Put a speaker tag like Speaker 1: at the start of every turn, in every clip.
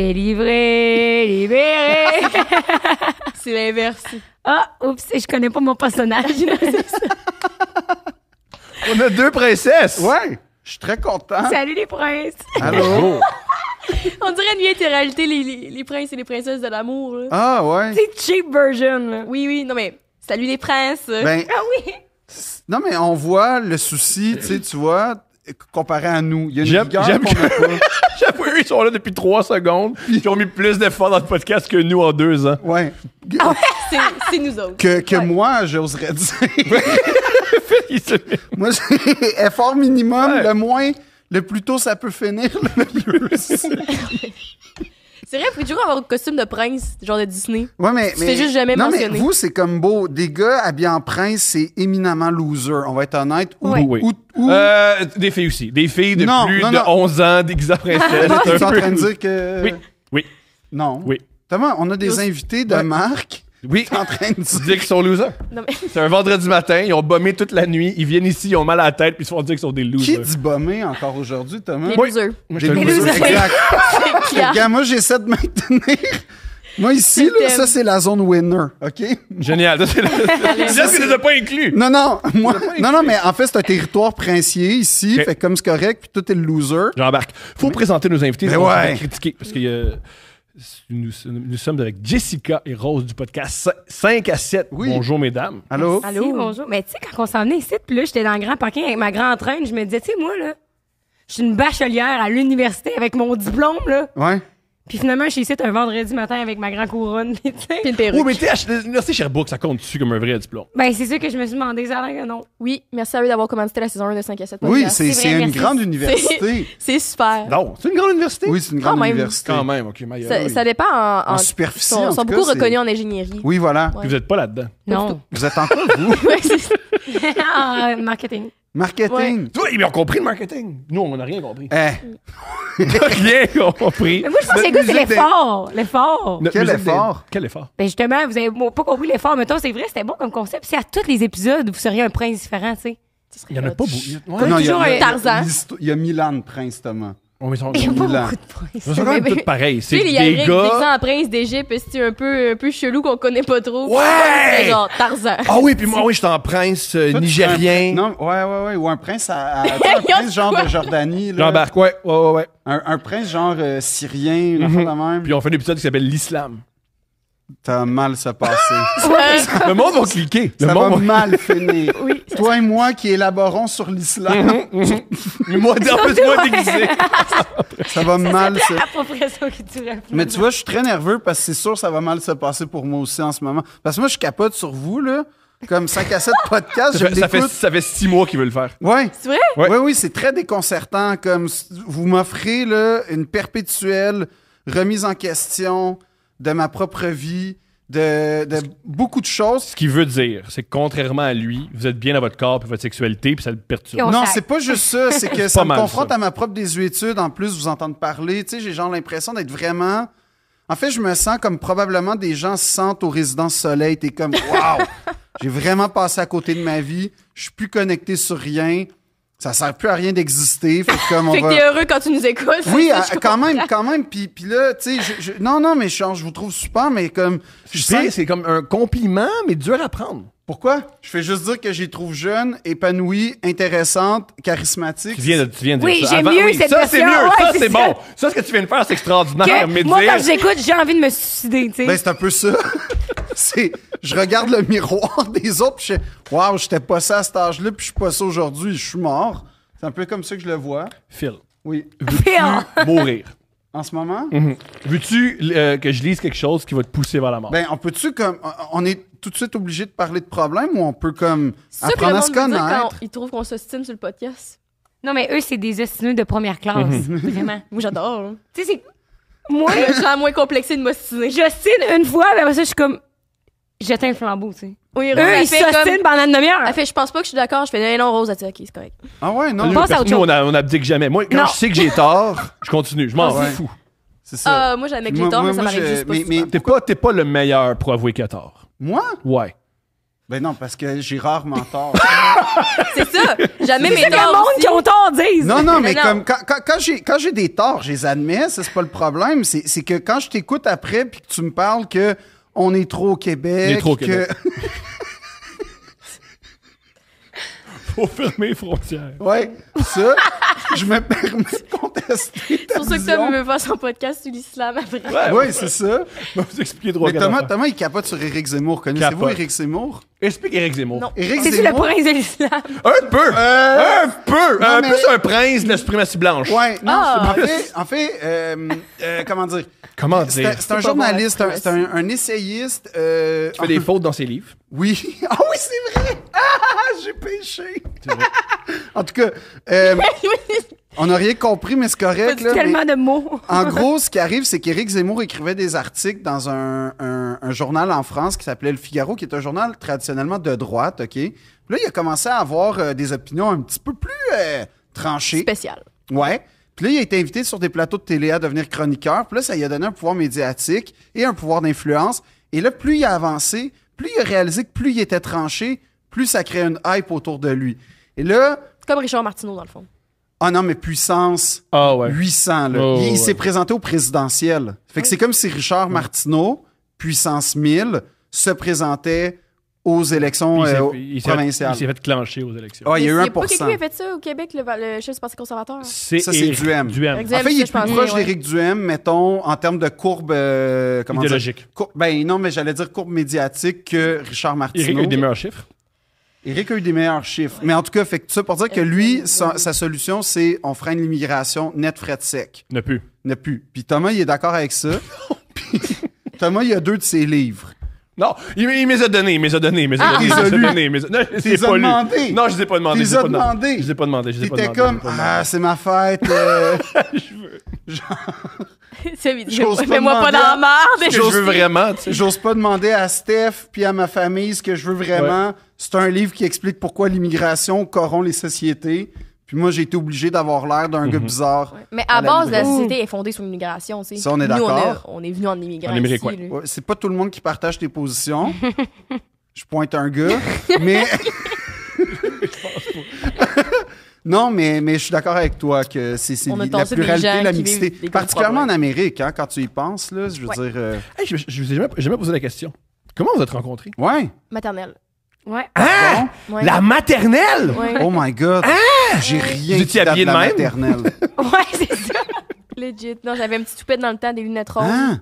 Speaker 1: Délivré, libéré.
Speaker 2: C'est l'inverse.
Speaker 1: Ah, oups, je connais pas mon personnage.
Speaker 3: On a deux princesses.
Speaker 4: Ouais, je suis très content.
Speaker 1: Salut les princes.
Speaker 4: Allô?
Speaker 2: On dirait une vieille réalité, les, les, les princes et les princesses de l'amour. là.
Speaker 4: Ah, ouais.
Speaker 1: C'est cheap version. Là.
Speaker 2: Oui, oui, non mais salut les princes.
Speaker 4: Ben,
Speaker 1: Ah oui.
Speaker 4: non, mais on voit le souci, tu sais, tu vois, comparé à nous. Il y a une
Speaker 3: J'aime-
Speaker 4: rigueur
Speaker 3: j'aime
Speaker 4: qu'on
Speaker 3: que-
Speaker 4: a pas.
Speaker 3: J'avoue, eux, ils sont là depuis trois secondes. Ils ont mis plus d'efforts dans le podcast que nous en deux ans.
Speaker 4: Ouais.
Speaker 2: C'est c'est nous autres.
Speaker 4: Que, que
Speaker 2: Ouais.
Speaker 4: moi, j'oserais dire.
Speaker 3: Ils se-
Speaker 4: Moi, c'est effort minimum,
Speaker 3: Ouais.
Speaker 4: le moins, le plus tôt ça peut finir, le plus.
Speaker 2: C'est vrai, faut toujours avoir un costume de prince, genre de Disney.
Speaker 4: Ouais, mais,
Speaker 2: Tu
Speaker 4: mais,
Speaker 2: fais juste jamais
Speaker 4: non, mais
Speaker 2: mentionner.
Speaker 4: vous, c'est comme beau. Des gars habillés en prince, c'est éminemment loser, on va être honnête. Ou,
Speaker 2: Ouais.
Speaker 3: Oui.
Speaker 4: ou, ou-
Speaker 3: Euh, des filles aussi. Des filles de
Speaker 4: Non,
Speaker 3: plus
Speaker 4: non,
Speaker 3: de
Speaker 4: non.
Speaker 3: 11 ans déguisées en princesse.
Speaker 4: Là, t'es
Speaker 3: C'est un
Speaker 4: en
Speaker 3: peu-
Speaker 4: train de dire que.
Speaker 3: Oui, oui,
Speaker 4: Non.
Speaker 3: oui.
Speaker 4: Thomas, on a des
Speaker 2: Oui.
Speaker 4: invités de marque.
Speaker 3: Oui,
Speaker 4: T'es en train de
Speaker 3: tu
Speaker 4: dire.
Speaker 3: dis qu'ils sont losers.
Speaker 2: Non, mais-
Speaker 3: C'est un vendredi matin, ils ont bombé toute la nuit, ils viennent ici, ils ont mal à la tête, puis ils se font dire qu'ils sont des
Speaker 4: Qui
Speaker 3: losers.
Speaker 4: dit bomber encore aujourd'hui, Thomas?
Speaker 2: Les
Speaker 3: Oui.
Speaker 2: losers.
Speaker 3: Moi,
Speaker 4: Des
Speaker 3: j'étais un
Speaker 1: losers.
Speaker 3: loser.
Speaker 4: Exact.
Speaker 2: Clair.
Speaker 4: Ah, Regarde, moi, j'essaie de maintenir. Moi, ici,
Speaker 2: C'est
Speaker 4: là,
Speaker 2: le
Speaker 4: ça, c'est la zone winner, OK?
Speaker 3: Génial. Ça, c'est la... Déjà, tu les as pas inclus.
Speaker 4: Non, non, moi,
Speaker 3: pas
Speaker 4: non, non, mais en fait, c'est un territoire princier ici,
Speaker 3: Ok.
Speaker 4: fait que comme c'est correct, puis tout est le loser.
Speaker 3: J'embarque. Faut présenter nos invités.
Speaker 4: Mais
Speaker 3: sinon, on
Speaker 4: ouais.
Speaker 3: va critiquer, parce que euh, nous, nous sommes avec Jessica et Rose du podcast 5 à 7.
Speaker 4: Oui.
Speaker 3: Bonjour, mesdames.
Speaker 4: Allô?
Speaker 1: Allô?
Speaker 2: Allô?
Speaker 1: bonjour. Mais tu sais, quand on s'en venait ici, puis là, j'étais dans le grand parking avec ma grande traîne, je me disais, tu sais, moi, là, je suis une bachelière à l'université avec mon diplôme, là.
Speaker 4: Ouais.
Speaker 1: Puis finalement, je suis ici un vendredi matin avec ma grande couronne, puis tu sais.
Speaker 2: Puis une
Speaker 3: Oui,
Speaker 2: perruque.
Speaker 3: mais t'es à l'Université Sherbrooke, ça compte dessus comme un vrai diplôme.
Speaker 1: Ben, c'est sûr que je me suis demandé, ça a l'air que non.
Speaker 2: Oui, merci à eux d'avoir commandité la saison 1 de 5 à 7.
Speaker 4: Oui,
Speaker 2: podcast.
Speaker 4: c'est
Speaker 1: c'est
Speaker 4: c'est
Speaker 1: vrai,
Speaker 4: une
Speaker 1: merci.
Speaker 4: grande université.
Speaker 2: C'est super.
Speaker 3: Non, Oh, c'est une grande université.
Speaker 4: Oui, c'est une
Speaker 2: Quand
Speaker 4: grande
Speaker 2: même.
Speaker 4: université.
Speaker 3: Quand même, ok, Maya.
Speaker 2: Ça,
Speaker 3: oui.
Speaker 2: ça dépend en,
Speaker 4: En superficie,
Speaker 2: Ils sont,
Speaker 4: en
Speaker 2: sont
Speaker 4: tout cas,
Speaker 2: beaucoup
Speaker 4: c'est-
Speaker 2: reconnus en ingénierie.
Speaker 4: Oui, voilà.
Speaker 2: Ouais.
Speaker 3: Puis Vous êtes pas là-dedans.
Speaker 1: Non.
Speaker 4: Vous êtes en quoi, vous?
Speaker 1: Ah, euh, marketing.
Speaker 4: Marketing.
Speaker 3: Toi, ils ont compris le marketing. Nous, on n'a rien compris.
Speaker 4: Eh,
Speaker 3: On n'a rien compris.
Speaker 1: Mais moi, je pense que c'est quoi,
Speaker 4: Notre
Speaker 1: c'est
Speaker 4: musique
Speaker 1: l'effort. L'effort.
Speaker 3: Notre
Speaker 4: Quel
Speaker 3: musique des-
Speaker 4: effort.
Speaker 3: Quel effort.
Speaker 1: Ben, justement, vous avez pas compris l'effort. Mettons, c'est vrai, c'était bon comme concept. Si à tous les épisodes, vous seriez un prince différent, tu sais.
Speaker 3: Il n'y en a pas beaucoup. Ouais.
Speaker 4: non, il y
Speaker 1: toujours
Speaker 4: a,
Speaker 1: un
Speaker 2: Tarzan.
Speaker 4: l'histo- Il y a Milan de Prince, Thomas.
Speaker 3: On met son-
Speaker 1: Il y a pas
Speaker 4: Milan.
Speaker 1: beaucoup de princes.
Speaker 3: Ils sont quand même
Speaker 2: Mais-
Speaker 3: tous pareils.
Speaker 2: Tu
Speaker 3: C'est
Speaker 2: sais, il y a
Speaker 3: des
Speaker 2: des
Speaker 3: gars.
Speaker 2: en prince d'Égypte, c'est un peu, un peu chelou qu'on connaît pas trop.
Speaker 3: Ouais!
Speaker 2: C'est genre Tarzan.
Speaker 3: Ah oui, puis moi, oui, je suis en prince euh,
Speaker 4: Toi, tu
Speaker 3: nigérien.
Speaker 4: serais un- Non, ouais, ouais, ouais. Ou un prince, à, à- tu sais, un prince genre de Jordanie. là.
Speaker 3: J'embarque, ouais, ouais, ouais, ouais.
Speaker 4: Un, un prince genre euh, syrien, une affaire de même.
Speaker 3: Mhm. Puis on fait un épisode qui s'appelle l'islam.
Speaker 4: T'as mal se passer.
Speaker 2: Ouais.
Speaker 3: Le monde va cliquer. Le
Speaker 4: ça va
Speaker 3: monde va-
Speaker 4: mal finir. Toi et moi qui élaborons sur l'islam,
Speaker 3: Mhm, Mais moi, en plus, moi, déguisé.
Speaker 4: ça va mal se...
Speaker 1: Appropriation culturelle.
Speaker 4: Mais tu vois, je suis très nerveux parce que c'est sûr ça va mal se passer pour moi aussi en ce moment. Parce que moi, je capote sur vous, là. Comme 5 à 7
Speaker 3: Ça
Speaker 4: podcasts, je
Speaker 3: fait, ça, fait,
Speaker 4: l'écoute.
Speaker 3: ça fait six mois qu'il veut le faire.
Speaker 4: Ouais.
Speaker 2: C'est vrai?
Speaker 3: Ouais.
Speaker 4: Oui, oui, c'est très déconcertant. Comme s- vous m'offrez là, une perpétuelle remise en question de ma propre vie, de, de beaucoup de choses.
Speaker 3: Ce qu'il veut dire, c'est que contrairement à lui, vous êtes bien dans votre corps et votre sexualité, puis ça le perturbe.
Speaker 1: Et on-
Speaker 4: Non,
Speaker 1: sac.
Speaker 4: c'est pas juste ça, c'est que
Speaker 3: pas
Speaker 4: ça me
Speaker 3: mal,
Speaker 4: confronte
Speaker 3: ça.
Speaker 4: à ma propre désuétude. En plus, vous entendre parler, tu sais, j'ai genre l'impression d'être vraiment. En fait, je me sens comme probablement des gens se sentent aux résidences soleil. T'es comme, waouh, j'ai vraiment passé à côté de ma vie. Je suis plus connecté sur rien. Ça sert plus à rien d'exister. Fait que comme on
Speaker 2: Fait que
Speaker 4: va.
Speaker 2: t'es heureux quand tu nous écoutes.
Speaker 4: Oui,
Speaker 2: Ça,
Speaker 4: à-
Speaker 2: je
Speaker 4: quand
Speaker 2: comprends.
Speaker 4: même, quand même. Puis, puis là, tu sais, je- je- non, non, mais je, je vous trouve super, mais comme, je
Speaker 3: Puis
Speaker 4: sens-
Speaker 3: C'est comme un compliment, mais dur à prendre.
Speaker 4: pourquoi Je fais juste dire que j'y trouve jeune, épanouie, intéressante, charismatique.
Speaker 3: Tu viens de, tu viens de
Speaker 1: Oui,
Speaker 3: dire ça.
Speaker 1: j'aime mieux cette
Speaker 3: ça, c'est mieux.
Speaker 1: version.
Speaker 3: ça,
Speaker 1: Ouais,
Speaker 3: c'est
Speaker 1: c'est ça.
Speaker 3: bon. Ça, ce que tu viens de faire, c'est extraordinaire. Ah, mais
Speaker 1: Que moi,
Speaker 3: dire-
Speaker 1: quand j'écoute, j'ai envie de me suicider, tu sais.
Speaker 4: Ben c'est un peu ça. c'est, je regarde le miroir des autres, puis je, fais, waouh, j'étais pas ça à cet âge-là, puis je suis pas ça aujourd'hui, je suis mort. C'est un peu comme ça que je le vois.
Speaker 3: Phil,
Speaker 4: Oui.
Speaker 1: Phil.
Speaker 3: veux-tu mourir?
Speaker 4: En ce moment.
Speaker 3: Veux-tu euh, que je lise quelque chose qui va te pousser vers la mort?
Speaker 4: Ben, on peut-tu comme, on est tout de suite obligé de parler de problèmes ou on peut comme
Speaker 2: C'est ça que le
Speaker 4: apprendre à
Speaker 2: monde
Speaker 4: se
Speaker 2: veut dire quand
Speaker 4: connaître?
Speaker 2: ils trouvent qu'on s'ostine sur le podcast.
Speaker 1: Non, mais eux, c'est des ostineux de première classe. Vraiment.
Speaker 2: Moi, j'adore. hein.
Speaker 1: Tu sais, c'est. Moi,
Speaker 2: Je suis la moins complexée de m'ostiner.
Speaker 1: j'ostine une fois, mais après ça, je suis comme. J'éteins le flambeau, tu sais.
Speaker 2: Oui, Rose,
Speaker 1: Eux,
Speaker 2: elle
Speaker 1: ils
Speaker 2: fait
Speaker 1: s'ostinent
Speaker 2: comme-
Speaker 1: pendant une demi-heure.
Speaker 2: Elle fait, je pense pas que je suis d'accord. Je fais, non, Rose, elle dit, ok, c'est correct.
Speaker 4: Ah ouais, non.
Speaker 3: Nous,
Speaker 1: Passe à autre
Speaker 3: nous,
Speaker 1: chose.
Speaker 3: on, a, on abdique jamais. Moi, quand
Speaker 1: Non. Ah
Speaker 3: je sais que j'ai tort, je continue. Je m'en
Speaker 4: Ouais.
Speaker 3: fous.
Speaker 4: C'est ça.
Speaker 2: Ah, moi, j'admets que
Speaker 4: Moi-
Speaker 2: j'ai tort,
Speaker 4: moi-
Speaker 2: mais ça
Speaker 4: moi,
Speaker 2: m'arrive
Speaker 4: je-
Speaker 2: juste pas.
Speaker 4: mais-
Speaker 2: souvent.
Speaker 4: mais-
Speaker 3: T'es pas, t'es pas le meilleur pour avouer qu'il a tort.
Speaker 4: Moi?
Speaker 3: Ouais.
Speaker 4: Ben non, parce que j'ai rarement tort.
Speaker 2: C'est ça. Jamais mes
Speaker 1: C'est le
Speaker 2: torts.
Speaker 1: monde qui ont tort disent.
Speaker 4: Non, non, mais
Speaker 2: non.
Speaker 4: comme quand, quand, quand j'ai, quand j'ai des torts, je les admets, ça, c'est pas le problème. C'est, c'est que quand je t'écoute après puis que tu me parles que on est trop au Québec.
Speaker 3: On est trop au
Speaker 4: que-
Speaker 3: Québec. Faut fermer les frontières.
Speaker 4: ouais, ça, je me permets de contester. ta
Speaker 2: C'est pour ça que
Speaker 4: vision.
Speaker 2: Tom veut faire son podcast sur l'islam après.
Speaker 4: Oui, c'est ça.
Speaker 3: Je vais vous expliquer trois
Speaker 4: Mais
Speaker 3: quatre
Speaker 4: Thomas,
Speaker 3: affaires.
Speaker 4: Thomas, il capote sur Éric Zemmour. Connaissez-vous
Speaker 3: Capote.
Speaker 4: Éric Zemmour?
Speaker 3: Explique Eric Zemmour.
Speaker 2: Non.
Speaker 4: Éric
Speaker 1: C'est-tu le prince de l'islam?
Speaker 3: Un peu! Un peu!
Speaker 4: Euh, non,
Speaker 3: Un
Speaker 4: mais-
Speaker 3: Plus un prince de la suprématie blanche.
Speaker 4: Ouais, non,
Speaker 2: Ah!
Speaker 4: c'est- en fait, en fait euh, euh, comment dire?
Speaker 3: Comment
Speaker 4: C'est
Speaker 3: dire?
Speaker 4: un- c'est un,
Speaker 2: pas
Speaker 4: journaliste,
Speaker 2: bon,
Speaker 4: un-
Speaker 2: la
Speaker 4: c'est un, un essayiste. euh,
Speaker 3: Tu fais des fautes dans ses livres.
Speaker 4: Oui. Ah oui, c'est vrai! Ah, j'ai péché! en tout cas, euh, on n'a rien compris, mais c'est correct. là,
Speaker 1: tellement
Speaker 4: mais
Speaker 1: de mots.
Speaker 4: En gros, ce qui arrive, c'est qu'Éric Zemmour écrivait des articles dans un, un- un journal en France qui s'appelait Le Figaro, qui est un journal traditionnellement de droite, OK? Puis là, il a commencé à avoir euh, des opinions un petit peu plus euh, tranchées.
Speaker 2: Spécial.
Speaker 4: Ouais. Puis là, il a été invité sur des plateaux de télé à devenir chroniqueur. Puis là, ça lui a donné un pouvoir médiatique et un pouvoir d'influence. Et là, plus il a avancé, plus il a réalisé que plus il était tranché, plus ça créait une hype autour de lui. Et là,
Speaker 2: C'est comme Richard Martineau, dans le fond.
Speaker 4: ah non, mais puissance
Speaker 3: Ah ouais.
Speaker 4: 800, là.
Speaker 3: Oh,
Speaker 4: il il
Speaker 3: ouais.
Speaker 4: s'est présenté au présidentiel. Fait que c'est comme si Richard Martineau, puissance 1000, se présentait aux élections
Speaker 3: Puis il s'est-
Speaker 4: euh, aux-
Speaker 3: il s'est-
Speaker 4: provinciales.
Speaker 3: Il s'est fait clencher aux élections.
Speaker 4: Ah, il y a eu
Speaker 2: Mais
Speaker 4: 1
Speaker 2: c'est pas quelqu'un qui a fait ça au Québec, le, le chef du Parti conservateur.
Speaker 3: C'est
Speaker 4: Ça, c'est
Speaker 3: Éric
Speaker 4: Duhem.
Speaker 3: Duhem.
Speaker 4: En fait, il est
Speaker 2: je
Speaker 4: plus
Speaker 2: pensais,
Speaker 4: proche
Speaker 2: ouais.
Speaker 4: d'Éric Duhem, mettons, en termes de courbe. euh, comment dire?
Speaker 3: Idéologique.
Speaker 4: Cour- ben non, mais j'allais dire courbe médiatique que Richard Martineau.
Speaker 3: Éric a eu des meilleurs chiffres.
Speaker 4: Eric a eu des meilleurs chiffres. Mais en tout cas, fait que ça pour dire que lui, sa, sa solution, c'est on freine l'immigration, net frais de sec.
Speaker 3: Ne plus.
Speaker 4: Ne plus. Puis Thomas, il est d'accord avec ça. Puis Thomas, il a deux de ses livres.
Speaker 3: Non, il, il me les a donnés, il me les a donnés, il me les a
Speaker 4: Ah,
Speaker 3: donnés, il
Speaker 4: il
Speaker 3: me
Speaker 4: les a
Speaker 3: les a
Speaker 4: lus.
Speaker 3: donnés, il me les a- Non, je les ai
Speaker 4: les as
Speaker 3: pas lus.
Speaker 4: demandés.
Speaker 3: Non, je les ai pas demandés.
Speaker 4: Tu
Speaker 3: je les
Speaker 4: les
Speaker 3: ai
Speaker 4: as
Speaker 3: pas demandés.
Speaker 4: demandés.
Speaker 3: Je les ai pas demandés, je les ai pas
Speaker 4: T'étais
Speaker 3: demandés, je les ai pas
Speaker 4: comme
Speaker 3: demandés.
Speaker 4: Ah, c'est ma fête. euh,
Speaker 2: C'est vite.
Speaker 4: J'ose pas
Speaker 2: Fais-moi pas
Speaker 4: demander
Speaker 2: dans
Speaker 4: à-
Speaker 2: la merde.
Speaker 3: Ce que je veux vraiment, tu sais.
Speaker 4: J'ose pas demander à Steph puis à ma famille ce que je veux vraiment. C'est un livre qui explique pourquoi l'immigration corrompt les sociétés. Puis moi, j'ai été obligé d'avoir l'air
Speaker 3: Mm-hmm.
Speaker 4: d'un gars bizarre.
Speaker 2: Mais à
Speaker 4: À la
Speaker 2: base, la
Speaker 4: librairie.
Speaker 2: société est fondée sur l'immigration, tu sais.
Speaker 4: Ça, on est
Speaker 2: Nous,
Speaker 4: d'accord.
Speaker 2: On, a- on est venu en immigrant.
Speaker 3: En immigré
Speaker 2: ici,
Speaker 3: quoi?
Speaker 2: là.
Speaker 4: Ouais, c'est pas tout le monde qui partage tes positions. je pointe un gars, mais Non, mais, mais je suis d'accord avec toi que c'est c'est
Speaker 2: On a
Speaker 4: la
Speaker 2: tassé des gens
Speaker 4: pluralité,
Speaker 2: qui
Speaker 4: la
Speaker 2: vivent
Speaker 4: mixité.
Speaker 2: des gros
Speaker 4: Particulièrement en
Speaker 2: problèmes.
Speaker 4: Amérique, hein, quand tu y penses, là, je veux
Speaker 2: Ouais.
Speaker 4: dire. euh,
Speaker 3: Hey, je, je- je vous ai jamais, jamais posé la question. Comment vous êtes rencontrés?
Speaker 4: Ouais.
Speaker 2: Maternelle.
Speaker 1: Ouais.
Speaker 3: Hein?
Speaker 2: Ouais.
Speaker 3: maternelle?
Speaker 2: Ouais.
Speaker 4: Oh my God.
Speaker 2: Ah!
Speaker 4: J'ai rien
Speaker 3: Vous
Speaker 4: qui
Speaker 3: étiez
Speaker 4: date de
Speaker 3: habillés
Speaker 4: la
Speaker 3: de même?
Speaker 4: maternelle.
Speaker 1: Ouais, c'est ça.
Speaker 2: Legit. Non, j'avais un petit toupet dans le temps, des lunettes roses.
Speaker 4: Hein?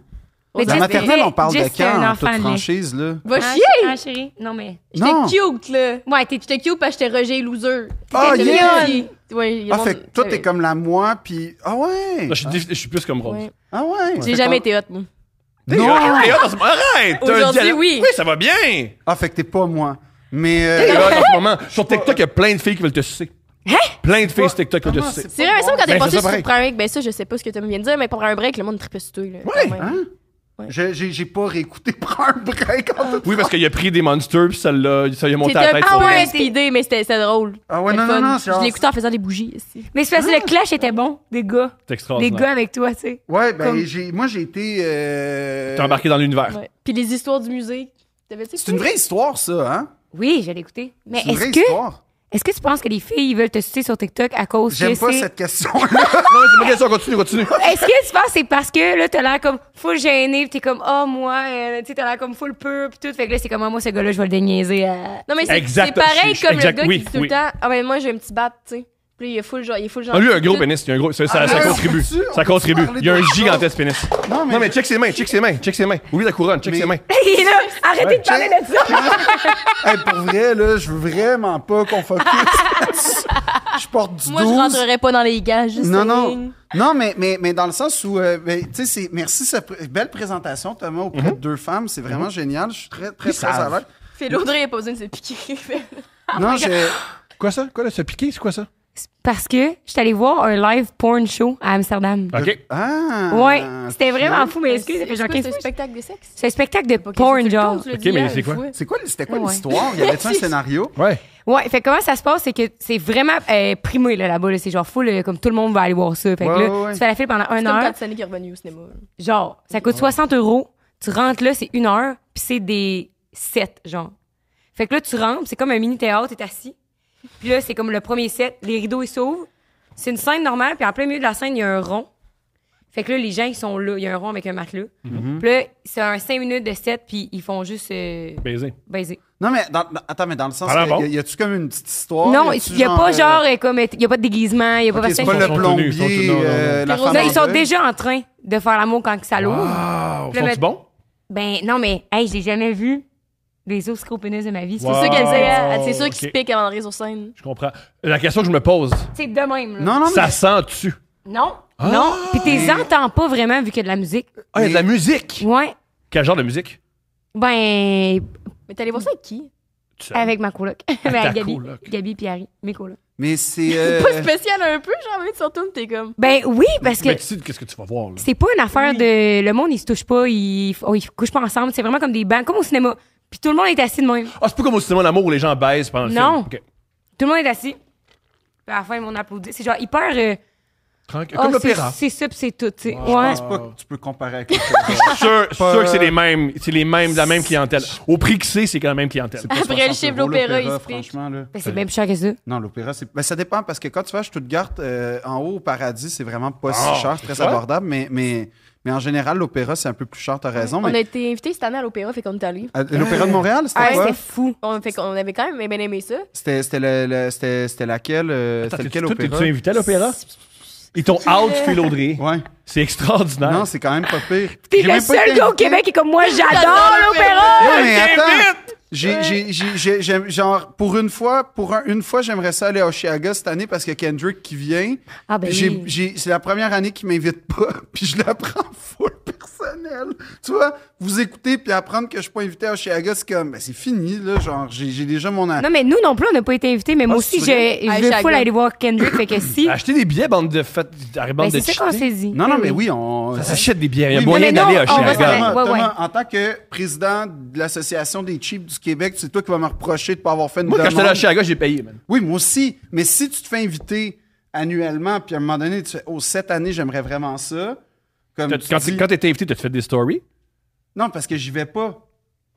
Speaker 1: Mais
Speaker 4: La
Speaker 1: Jess-
Speaker 4: maternelle, on parle
Speaker 1: Jess,
Speaker 4: de
Speaker 1: c'est un
Speaker 4: quand, en
Speaker 1: enfant
Speaker 4: toute
Speaker 1: né.
Speaker 4: franchise, là?
Speaker 2: Va
Speaker 1: Ah,
Speaker 2: chier!
Speaker 1: ah, chérie. Non, mais.
Speaker 4: Non.
Speaker 2: J'étais cute, là.
Speaker 1: Ouais, t'es.
Speaker 2: J'étais cute parce que j'étais rejet et loser.
Speaker 4: Ah,
Speaker 2: J'étais
Speaker 4: yeah!
Speaker 2: petit. Ouais, il y a
Speaker 4: Ah,
Speaker 2: le
Speaker 4: fait
Speaker 2: monde-
Speaker 4: que toi, t'es comme la moi, puis... Ah ouais!
Speaker 3: Non, je, suis, diff- je suis plus comme Rose.
Speaker 2: Ouais.
Speaker 4: Ah ouais!
Speaker 2: J'ai jamais été hot, moi.
Speaker 3: Hey,
Speaker 4: Non!
Speaker 3: hey, hey, en ce moment- Arrête! t'as un
Speaker 2: Aujourd'hui,
Speaker 3: dialogue-
Speaker 2: oui.
Speaker 3: Oui, ça va bien! Hey,
Speaker 4: Ah, fait que t'es pas moi. Mais... euh,
Speaker 3: là, en ce moment, sur TikTok, il y a plein de filles qui veulent te sucer. Plein de filles sur TikTok qui veulent te
Speaker 4: Comment
Speaker 3: sucer.
Speaker 2: C'est vrai, mais ça, quand
Speaker 3: Ben,
Speaker 2: t'es
Speaker 3: c'est
Speaker 2: passé
Speaker 3: ça,
Speaker 2: sur
Speaker 3: pareil.
Speaker 2: prendre un break, ben ça, je sais pas ce que tu me viens de dire, mais pour un break, le monde tripe sur toi, là.
Speaker 3: Ouais,
Speaker 2: quand même.
Speaker 4: Hein?
Speaker 2: Ouais.
Speaker 4: J'ai- J'ai j'ai pas réécouté Prends un break en tout
Speaker 3: Oui, parce qu'il a pris des monsters, puis ça l'a ça lui a monté
Speaker 2: C'était
Speaker 3: à la
Speaker 2: un
Speaker 3: tête.
Speaker 2: peu
Speaker 3: son-
Speaker 1: ouais.
Speaker 2: SPD, mais c'était c'était drôle.
Speaker 4: Ah ouais,
Speaker 2: C'était
Speaker 4: non, non,
Speaker 2: fun.
Speaker 4: non, c'est-
Speaker 2: Je l'écoutais en faisant des bougies ici.
Speaker 1: Mais c'est parce que le clash était bon, des gars.
Speaker 3: C'est
Speaker 1: Des
Speaker 3: extraordinaire.
Speaker 1: gars avec toi, tu sais.
Speaker 4: Ouais, ben
Speaker 1: Comme-
Speaker 4: j'ai- moi j'ai été. euh,
Speaker 3: T'es embarqué dans l'univers.
Speaker 2: Ouais. Puis les histoires du musée. T'avais-tu
Speaker 4: C'est une vraie histoire, ça, hein?
Speaker 1: Oui, je l'ai écouté. Mais
Speaker 4: C'est une vraie
Speaker 1: est-ce que,
Speaker 4: histoire.
Speaker 1: est-ce que tu penses que les filles veulent te sucer sur TikTok à cause que
Speaker 4: J'aime pas
Speaker 1: c'est-
Speaker 4: cette question-là.
Speaker 3: Non, mais c'est pas question, continue, continue.
Speaker 1: Est-ce que tu penses que c'est parce que là, t'as l'air comme full gêné, pis t'es comme, oh, moi, euh, tu sais, t'as l'air comme full pur, pis tout. Fait que là, c'est comme, Ah, moi, ce gars-là, je vais le déniaiser euh. à.
Speaker 2: Non, mais c'est
Speaker 3: Exact.
Speaker 2: c'est pareil
Speaker 3: Je- je-
Speaker 2: comme
Speaker 3: exact,
Speaker 2: le gars
Speaker 3: oui,
Speaker 2: qui dit tout
Speaker 3: oui.
Speaker 2: le temps Ah, mais moi, j'ai un petit bat, tu sais. Puis il est full genre. Il est full genre
Speaker 3: Ah, lui, un gros pénis. Il a un gros, ça, ça,
Speaker 4: Ah,
Speaker 3: ça
Speaker 4: mais
Speaker 3: contribue.
Speaker 4: on peut-tu- on
Speaker 3: Ça
Speaker 4: peut-tu
Speaker 3: contribue.
Speaker 4: parler
Speaker 3: Il y a un
Speaker 4: d'autre chose?
Speaker 3: gigantesque pénis.
Speaker 4: Non, mais-
Speaker 3: Non, mais check ses mains, check ses mains, check ses mains. Oublie la couronne, check
Speaker 4: Mais-
Speaker 3: ses mains.
Speaker 1: Il est là, arrêtez de parler de ça!
Speaker 4: Hey, pour vrai, là, je veux vraiment pas qu'on focus. là-dessus. je porte du
Speaker 2: Moi,
Speaker 4: 12.
Speaker 2: je rentrerais pas dans les gages.
Speaker 4: non, non. Non, mais, mais, mais dans le sens où, euh, ben, tu sais, c'est- merci, cette pr- belle présentation, Thomas, auprès de deux femmes. C'est vraiment génial. Je suis très, très, très à
Speaker 3: Mhm. savent.
Speaker 4: l'aise.
Speaker 2: Fait l'Audrey, il a pas besoin de se piquer.
Speaker 1: Oh
Speaker 4: Non, j'ai.
Speaker 3: Quoi ça? Quoi là? Se piquer, c'est quoi ça?
Speaker 1: Parce que je suis allée voir un live porn show à Amsterdam.
Speaker 3: OK.
Speaker 4: Ah!
Speaker 1: ouais, c'était vraiment fou, mais excusez, ça fait genre 15
Speaker 2: C'est un spectacle de sexe.
Speaker 1: C'est un spectacle de
Speaker 2: Ok,
Speaker 1: porn,
Speaker 2: c'est
Speaker 1: genre.
Speaker 2: le compte,
Speaker 3: Ok, mais
Speaker 2: l'hier,
Speaker 3: c'est quoi?
Speaker 2: ouais.
Speaker 4: C'est quoi, c'était quoi
Speaker 1: Ouais.
Speaker 4: l'histoire? Il Y avait un scénario?
Speaker 3: Ouais.
Speaker 1: Ouais, fait que comment ça se passe, c'est que c'est vraiment euh, primé là, là-bas, là, c'est genre full, euh, comme tout le monde va aller voir ça. Fait que
Speaker 4: Ouais,
Speaker 1: là,
Speaker 4: ouais, ouais.
Speaker 1: tu fais la file pendant
Speaker 2: C'est
Speaker 1: une
Speaker 2: comme
Speaker 1: heure.
Speaker 2: quand Sonic est revenu au cinéma.
Speaker 1: Genre, ça coûte 60 euros. Tu rentres là, c'est une heure, puis c'est des sets, genre. Fait que là, tu rentres, c'est comme un mini théâtre, t'es assis. Puis là, c'est comme le premier set, les rideaux, ils s'ouvrent. C'est une scène normale, puis en plein milieu de la scène, il y a un rond. Fait que là, les gens, ils sont là. Il y a un rond avec un matelas.
Speaker 4: Mm-hmm.
Speaker 1: Puis là, c'est un 5 minutes de set, puis ils font juste euh,
Speaker 3: Baiser.
Speaker 1: baiser.
Speaker 4: Non, mais dans- dans- attends, mais dans le sens,
Speaker 3: Ah,
Speaker 4: que
Speaker 3: bon?
Speaker 4: y a- y a-tu comme une petite histoire?
Speaker 1: non,
Speaker 4: Oh, Y a-tu
Speaker 1: il n'y a pas genre,
Speaker 4: euh,
Speaker 1: euh, comme, il n'y a pas de déguisement, il n'y a pas
Speaker 4: ok, c'est
Speaker 1: personne.
Speaker 3: Ils
Speaker 4: pas le
Speaker 3: sont tenus,
Speaker 4: plombier,
Speaker 3: ils sont tenus, non, non, non.
Speaker 4: euh, la
Speaker 2: Les
Speaker 4: femme
Speaker 1: Non,
Speaker 4: en
Speaker 1: ils sont
Speaker 4: deuil.
Speaker 1: déjà en train de faire l'amour quand que ça l'ouvre.
Speaker 3: Wow!
Speaker 1: Puis là,
Speaker 3: Sont-ils
Speaker 1: mais-
Speaker 3: bons?
Speaker 1: Ben non, mais hey, j'ai jamais vu des os au pénis de ma vie. C'est
Speaker 3: Wow.
Speaker 1: pour
Speaker 2: C'est
Speaker 1: ça
Speaker 2: sûr qu'elle disait, elle-
Speaker 3: Oh,
Speaker 2: c'est sûr qu'il
Speaker 3: ok.
Speaker 2: se pique avant de sur scène.
Speaker 3: Je comprends. La question que je me pose,
Speaker 1: que c'est de même. là.
Speaker 4: Non, non,
Speaker 3: ça sent-tu?
Speaker 1: Non, non. Puis t'es entends pas vraiment vu qu'il y a de la musique.
Speaker 3: Ah, il y a de la musique!
Speaker 1: Ouais.
Speaker 3: Quel genre de musique?
Speaker 1: Ben
Speaker 2: Mais t'es allé voir ça avec qui?
Speaker 3: Tu sais.
Speaker 1: avec ma coloc, Ben, avec
Speaker 3: ta
Speaker 1: Gabi,
Speaker 3: coloc.
Speaker 1: Gabi puis Harry, mes colocs.
Speaker 4: mais, mais c'est. euh,
Speaker 2: Pas spécial un peu, genre, mais tu retournes, t'es comme.
Speaker 1: Ben oui, parce que
Speaker 3: Mais tu sais qu'est-ce que tu vas voir, là.
Speaker 1: c'est pas une affaire de le monde ils se touche pas, ils oh, ils couchent pas ensemble, c'est vraiment comme des bancs comme au cinéma. Puis tout le monde est assis de même.
Speaker 3: Ah, c'est pas comme au cinéma d'amour où les gens baisent pendant le
Speaker 1: Non.
Speaker 3: film. Ok.
Speaker 1: Tout le monde est assis. Puis à la fin ils vont applaudi. C'est genre hyper euh,
Speaker 3: Tranquille.
Speaker 1: ah, c'est-
Speaker 3: Comme l'opéra.
Speaker 1: C'est ça, puis c'est tout, tu sais.
Speaker 3: Wow.
Speaker 1: Ouais.
Speaker 4: je pense pas que tu peux comparer avec. quelque chose.
Speaker 3: Je suis sûr, je suis sûr que c'est les mêmes, c'est les mêmes, la même clientèle. Au prix que c'est, c'est la même clientèle.
Speaker 4: Pas
Speaker 2: Après
Speaker 4: 60
Speaker 2: le chiffre,
Speaker 4: euros,
Speaker 2: l'opéra, il se pique.
Speaker 4: Franchement, là.
Speaker 1: Ben, c'est même plus cher que ça.
Speaker 4: Non, l'opéra, c'est. Ben, ça dépend parce que quand tu vas à Stuttgart, euh, en haut au paradis, c'est vraiment pas
Speaker 3: Ah,
Speaker 4: si cher,
Speaker 3: c'est
Speaker 4: c'est très
Speaker 3: ça?
Speaker 4: abordable, mais, mais, mais en général, l'opéra, c'est un peu plus cher, t'as raison.
Speaker 2: On a
Speaker 4: mais
Speaker 2: été invités cette année à l'opéra, fait qu'on est allés.
Speaker 4: à- L'opéra de Montréal, c'était
Speaker 1: Ah,
Speaker 4: quoi?
Speaker 1: c'était fou.
Speaker 2: On, fait qu'on avait quand même bien aimé ça.
Speaker 4: C'était c'était le- le- c'était- c'était laquelle? euh,
Speaker 3: Attends,
Speaker 4: C'était
Speaker 3: t'es-tu
Speaker 4: lequel
Speaker 3: toi,
Speaker 4: opéra?
Speaker 3: t'es-tu invité à l'opéra? Ils t'ont out, Phil Audrey.
Speaker 4: Ouais.
Speaker 3: C'est extraordinaire.
Speaker 4: Non, c'est quand même pas pire.
Speaker 1: T'es
Speaker 4: J'ai
Speaker 1: le
Speaker 4: même pas
Speaker 1: seul
Speaker 4: été
Speaker 1: gars au
Speaker 4: invité.
Speaker 1: Québec qui est comme moi, j'adore l'opéra!
Speaker 4: Non, mais
Speaker 3: Damn
Speaker 4: attends.
Speaker 3: it!
Speaker 4: J'ai, j'ai, j'ai, j'ai- j'aime- genre, pour une fois, pour un- une fois, j'aimerais ça aller à Oshiaga cette année parce qu'il y a Kendrick qui vient.
Speaker 1: Ah, ben
Speaker 4: J'ai-
Speaker 1: oui.
Speaker 4: j'ai- c'est la première année qu'il m'invite pas, puis je la prends full personnel. Tu vois, vous écoutez puis apprendre que je suis pas invité à Oshiaga, c'est comme, ben c'est fini, là, genre, j'ai, j'ai déjà mon... a-
Speaker 1: Non, mais nous non plus, on n'a pas été invités, mais moi
Speaker 4: Ah,
Speaker 1: aussi,
Speaker 4: c'est
Speaker 1: je,
Speaker 4: vrai?
Speaker 1: je
Speaker 2: Ah,
Speaker 1: veux
Speaker 2: Chaga.
Speaker 1: full aller voir Kendrick, fait que si.
Speaker 4: Ah,
Speaker 3: Acheter des billets, bande de fêtes,
Speaker 1: Ben,
Speaker 3: bande de
Speaker 1: c'est ça qu'on
Speaker 3: cheatés.
Speaker 1: s'est dit.
Speaker 4: Non, non, mais oui, on...
Speaker 3: Ça s'achète des billets. Il y a
Speaker 4: Oui,
Speaker 1: mais
Speaker 3: moyen
Speaker 1: non,
Speaker 3: d'aller à
Speaker 1: on va s'en
Speaker 3: Chicago.
Speaker 1: aller.
Speaker 4: Ah, Thomas,
Speaker 1: Ouais,
Speaker 4: Thomas, en tant que président de l'Association des chips du Québec, c'est toi qui vas me reprocher de pas avoir fait une
Speaker 3: Moi, quand j'étais allé à
Speaker 4: demande.
Speaker 3: Chicago, j'ai payé, man.
Speaker 4: Oui, moi aussi. Mais si tu te fais inviter annuellement, puis à un moment donné, tu fais Oh, cette année, j'aimerais vraiment ça. Comme
Speaker 3: T'as-
Speaker 4: tu
Speaker 3: Quand
Speaker 4: dis-
Speaker 3: t'es- quand t'étais invité, t'as fait des stories?
Speaker 4: Non, parce que j'y vais pas.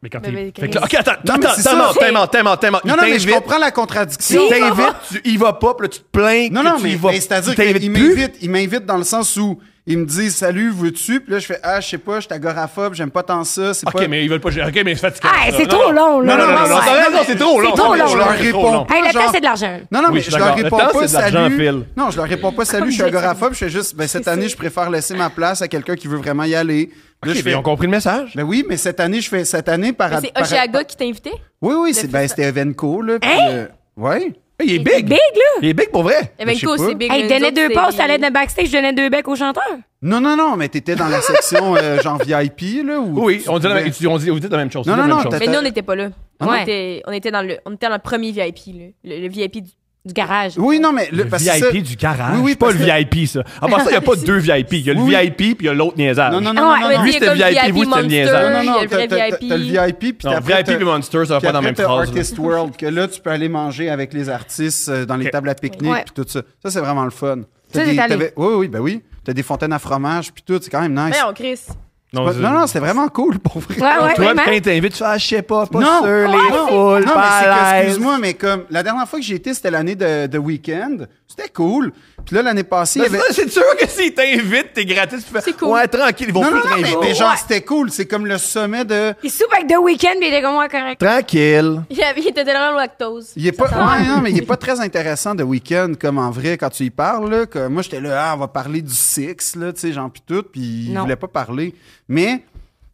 Speaker 3: Mais quand
Speaker 2: Mais-
Speaker 3: t'es.
Speaker 2: mais-
Speaker 3: Fait que là, Ok, attends,
Speaker 4: Non, mais
Speaker 3: attends,
Speaker 4: c'est ça,
Speaker 3: attends,
Speaker 4: c'est-
Speaker 3: t'inventes, t'inventes, t'inventes.
Speaker 4: Non,
Speaker 3: Ils
Speaker 4: non, mais je
Speaker 3: t'invitent.
Speaker 4: comprends la contradiction.
Speaker 3: Ils t'invitent, tu y vas pas, puis là, tu te plains.
Speaker 4: Non,
Speaker 3: que
Speaker 4: non,
Speaker 3: tu y
Speaker 4: mais,
Speaker 3: vas-
Speaker 4: mais c'est-à-dire
Speaker 3: tu t'invites
Speaker 4: qu'ils
Speaker 3: plus.
Speaker 4: m'invitent, ils m'invitent dans le sens où ils me disent Salut, veux-tu? Puis là, je fais Ah, je sais pas, je suis agoraphobe, j'aime pas tant ça. C'est
Speaker 3: Ok,
Speaker 4: pas...
Speaker 3: mais ils veulent pas. gérer. Ok, mais c'est fatigant.
Speaker 1: Ah,
Speaker 3: ça.
Speaker 1: c'est
Speaker 3: Non,
Speaker 1: trop
Speaker 3: non.
Speaker 1: long, là.
Speaker 3: Non, non, non,
Speaker 1: Ouais,
Speaker 3: non,
Speaker 1: ouais.
Speaker 3: t'as raison, c'est trop long.
Speaker 1: C'est trop
Speaker 3: t'as raison,
Speaker 1: long.
Speaker 3: Je leur
Speaker 4: C'est
Speaker 3: réponds.
Speaker 4: trop long.
Speaker 1: Hey, la
Speaker 4: Genre-
Speaker 1: place, c'est de l'argent.
Speaker 4: Non, non,
Speaker 3: Oui,
Speaker 4: mais
Speaker 3: je suis
Speaker 4: je leur
Speaker 3: d'accord.
Speaker 4: réponds
Speaker 3: Le temps,
Speaker 4: pas
Speaker 3: c'est de l'argent,
Speaker 4: salut.
Speaker 3: Phil.
Speaker 4: Non, je leur réponds pas salut, je suis
Speaker 1: comme dire-
Speaker 4: agoraphobe. Je fais juste, ben, cette année, je préfère laisser ma place à quelqu'un qui veut vraiment y aller.
Speaker 3: Ok,
Speaker 4: Là, je
Speaker 3: mais
Speaker 4: fais,
Speaker 3: ils ont compris le message.
Speaker 4: ben oui, mais cette année, je fais, cette année, par
Speaker 2: Mais C'est
Speaker 4: par-
Speaker 2: Oshiaga qui t'a invité?
Speaker 4: Oui, oui, c'est, ben, c'était Evenco, là. puis,
Speaker 1: Hein?
Speaker 4: euh, ouais.
Speaker 3: Hey, Il est
Speaker 1: C'est
Speaker 3: big.
Speaker 1: big, là.
Speaker 3: Il est big pour vrai.
Speaker 2: Eh ben,
Speaker 4: je sais
Speaker 2: cool,
Speaker 4: pas.
Speaker 2: c'est big.
Speaker 1: Hey,
Speaker 2: Nous
Speaker 1: donnais
Speaker 2: autres,
Speaker 1: deux
Speaker 2: c'est-
Speaker 1: passes, t'allais d'un backstage, je donnais deux becs au chanteur.
Speaker 4: Non, non, non, mais t'étais dans la section, euh, genre VIP, là. Où
Speaker 3: Oui,
Speaker 4: tu
Speaker 3: on dit la
Speaker 4: pouvais-
Speaker 3: même- on dit- vous dites la même chose.
Speaker 4: Non,
Speaker 3: vous dites la
Speaker 4: non,
Speaker 3: même
Speaker 4: non,
Speaker 3: chose.
Speaker 4: t'as-
Speaker 2: Mais nous, on n'était pas là.
Speaker 3: Ah
Speaker 2: On,
Speaker 1: Ouais.
Speaker 2: était, on, était dans le, on était dans le premier VIP, là. Le, le VIP du.
Speaker 1: Du garage.
Speaker 4: Oui, non, mais. le-
Speaker 3: Le
Speaker 4: parce que
Speaker 3: VIP
Speaker 4: ça-
Speaker 3: du garage.
Speaker 4: Oui, oui,
Speaker 3: pas
Speaker 4: parce
Speaker 3: le VIP, ça. À part ça, il n'y a pas deux VIP. Il y a le
Speaker 4: Oui, oui.
Speaker 3: VIP, puis il y a l'autre niaisage.
Speaker 4: Non, non, non,
Speaker 1: Ah ouais,
Speaker 4: non,
Speaker 1: mais
Speaker 4: non.
Speaker 3: Lui,
Speaker 2: Il y a
Speaker 3: c'était
Speaker 2: comme
Speaker 3: VIP, vous, c'était le
Speaker 2: Monster,
Speaker 3: niaisage.
Speaker 4: Non, non,
Speaker 2: il y a
Speaker 4: non,
Speaker 2: le vrai
Speaker 4: t'as t'as-
Speaker 2: VIP.
Speaker 4: t'as le VIP, puis
Speaker 3: Non,
Speaker 4: t'as
Speaker 3: VIP puis Monster, ça va
Speaker 4: Puis
Speaker 3: pas dans la
Speaker 4: après,
Speaker 3: même
Speaker 4: t'as
Speaker 3: phrase. là.
Speaker 4: Artist World, que là, tu peux aller manger avec les artistes euh, dans les
Speaker 3: Ok.
Speaker 4: tables à pique-nique,
Speaker 1: Ouais.
Speaker 4: puis tout ça. Ça, c'est vraiment le fun.
Speaker 1: Ça,
Speaker 4: T'as
Speaker 1: t'es
Speaker 4: des-
Speaker 1: allé.
Speaker 4: t'avais- Oui, oui, ben oui. T'as des fontaines à fromage, puis tout. C'est quand même nice.
Speaker 2: Mais on Chris.
Speaker 4: Pas-
Speaker 3: c'est-
Speaker 4: Non, non, c'était vraiment cool, pour vrai.
Speaker 1: Ouais, ouais,
Speaker 3: Toi,
Speaker 1: vraiment.
Speaker 3: quand t'invites, tu fais, ah, je sais pas, pas
Speaker 4: Non.
Speaker 3: sûr,
Speaker 4: Ouais,
Speaker 3: les foules,
Speaker 4: Non,
Speaker 3: pas
Speaker 4: mais
Speaker 3: à
Speaker 4: c'est que,
Speaker 3: l'aise.
Speaker 4: excuse-moi, mais comme la dernière fois que j'ai été, c'était l'année de, de week-end. C'était cool. Puis là, l'année passée, il y
Speaker 3: Mais
Speaker 4: avait.
Speaker 3: ça, C'est sûr que s'ils t'invitent, t'es gratis, tu fais,
Speaker 2: C'est cool.
Speaker 3: ouais, tranquille, ils vont
Speaker 4: Non, non,
Speaker 3: foutre
Speaker 4: non,
Speaker 3: un
Speaker 4: mais,
Speaker 3: bon.
Speaker 4: mais genre,
Speaker 1: Ouais.
Speaker 4: c'était cool. C'est comme le sommet de.
Speaker 1: Il soupe avec deux week-ends, mais il était comme moi correct.
Speaker 3: Tranquille.
Speaker 2: Il, avait- il était tellement lactose.
Speaker 4: Il est pas, ouais, non, mais il est pas très intéressant de week-end comme en vrai quand tu y parles. Là, que moi, j'étais là, ah, on va parler du six, là, tu sais, genre, pis tout, puis il
Speaker 1: Non.
Speaker 4: voulait pas parler. Mais,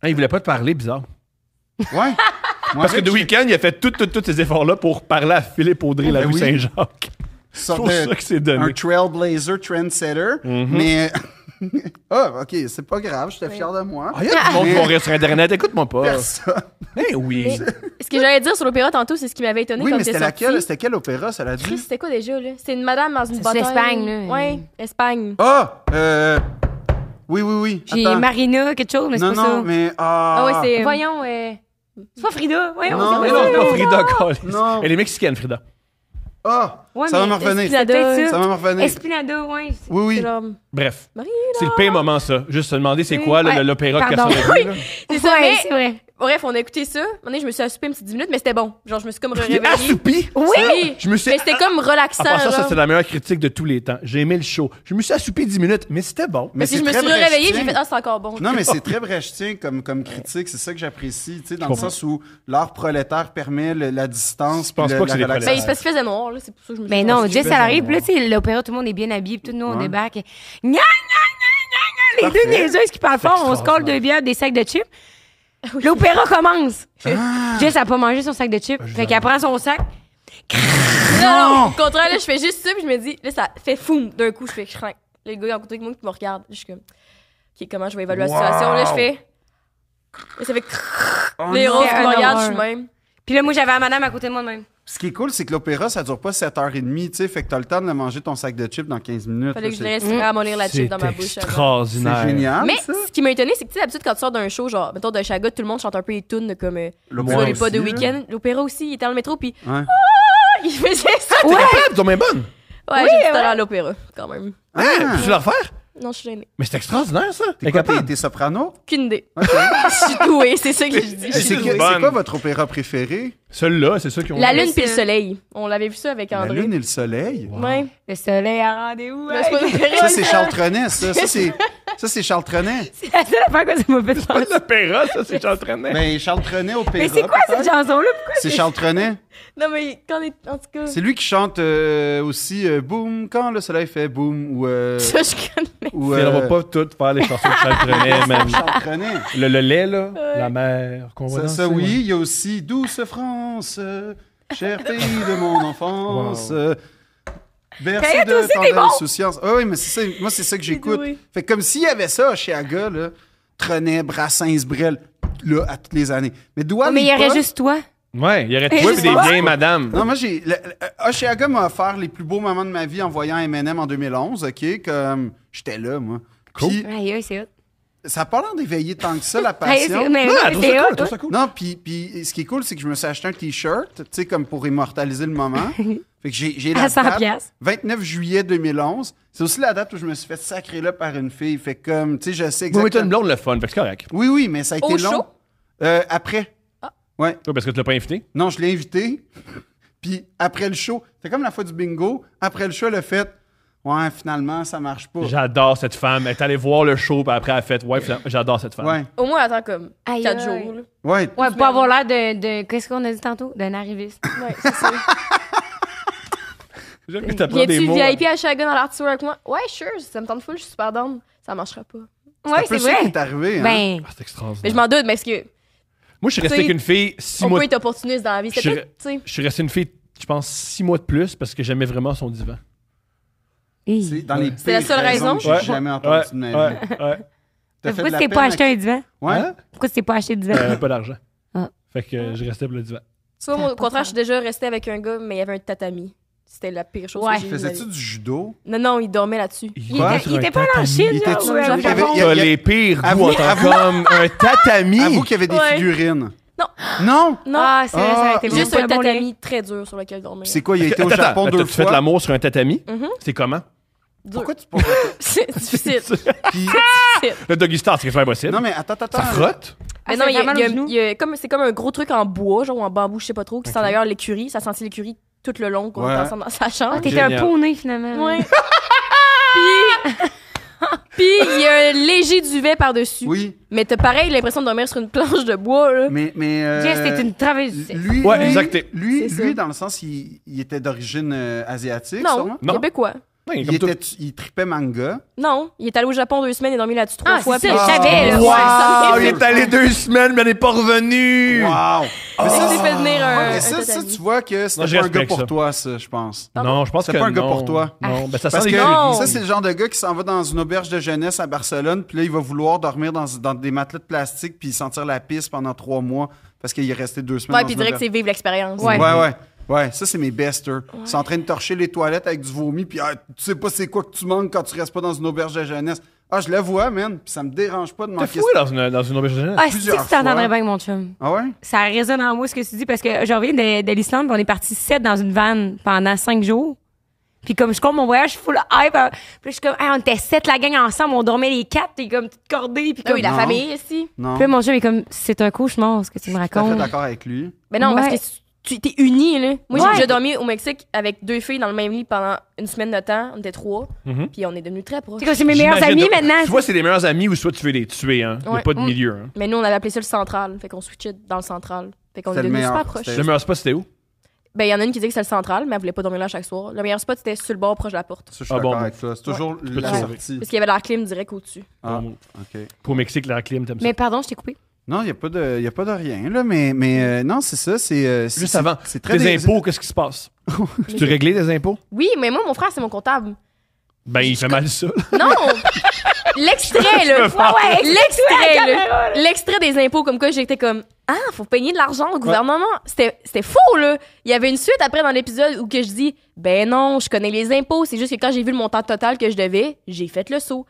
Speaker 3: Hein, il voulait pas te parler, bizarre.
Speaker 4: ouais. Moi,
Speaker 3: Parce que
Speaker 4: avec-
Speaker 3: The Weeknd, il a fait tous tout, tout ces efforts-là pour parler à Philippe Audrey, la
Speaker 4: Ben
Speaker 3: rue
Speaker 4: oui.
Speaker 3: Saint-Jacques.
Speaker 4: sorte
Speaker 3: pour
Speaker 4: de-
Speaker 3: ça que c'est donné. Mhm.
Speaker 4: Un trailblazer, trendsetter. Mais, ah, ok, c'est pas grave, j'étais fier de moi.
Speaker 3: Ah, il y a du monde qui va rire sur Internet. Écoute-moi pas.
Speaker 4: Personne.
Speaker 3: Eh oui.
Speaker 2: Ce que j'allais dire sur l'opéra tantôt, c'est ce qui m'avait étonné
Speaker 4: Oui,
Speaker 2: quand
Speaker 4: mais
Speaker 2: t'es
Speaker 4: c'était
Speaker 2: sorti.
Speaker 4: laquelle? C'était quel opéra, ça l'a
Speaker 2: Chris,
Speaker 4: dit?
Speaker 2: c'était quoi déjà, là? C'était une madame dans une
Speaker 1: C'est
Speaker 2: bataille.
Speaker 1: l'Espagne, là.
Speaker 2: Ouais, Espagne.
Speaker 4: Ah! Euh. Oui, oui, oui.
Speaker 1: J'ai
Speaker 4: Attends.
Speaker 1: Marina, quelque chose, mais c'est
Speaker 4: Non,
Speaker 1: pas
Speaker 4: non,
Speaker 1: ça.
Speaker 4: mais. Ah,
Speaker 2: Ah ouais, c'est.
Speaker 1: Voyons, euh, c'est pas Frida. Voyons,
Speaker 4: Non,
Speaker 1: c'est
Speaker 3: Mais
Speaker 1: pas
Speaker 3: non, c'est pas Frida,
Speaker 4: Non.
Speaker 3: Collis. Elle est mexicaine, Frida.
Speaker 4: Ah!
Speaker 1: Ouais,
Speaker 4: ça va
Speaker 1: mais
Speaker 4: me revenir.
Speaker 2: Espinade.
Speaker 1: Peut-être
Speaker 4: Ça va me revenir.
Speaker 1: Espinado, ouais. c'est-
Speaker 4: Oui, oui.
Speaker 2: C'est genre-
Speaker 3: Bref.
Speaker 2: Marina!
Speaker 3: C'est le pire moment, ça. Juste se demander c'est
Speaker 1: Oui.
Speaker 3: quoi là,
Speaker 1: Ouais.
Speaker 3: l'opéra que
Speaker 1: Pardon.
Speaker 3: personne n'a vu. là.
Speaker 2: C'est ça,
Speaker 1: Ouais,
Speaker 2: mais-
Speaker 1: c'est vrai.
Speaker 2: Bref, on a écouté ça. Un moment donné, je me suis assoupie une petite 10 minutes, mais c'était bon. Genre, je me suis comme
Speaker 3: J'ai
Speaker 2: réveillée.
Speaker 3: assoupi.
Speaker 2: Oui!
Speaker 3: Ah, Je me suis
Speaker 2: Mais c'était comme relaxant.
Speaker 3: En passant, ça,
Speaker 2: genre.
Speaker 3: c'est la meilleure critique de tous les temps. J'ai aimé le show. Je me suis assoupi 10 minutes, mais c'était bon.
Speaker 2: Mais si
Speaker 4: c'est
Speaker 2: je me
Speaker 4: très
Speaker 2: suis réveillée,
Speaker 4: brechtien.
Speaker 2: j'ai fait Ah, c'est encore bon.
Speaker 4: Non, mais c'est très brechtien comme, comme critique. C'est ça que j'apprécie, tu sais, dans le
Speaker 3: comprends.
Speaker 4: sens où l'art prolétaire permet le- la distance.
Speaker 3: Je pense
Speaker 4: puis
Speaker 3: pas
Speaker 4: le-
Speaker 3: que
Speaker 4: la
Speaker 3: c'est des
Speaker 4: relaxation.
Speaker 2: Ben, il se fait faisait noir, là. C'est pour ça que je me suis
Speaker 1: Mais
Speaker 2: dit,
Speaker 1: Ben non,
Speaker 2: Ah,
Speaker 1: Jess,
Speaker 4: fais
Speaker 1: elle arrive,
Speaker 4: genre.
Speaker 1: puis là, tu sais, l'opéra, tout le monde est bien habillé, puis tout nous, on
Speaker 4: Ouais.
Speaker 1: débarque. et Gna, gna, gna, gna, gna. Les deux
Speaker 4: Parfait.
Speaker 1: niaiseuses qui parlent fort, on se colle deux bières, des sacs de chips. L'opéra commence.
Speaker 4: Ah.
Speaker 1: Jess a pas mangé son sac de chips. fait qu'elle prend son sac.
Speaker 2: Non, non, au contraire, là, je fais juste ça, puis je me dis, là, ça fait foum. D'un coup, je fais crinque. Les gars, ils ont côté avec moi, qui me regardent. Je suis comme, OK, comment je vais évaluer la situation? Là, je fais. Et ça fait crrrr.
Speaker 4: Oh
Speaker 2: les
Speaker 1: non.
Speaker 2: roses
Speaker 1: C'est
Speaker 2: qui me
Speaker 1: un
Speaker 2: regardent, je
Speaker 1: horreur.
Speaker 2: suis même.
Speaker 1: Puis là, moi, j'avais la madame à côté de moi de même.
Speaker 4: Ce qui est cool, c'est que l'opéra, ça dure pas 7h30, tu sais, fait que t'as le temps de le manger ton sac de chips dans 15 minutes.
Speaker 2: Fallait
Speaker 4: là,
Speaker 2: que je
Speaker 4: c'est-
Speaker 2: laisse ramollir la chip dans ma bouche. avant.
Speaker 3: extraordinaire.
Speaker 4: C'est génial.
Speaker 2: Mais
Speaker 4: ça.
Speaker 2: ce qui m'a étonné, c'est que tu sais, d'habitude, quand tu sors d'un show, genre, mettons, d'un chaga, tout le monde chante un peu les tunes de comme. euh,
Speaker 4: Le
Speaker 3: Moi
Speaker 2: Sur les
Speaker 3: aussi,
Speaker 2: pas de
Speaker 4: là.
Speaker 2: week-end. L'opéra aussi, il était dans le métro, puis
Speaker 4: Ouais.
Speaker 2: il faisait ça.
Speaker 3: T'es capable, t'es bien bonne.
Speaker 2: Ouais, j'ai du talent à l'opéra, quand même.
Speaker 3: Hein? Tu veux la refaire?
Speaker 2: Non, je suis gênée.
Speaker 3: Mais c'est extraordinaire, ça.
Speaker 4: T'es
Speaker 3: T'es
Speaker 4: quoi, t'es-
Speaker 3: capable.
Speaker 4: t'es soprano?
Speaker 2: Aucune idée. je suis douée, c'est ça que je dis.
Speaker 4: Et
Speaker 2: Je
Speaker 4: C'est
Speaker 2: suis
Speaker 4: que-
Speaker 2: douée.
Speaker 4: c'est
Speaker 3: bonne.
Speaker 4: quoi votre opéra préféré?
Speaker 3: Celui-là, c'est ceux qui ont.
Speaker 2: La lune
Speaker 1: c'est-
Speaker 2: puis le soleil. On l'avait vu ça avec
Speaker 4: euh, La
Speaker 2: André.
Speaker 4: lune Ah. et le soleil.
Speaker 2: Ouais.
Speaker 1: Le soleil à rendez-vous.
Speaker 2: Mais c'est pas-
Speaker 1: hey.
Speaker 4: Ça, c'est Charles Trenet, ça. Ça, c'est ça, c'est Charles Trenet.
Speaker 1: C'est la seule affaire que ça m'a fait penser.
Speaker 3: L'opéra, ça, c'est j'entraînais.
Speaker 4: Ben, Charles Trenet, opéra.
Speaker 1: Mais c'est quoi cette
Speaker 4: peut-être?
Speaker 1: chanson-là? Pourquoi
Speaker 4: C'est Charles Trenet.
Speaker 2: Non, mais quand on est. En tout cas.
Speaker 4: C'est lui qui chante euh, aussi euh, Boum, quand le soleil fait boum, ou. euh,
Speaker 2: Ça, je connais.
Speaker 4: ou
Speaker 3: On
Speaker 4: euh,
Speaker 3: va pas toutes faire les chansons de Charles Trenet, même.
Speaker 4: Charles Trenet.
Speaker 3: Le, le lait, là, la mer qu'on voit
Speaker 4: Ça,
Speaker 3: danser,
Speaker 4: ça, oui,
Speaker 3: ouais.
Speaker 4: il y a aussi Douce France, euh, cher pays de mon enfance.
Speaker 3: Wow.
Speaker 4: euh, Bercé
Speaker 1: Kayette
Speaker 4: de
Speaker 1: aussi, t'es
Speaker 4: tendre
Speaker 1: bon.
Speaker 4: insouciance. Ah oui, mais c'est ça, moi, c'est ça que j'écoute.
Speaker 2: doué.
Speaker 4: Fait que comme s'il y avait ça chez Aga, là, Trenet, Brassens, Brel, là, à toutes les années. Mais Dua
Speaker 1: Oh, Mais il y
Speaker 4: Lipa-
Speaker 1: aurait juste toi.
Speaker 3: Ouais, il y aurait
Speaker 1: Et
Speaker 3: toi
Speaker 1: je
Speaker 3: et des
Speaker 1: sais pas.
Speaker 3: vieilles madames.
Speaker 4: Non, moi, j'ai. le- le- Oshiaga m'a offert les plus beaux moments de ma vie en voyant M&M en 2011, OK? Comme. J'étais là, moi.
Speaker 3: Cool.
Speaker 4: Puis,
Speaker 1: Aïe, aïe, c'est hot.
Speaker 4: ça a pas l'air d'éveiller tant que ça, la
Speaker 1: Aïe, c'est
Speaker 4: passion.
Speaker 1: hot. Mais
Speaker 3: Non,
Speaker 1: oui,
Speaker 3: elle trouve
Speaker 1: c'est
Speaker 3: ça
Speaker 1: hot.
Speaker 3: Ah, cool, elle trouve
Speaker 1: ouais.
Speaker 3: ça cool.
Speaker 4: Non, puis, puis ce qui est cool, c'est que je me suis acheté un T-shirt, tu sais, comme pour immortaliser le moment. fait que j'ai, j'ai la
Speaker 1: À 100
Speaker 4: date,
Speaker 1: piastres.
Speaker 4: 29 juillet 2011. C'est aussi la date où je me suis fait sacrer là par une fille. Fait que comme, tu sais, je sais
Speaker 3: Vous mettez une
Speaker 4: exactement...
Speaker 3: blonde, le fun, fait que c'est correct.
Speaker 4: Oui, oui, mais ça a été
Speaker 2: Au
Speaker 4: long.
Speaker 2: show?
Speaker 4: Euh, après. Ouais.
Speaker 3: Toi, parce que tu l'as pas invité.
Speaker 4: Non, je l'ai invité. Puis après le show, c'est comme la fois du bingo. Après le show, elle a fait « Ouais, finalement, ça marche pas. »
Speaker 3: J'adore cette femme. Elle est allée voir le show, puis après, elle a fait Ouais, finalement, j'adore cette femme.
Speaker 4: Ouais,
Speaker 2: Au moins, attends comme
Speaker 1: Aïe,
Speaker 2: 4
Speaker 1: aïe.
Speaker 2: jours. là.
Speaker 4: ouais.
Speaker 1: Ouais, pour avoir l'air de. de- Qu'est-ce qu'on a dit tantôt? D'un arriviste.
Speaker 2: Ouais, c'est ça.
Speaker 3: J'aime que t'apprends des
Speaker 2: Viens-tu
Speaker 3: mots.
Speaker 2: VIP à Chaga dans l'artwork avec moi? Ouais, sure, ça me tente full, je suis super down. Ça marchera pas.
Speaker 1: Ouais,
Speaker 4: un peu
Speaker 1: c'est
Speaker 4: ça qui
Speaker 1: vrai.
Speaker 4: est arrivé. hein.
Speaker 1: Ben,
Speaker 3: Ah, c'est
Speaker 2: Mais je
Speaker 3: extraordinaire.
Speaker 2: m'en doute, mais est-ce que.
Speaker 3: Moi, je suis resté
Speaker 2: Tu sais,
Speaker 3: avec une fille six
Speaker 2: on
Speaker 3: mois.
Speaker 2: peut être opportuniste dans la vie.
Speaker 3: Je-
Speaker 2: C'est peut-être, tu sais.
Speaker 3: Je suis resté une fille, je pense, six mois de plus parce que j'aimais vraiment son divan.
Speaker 1: Hi.
Speaker 4: C'est dans les
Speaker 2: C'est la
Speaker 4: pires
Speaker 2: seule
Speaker 4: raisons
Speaker 2: raison?
Speaker 4: que j'ai
Speaker 3: Ouais.
Speaker 4: jamais
Speaker 3: Ouais,
Speaker 4: entendu de ma vie.
Speaker 3: ouais, ouais.
Speaker 4: T'as fait
Speaker 1: pourquoi
Speaker 4: de la
Speaker 1: tu t'es
Speaker 4: peine
Speaker 1: pas
Speaker 4: à- Euh,
Speaker 1: acheté un divan?
Speaker 4: Ouais.
Speaker 3: Hein?
Speaker 1: Pourquoi tu t'es pas acheté de divan?
Speaker 3: J'avais pas d'argent.
Speaker 1: Ah.
Speaker 3: Fait que euh, je restais pour le divan.
Speaker 2: Tu vois, moi, au contraire, je suis déjà restée avec un gars, mais il y avait un tatami. C'était la pire chose
Speaker 1: Ouais.
Speaker 2: que j'ai vue de ma vie.
Speaker 4: Faisais-tu du judo?
Speaker 2: Non, non, il dormait là-dessus.
Speaker 1: Il était, il était pas dans le
Speaker 4: Il
Speaker 1: shit,
Speaker 4: était-
Speaker 1: genre. ouais,
Speaker 2: il
Speaker 1: au
Speaker 2: avait-
Speaker 1: Japon.
Speaker 4: il y a-
Speaker 3: T'as les pires goûts en
Speaker 4: Avoue-
Speaker 3: tant qu'homme. Un tatami.
Speaker 4: Avoue qu'il y avait des
Speaker 2: Ouais.
Speaker 4: figurines.
Speaker 2: Non.
Speaker 4: Non?
Speaker 2: Non,
Speaker 1: Ah, c'est vrai, ça
Speaker 4: Ah,
Speaker 1: a été
Speaker 4: c'est
Speaker 2: juste
Speaker 1: bon.
Speaker 2: un
Speaker 1: Bon lien.
Speaker 2: tatami très dur sur lequel dormir.
Speaker 4: Puis C'est quoi? Il a été
Speaker 3: Attends,
Speaker 4: au
Speaker 3: attends,
Speaker 4: Japon
Speaker 3: attends,
Speaker 4: deux
Speaker 3: tu fais de
Speaker 4: fois.
Speaker 3: l'amour sur un tatami? C'est comment?
Speaker 2: dur.
Speaker 4: Pourquoi tu pourrais
Speaker 2: Mhm. C'est difficile.
Speaker 4: Puis-
Speaker 3: Le doggy star, c'est quasiment impossible.
Speaker 4: Non, mais attends, attends, attends.
Speaker 3: Ça frotte?
Speaker 2: Mais non,
Speaker 1: Ah,
Speaker 2: il y a-
Speaker 1: c'est vraiment
Speaker 2: il y a-
Speaker 1: le genou.
Speaker 2: il y a comme- c'est comme un gros truc en bois, genre ou en bambou, je sais pas trop, qui sent d'ailleurs l'écurie. Ça sentit l'écurie tout le long qu'on
Speaker 4: Ouais.
Speaker 2: était ensemble dans sa chambre.
Speaker 1: Ah, t'étais un
Speaker 3: Génial.
Speaker 1: poney, finalement.
Speaker 2: Ouais. Puis, puis il y a un léger duvet par-dessus.
Speaker 4: Oui,
Speaker 2: Mais t'as pareil l'impression de dormir sur une planche de bois, là.
Speaker 4: mais... mais euh,
Speaker 1: Jess, t'es une travailleuse du sexe.
Speaker 4: Lui,
Speaker 3: Ouais,
Speaker 4: lui-
Speaker 3: exact, t'es-
Speaker 4: lui,
Speaker 2: C'est ça.
Speaker 4: lui, dans le sens, il, il était d'origine euh, asiatique,
Speaker 2: non,
Speaker 4: sûrement.
Speaker 3: Non.
Speaker 2: québécois.
Speaker 3: Ouais,
Speaker 4: Il,
Speaker 3: comme toi.
Speaker 4: était, il tripait manga.
Speaker 2: Non, il est allé au Japon deux semaines et dormi là-dessus trois
Speaker 1: Ah,
Speaker 2: fois.
Speaker 1: c'est
Speaker 2: puis-
Speaker 1: ça, je savais, là.
Speaker 4: Wow.
Speaker 2: Ouais,
Speaker 3: Ah, il est allé deux semaines, mais il n'est pas revenu!
Speaker 4: Wow! Ah.
Speaker 2: ça, c'est- Il s'est fait venir un.
Speaker 4: Mais
Speaker 2: un
Speaker 4: ça, ça,
Speaker 2: tatami.
Speaker 4: tu vois que
Speaker 3: Non, je
Speaker 4: c'était pas un gars
Speaker 3: respecte
Speaker 4: pour
Speaker 3: ça.
Speaker 4: toi, ça, je pense.
Speaker 3: Non, je pense que
Speaker 4: C'est pas un gars
Speaker 3: non.
Speaker 4: pour toi.
Speaker 3: Non, ben ça
Speaker 4: Parce
Speaker 3: sent
Speaker 4: que
Speaker 3: les
Speaker 2: Non.
Speaker 4: ça, c'est le genre de gars qui s'en va dans une auberge de jeunesse à Barcelone, puis là, il va vouloir dormir dans, dans des matelas de plastique, puis sentir la pisse pendant trois mois, parce qu'il est resté deux semaines.
Speaker 2: Ouais,
Speaker 4: dans
Speaker 2: puis il
Speaker 4: une
Speaker 2: dirait que
Speaker 4: auberge.
Speaker 2: c'est vivre l'expérience.
Speaker 1: Ouais.
Speaker 4: Ouais, ouais. Ouais, ça, c'est mes besters. Ils sont en train de torcher les toilettes avec du vomi, puis ah, tu sais pas c'est quoi que tu manques quand tu restes pas dans une auberge de jeunesse. Ah, je le vois, man, puis ça me dérange pas de
Speaker 3: T'es
Speaker 4: manquer
Speaker 3: fou dans une, dans une auberge de jeunesse.
Speaker 1: Ah, si tu
Speaker 4: plusieurs
Speaker 1: t'entendrais
Speaker 4: fois.
Speaker 1: bien avec mon chum.
Speaker 4: Ah ouais?
Speaker 1: Ça résonne en moi ce que tu dis parce que je reviens de, de l'Islande, puis on est parti sept dans une van pendant cinq jours. Puis comme je compte mon voyage, je suis full hype. hein. Puis je suis comme, Hey, on était sept, la gang ensemble, on dormait les quatre, t'es comme toute cordée. Puis
Speaker 2: Ah
Speaker 1: comme,
Speaker 2: oui, la
Speaker 4: Non.
Speaker 2: famille ici.
Speaker 4: Non.
Speaker 1: Puis là, mon chum est comme, c'est un cauchemar ce que tu me
Speaker 4: Tout à fait
Speaker 1: racontes.
Speaker 4: d'accord avec lui.
Speaker 2: Ben non,
Speaker 1: Ouais.
Speaker 2: parce que tu t'es unis, là. Moi, j'ai
Speaker 1: Ouais.
Speaker 2: déjà dormi au Mexique avec deux filles dans le même lit pendant une semaine de temps. On était trois.
Speaker 3: Mhm.
Speaker 2: Puis on est devenus très proches.
Speaker 1: C'est comme, c'est mes meilleurs
Speaker 3: J'imagine-
Speaker 1: amis maintenant.
Speaker 3: Soit c'est des meilleurs amis ou soit tu veux les tuer. Hein. Il n'y a
Speaker 2: Ouais.
Speaker 3: pas de
Speaker 2: Mm.
Speaker 3: milieu. Hein.
Speaker 2: Mais nous, on avait appelé ça le central. Fait qu'on switchait dans le central. Fait qu'on est
Speaker 4: C'était le
Speaker 2: devenus
Speaker 4: meilleur.
Speaker 2: super proches.
Speaker 4: C'était-
Speaker 3: Je me rappelle pas c'était où.
Speaker 2: Ben, il y en a une qui disait que c'était le central, mais elle voulait pas dormir là chaque soir. Le meilleur spot, c'était sur le bord proche de la porte.
Speaker 4: Ça, je suis
Speaker 3: Ah, bon,
Speaker 4: d'accord
Speaker 3: bon.
Speaker 4: avec toi. C'est toujours
Speaker 3: peux
Speaker 4: la
Speaker 3: te sauver.
Speaker 4: sortie.
Speaker 2: Parce qu'il y avait la clim direct au-dessus.
Speaker 4: Ah,
Speaker 3: Bon,
Speaker 4: OK.
Speaker 3: Pour Mexique, la clim, t'aimes ça.
Speaker 1: Mais pardon, je t'ai coupé.
Speaker 4: Non, il n'y a, pas de- y a pas de rien, là, mais, mais euh, non, c'est ça, c'est... euh, c'est-
Speaker 3: Juste
Speaker 4: c'est-
Speaker 3: avant,
Speaker 4: c'est très...
Speaker 3: tes
Speaker 4: dé-
Speaker 3: impôts, qu'est-ce qui se passe? Tu réglé des impôts?
Speaker 2: Oui, mais moi, mon frère, c'est mon comptable.
Speaker 3: Ben, il fait mal ça.
Speaker 2: Non! L'extrait, là! Ouais, ouais, L'extrait, là! L'extrait des impôts, comme quoi j'étais comme Ah, faut payer de l'argent au gouvernement. C'était c'était faux, là! Il y avait une suite après dans l'épisode où que je dis Ben non, je connais les impôts, c'est juste que quand j'ai vu le montant total que je devais, j'ai fait le saut.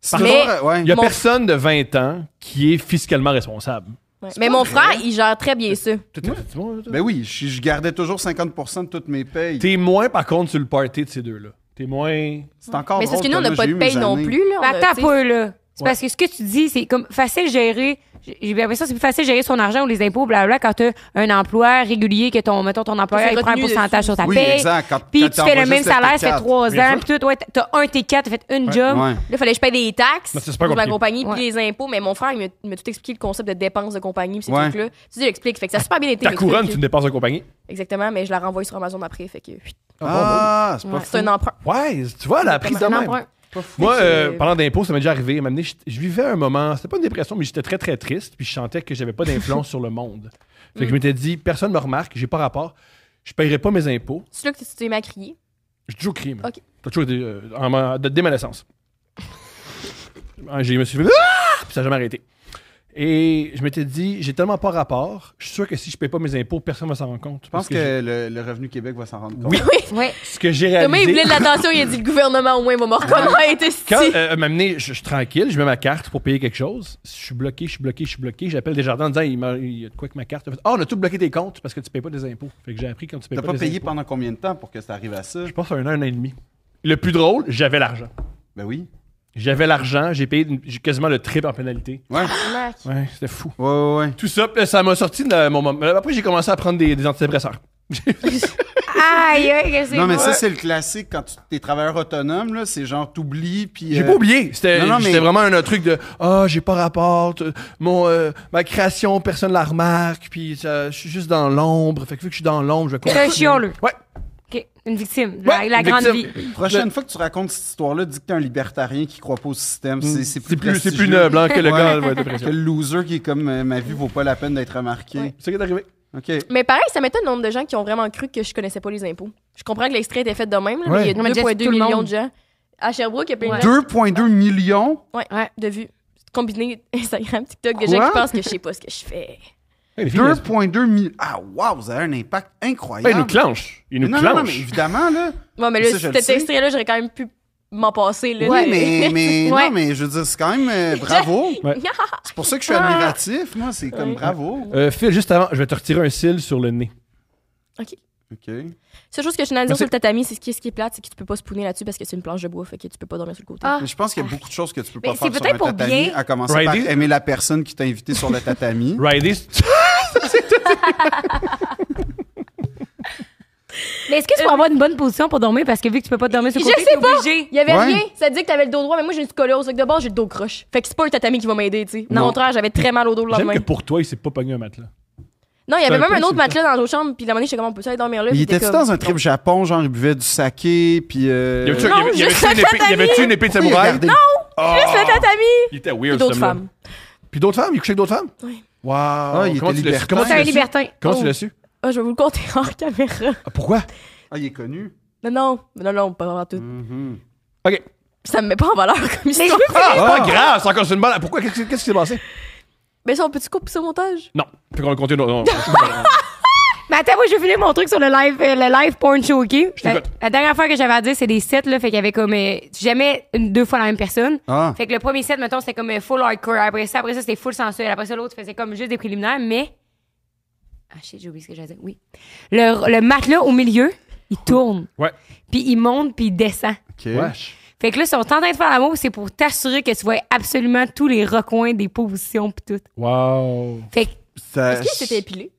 Speaker 4: C'est
Speaker 2: Mais-
Speaker 4: toujours, euh, ouais.
Speaker 3: Il y a
Speaker 2: Mon-
Speaker 3: personne de 20 ans qui est fiscalement responsable.
Speaker 2: Ouais. Mais mon frère, il gère très bien ça.
Speaker 3: Tout est- tout le monde, tout-
Speaker 4: Ben oui, je, je gardais toujours 50 de toutes mes payes.
Speaker 3: T'es moins, par contre, sur le party de ces deux-là. T'es moins.
Speaker 4: C'est encore
Speaker 2: Mais c'est parce que
Speaker 4: drôle,
Speaker 2: nous, on n'a
Speaker 4: Thomas,
Speaker 2: pas
Speaker 4: j'ai
Speaker 2: de
Speaker 4: eu
Speaker 2: paye
Speaker 4: mes
Speaker 2: non
Speaker 4: années.
Speaker 2: plus, là.
Speaker 1: Mais
Speaker 2: on a,
Speaker 1: attends
Speaker 2: tu sais,
Speaker 1: Bah, pas, là. C'est
Speaker 3: Ouais.
Speaker 1: parce que ce que tu dis, c'est comme facile gérer. J'ai j'ai l'impression que c'est plus facile gérer son argent ou les impôts, blablabla, quand t'as un emploi régulier, que ton, mettons, ton employeur,
Speaker 2: C'est
Speaker 1: il prend un
Speaker 2: retenu
Speaker 1: pourcentage
Speaker 2: dessus.
Speaker 1: sur ta
Speaker 4: Oui,
Speaker 1: paye.
Speaker 4: exact. Quand,
Speaker 1: Puis
Speaker 4: quand
Speaker 1: tu fais le même
Speaker 4: t'enregistres
Speaker 1: salaire, ça fait
Speaker 4: T4.
Speaker 1: trois
Speaker 3: Bien
Speaker 1: ans,
Speaker 3: sûr.
Speaker 1: puis tout, ouais, t'as un T4, t'as fait une
Speaker 3: Ouais.
Speaker 1: job.
Speaker 4: Ouais.
Speaker 2: Là, fallait que je paye des taxes
Speaker 3: Mais c'est super
Speaker 2: pour ma
Speaker 3: compliqué.
Speaker 2: compagnie, puis
Speaker 1: Ouais.
Speaker 2: les impôts. Mais mon frère, il m'a- il m'a tout expliqué le concept de dépenses de compagnie, puis ces
Speaker 4: Ouais.
Speaker 2: trucs-là. Tu sais, explique. Fait que ça a super bien été.
Speaker 3: Ta couronne,
Speaker 2: expliqué.
Speaker 3: tu ne dépenses en compagnie.
Speaker 2: Exactement, mais je la renvoie sur Amazon après. Fait que chut,
Speaker 4: Ah, c'est pas
Speaker 1: Ouais.
Speaker 2: c'est un emprunt.
Speaker 3: Ouais, tu vois, la prise de
Speaker 1: Un
Speaker 3: même.
Speaker 1: emprunt.
Speaker 3: Moi,
Speaker 2: Fait que-
Speaker 3: euh, parlant d'impôts, ça m'est déjà arrivé. À un moment donné, je, je vivais un moment, c'était pas une dépression, mais j'étais très, très triste, puis je sentais que j'avais pas d'influence sur le monde. Fait que
Speaker 2: Mm.
Speaker 3: je m'étais dit, personne me remarque, j'ai pas rapport, je paierai pas mes impôts.
Speaker 2: C'est là que tu t'es mis à crier.
Speaker 3: J'ai toujours crié, moi.
Speaker 2: Ok.
Speaker 3: T'as toujours été, euh, en ma- de- dès ma naissance. Ah, j'ai- je me suis fait, Ah! puis ça n'a jamais arrêté. Et je m'étais dit, j'ai tellement pas rapport, je suis sûr que si je paye pas mes impôts, personne va s'en rendre compte.
Speaker 4: Je pense que, le, le Revenu Québec va s'en rendre compte.
Speaker 3: Oui.
Speaker 1: Ouais.
Speaker 3: ce que j'ai
Speaker 2: Thomas, il
Speaker 3: réalisé.
Speaker 2: voulait de l'attention, il a dit le gouvernement au moins
Speaker 4: Ah
Speaker 2: va me reconnaître ici.
Speaker 3: Quand euh, elle m'a amené, je je suis tranquille, je mets ma carte pour payer quelque chose. Je suis bloqué, je suis bloqué, je suis bloqué. J'appelle Desjardins en disant il, m'a- il y a de quoi que ma carte. Ah, on a tout bloqué tes comptes parce que tu payes pas des impôts. Fait que j'ai appris quand tu payes
Speaker 4: T'as
Speaker 3: pas,
Speaker 4: pas
Speaker 3: des
Speaker 4: payé
Speaker 3: impôts.
Speaker 4: pendant combien de temps pour que ça arrive à ça?
Speaker 3: Je pense un an, un an et demi. Le plus drôle, j'avais l'argent.
Speaker 4: Ben oui.
Speaker 3: J'avais l'argent, j'ai payé une- j'ai quasiment le triple en pénalité.
Speaker 4: Ouais,
Speaker 3: Ouais, c'était fou.
Speaker 4: ouais, ouais. ouais.
Speaker 3: Tout ça, puis là, ça m'a sorti de mon moment. Après, j'ai commencé à prendre des, des antidépresseurs.
Speaker 1: Aïe, aïe, que c'est
Speaker 4: Non, mais
Speaker 1: bon.
Speaker 4: ça, c'est le classique quand tu t'es travailleur autonome, là, c'est genre t'oublies, puis...
Speaker 3: J'ai
Speaker 4: euh,
Speaker 3: pas oublié. C'était
Speaker 4: Non, non, mais-
Speaker 3: c'était vraiment un truc de Ah, j'ai pas rapport. t- Mon, euh, ma création, personne la remarque. Puis ça- je suis juste dans l'ombre. Fait que vu que je suis dans l'ombre, je vais
Speaker 1: T'es un
Speaker 3: continuer.
Speaker 1: chioleux.
Speaker 3: Ouais.
Speaker 1: OK, Une victime. La,
Speaker 3: Ouais,
Speaker 1: la
Speaker 3: une
Speaker 1: grande
Speaker 3: victime.
Speaker 1: vie.
Speaker 4: Prochaine fois que tu racontes cette histoire-là, dis que t'es un libertarien qui croit pas au système. C'est, c'est
Speaker 3: Mm. C'est plus, c'est
Speaker 4: plus,
Speaker 3: plus
Speaker 4: prestigieux
Speaker 3: noble hein, que le
Speaker 4: Ouais.
Speaker 3: gars ouais,
Speaker 4: que le loser qui est comme euh, ma vie vaut pas la peine d'être remarqué.
Speaker 3: C'est ça qui est arrivé.
Speaker 4: OK.
Speaker 2: Mais pareil, ça m'étonne le nombre de gens qui ont vraiment cru que je connaissais pas les impôts. Je comprends que l'extrait était fait de même, là,
Speaker 3: Ouais.
Speaker 2: mais il y a
Speaker 1: Non, mais Jess,
Speaker 2: 2,2
Speaker 1: tout le monde.
Speaker 2: millions de gens. À Sherbrooke, il y a plein
Speaker 1: Ouais.
Speaker 2: de gens
Speaker 4: 2,2 millions?
Speaker 2: de vues. Combiné Instagram, TikTok, de gens
Speaker 4: Quoi?
Speaker 2: qui pensent que je sais pas ce que je fais.
Speaker 3: Hey, les filles, elles-
Speaker 4: 2,2 millions. Ah, wow, vous avez un impact
Speaker 3: hey, ils
Speaker 4: incroyable.
Speaker 3: Ben, nous clenchent. Ils nous
Speaker 4: non, non, non, mais
Speaker 3: clenchent.
Speaker 4: évidemment, là.
Speaker 2: Ouais, mais
Speaker 4: Ça,
Speaker 2: là,
Speaker 4: je le
Speaker 2: cet
Speaker 4: sais.
Speaker 2: extrait-là, j'aurais quand même pu m'en passer. Là,
Speaker 4: Oui, mais, mais,
Speaker 1: Ouais.
Speaker 4: non, mais je veux dire, c'est quand même euh, bravo.
Speaker 3: Ouais.
Speaker 4: C'est pour ça que je suis admiratif, moi. C'est comme bravo.
Speaker 3: Euh, Phil, juste avant, je vais te retirer un cil sur le nez.
Speaker 4: OK.
Speaker 2: Seule chose que je tenais à dire
Speaker 3: Merci.
Speaker 2: sur le tatami, c'est ce qui, ce qui est plate, c'est que tu peux pas se spooner là-dessus parce que c'est une planche de bois, fait que tu peux pas dormir sur le côté.
Speaker 1: Ah.
Speaker 4: Mais je pense qu'il y a beaucoup de choses que tu peux pas
Speaker 1: Mais
Speaker 4: faire
Speaker 1: c'est
Speaker 4: sur
Speaker 1: peut-être
Speaker 4: un
Speaker 1: pour
Speaker 4: tatami,
Speaker 1: bien-
Speaker 4: à commencer
Speaker 3: Ridey-
Speaker 4: par aimer la personne qui t'a invité sur le tatami.
Speaker 3: Riley, c'est-
Speaker 1: Mais est-ce que tu peux avoir une bonne position pour dormir? Parce que vu que tu peux pas dormir sur le
Speaker 2: Euh. Je
Speaker 1: côté,
Speaker 2: sais
Speaker 1: t'es obligé.
Speaker 2: Il y avait
Speaker 4: Ouais.
Speaker 2: rien. Ça disait que t'avais le dos droit, mais moi j'ai une scoliose. Fait que de base, j'ai le dos croche. Fait que c'est pas un tatami qui va m'aider, tu sais. Au
Speaker 4: Non.
Speaker 2: contraire, j'avais très mal au dos le
Speaker 3: j'aime
Speaker 2: lendemain.
Speaker 3: que pour toi, il s'est pas pogné un matelas.
Speaker 2: Non, il y avait
Speaker 3: C'est un
Speaker 2: même
Speaker 3: peu
Speaker 2: un autre
Speaker 3: insultant.
Speaker 2: matelas dans l'autre chambre, puis la manière, j'étais comme on peut ça aller dormir là.
Speaker 4: Il
Speaker 2: puis
Speaker 4: était
Speaker 2: t'es comme-
Speaker 4: dans un trip Japon, genre il buvait du saké, puis... euh,
Speaker 3: Il y avait-tu
Speaker 2: Non,
Speaker 3: il y avait- il y
Speaker 2: juste
Speaker 3: avait-tu une
Speaker 2: le
Speaker 3: épée- il y avait-tu une épée de
Speaker 4: Pourquoi il a
Speaker 3: samouraï? Oh!
Speaker 4: gardé-
Speaker 2: Juste
Speaker 4: Ah.
Speaker 2: le tatami!
Speaker 3: Il était
Speaker 2: Puis
Speaker 3: weird,
Speaker 2: d'autres
Speaker 3: ce homme-là.
Speaker 2: femmes.
Speaker 3: Puis d'autres femmes? Il couchait avec d'autres femmes?
Speaker 2: Oui.
Speaker 3: Wow.
Speaker 4: Ah, il
Speaker 3: Comment
Speaker 4: était
Speaker 3: tu l'as su?
Speaker 4: libertin.
Speaker 3: Comment tu
Speaker 1: C'est un
Speaker 3: l'as su?
Speaker 1: libertin.
Speaker 3: Comment
Speaker 1: Oh.
Speaker 3: tu l'as su?
Speaker 2: Ah, je vais vous le compter hors caméra.
Speaker 3: Ah, Pourquoi?
Speaker 4: Ah, il est connu.
Speaker 2: Non, non, non, non, pas avant tout.
Speaker 4: Mhm.
Speaker 3: OK.
Speaker 2: Ça me met pas en valeur comme
Speaker 1: Mais je
Speaker 2: histoire.
Speaker 1: veux
Speaker 3: Ah, c'est pas
Speaker 4: Ah.
Speaker 3: grave, c'est encore sur une balle. Pourquoi? Qu'est-ce qu'est-ce qui s'est passé?
Speaker 2: Mais ça, on peut-tu couper ça au montage?
Speaker 3: Non. Fait qu'on le compte une autre. non,
Speaker 1: Mais attends, moi, je vais finir mon truc sur le live, euh, le live porn show, OK? La,
Speaker 3: t'écoute.
Speaker 1: la dernière fois que j'avais à dire, c'est des sets, là. Fait qu'il y avait comme euh, jamais une, deux fois la même personne.
Speaker 4: Ah.
Speaker 1: Fait que le premier set, mettons, c'était comme euh, full hardcore. Après ça, après ça, c'était full sensuel. Après ça, l'autre faisait comme juste des préliminaires, mais. Ah, shit, j'ai oublié ce que j'allais dire. Oui. Le, le matelas au milieu, Il tourne.
Speaker 3: Ouais.
Speaker 1: Puis il monte, puis il descend.
Speaker 4: OK.
Speaker 3: Wesh.
Speaker 1: Fait que là, si on est en train de faire l'amour, c'est pour t'assurer que tu vois absolument tous les recoins des positions puis tout.
Speaker 3: Wow.
Speaker 1: Fait que
Speaker 4: Ça-
Speaker 2: Est-ce qu'il s'était épilé?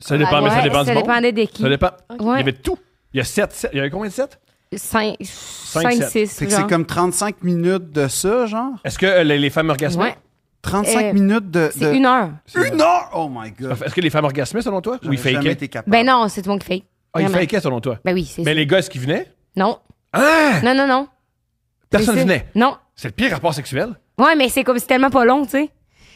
Speaker 3: Ça dépend, mais ça
Speaker 1: ouais,
Speaker 3: dépend du monde.
Speaker 1: dépendait de qui.
Speaker 3: Ça dépend. Il y
Speaker 1: Ouais.
Speaker 3: avait tout. Il y a 7, Il y avait combien de 7?
Speaker 1: 5,
Speaker 3: sept.
Speaker 1: 6.
Speaker 4: Fait que c'est comme 35 minutes de ça, genre?
Speaker 3: Est-ce que euh, les, les femmes orgasmées?
Speaker 1: Ouais,
Speaker 4: 35
Speaker 1: Euh,
Speaker 4: minutes de...
Speaker 1: c'est
Speaker 4: de-
Speaker 1: une heure.
Speaker 4: Une heure? Oh my God.
Speaker 3: Est-ce que les femmes orgasmaient selon toi? Ou ils
Speaker 4: J'aurais jamais
Speaker 3: fakaient?
Speaker 4: été capable.
Speaker 1: Ben non, c'est tout le monde qui fait.
Speaker 3: Ah, ils
Speaker 1: Vraiment.
Speaker 3: fakaient selon toi.
Speaker 1: Ben oui, c'est
Speaker 3: Mais
Speaker 1: ça.
Speaker 3: les gosses qui venaient,
Speaker 1: Non.
Speaker 3: ah,
Speaker 1: Non, non, non.
Speaker 3: personne
Speaker 1: C'est ça.
Speaker 3: venait.
Speaker 1: Non.
Speaker 3: C'est le pire rapport sexuel.
Speaker 1: Ouais, mais c'est comme, c'est tellement pas long, tu sais.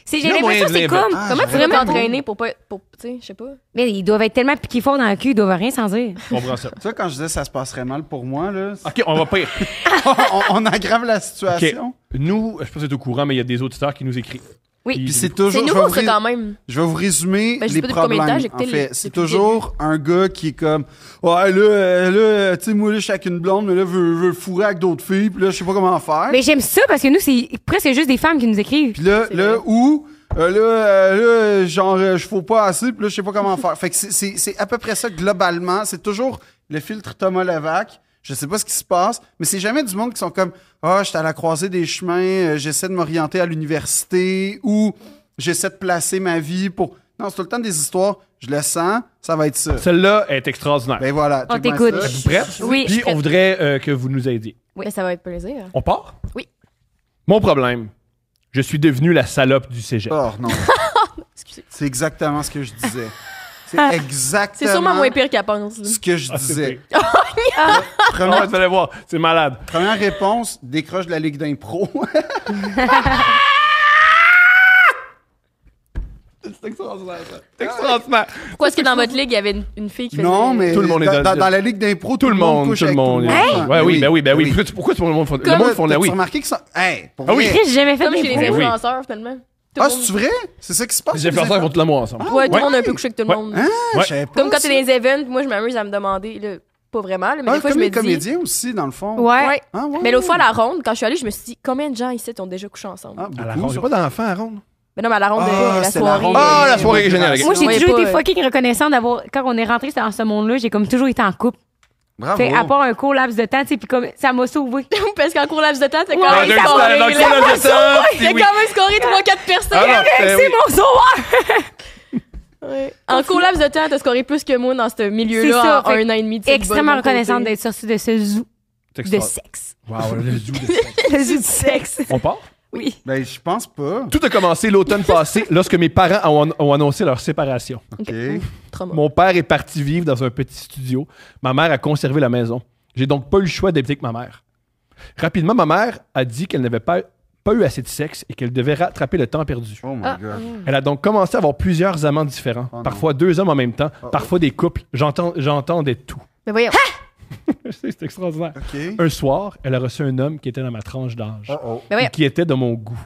Speaker 1: C'est, j'ai
Speaker 3: Là,
Speaker 1: l'impression
Speaker 3: moyen
Speaker 1: que c'est
Speaker 3: de dire,
Speaker 1: comme.
Speaker 4: Ah,
Speaker 2: Comment tu
Speaker 4: j'aurais
Speaker 2: pourrais
Speaker 4: pas
Speaker 2: m'entraîner pour pas. Pour, tu sais, je sais pas.
Speaker 1: Mais ils doivent être tellement piqués fort dans le cul, ils doivent rien s'en dire.
Speaker 3: Je comprends ça.
Speaker 4: Tu vois, quand je disais ça se passerait mal pour moi, là,
Speaker 3: OK, on va pire.
Speaker 4: on, on aggrave la
Speaker 3: OK.
Speaker 4: situation.
Speaker 3: Nous, je pense que c'est au courant, mais il y a des auditeurs qui nous écrivent.
Speaker 1: Oui.
Speaker 3: Ils-
Speaker 4: Puis c'est
Speaker 2: C'est
Speaker 4: toujours... je vais
Speaker 2: nouveau,
Speaker 4: vous
Speaker 2: ça,
Speaker 4: ré-
Speaker 2: quand même.
Speaker 4: Je vais vous résumer
Speaker 2: Ben, je
Speaker 4: les
Speaker 2: sais pas depuis combien de temps,
Speaker 4: problèmes.
Speaker 2: j'ai écouté
Speaker 4: en fait,
Speaker 2: les-
Speaker 4: c'est
Speaker 2: depuis le
Speaker 4: toujours un gars qui est comme Ouais, là, euh, là, tu sais, moi, là, chacune blonde, mais là, veut, veut fourrer avec d'autres filles, puis là, je sais pas comment faire.
Speaker 1: Mais j'aime ça parce que nous, c'est presque juste des femmes qui nous écrivent.
Speaker 4: Puis là,
Speaker 2: C'est
Speaker 4: là,
Speaker 2: vrai.
Speaker 4: où euh, là, euh, là, genre, euh, je fous pas assez, puis là, je sais pas comment faire. Fait que c'est- c'est c'est à peu près ça, globalement. C'est toujours le filtre Thomas Levac. Je sais pas ce qui se passe, mais c'est jamais du monde qui sont comme Ah, j'étais à la croisée des chemins, euh, j'essaie de m'orienter à l'université ou j'essaie de placer ma vie pour. Non, c'est tout le temps des histoires. Je le sens, ça va être ça.
Speaker 3: Celle-là est extraordinaire.
Speaker 4: Ben voilà.
Speaker 1: On
Speaker 4: check-moi
Speaker 1: t'écoute.
Speaker 4: ça.
Speaker 3: Êtes-vous prête?
Speaker 1: Oui.
Speaker 3: Puis on voudrait euh, que vous nous aidiez.
Speaker 1: Oui.
Speaker 2: Mais ça va être plaisir.
Speaker 3: On part?
Speaker 2: Oui.
Speaker 3: Mon problème, je suis devenu la salope du cégep.
Speaker 4: Oh non.
Speaker 2: Excusez.
Speaker 4: c'est exactement ce que je disais. C'est exactement.
Speaker 2: C'est sûrement moins pire qu'elle pense. là.
Speaker 4: Ce que je
Speaker 3: Ah, c'est
Speaker 4: disais.
Speaker 3: pire.
Speaker 2: Oh,
Speaker 3: Ah,
Speaker 4: Première
Speaker 3: vous allez voir, c'est malade.
Speaker 4: Première réponse, décroche de la Ligue d'impro. C'est extraordinaire, ça.
Speaker 3: C'est extraordinaire.
Speaker 2: Pourquoi est-ce que dans votre ligue, il y avait une, une fille qui faisait.
Speaker 4: Non, mais
Speaker 3: Tout le monde est
Speaker 4: dans,
Speaker 3: dans-
Speaker 4: dans la Ligue d'impro,
Speaker 3: Tout le monde,
Speaker 4: couche
Speaker 3: tout le
Speaker 4: avec
Speaker 3: monde.
Speaker 4: monde.
Speaker 3: Ouais, oui, ben oui, ben oui.
Speaker 4: Là,
Speaker 3: Pourquoi tu- Pourquoi tout le monde font le monde font
Speaker 4: t'as-tu
Speaker 3: la oui?
Speaker 4: remarqué que ça. Hey, pour
Speaker 3: Ah oui.
Speaker 4: vrai.
Speaker 1: Chris, j'ai jamais fait
Speaker 2: Comme chez
Speaker 1: des
Speaker 2: les
Speaker 3: Ben oui.
Speaker 2: influenceurs, finalement. Tout le
Speaker 4: Ah,
Speaker 2: monde-
Speaker 4: c'est vrai? C'est ça qui se passe?
Speaker 3: Les influenceurs vont tout l'amour ensemble.
Speaker 2: Ouais, tout le monde a un
Speaker 4: Ouais.
Speaker 2: peu couché avec tout le
Speaker 3: Ouais.
Speaker 2: monde.
Speaker 4: Hein?
Speaker 3: Ouais.
Speaker 4: Je savais pas
Speaker 2: Comme quand
Speaker 4: ça.
Speaker 2: t'es dans les events, moi, je m'amuse à me demander, là, pas vraiment, là, mais
Speaker 4: Ah,
Speaker 2: des fois, je
Speaker 4: comme
Speaker 2: me
Speaker 4: les
Speaker 2: dis.
Speaker 4: comédiens aussi, dans le fond.
Speaker 1: Ouais.
Speaker 2: Ouais.
Speaker 4: Ah, ouais.
Speaker 2: Mais l'autre fois, à la ronde, quand je suis allée, je me suis dit, combien de gens ici ont déjà couché ensemble?
Speaker 4: Ah,
Speaker 3: À la ronde,
Speaker 4: beaucoup, ça. Ah,
Speaker 3: j'ai pas d'enfant à ronde.
Speaker 2: Mais non, mais à la ronde, de, Ah, la
Speaker 4: c'est la
Speaker 2: soirée.
Speaker 4: ronde.
Speaker 3: Ah, la
Speaker 4: de-
Speaker 3: soirée est géniale, ok.
Speaker 1: Moi, j'ai
Speaker 2: Ouais,
Speaker 1: toujours
Speaker 2: pas,
Speaker 1: été
Speaker 2: euh,
Speaker 1: fucking reconnaissante d'avoir. Quand on est rentré dans ce monde-là, j'ai comme toujours été en couple.
Speaker 4: Bravo.
Speaker 1: Fait, à part un court laps de temps, tu sais, puis comme ça m'a sauvé.
Speaker 2: Parce qu'en cours laps de temps, t'as quand
Speaker 1: Ouais,
Speaker 3: Ah,
Speaker 2: même
Speaker 1: deux
Speaker 2: scoré,
Speaker 1: semaines,
Speaker 2: là.
Speaker 1: donc c'est
Speaker 3: là, c'est ça,
Speaker 2: T'as
Speaker 3: c'est oui.
Speaker 2: quand même scoré 3-4
Speaker 3: Ah,
Speaker 2: personnes.
Speaker 1: c'est
Speaker 3: ben oui.
Speaker 1: mon sauveur!
Speaker 2: Ouais. En cours laps de temps, t'as scoré plus que moi dans ce
Speaker 1: C'est ça,
Speaker 2: milieu-là en
Speaker 1: fait
Speaker 2: un an et demi. de cette
Speaker 1: Extrêmement
Speaker 2: bonne
Speaker 1: reconnaissante
Speaker 2: côté.
Speaker 1: d'être sortie de ce zoo
Speaker 3: C'est
Speaker 1: de
Speaker 3: extraordinaire.
Speaker 1: sexe.
Speaker 3: Wow, le zoo de sexe.
Speaker 1: Le zoo du sexe.
Speaker 3: On part?
Speaker 1: Oui.
Speaker 4: Ben, je pense pas.
Speaker 3: Tout a commencé l'automne passé lorsque mes parents ont, ont annoncé leur séparation.
Speaker 4: OK.
Speaker 2: Trauma.
Speaker 3: Mon père est parti vivre dans un petit studio. Ma mère a conservé la maison. J'ai donc pas eu le choix d'habiter avec ma mère. Rapidement, ma mère a dit qu'elle n'avait pas, pas eu assez de sexe et qu'elle devait rattraper le temps perdu.
Speaker 4: Oh my
Speaker 2: ah,
Speaker 4: God.
Speaker 3: Elle a donc commencé à avoir plusieurs amants différents,
Speaker 4: Oh non. Oh
Speaker 3: parfois deux hommes en même temps, parfois des couples. J'entends- J'entendais tout.
Speaker 2: Mais voyons.
Speaker 3: C'est extraordinaire.
Speaker 2: ah.
Speaker 4: OK.
Speaker 3: Un soir, elle a reçu un homme qui était dans ma tranche d'âge,
Speaker 4: Oh, oh.
Speaker 2: Mais voyons.
Speaker 3: qui était de mon goût.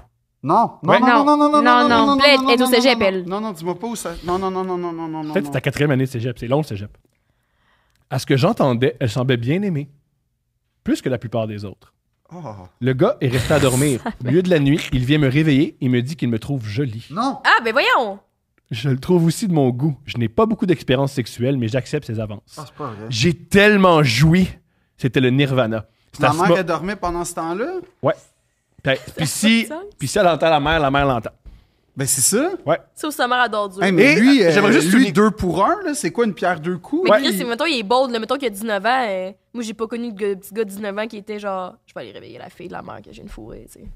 Speaker 4: Non, non,
Speaker 3: Ouais.
Speaker 4: non, non, non, non, non, non, non, non,
Speaker 2: Bled,
Speaker 4: non, non,
Speaker 2: elle est au
Speaker 4: non,
Speaker 2: cégep,
Speaker 4: non, non.
Speaker 2: elle.
Speaker 4: Non, non, dis-moi pas où ça. Non, non, non, non, non, non, non, non.
Speaker 3: Peut-être que c'est ta quatrième année de cégep, c'est long le cégep. À ce que j'entendais, elle semblait bien aimée, plus que la plupart des autres.
Speaker 4: Oh.
Speaker 3: Le gars est resté à dormir. Au milieu de la nuit, il vient me réveiller et me dit qu'il me trouve jolie.
Speaker 4: Non.
Speaker 2: Ah, ben voyons.
Speaker 3: Je le trouve aussi de mon goût. Je n'ai pas beaucoup d'expérience sexuelle, mais j'accepte ses avances.
Speaker 4: Ah, c'est pas vrai.
Speaker 3: J'ai tellement joui, c'était le nirvana. C'est à
Speaker 4: Ta
Speaker 3: ce
Speaker 4: mère,
Speaker 3: mo-
Speaker 4: elle dormait pendant ce temps-là?
Speaker 3: Ouais. Puis- Puis si,
Speaker 2: sens.
Speaker 3: puis si elle entend la mère, la mère l'entend.
Speaker 4: Ben, c'est ça.
Speaker 2: Sauf sa mère adore Dieu.
Speaker 4: Hey, mais
Speaker 3: Et,
Speaker 4: lui,
Speaker 3: euh, j'aimerais
Speaker 4: j'aimerais
Speaker 3: juste
Speaker 4: juste lui,
Speaker 3: souligner-
Speaker 4: deux pour un, là. C'est quoi, une pierre deux coups?
Speaker 2: Mais Chris, c'est- mettons, il est bold, là. Mettons qu'il a 19 ans. euh, moi, j'ai pas connu de gars- petit gars de 19 ans qui était genre, je vais aller réveiller la fille de la mère que j'ai une fourrée, tu sais.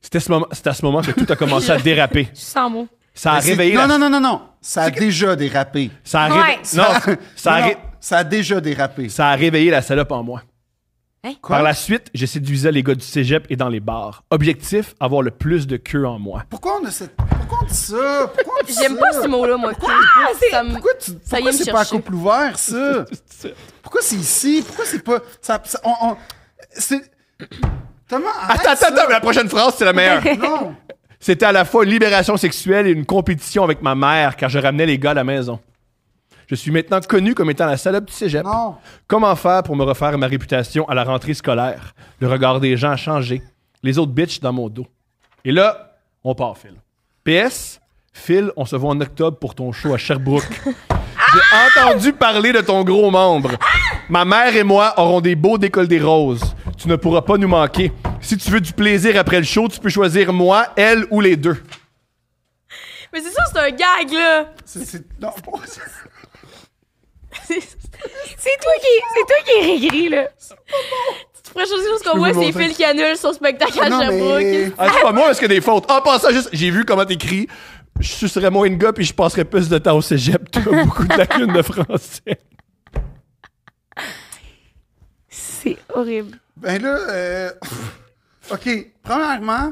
Speaker 3: C'était ce moment- c'est à ce moment que tout a commencé à déraper.
Speaker 1: Je suis sans mots.
Speaker 3: Ça a
Speaker 4: Mais c'est-
Speaker 3: réveillé
Speaker 4: Non,
Speaker 3: la-
Speaker 4: non, non, non, non. Ça a déjà dérapé.
Speaker 3: Ça a
Speaker 1: Ouais.
Speaker 3: réve- Non, ça a
Speaker 4: Non,
Speaker 3: ré-
Speaker 4: non, ça a déjà dérapé.
Speaker 3: ça a réveillé la salope en moi.
Speaker 4: Quoi?
Speaker 3: Par la suite, je séduisais les gars du cégep et dans les bars. Objectif, avoir le plus de queue en moi.
Speaker 4: Pourquoi on a cette... Pourquoi on dit ça? Pourquoi on dit ça? Ah,
Speaker 2: J'aime pas ce mot-là, moi. Ah, Ça me-
Speaker 4: Pourquoi, tu...
Speaker 2: Ça y est,
Speaker 4: Pourquoi
Speaker 2: me
Speaker 4: c'est pas à
Speaker 2: chercher.
Speaker 4: couple ouvert, ça? Pourquoi c'est ici? Pourquoi c'est pas... Ça... ça- On... on- C'est... Thomas, arrête
Speaker 3: Attends, attends,
Speaker 4: ça.
Speaker 3: attends, mais la prochaine phrase, c'est la meilleure.
Speaker 4: Non.
Speaker 3: C'était à la fois une libération sexuelle et une compétition avec ma mère, car je ramenais les gars à la maison. Je suis maintenant connu comme étant la salope du cégep.
Speaker 4: Non.
Speaker 3: Comment faire pour me refaire ma réputation à la rentrée scolaire? Le regard des gens a changé. Les autres bitches dans mon dos. Et là, on part, Phil. PS, Phil, on se voit en octobre pour ton show à Sherbrooke. J'ai entendu parler de ton gros membre. Ma mère et moi aurons des beaux décolles des roses. Tu ne pourras pas nous manquer. Si tu veux du plaisir après le show, tu peux choisir moi, elle ou les deux.
Speaker 2: Mais c'est sûr, c'est un gag, là.
Speaker 4: C'est- c'est- non, pas-
Speaker 2: C'est-
Speaker 1: C'est toi qui, c'est toi qui es régré, là.
Speaker 2: Tu pourrais choisir ce qu'on
Speaker 3: peux
Speaker 2: voit,
Speaker 3: vous
Speaker 2: c'est
Speaker 3: montrer.
Speaker 2: Phil qui annule son spectacle à
Speaker 4: Oh, Non, mais-
Speaker 2: Sherbrooke.
Speaker 3: Ah, c'est pas moi, est-ce qu'il y a des fautes? En passant, juste, j'ai vu comment t'écris. Je sucerais moins une gars puis je passerais plus de temps au cégep. T'as beaucoup de lacunes de français.
Speaker 1: C'est horrible.
Speaker 4: Ben là, euh, OK, premièrement,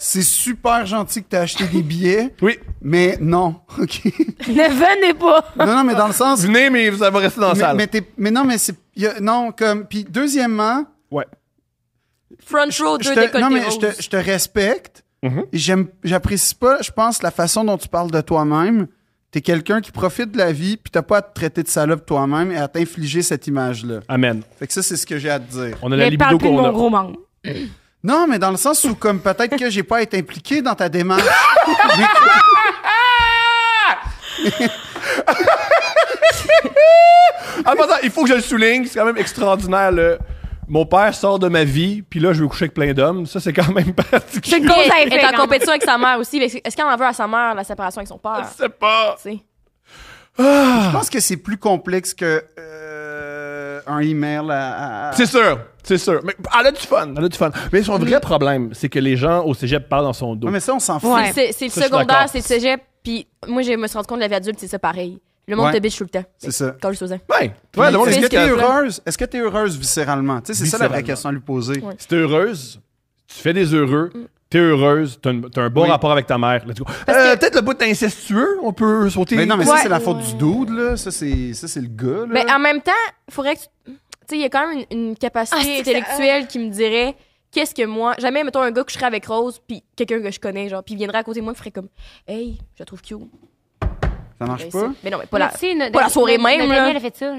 Speaker 4: c'est super gentil que t'as acheté des billets,
Speaker 3: Oui.
Speaker 4: mais non, OK?
Speaker 1: Ne venez pas.
Speaker 4: Non, non, mais dans le sens...
Speaker 3: Venez, mais ça va rester dans la
Speaker 4: Mais,
Speaker 3: salle.
Speaker 4: mais, t'es- mais non, mais c'est... y a- non, comme... Puis deuxièmement,
Speaker 3: Ouais.
Speaker 2: Front row,
Speaker 4: je
Speaker 2: deux
Speaker 4: te,
Speaker 2: décolletés
Speaker 4: non, mais je te,
Speaker 2: roses.
Speaker 4: je te respecte.
Speaker 3: Mhm.
Speaker 4: Et J'aime, j'apprécie pas, je pense, la façon dont tu parles de toi-même. T'es quelqu'un qui profite de la vie, puis t'as pas à te traiter de salope toi-même et à t'infliger cette image-là.
Speaker 3: Amen.
Speaker 4: Fait que ça, c'est ce que j'ai à te dire.
Speaker 3: On a la
Speaker 1: Mais parle
Speaker 3: libido
Speaker 1: plus de
Speaker 3: qu'on
Speaker 1: mon
Speaker 3: a.
Speaker 1: gros membre.
Speaker 4: Non, mais dans le sens où, comme peut-être que j'ai pas à être impliqué dans ta démarche. Mais que-
Speaker 3: En passant, Ah, il faut que je le souligne, c'est quand même extraordinaire. Là. Mon père sort de ma vie, puis là, je veux coucher avec plein d'hommes. Ça, c'est quand même
Speaker 1: C'est
Speaker 3: particulier.
Speaker 1: une cause à
Speaker 2: Elle est
Speaker 1: effet, quand
Speaker 2: en
Speaker 1: même.
Speaker 2: compétition avec sa mère aussi. mais Est-ce qu'elle en veut à sa mère la séparation avec son
Speaker 3: Je
Speaker 2: père?
Speaker 3: sais pas.
Speaker 2: Tu sais.
Speaker 4: je pense que c'est plus complexe que euh, un email à. à-
Speaker 3: C'est sûr, c'est sûr. Mais ah, elle a du fun, elle a du fun. Mais son vrai problème, c'est que les gens au cégep parlent dans son dos.
Speaker 4: Ouais, Ah, mais ça, on s'en fout.
Speaker 1: Ouais.
Speaker 2: C'est le- C'est le
Speaker 3: Ça, je suis
Speaker 2: secondaire,
Speaker 3: d'accord.
Speaker 2: c'est le cégep. Puis moi, je me suis rendu compte de la vie adulte, c'est ça pareil. Le monde
Speaker 4: Ouais.
Speaker 2: te bitch tout le temps.
Speaker 4: C'est ça.
Speaker 2: Quand je
Speaker 3: Ouais, ouais, le monde
Speaker 4: Est-ce
Speaker 3: est
Speaker 4: que t'es
Speaker 3: que
Speaker 4: heureuse? Est-ce que t'es heureuse viscéralement? Tu sais, c'est ça la vraie
Speaker 3: Viscéralement.
Speaker 4: question à lui poser.
Speaker 2: Ouais.
Speaker 3: Si t'es heureuse, tu fais des heureux, t'es heureuse, t'as une- t'as un bon
Speaker 4: Oui.
Speaker 3: rapport avec ta mère. Let's go. Euh, Peut-être le bout d'incestueux, on peut sauter.
Speaker 4: Mais non, mais ça,
Speaker 1: Ouais.
Speaker 4: c'est la faute du dude, là. Ça, c'est, ça, c'est le gars, là.
Speaker 2: Mais en même temps, faudrait que tu. Tu sais, il y a quand même une, une capacité
Speaker 1: Ah, c'est que ça-
Speaker 2: intellectuelle qui me dirait qu'est-ce que moi. Jamais, mettons, un gars que je serais avec Rose, puis quelqu'un que je connais, genre, puis il viendrait à côté de moi, et ferait comme Hey, je la trouve cute.
Speaker 4: Ça marche
Speaker 2: Ben,
Speaker 4: pas?
Speaker 2: c'est- Mais non, mais pas la.
Speaker 1: Tu sais, notre-
Speaker 2: pas la soirée
Speaker 1: notre-
Speaker 2: même,
Speaker 1: Notre
Speaker 2: là.
Speaker 1: amie, elle a fait ça, là.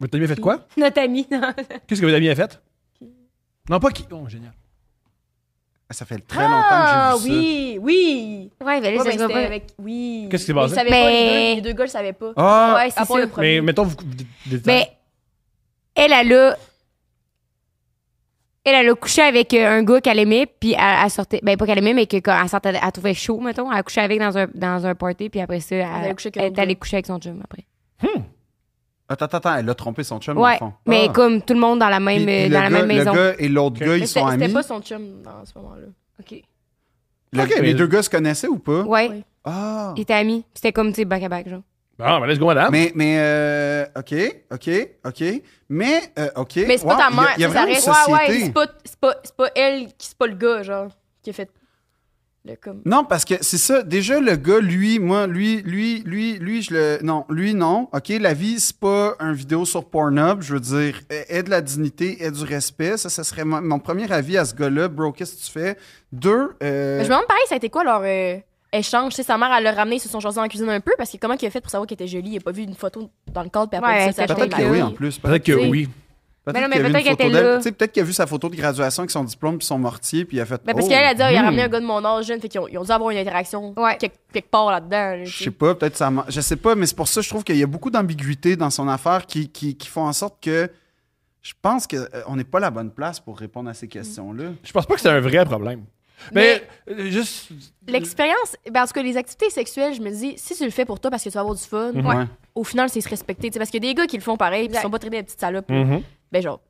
Speaker 3: Votre ami a fait quoi?
Speaker 1: Notre amie, non.
Speaker 3: Qu'est-ce que votre ami a fait? Non, pas qui. Oh, génial.
Speaker 4: Ah, Ça fait très longtemps que j'ai vu ça.
Speaker 2: Ah, oui, oui.
Speaker 1: Ouais, ben là, ça se voit pas.
Speaker 2: Oui.
Speaker 3: Qu'est-ce qui s'est
Speaker 2: Mais
Speaker 3: passé?
Speaker 2: ils savaient
Speaker 1: Ben-
Speaker 2: pas, les deux, les deux gars le savaient pas.
Speaker 4: Ah!
Speaker 1: Ouais, c'est
Speaker 2: à part
Speaker 1: ça.
Speaker 2: le premier.
Speaker 3: Mais mettons, vous.
Speaker 1: Ben, elle, elle a. Elle, elle a couché avec euh, un gars qu'elle aimait, puis elle, elle sortait. Ben, pas qu'elle aimait, mais que, quand elle, sortait, elle trouvait chaud, mettons. Elle a couché avec dans un, dans un party, puis après ça, elle,
Speaker 2: allait coucher avec un
Speaker 1: elle
Speaker 2: autre
Speaker 1: est allée
Speaker 2: gars.
Speaker 1: coucher avec son chum après.
Speaker 4: Attends, attends, attends, elle a trompé son chum,
Speaker 1: Ouais,
Speaker 4: dans le fond.
Speaker 1: mais
Speaker 4: Ah.
Speaker 1: comme tout le monde dans la même,
Speaker 4: Puis- puis
Speaker 1: euh,
Speaker 4: le
Speaker 1: dans la
Speaker 4: gars-
Speaker 1: même maison.
Speaker 4: Le gars et l'autre gars,
Speaker 2: Mais
Speaker 4: ils
Speaker 2: c'était
Speaker 4: sont
Speaker 2: c'était
Speaker 4: amis.
Speaker 2: pas son chum dans ce moment-là.
Speaker 1: OK.
Speaker 4: Le-
Speaker 3: Ok, mais-
Speaker 4: Les deux gars se connaissaient ou pas?
Speaker 1: Ouais,
Speaker 2: Oui.
Speaker 4: Ah!
Speaker 1: ils étaient amis. Puis C'était comme, tu sais, back à back, genre.
Speaker 3: Bon, ben, let's go, madame.
Speaker 4: Mais, mais, euh, OK, OK, OK. Mais, euh, OK.
Speaker 2: Mais c'est pas
Speaker 4: wow,
Speaker 2: ta
Speaker 4: il y a-
Speaker 2: mère,
Speaker 4: Il y a
Speaker 2: ça
Speaker 4: vraiment une
Speaker 2: reste.
Speaker 4: société.
Speaker 2: Ouais, ouais, c'est pas, c'est pas, c'est pas elle, qui- c'est pas le gars, genre, qui a fait le comme.
Speaker 4: Non, parce que c'est ça. Déjà, le gars, lui, moi, lui, lui, lui, lui, je le. Non, lui, non. OK, la vie, c'est pas un vidéo sur Pornhub. Je veux dire, aide de la dignité, aide du respect. Ça, ça serait mon, mon premier avis à ce gars-là. Bro, qu'est-ce que tu fais? Deux. euh,
Speaker 2: Mais je me demande pareil, ça a été quoi leur euh, échange? Tu sais, sa mère, elle l'a ramené, ils se sont jasés en cuisine un peu, parce que comment il a fait pour savoir qu'elle était jolie? Il a pas vu une photo dans le cadre, puis après,
Speaker 1: Ouais,
Speaker 2: ça, ça
Speaker 1: c'est
Speaker 2: a changé
Speaker 4: Peut-être
Speaker 2: de
Speaker 1: Ben oui.
Speaker 4: que oui,
Speaker 2: mari.
Speaker 4: en plus.
Speaker 3: Peut-être que
Speaker 2: Oui.
Speaker 3: oui.
Speaker 1: Ben non, mais
Speaker 4: qu'il y a eu
Speaker 1: peut-être
Speaker 4: une
Speaker 1: qu'elle
Speaker 4: photo
Speaker 1: était
Speaker 4: d'elle.
Speaker 1: là.
Speaker 4: Tu sais, Peut-être qu'il a vu sa photo de graduation avec son diplôme puis son mortier, puis il a fait.
Speaker 2: Ben, parce
Speaker 4: oh,
Speaker 2: qu'elle, elle a dit, Ah, il a
Speaker 3: Hmm.
Speaker 2: ramené un gars de mon âge jeune, fait qu'ils ont, ils ont dû avoir une interaction
Speaker 1: Ouais.
Speaker 2: quelque, quelque part là-dedans. là, tu
Speaker 4: Je
Speaker 2: sais.
Speaker 4: sais pas, peut-être ça. man- Je sais pas, mais c'est pour ça que je trouve qu'il y a beaucoup d'ambiguïté dans son affaire qui, qui, qui font en sorte que je pense qu'on n'est pas la bonne place pour répondre à ces questions-là.
Speaker 3: Je pense pas que c'est un vrai problème. Mais, euh, juste.
Speaker 2: L'expérience, ben, en tout cas, les activités sexuelles, je me dis, si tu le fais pour toi parce que tu vas avoir du fun,
Speaker 4: Ouais.
Speaker 2: au final, c'est se respecter. tu sais, Parce qu'il y a des gars qui le font pareil, puis ils
Speaker 1: Exact.
Speaker 2: sont pas traînés des petites salopes.
Speaker 4: Mm-hmm.
Speaker 2: là.
Speaker 3: Mhm.
Speaker 2: Ben, genre,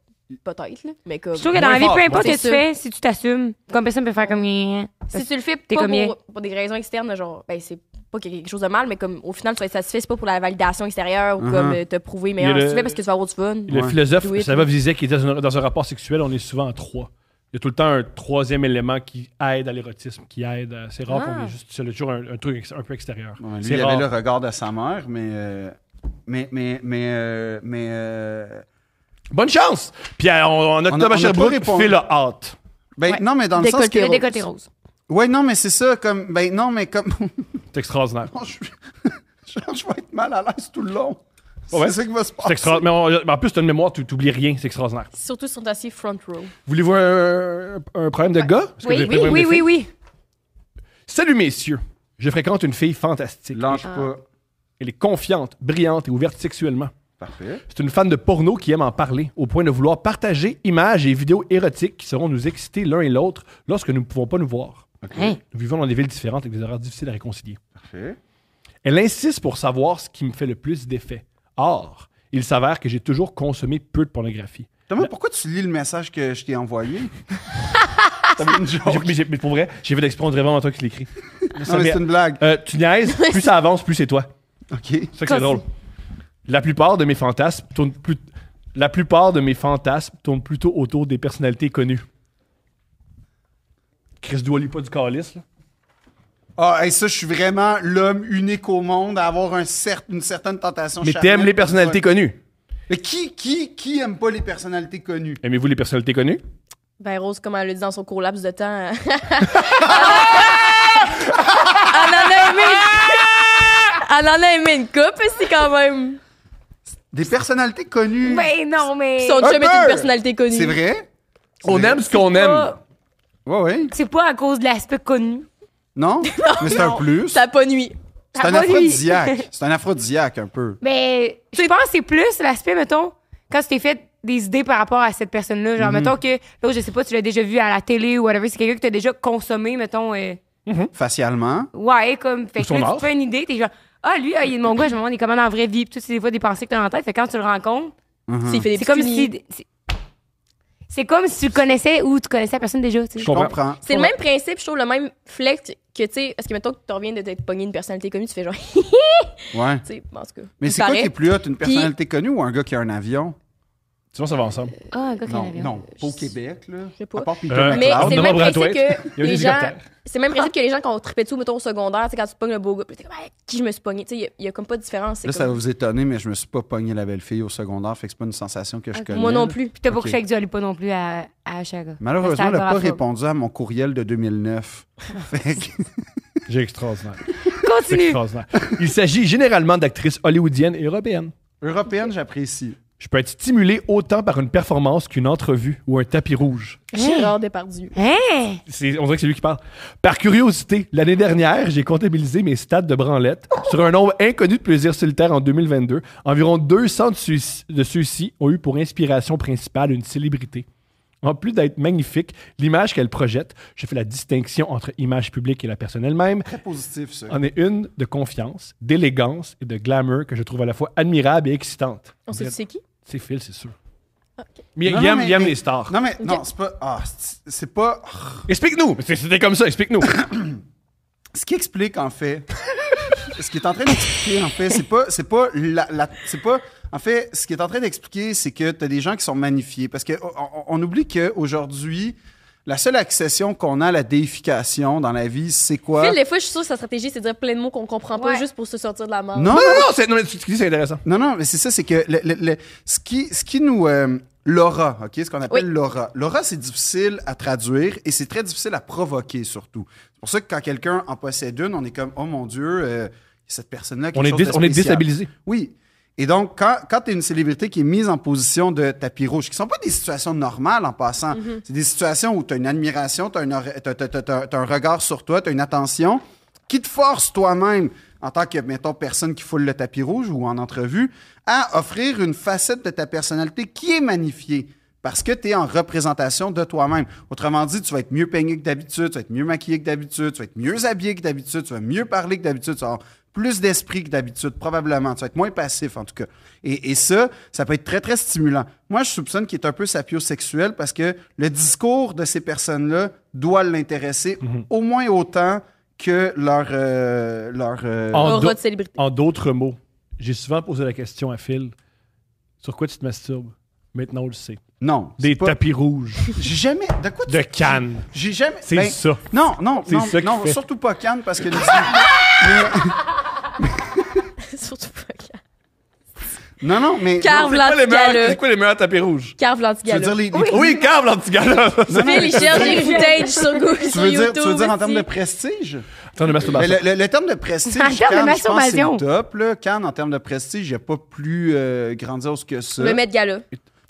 Speaker 2: peut-être, là. Mais comme.
Speaker 1: Je trouve que dans
Speaker 3: Moins
Speaker 1: la vie,
Speaker 3: fort,
Speaker 1: peu importe ce
Speaker 2: moins
Speaker 1: que tu
Speaker 2: fort.
Speaker 1: fais, si tu t'assumes, comme personne peut faire comme. hein.
Speaker 2: Si tu le fais
Speaker 1: T'es
Speaker 2: pas
Speaker 1: combien?
Speaker 2: pour, pour des raisons externes, genre, ben, c'est pas qu'il y a quelque chose de mal, mais comme au final, tu vas être satisfait, c'est pas pour la validation extérieure ou
Speaker 4: Mhm.
Speaker 2: comme euh, te prouver meilleur.
Speaker 3: Il y a
Speaker 2: Si tu
Speaker 3: le-
Speaker 2: fais parce que tu vas avoir du fun.
Speaker 3: Le
Speaker 4: Ouais.
Speaker 3: philosophe
Speaker 2: Oui,
Speaker 3: Slavov Zizek qui disait dans un- dans un rapport sexuel, on est souvent à trois. Il y a tout le temps un troisième élément qui aide à l'érotisme, qui aide. à- C'est rare qu'on
Speaker 2: Ah.
Speaker 3: est juste. C'est toujours un, un truc ex- un peu extérieur.
Speaker 4: Bon, lui,
Speaker 3: c'est
Speaker 4: il avait
Speaker 3: rare.
Speaker 4: le regard de sa mère, mais. euh, mais, mais, mais, euh, mais. euh,
Speaker 3: Bonne chance! Puis euh, on, on a
Speaker 4: On a-
Speaker 3: Thomas
Speaker 4: on a pas
Speaker 3: Sherbrooke
Speaker 4: répondu.
Speaker 3: fait le hâte.
Speaker 4: ben,
Speaker 1: Ouais.
Speaker 4: non, mais dans le sens
Speaker 1: Décolleté,
Speaker 4: que.
Speaker 1: décolleté rose.
Speaker 4: Ouais, non, mais c'est ça, comme. Ben, non, mais comme.
Speaker 3: C'est extraordinaire.
Speaker 4: Bon, je... Genre, je vais être mal à l'aise tout le long. C'est
Speaker 3: Ouais.
Speaker 4: ça qui va se passer.
Speaker 3: C'est extraordinaire. Mais on- mais en plus, t'as une mémoire, tu t'oublies rien. C'est extraordinaire.
Speaker 2: Surtout si sont assis front row.
Speaker 3: Voulez-vous un, un problème de gars? Parce que vous
Speaker 1: Oui,
Speaker 3: avez pas
Speaker 1: oui,
Speaker 3: de problème
Speaker 1: oui,
Speaker 3: de
Speaker 1: oui,
Speaker 3: filles.
Speaker 1: oui.
Speaker 3: Salut, messieurs. Je fréquente une fille fantastique.
Speaker 4: Lâche
Speaker 2: Ah.
Speaker 4: pas.
Speaker 3: Elle est confiante, brillante et ouverte sexuellement.
Speaker 4: Parfait.
Speaker 3: C'est une fan de porno qui aime en parler, au point de vouloir partager images et vidéos érotiques qui seront nous exciter l'un et l'autre lorsque nous ne pouvons pas nous voir.
Speaker 4: OK.
Speaker 1: Hein?
Speaker 3: Nous vivons dans des villes différentes avec des horaires difficiles à réconcilier.
Speaker 4: Parfait.
Speaker 3: Elle insiste pour savoir ce qui me fait le plus d'effet. Or, il s'avère que j'ai toujours consommé peu de pornographie.
Speaker 4: Thomas, pourquoi tu lis le message que je t'ai envoyé? T'avais une joke.
Speaker 3: J'ai- Oh, mais, j'ai- mais pour vrai, j'ai fait l'expérience c'est vraiment toi qui l'écris.
Speaker 4: Non, mais c'est une blague.
Speaker 3: Euh, tu niaises, plus ça avance, plus c'est toi. Euh.
Speaker 4: OK.
Speaker 3: C'est ça que c'est drôle. La plupart de mes fantasmes tournent plus... La plupart de mes fantasmes tournent plutôt autour des personnalités connues. Chris Doualipa du Calice, là.
Speaker 4: Ah, hey, ça, je suis vraiment l'homme unique au monde à avoir un cer- une certaine tentation.
Speaker 3: Mais
Speaker 4: charnelle
Speaker 3: t'aimes les personnalités
Speaker 4: pour-
Speaker 3: connues.
Speaker 4: Mais qui, qui, qui aime pas les personnalités connues?
Speaker 3: Aimez-vous les personnalités connues?
Speaker 2: Ben, Rose, comme elle le dit dans son court laps de temps. hein. elle en a aimé une- Elle en a aimé une coupe, c'est quand même.
Speaker 4: Des personnalités connues.
Speaker 1: Ben non, mais.
Speaker 2: Puis Son
Speaker 4: Un
Speaker 2: chum est
Speaker 4: peu.
Speaker 2: une personnalité connue. Oh,
Speaker 4: C'est vrai? C'est
Speaker 3: On
Speaker 4: vrai.
Speaker 3: aime ce qu'on aime.
Speaker 1: pas-
Speaker 4: Ouais, ouais.
Speaker 1: C'est pas à cause de l'aspect connu.
Speaker 4: Non? Mais c'est un plus.
Speaker 2: Ça a pas nuit.
Speaker 4: C'est un
Speaker 1: va, lui.
Speaker 4: aphrodisiaque. C'est un aphrodisiaque, un peu.
Speaker 1: Mais je pense que c'est plus l'aspect, mettons, quand tu t'es fait des idées par rapport à cette personne-là.
Speaker 3: Mhm.
Speaker 1: Genre, mettons que, là, je sais pas, tu l'as déjà vu à la télé ou whatever, c'est quelqu'un que t'as déjà consommé, mettons, euh,
Speaker 4: Facialement.
Speaker 1: ouais, comme, fait
Speaker 3: Ou
Speaker 1: que
Speaker 3: son
Speaker 1: là, tu
Speaker 3: art.
Speaker 1: te fais une idée, t'es genre, ah, lui, ah, il est de mon gars, je me demande, il est comment dans la vraie vie, puis toutes ces fois des pensées que t'as en tête, fait que quand tu le rencontres,
Speaker 4: Mhm.
Speaker 2: S'il fait des
Speaker 1: c'est comme
Speaker 2: petits nids.
Speaker 1: si. c'est- C'est comme si tu le connaissais ou tu connaissais la personne déjà, tu
Speaker 3: Je
Speaker 1: sais.
Speaker 4: Je
Speaker 3: comprends.
Speaker 4: comprends.
Speaker 2: C'est le même principe, je trouve, le même flex que, tu sais, parce que mettons que tu reviens de t'être pogné une personnalité connue, tu fais genre, tu
Speaker 4: Ouais.
Speaker 2: sais, bon, en tout cas.
Speaker 4: Mais
Speaker 2: il
Speaker 4: c'est quoi
Speaker 2: paraît.
Speaker 4: qui est plus hot, une personnalité connue ou un gars qui a un avion?
Speaker 3: Sinon, ça va ensemble.
Speaker 1: Ah, un gars qui a un
Speaker 4: Non,
Speaker 1: avion.
Speaker 4: non, pas au Québec, là.
Speaker 2: sais pas.
Speaker 4: À part Peter
Speaker 3: Euh,
Speaker 2: Mais
Speaker 4: McLeod.
Speaker 2: c'est
Speaker 3: de
Speaker 2: le même
Speaker 3: Bob
Speaker 2: principe
Speaker 3: Brathwaite. Il y
Speaker 2: que
Speaker 3: a eu des
Speaker 2: les gens.
Speaker 3: hélicoptères.
Speaker 2: C'est le même principe que les gens qui ont trippé dessus, mettons, au secondaire, tu sais, quand tu te pognes le beau gars, puis t'es comme, Hey, qui je me suis pogné, tu sais, il y a- il y, a comme pas de différence. c'est
Speaker 4: Là, ça va
Speaker 2: comme-
Speaker 4: vous étonner, mais je me suis pas pogné la belle fille au secondaire, fait que c'est pas une sensation que je connais.
Speaker 2: Ah, Moi
Speaker 4: là.
Speaker 2: non plus.
Speaker 1: Puis t'as pas
Speaker 4: Ok.
Speaker 1: couché avec du pas non plus à, à Chaga. Parce que
Speaker 4: Malheureusement,
Speaker 1: t'es
Speaker 4: elle n'a pas
Speaker 1: agoraphobe.
Speaker 4: répondu à mon courriel de 2009. Fait que-
Speaker 3: J'ai extraordinaire. C'est
Speaker 1: Continue.
Speaker 3: extraordinaire. Il s'agit généralement d'actrices hollywoodiennes et européennes.
Speaker 4: Européenne, j'apprécie.
Speaker 3: Je peux être stimulé autant par une performance qu'une entrevue ou un tapis rouge.
Speaker 2: Gérard Depardieu.
Speaker 1: Hein?
Speaker 3: C'est- on dirait que c'est lui qui parle. Par curiosité, l'année dernière, j'ai comptabilisé mes stats de branlette sur un nombre inconnu de plaisirs solitaires en 2022. Environ 200 de ceux- de ceux-ci ont eu pour inspiration principale une célébrité. En plus d'être magnifique, l'image qu'elle projette, je fais la distinction entre image publique et la personne elle-même,
Speaker 4: Très positif, ça.
Speaker 2: Ah.
Speaker 3: en est une de confiance, d'élégance et de glamour que je trouve à la fois admirable et excitante.
Speaker 2: On sait c'est qui?
Speaker 3: C'est Phil, c'est sûr. Mais
Speaker 4: Non,
Speaker 3: il
Speaker 4: non,
Speaker 3: aime,
Speaker 4: mais-
Speaker 3: il aime
Speaker 4: mais-
Speaker 3: les stars.
Speaker 4: Non, mais non, c'est pas. Ah, c'est c'est pas. ah.
Speaker 3: Explique-nous! C'est- C'était comme ça, explique-nous.
Speaker 4: Ce qui explique, en fait. ce qui est en train d'expliquer, en fait, c'est pas. C'est pas. La, la- c'est pas. En fait, ce qui est en train d'expliquer, c'est que tu as des gens qui sont magnifiés. Parce qu'on on, on oublie qu'aujourd'hui, la seule accession qu'on a à la déification dans la vie, c'est quoi?
Speaker 2: Phil, des fois, je suis sûre que sa stratégie, c'est de dire plein de mots qu'on comprend pas
Speaker 1: Ouais.
Speaker 2: juste pour se sortir de la mort.
Speaker 4: non,
Speaker 3: Non, non, non, c'est, non, mais ce que tu dis, c'est intéressant.
Speaker 4: Non, non, mais c'est ça, c'est que le, le- le- ce, qui, ce qui nous. euh, l'aura, OK? Ce qu'on appelle
Speaker 2: Oui.
Speaker 4: l'aura. L'aura, c'est difficile à traduire et c'est très difficile à provoquer, surtout. C'est pour ça que quand quelqu'un en possède une, on est comme, oh mon Dieu, euh, cette personne-là. quelque
Speaker 3: On est,
Speaker 4: chose
Speaker 3: dis-
Speaker 4: de
Speaker 3: on est
Speaker 4: spécial.
Speaker 3: déstabilisé.
Speaker 4: Oui. Et donc, quand, quand tu es une célébrité qui est mise en position de tapis rouge, qui sont pas des situations normales en passant, c'est des situations où tu as une admiration, tu as, un regard sur toi, tu as une attention qui te force toi-même, en tant que, mettons, personne qui foule le tapis rouge ou en entrevue, à offrir une facette de ta personnalité qui est magnifiée parce que tu es en représentation de toi-même. Autrement dit, tu vas être mieux peigné que d'habitude, tu vas être mieux maquillé que d'habitude, tu vas être mieux habillé que d'habitude, tu vas mieux parler que d'habitude, tu vas avoir plus d'esprit que d'habitude, probablement. Tu vas être moins passif, en tout cas. Et, et ça, ça peut être très, très stimulant. Moi, je soupçonne qu'il est un peu sapiosexuel parce que le discours de ces personnes-là doit l'intéresser
Speaker 3: Mhm.
Speaker 4: au moins autant que leur... euh, leur euh,
Speaker 3: En
Speaker 2: Aura
Speaker 3: do-
Speaker 2: de célébrité.
Speaker 3: En d'autres mots, j'ai souvent posé la question à Phil sur quoi tu te masturbes Maintenant, on le sait.
Speaker 4: Non. c'est
Speaker 3: Des
Speaker 4: pas-
Speaker 3: tapis rouges,
Speaker 4: J'ai jamais... De quoi tu...
Speaker 3: de Cannes.
Speaker 4: J'ai jamais...
Speaker 3: C'est
Speaker 4: ben,
Speaker 3: ça.
Speaker 4: Non, non,
Speaker 3: C'est
Speaker 4: non,
Speaker 3: ça qu'il
Speaker 4: non,
Speaker 3: fait.
Speaker 4: surtout pas Cannes parce que...
Speaker 2: Surtout pas Car-
Speaker 4: Non, non, mais...
Speaker 2: Carve l'antigala.
Speaker 3: quoi les meilleurs tapis rouges
Speaker 2: Carve
Speaker 4: Tu veux
Speaker 2: l'antigala.
Speaker 4: dire les- les-
Speaker 3: Oui, cave l'antigala.
Speaker 2: Phil, il cherche des footage sur Google.
Speaker 4: Tu veux, dire, tu veux dire en termes de prestige?
Speaker 3: Attends, de
Speaker 4: Mais
Speaker 3: masturbation.
Speaker 4: le, le- le terme de prestige,
Speaker 1: En termes de
Speaker 4: Cannes, je pense que c'est
Speaker 1: masturbation.
Speaker 4: le top. Là. Cannes, en termes de prestige, il n'y a pas plus euh, grandiose que ça.
Speaker 2: Me mettre gala.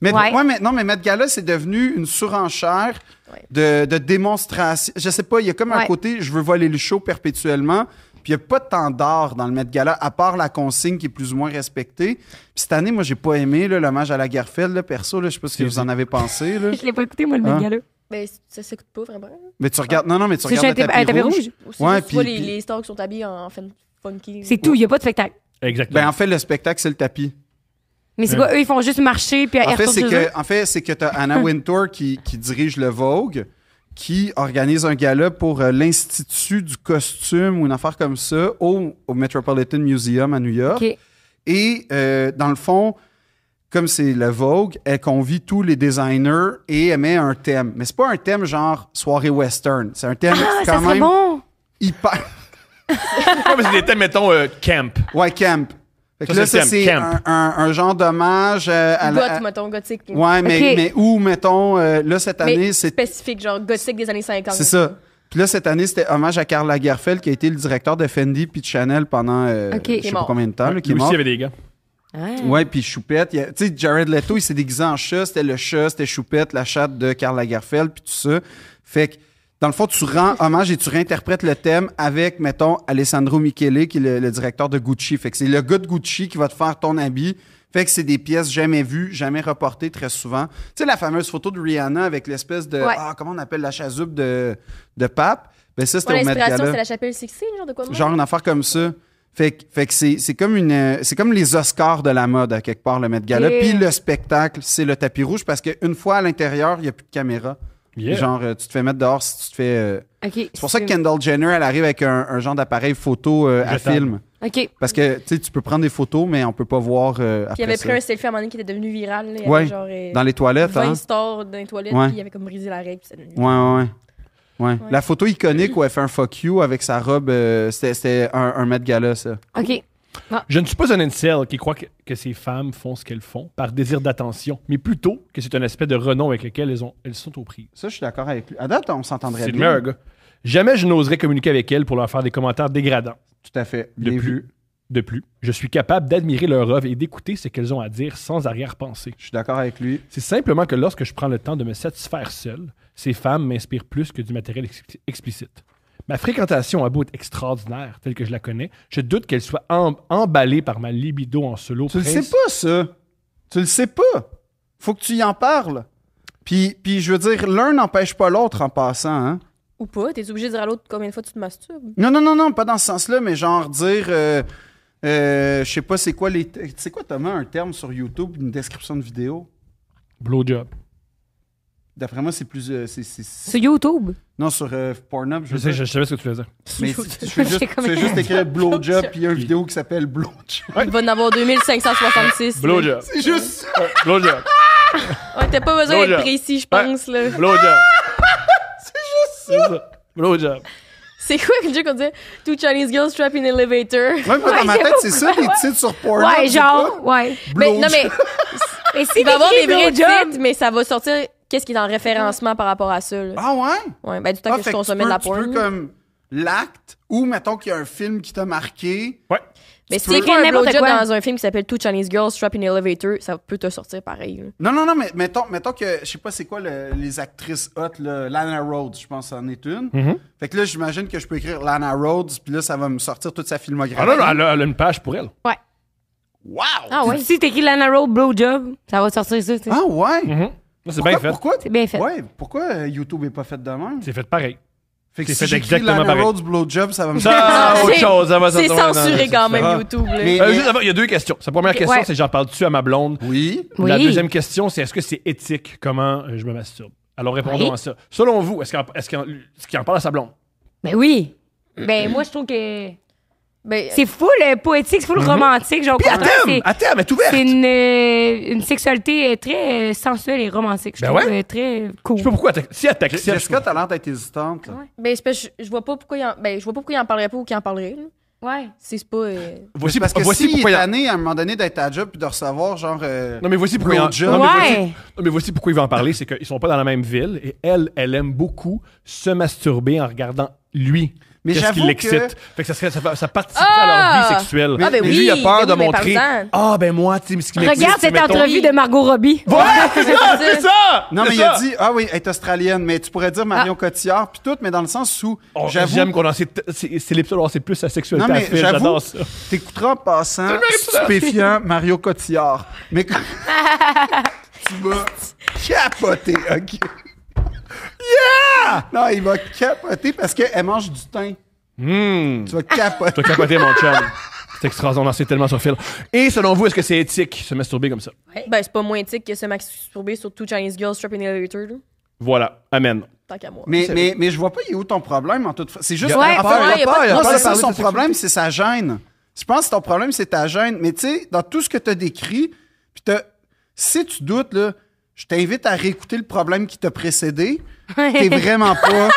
Speaker 4: Mais,
Speaker 1: Ouais.
Speaker 4: ouais, mais- non, mais Met Gala, c'est devenu une surenchère de, de démonstration. Je sais pas, il y a comme un
Speaker 1: Ouais.
Speaker 4: côté, je veux voler le show perpétuellement. Puis il n'y a pas tant d'art dans le Met Gala, à part la consigne qui est plus ou moins respectée. Puis cette année, moi, j'ai pas aimé là, l'hommage à la Garfield, là, perso. Là, je sais pas ce que vous en avez pensé. Là.
Speaker 1: Je l'ai pas écouté, moi, le Met
Speaker 4: Hein?
Speaker 1: Gala.
Speaker 2: Ben, ça s'écoute pas vraiment.
Speaker 4: Mais tu regardes. Non, non, mais tu
Speaker 1: C'est juste
Speaker 4: regardes.
Speaker 1: un
Speaker 4: le
Speaker 1: tapis,
Speaker 4: tapis
Speaker 1: un tapis
Speaker 4: rouge.
Speaker 1: rouge.
Speaker 2: Aussi,
Speaker 4: Ouais,
Speaker 2: tu vois
Speaker 4: puis-
Speaker 2: les,
Speaker 4: puis-
Speaker 2: les stars qui sont habillés en fun- funky.
Speaker 1: C'est tout, il n'y a pas de spectacle.
Speaker 3: Exactement.
Speaker 4: Ben, en fait, le spectacle, c'est le tapis.
Speaker 1: Mais c'est quoi, eux, ils font juste marcher, puis
Speaker 4: En
Speaker 1: ils
Speaker 4: fait, c'est
Speaker 1: retournent chez eux.
Speaker 4: que, en fait, c'est que t'as Anna Wintour qui, qui dirige le Vogue, qui organise un gala pour euh, l'Institut du costume ou une affaire comme ça au, au Metropolitan Museum à New York.
Speaker 1: OK. Ah,
Speaker 4: Et euh, dans le fond, comme c'est le Vogue, elle convie tous les designers et elle met un thème. Mais c'est pas un thème genre soirée western. C'est un thème
Speaker 1: Ah, ça
Speaker 4: quand
Speaker 1: serait
Speaker 4: même
Speaker 1: bon!
Speaker 4: hyper.
Speaker 3: Ouais, ben, mais c'est des thèmes, mettons, euh, camp.
Speaker 4: Ouais, camp. Fait que
Speaker 3: Ça,
Speaker 4: là,
Speaker 3: c'est
Speaker 4: ça,
Speaker 3: le thème,
Speaker 4: c'est un,
Speaker 3: camp.
Speaker 4: un- un genre d'hommage euh, à la.
Speaker 2: Goth, mettons, gothique.
Speaker 4: Ouais, mais,
Speaker 1: Ok.
Speaker 4: mais où, mettons, euh, là, cette
Speaker 2: mais
Speaker 4: année, c'est
Speaker 2: spécifique, genre gothique des années 50.
Speaker 4: C'est ça. Puis là, cette année, c'était hommage à Karl Lagerfeld, qui a été le directeur de Fendi puis de Chanel pendant euh,
Speaker 1: Ok.
Speaker 4: je
Speaker 1: Qui
Speaker 4: sais
Speaker 1: est
Speaker 4: pas
Speaker 2: mort.
Speaker 4: combien de temps, là, qui est
Speaker 3: Lui aussi,
Speaker 4: mort.
Speaker 3: il y avait des gars.
Speaker 1: Ah.
Speaker 4: Ouais, puis Choupette. il y a- Tu sais, Jared Leto, il s'est déguisé en chat. C'était le chat, c'était Choupette, la chatte de Karl Lagerfeld, puis tout ça. Fait que, dans le fond, tu rends hommage et tu réinterprètes le thème avec, mettons, Alessandro Michele, qui est le, le directeur de Gucci. Fait que c'est le gars de Gucci qui va te faire ton habit. Fait que c'est des pièces jamais vues, jamais reportées très souvent. Tu sais, la fameuse photo de Rihanna avec l'espèce de.
Speaker 2: Ouais.
Speaker 4: Ah, comment on appelle la chasuble de, de pape? Ben, ça, c'était
Speaker 2: Ouais,
Speaker 4: au Met
Speaker 2: L'inspiration,
Speaker 4: Gala
Speaker 2: c'est la chapelle Sixtine, genre de quoi? de même?
Speaker 4: genre une affaire comme ça. Fait, que- fait que c'est, c'est comme une euh, c'est comme les Oscars de la mode à quelque part le Met Gala
Speaker 1: Yeah.
Speaker 4: puis le spectacle c'est le tapis rouge parce qu'une fois à l'intérieur il n'y a plus de caméra
Speaker 3: Yeah.
Speaker 4: genre euh, tu te fais mettre dehors si tu te fais euh,
Speaker 1: Ah. OK.
Speaker 4: c'est pour ça que Kendall Jenner elle arrive avec un, un genre d'appareil photo euh, à
Speaker 3: Jetable.
Speaker 4: film
Speaker 1: OK.
Speaker 4: parce que tu sais, tu peux prendre des photos mais on peut pas voir euh,
Speaker 2: Puis
Speaker 4: après
Speaker 2: il avait pris
Speaker 4: ça.
Speaker 2: un selfie à un moment donné qui était devenu viral. Là, il y
Speaker 4: Ouais,
Speaker 2: avait genre, euh,
Speaker 4: dans les toilettes
Speaker 2: 20
Speaker 4: hein.
Speaker 2: stars dans les toilettes,
Speaker 4: Ouais.
Speaker 2: puis il avait comme brisé la règle, puis ça devenu.
Speaker 4: Ouais, ouais, ouais. Ouais. La photo iconique où elle fait un fuck you avec sa robe, euh, c'était, c'était un, un Met Gala, ça.
Speaker 1: OK.
Speaker 3: Je ne suis pas un incel qui croit que, que ces femmes font ce qu'elles font par désir d'attention, mais plutôt que c'est un aspect de renom avec lequel elles, ont, elles sont aux prises.
Speaker 4: Ça, je suis d'accord avec lui. À date, on s'entendrait
Speaker 3: C'est le
Speaker 4: bien.
Speaker 3: meilleur gars. Jamais je n'oserais communiquer avec elles pour leur faire des commentaires dégradants.
Speaker 4: Tout à fait.
Speaker 3: De
Speaker 4: Bien
Speaker 3: plus.
Speaker 4: vu.
Speaker 3: De plus, je suis capable d'admirer leur œuvre et d'écouter ce qu'elles ont à dire sans arrière-pensée.
Speaker 4: Je suis d'accord avec lui.
Speaker 3: C'est simplement que lorsque je prends le temps de me satisfaire seul, ces femmes m'inspirent plus que du matériel ex- explicite. Ma fréquentation à bout est extraordinaire, telle que je la connais. Je doute qu'elle soit em- emballée par ma libido en solo.
Speaker 4: Tu le sais
Speaker 3: prince-
Speaker 4: pas, ça. Tu le sais pas. Faut que tu y en parles. Puis, puis je veux dire, l'un n'empêche pas l'autre en passant. hein.
Speaker 2: Ou pas, t'es obligé de dire à l'autre combien de fois tu te masturbes.
Speaker 4: Non, non, non, non, pas dans ce sens-là, mais genre dire, euh, euh, je sais pas, c'est quoi les. te- C'est quoi, Thomas, un terme sur YouTube, une description de vidéo?
Speaker 3: Blowjob.
Speaker 4: D'après moi, c'est plus. euh, c'est- c'est- c'est-
Speaker 1: Sur YouTube.
Speaker 4: Non, sur euh, Pornhub, je
Speaker 3: Je
Speaker 4: veux
Speaker 3: sais,
Speaker 4: dire.
Speaker 3: je savais ce que tu voulais dire.
Speaker 4: Mais c'est- tu fais juste, tu fais juste écrire blowjob, puis il y a une vidéo qui s'appelle blowjob.
Speaker 2: Il va en avoir 2566.
Speaker 3: Blowjob.
Speaker 4: C'est juste ça.
Speaker 3: Ouais, Blowjob.
Speaker 2: là. Ouais, t'as pas besoin
Speaker 3: Blowjob.
Speaker 2: d'être précis, je pense, là.
Speaker 3: Blowjob. C'est juste ça. Blowjob.
Speaker 2: C'est quoi que Dieu qu'on disait? Two Chinese girls trapped in elevator.
Speaker 4: Ouais, moi, dans ma tête, c'est ça, les titres sur Pornhub.
Speaker 1: Ouais,
Speaker 4: c'est
Speaker 1: genre, ouais.
Speaker 4: pas
Speaker 2: Mais, Ben, non,
Speaker 4: blowjob.
Speaker 2: mais
Speaker 1: Et si
Speaker 2: il va y avoir des vrais
Speaker 1: jobs.
Speaker 2: titres, mais ça va sortir qu'est-ce qui est en référencement par rapport à ça, là.
Speaker 4: Ah ouais?
Speaker 2: Ouais, ben, du temps
Speaker 4: Ah,
Speaker 2: que
Speaker 4: fait
Speaker 2: je
Speaker 4: que
Speaker 2: consommais de
Speaker 4: tu
Speaker 2: la
Speaker 4: peux- Tu
Speaker 2: porn.
Speaker 4: peux comme l'acte ou mettons qu'il y a un film qui t'a marqué.
Speaker 3: Ouais.
Speaker 2: Mais
Speaker 4: tu
Speaker 2: si tu
Speaker 1: peux-
Speaker 2: écris un
Speaker 1: n'importe
Speaker 2: blowjob
Speaker 1: quoi.
Speaker 2: dans un film qui s'appelle Two Chinese girls trapped in elevator, ça peut te sortir pareil, là.
Speaker 4: Non, non, non, mais mettons, mettons que je sais pas c'est quoi le- les actrices hot, là, Lana Rhodes, je pense en est une.
Speaker 3: Mm-hmm.
Speaker 4: Fait que là, j'imagine que je peux écrire Lana Rhodes, puis là, ça va me sortir toute sa filmographie.
Speaker 3: Ah non, non, elle a, elle a une page pour elle.
Speaker 1: Ouais.
Speaker 4: Wow!
Speaker 2: Ah ouais?
Speaker 1: Si t'écris Lana Road Blowjob, ça va te sortir ça, tu sais.
Speaker 4: Ah ouais?
Speaker 3: Mhm. Ça, C'est
Speaker 4: Pourquoi,
Speaker 3: bien fait.
Speaker 4: pourquoi-
Speaker 1: C'est bien fait.
Speaker 4: Ouais, pourquoi euh, YouTube est pas fait de même?
Speaker 3: C'est fait pareil.
Speaker 4: Fait que
Speaker 3: c'est
Speaker 4: si
Speaker 3: fait
Speaker 4: j'écris
Speaker 3: exactement
Speaker 4: Lana
Speaker 3: pareil. Ah,
Speaker 4: Rhodes blowjob, ça va me
Speaker 3: Ça,
Speaker 2: Non,
Speaker 3: autre
Speaker 2: c'est-
Speaker 3: chose, ça va
Speaker 2: C'est
Speaker 3: sortir dans-
Speaker 2: censuré
Speaker 4: ça.
Speaker 2: quand même, YouTube, là.
Speaker 4: Mais-
Speaker 3: Euh, juste avant, il y a deux questions. Sa première question,
Speaker 1: ouais.
Speaker 3: c'est j'en parle-tu à ma blonde?
Speaker 4: Oui.
Speaker 3: La
Speaker 1: Oui.
Speaker 3: deuxième question, c'est est-ce que c'est éthique comment euh, je me masturbe? Alors répondons
Speaker 1: Oui.
Speaker 3: à ça. Selon vous, est-ce qu'il en, est-ce qu'il en- est-ce qu'il en parle à sa blonde?
Speaker 1: Ben oui. Ben moi, je trouve que
Speaker 2: Ben,
Speaker 1: c'est full euh, poétique, c'est full
Speaker 4: Mm-hmm.
Speaker 1: romantique. Genre, au
Speaker 3: Puis
Speaker 1: contraire,
Speaker 3: Athème!
Speaker 1: Ah, c'est-
Speaker 3: Athème est ouverte!
Speaker 1: c'est une, euh, une sexualité euh, très euh, sensuelle et romantique. Je
Speaker 3: Ben
Speaker 1: trouve
Speaker 3: ouais.
Speaker 1: euh, très
Speaker 3: Je sais pas
Speaker 1: cool.
Speaker 3: pourquoi. t'ac- Si elle t'accepte.
Speaker 4: Jessica, t'as l'air d'être hésitante.
Speaker 1: Ouais.
Speaker 2: ben, c'est parce que je, je vois pas pourquoi il en, ben, je vois pas pourquoi il en parlerait pas ou qu'il en parlerait, là.
Speaker 1: Ouais.
Speaker 2: C'est c'est pas. euh,
Speaker 3: Voici,
Speaker 4: Parce que
Speaker 3: voici
Speaker 4: si il
Speaker 3: pourquoi
Speaker 4: est
Speaker 3: il en-
Speaker 4: tanné, à un moment donné d'être à job puis de recevoir genre. euh,
Speaker 3: Non, mais voici pourquoi il en...
Speaker 4: Blowjob.
Speaker 3: non, mais
Speaker 1: Ouais.
Speaker 3: voici- non, mais voici pourquoi il va en parler. C'est qu'ils sont pas dans la même ville. Et elle, elle aime beaucoup se masturber en regardant lui.
Speaker 4: Mais
Speaker 3: qu'est-ce qui
Speaker 4: j'avoue que
Speaker 3: l'excite. Fait que ça, serait, ça, fa- ça participerait à leur
Speaker 2: Ah!
Speaker 3: vie sexuelle.
Speaker 2: Ah, ben
Speaker 3: Mais
Speaker 2: oui,
Speaker 3: lui, il a peur
Speaker 2: ben
Speaker 3: de
Speaker 2: oui, mais
Speaker 3: montrer.
Speaker 2: parle-en.
Speaker 3: Ah, ben moi, tu sais, ce qui m'excite.
Speaker 1: Regarde
Speaker 3: c'est,
Speaker 1: cette
Speaker 3: mettons-
Speaker 1: entrevue de Margot Robbie.
Speaker 3: Voilà, c'est ça,
Speaker 2: C'est
Speaker 3: c'est ça!
Speaker 4: Non,
Speaker 3: C'est
Speaker 4: mais il a
Speaker 3: ça!
Speaker 4: dit, ah oui, elle est australienne, mais tu pourrais dire Marion Cotillard, puis tout, mais dans le sens où,
Speaker 3: Oh,
Speaker 4: j'avoue,
Speaker 3: J'aime qu'on en sait. t- C'est c'est l'épisode où on sait plus sa sexualité
Speaker 4: Non, mais
Speaker 3: à Phil,
Speaker 4: j'avoue-
Speaker 3: J'adore ça.
Speaker 4: t'écouteras en passant stupéfiant Mario Cotillard. Mais quand- tu vas capoter, OK? Yeah! Non, il va capoter parce qu'elle mange du thym.
Speaker 3: Hmm.
Speaker 4: Tu vas capoter.
Speaker 3: T'as capoté, mon chum. C'est extraordinaire, on en sait tellement sur Phil. Et selon vous, est-ce que c'est éthique se masturber comme ça?
Speaker 2: Ben, c'est pas moins éthique que ce Max Tourbé sur Two Chinese Girls Trapped in the Elevator, là.
Speaker 3: Voilà. Amen.
Speaker 2: Tant qu'à moi.
Speaker 4: Mais, mais, mais je vois pas, il est où ton problème en toute fa- C'est juste.
Speaker 1: Ouais,
Speaker 4: en fait,
Speaker 2: ouais, il y a pas de-
Speaker 4: Non,
Speaker 2: Pas
Speaker 4: c'est
Speaker 2: de
Speaker 3: parler
Speaker 4: ça, son
Speaker 3: de sexualité.
Speaker 4: problème, c'est sa gêne. Je pense que ton problème, c'est ta gêne. Mais tu sais, dans tout ce que tu as décrit, puis t'as- si tu doutes, là, je t'invite à réécouter le problème qui t'a précédé. T'es vraiment pas,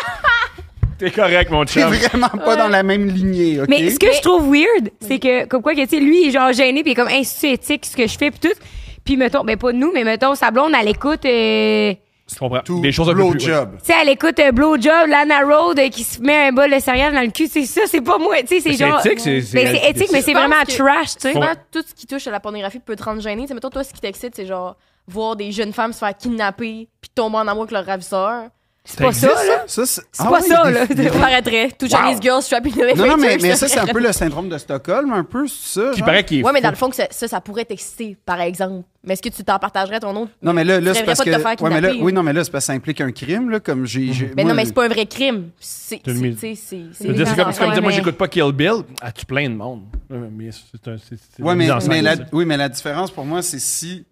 Speaker 3: T'es correct, mon
Speaker 4: t'es
Speaker 3: chum.
Speaker 4: vraiment pas dans la même lignée, OK?
Speaker 1: Mais ce que je trouve weird, c'est que, comme quoi, que, tu sais, lui, il est genre gêné, puis il est comme, hey, c'est éthique, ce que je fais, puis tout. Puis, mettons, ben, pas nous, mais mettons, sa blonde, elle écoute, euh,
Speaker 3: Je comprends.
Speaker 4: Tout
Speaker 3: Des choses un peu plus...
Speaker 4: blowjob.
Speaker 1: tu sais, elle écoute euh, Blowjob, Lana Road, euh, qui se met un bol de céréales dans le cul, c'est ça, c'est pas moi, tu sais, c'est
Speaker 3: Mais c'est
Speaker 1: genre.
Speaker 3: éthique, c'est- c'est-
Speaker 1: Ben, c'est éthique, mais
Speaker 2: Je
Speaker 1: c'est
Speaker 2: pense
Speaker 1: vraiment
Speaker 2: que-
Speaker 1: trash, tu sais.
Speaker 3: Bon.
Speaker 2: Souvent, tout ce qui touche à la pornographie peut te rendre gêné. Tu sais, mettons, toi, ce qui t'excite, c'est genre voir des jeunes femmes se faire kidnapper puis tomber en amour avec leur ravisseur.
Speaker 1: C'est pas ça,
Speaker 3: existe,
Speaker 1: là.
Speaker 4: Ça, c'est
Speaker 1: C'est
Speaker 4: ah
Speaker 1: pas
Speaker 4: oui,
Speaker 1: ça,
Speaker 4: des-
Speaker 1: là.
Speaker 2: Ça paraîtrait. Two Chinese Girls Trapped in the Elevator.
Speaker 4: Non, non, mais, mais ça, c'est un
Speaker 2: serait-
Speaker 4: peu le syndrome de Stockholm, un peu, c'est ça.
Speaker 3: Qui
Speaker 4: genre?
Speaker 3: paraît qu'il est
Speaker 2: Ouais, mais dans le
Speaker 3: fou.
Speaker 2: fond, que ça, ça, ça pourrait t'exciter, par exemple. Mais est-ce que tu t'en partagerais ton autre?
Speaker 4: Non, mais là, là
Speaker 2: Tu
Speaker 4: c'est parce que.
Speaker 2: rêverais pas de te faire
Speaker 4: ouais, mais là,
Speaker 2: kidnapper.
Speaker 4: oui, non, mais là, c'est parce que ça implique un crime, là, comme j'ai. j'ai-
Speaker 2: Mais
Speaker 4: moi,
Speaker 2: Ben non, mais c'est pas un vrai crime. C'est.
Speaker 3: le
Speaker 2: c'est-
Speaker 3: mets-
Speaker 2: tu sais, c'est-
Speaker 3: Je
Speaker 2: c'est-
Speaker 3: veux dire, C'est comme, c'est comme dire, moi,
Speaker 1: Mais-
Speaker 3: j'écoute pas Kill Bill. Ah, tu plein de monde. Ouais, Mais c'est un... c'est- c'est
Speaker 4: Ouais,
Speaker 3: une
Speaker 4: mais,
Speaker 3: mise en scène,
Speaker 4: mais la,
Speaker 3: ça.
Speaker 4: oui, mais la différence pour moi, c'est si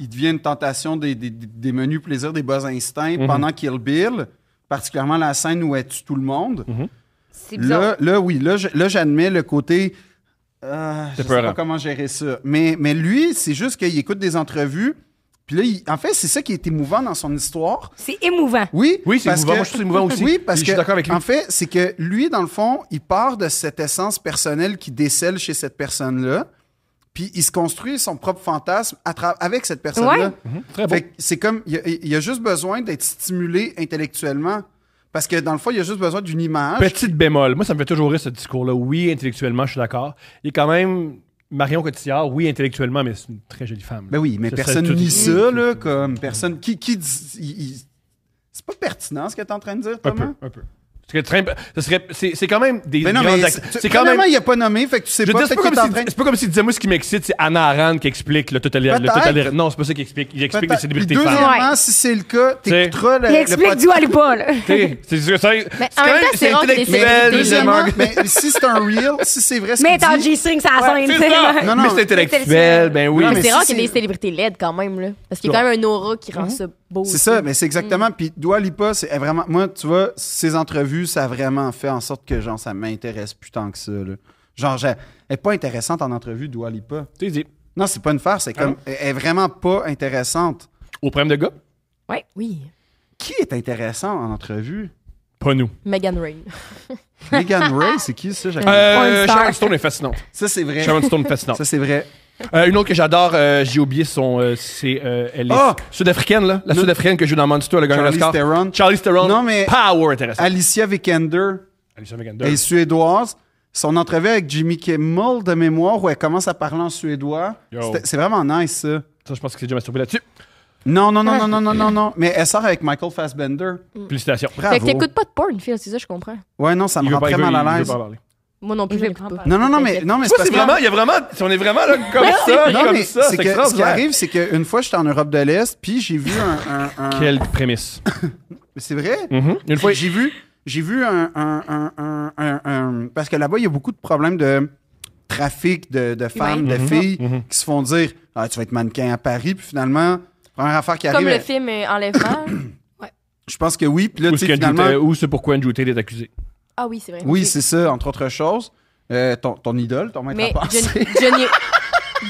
Speaker 4: il devient une tentation des, des, des- des menus plaisirs des bas instincts
Speaker 3: Mhm.
Speaker 4: pendant Kill Bill, particulièrement la scène où elle tue tout le monde.
Speaker 3: Mhm.
Speaker 1: C'est
Speaker 4: Là, là, oui, là, je- là, j'admets le côté. euh, je
Speaker 3: C'est
Speaker 4: sais
Speaker 3: peurant.
Speaker 4: pas comment gérer ça. Mais, mais lui, c'est juste qu'il écoute des entrevues. Puis là, il- en fait, c'est ça qui est émouvant dans son histoire.
Speaker 1: C'est émouvant.
Speaker 4: Oui,
Speaker 3: Oui, c'est
Speaker 4: parce
Speaker 3: émouvant.
Speaker 4: que-
Speaker 3: Moi, je trouve ça émouvant aussi.
Speaker 4: Oui, parce
Speaker 3: Je
Speaker 4: que
Speaker 3: suis d'accord avec lui.
Speaker 4: en fait, c'est que lui, dans le fond, il part de cette essence personnelle qui décèle chez cette personne-là, puis il se construit son propre fantasme à tra- avec cette personne-là.
Speaker 3: Très beau.
Speaker 4: Fait que c'est comme il y a, il y a juste besoin d'être stimulé intellectuellement, parce que dans le fond, il y a juste besoin d'une image.
Speaker 3: Petite bémol. Moi, ça me fait toujours rire, ce discours-là. Oui, intellectuellement, je suis d'accord. Il est quand même... Marion Cotillard, oui, intellectuellement, mais c'est une très jolie femme. là.
Speaker 4: Ben oui, mais
Speaker 3: Ça,
Speaker 4: personne
Speaker 3: ça, tout-
Speaker 4: nie ça, là, comme personne qui qui dit- il- il- c'est pas pertinent ce que tu es en train de dire,
Speaker 3: Un
Speaker 4: Thomas.
Speaker 3: peu, un peu. Ce serait très- ce serait- C'est c'est quand même des
Speaker 4: Mais Ben non,
Speaker 3: grandes
Speaker 4: mais
Speaker 3: ac-
Speaker 4: c'est
Speaker 3: C'est quand même...
Speaker 4: finalement, il a pas nommé, fait que tu sais
Speaker 3: Je veux
Speaker 4: pas
Speaker 3: dire, c'est
Speaker 4: peut-être
Speaker 3: pas,
Speaker 4: qu'il est en
Speaker 3: comme
Speaker 4: train
Speaker 3: si, c'est pas comme si disait moi ce qui m'excite, c'est Anna Arendt qui explique le totalitarisme.
Speaker 4: Peut-être.
Speaker 3: Non, c'est pas ça qu'il explique. Il explique les
Speaker 4: Peut-être.
Speaker 3: célébrités
Speaker 4: Puis
Speaker 3: femmes.
Speaker 4: Deuxièmement,
Speaker 1: Ouais.
Speaker 4: si c'est le cas, t'écouteras le,
Speaker 1: Il
Speaker 4: Euh, le
Speaker 1: explique
Speaker 4: podcast.
Speaker 1: du ou pas, là.
Speaker 3: Tu sais, C'est c'est- c'est- c'est quand
Speaker 2: en même
Speaker 3: même-
Speaker 2: temps,
Speaker 3: c'est
Speaker 2: c'est rare que les
Speaker 3: intellectuel.
Speaker 2: célébrités
Speaker 3: deuxièmement.
Speaker 4: Deuxièmement, ben, si c'est un real, si c'est vrai ce
Speaker 1: Mais
Speaker 4: qu'il
Speaker 1: t'as
Speaker 4: dit,
Speaker 1: G-string, ça scène, tu
Speaker 3: C'est
Speaker 1: sais.
Speaker 3: ça.
Speaker 4: Non,
Speaker 3: mais
Speaker 4: non, mais-
Speaker 3: c'est intellectuel, ben oui.
Speaker 4: Non,
Speaker 2: Mais
Speaker 4: mais
Speaker 2: c'est
Speaker 4: si
Speaker 2: rare
Speaker 4: c'est-
Speaker 2: qu'il y
Speaker 4: Mhm.
Speaker 2: ait des célébrités laides quand même, là. Parce qu'il y a quand même un aura qui rend ça beau.
Speaker 4: c'est ça, mais c'est
Speaker 1: Mm.
Speaker 4: exactement. Puis Dua Lipa, c'est elle vraiment. Moi, tu vois, ces entrevues, ça a vraiment fait en sorte que genre ça m'intéresse plus tant que ça. là. Genre, j'ai- elle est pas intéressante en entrevue, Dua Lipa.
Speaker 3: Tu dis,
Speaker 4: Non, c'est pas une farce. C'est comme, elle est vraiment pas intéressante.
Speaker 3: au problème de gars,
Speaker 1: Ouais.
Speaker 2: Oui.
Speaker 4: Qui est intéressant en entrevue?
Speaker 3: pas nous.
Speaker 2: Megan Rain.
Speaker 4: Megan Ray, c'est qui ça? j'ai-
Speaker 3: Euh,
Speaker 1: une star.
Speaker 3: Sharon Stone est fascinante.
Speaker 4: Ça, c'est vrai.
Speaker 3: Sharon Stone est fascinante.
Speaker 4: Ça, c'est vrai.
Speaker 3: Euh, une autre que j'adore, euh, j'ai oublié son. euh, c'est. euh, elle est
Speaker 4: Ah!
Speaker 3: sud-africaine, là. La
Speaker 4: Non.
Speaker 3: sud-africaine que joue dans Monster, le gagnant de
Speaker 4: Charlize
Speaker 3: l'Oscar.
Speaker 4: Theron.
Speaker 3: Charlize Theron.
Speaker 4: Non, mais-
Speaker 3: Power intéressant.
Speaker 4: Alicia Vikander.
Speaker 3: Alicia Vikander.
Speaker 4: Elle est suédoise. Son entrevue avec Jimmy Kimmel de mémoire où elle commence à parler en suédois.
Speaker 3: Yo.
Speaker 4: C'était- C'est vraiment nice, ça.
Speaker 3: Ça, je pense que c'est déjà masturbé là-dessus.
Speaker 4: Non, non, non, non, non, non, non, non. Mais elle sort avec Michael Fassbender.
Speaker 3: Félicitations.
Speaker 4: Bravo.
Speaker 2: Fait que t'écoutes pas de porn, Phil, c'est ça, je comprends.
Speaker 4: Ouais, non, ça
Speaker 3: Il
Speaker 4: me
Speaker 3: veut
Speaker 4: rend
Speaker 3: pas- il
Speaker 4: très
Speaker 3: veut-
Speaker 4: mal
Speaker 3: il
Speaker 4: à
Speaker 3: veut
Speaker 4: l'aise.
Speaker 3: pas en parler.
Speaker 2: Moi non plus,
Speaker 1: Je
Speaker 2: je
Speaker 1: vais
Speaker 2: l'écoute
Speaker 1: prendre
Speaker 2: pas.
Speaker 1: pas.
Speaker 4: Non, non, non, mais,
Speaker 2: T'inquiète.
Speaker 4: non, mais
Speaker 3: Tu vois,
Speaker 4: c'est parce
Speaker 3: c'est
Speaker 4: que-
Speaker 3: vraiment, il y a vraiment, on est vraiment là comme ça,
Speaker 4: Non,
Speaker 3: comme
Speaker 4: mais
Speaker 3: ça,
Speaker 4: c'est
Speaker 3: c'est
Speaker 4: que ce qui
Speaker 3: extraordinaire.
Speaker 4: arrive, c'est qu'une fois, j'étais en Europe de l'Est, puis j'ai vu un. un- un-
Speaker 3: Quelle prémisse.
Speaker 4: euh, Mais C'est vrai?
Speaker 3: Mhm. Une fois,
Speaker 4: Puis J'ai vu, j'ai vu un, un- un- un- un- un- Parce que là-bas, il y a beaucoup de problèmes de trafic de, de femmes,
Speaker 2: Mhm.
Speaker 4: de filles qui se font dire ah, Tu vas être mannequin à Paris, puis finalement, première affaire qui
Speaker 2: Comme
Speaker 4: arrive.
Speaker 2: le film euh, Enlèvement.
Speaker 4: Je pense que oui, puis là,
Speaker 3: où
Speaker 4: tu
Speaker 3: ce euh,
Speaker 4: sais,
Speaker 3: qu'Andrew
Speaker 4: finalement.
Speaker 3: Tate- où c'est pourquoi Andrew Tate est accusé.
Speaker 2: Ah oui, c'est vrai.
Speaker 4: Oui,
Speaker 2: Ok.
Speaker 4: c'est ça, entre autres choses. Euh, ton, ton idole, ton maître
Speaker 2: Mais
Speaker 4: à penser.
Speaker 2: Johnny, Johnny,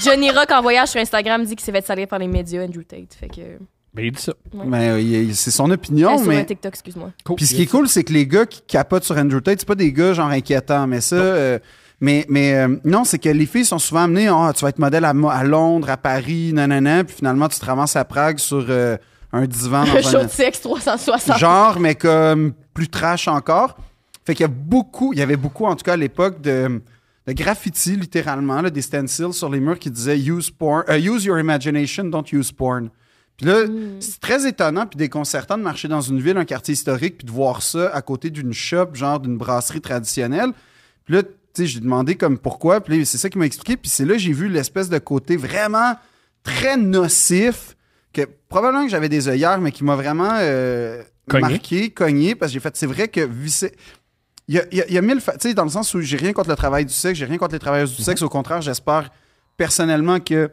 Speaker 2: Johnny Rock en voyage sur Instagram dit qu'il s'est fait salir par les médias, Andrew Tate. Fait que.
Speaker 3: Ben, il dit ça.
Speaker 4: Mais euh, il- il- c'est son opinion,
Speaker 2: Euh, sur un
Speaker 4: mais.
Speaker 2: TikTok, excuse-moi.
Speaker 3: Cool.
Speaker 4: Puis ce qui est cool, c'est que les gars qui capotent sur Andrew Tate, c'est pas des gars genre inquiétants, mais ça. euh, mais mais euh, non, c'est que les filles sont souvent amenées Ah, tu vas être modèle à, Mo- à Londres, à Paris, nanana, puis finalement, tu te ramasses à Prague sur euh, un divan.
Speaker 2: Le
Speaker 4: dans
Speaker 2: show de
Speaker 4: un-
Speaker 2: sexe 360.
Speaker 4: genre, mais comme plus trash encore. Fait qu'il y a beaucoup, il y avait beaucoup, en tout cas à l'époque, de, de graffiti, littéralement, là, des stencils sur les murs qui disaient use, porn, euh, use your imagination, don't use porn. Puis là, c'est très étonnant puis déconcertant de marcher dans une ville, un quartier historique, puis de voir ça à côté d'une shop, genre d'une brasserie traditionnelle. Puis là, tu sais, j'ai demandé comme pourquoi, puis là, c'est ça qui m'a expliqué. Puis c'est là que j'ai vu l'espèce de côté vraiment très nocif que probablement que j'avais des œillères, mais qui m'a vraiment euh,
Speaker 3: Cogné.
Speaker 4: marqué, cogné, parce que j'ai fait, c'est vrai que visser- il y a, il y a- il y a mille. fa- Tu sais, dans le sens où j'ai rien contre le travail du sexe, j'ai rien contre les travailleurs du sexe. Au contraire, j'espère personnellement que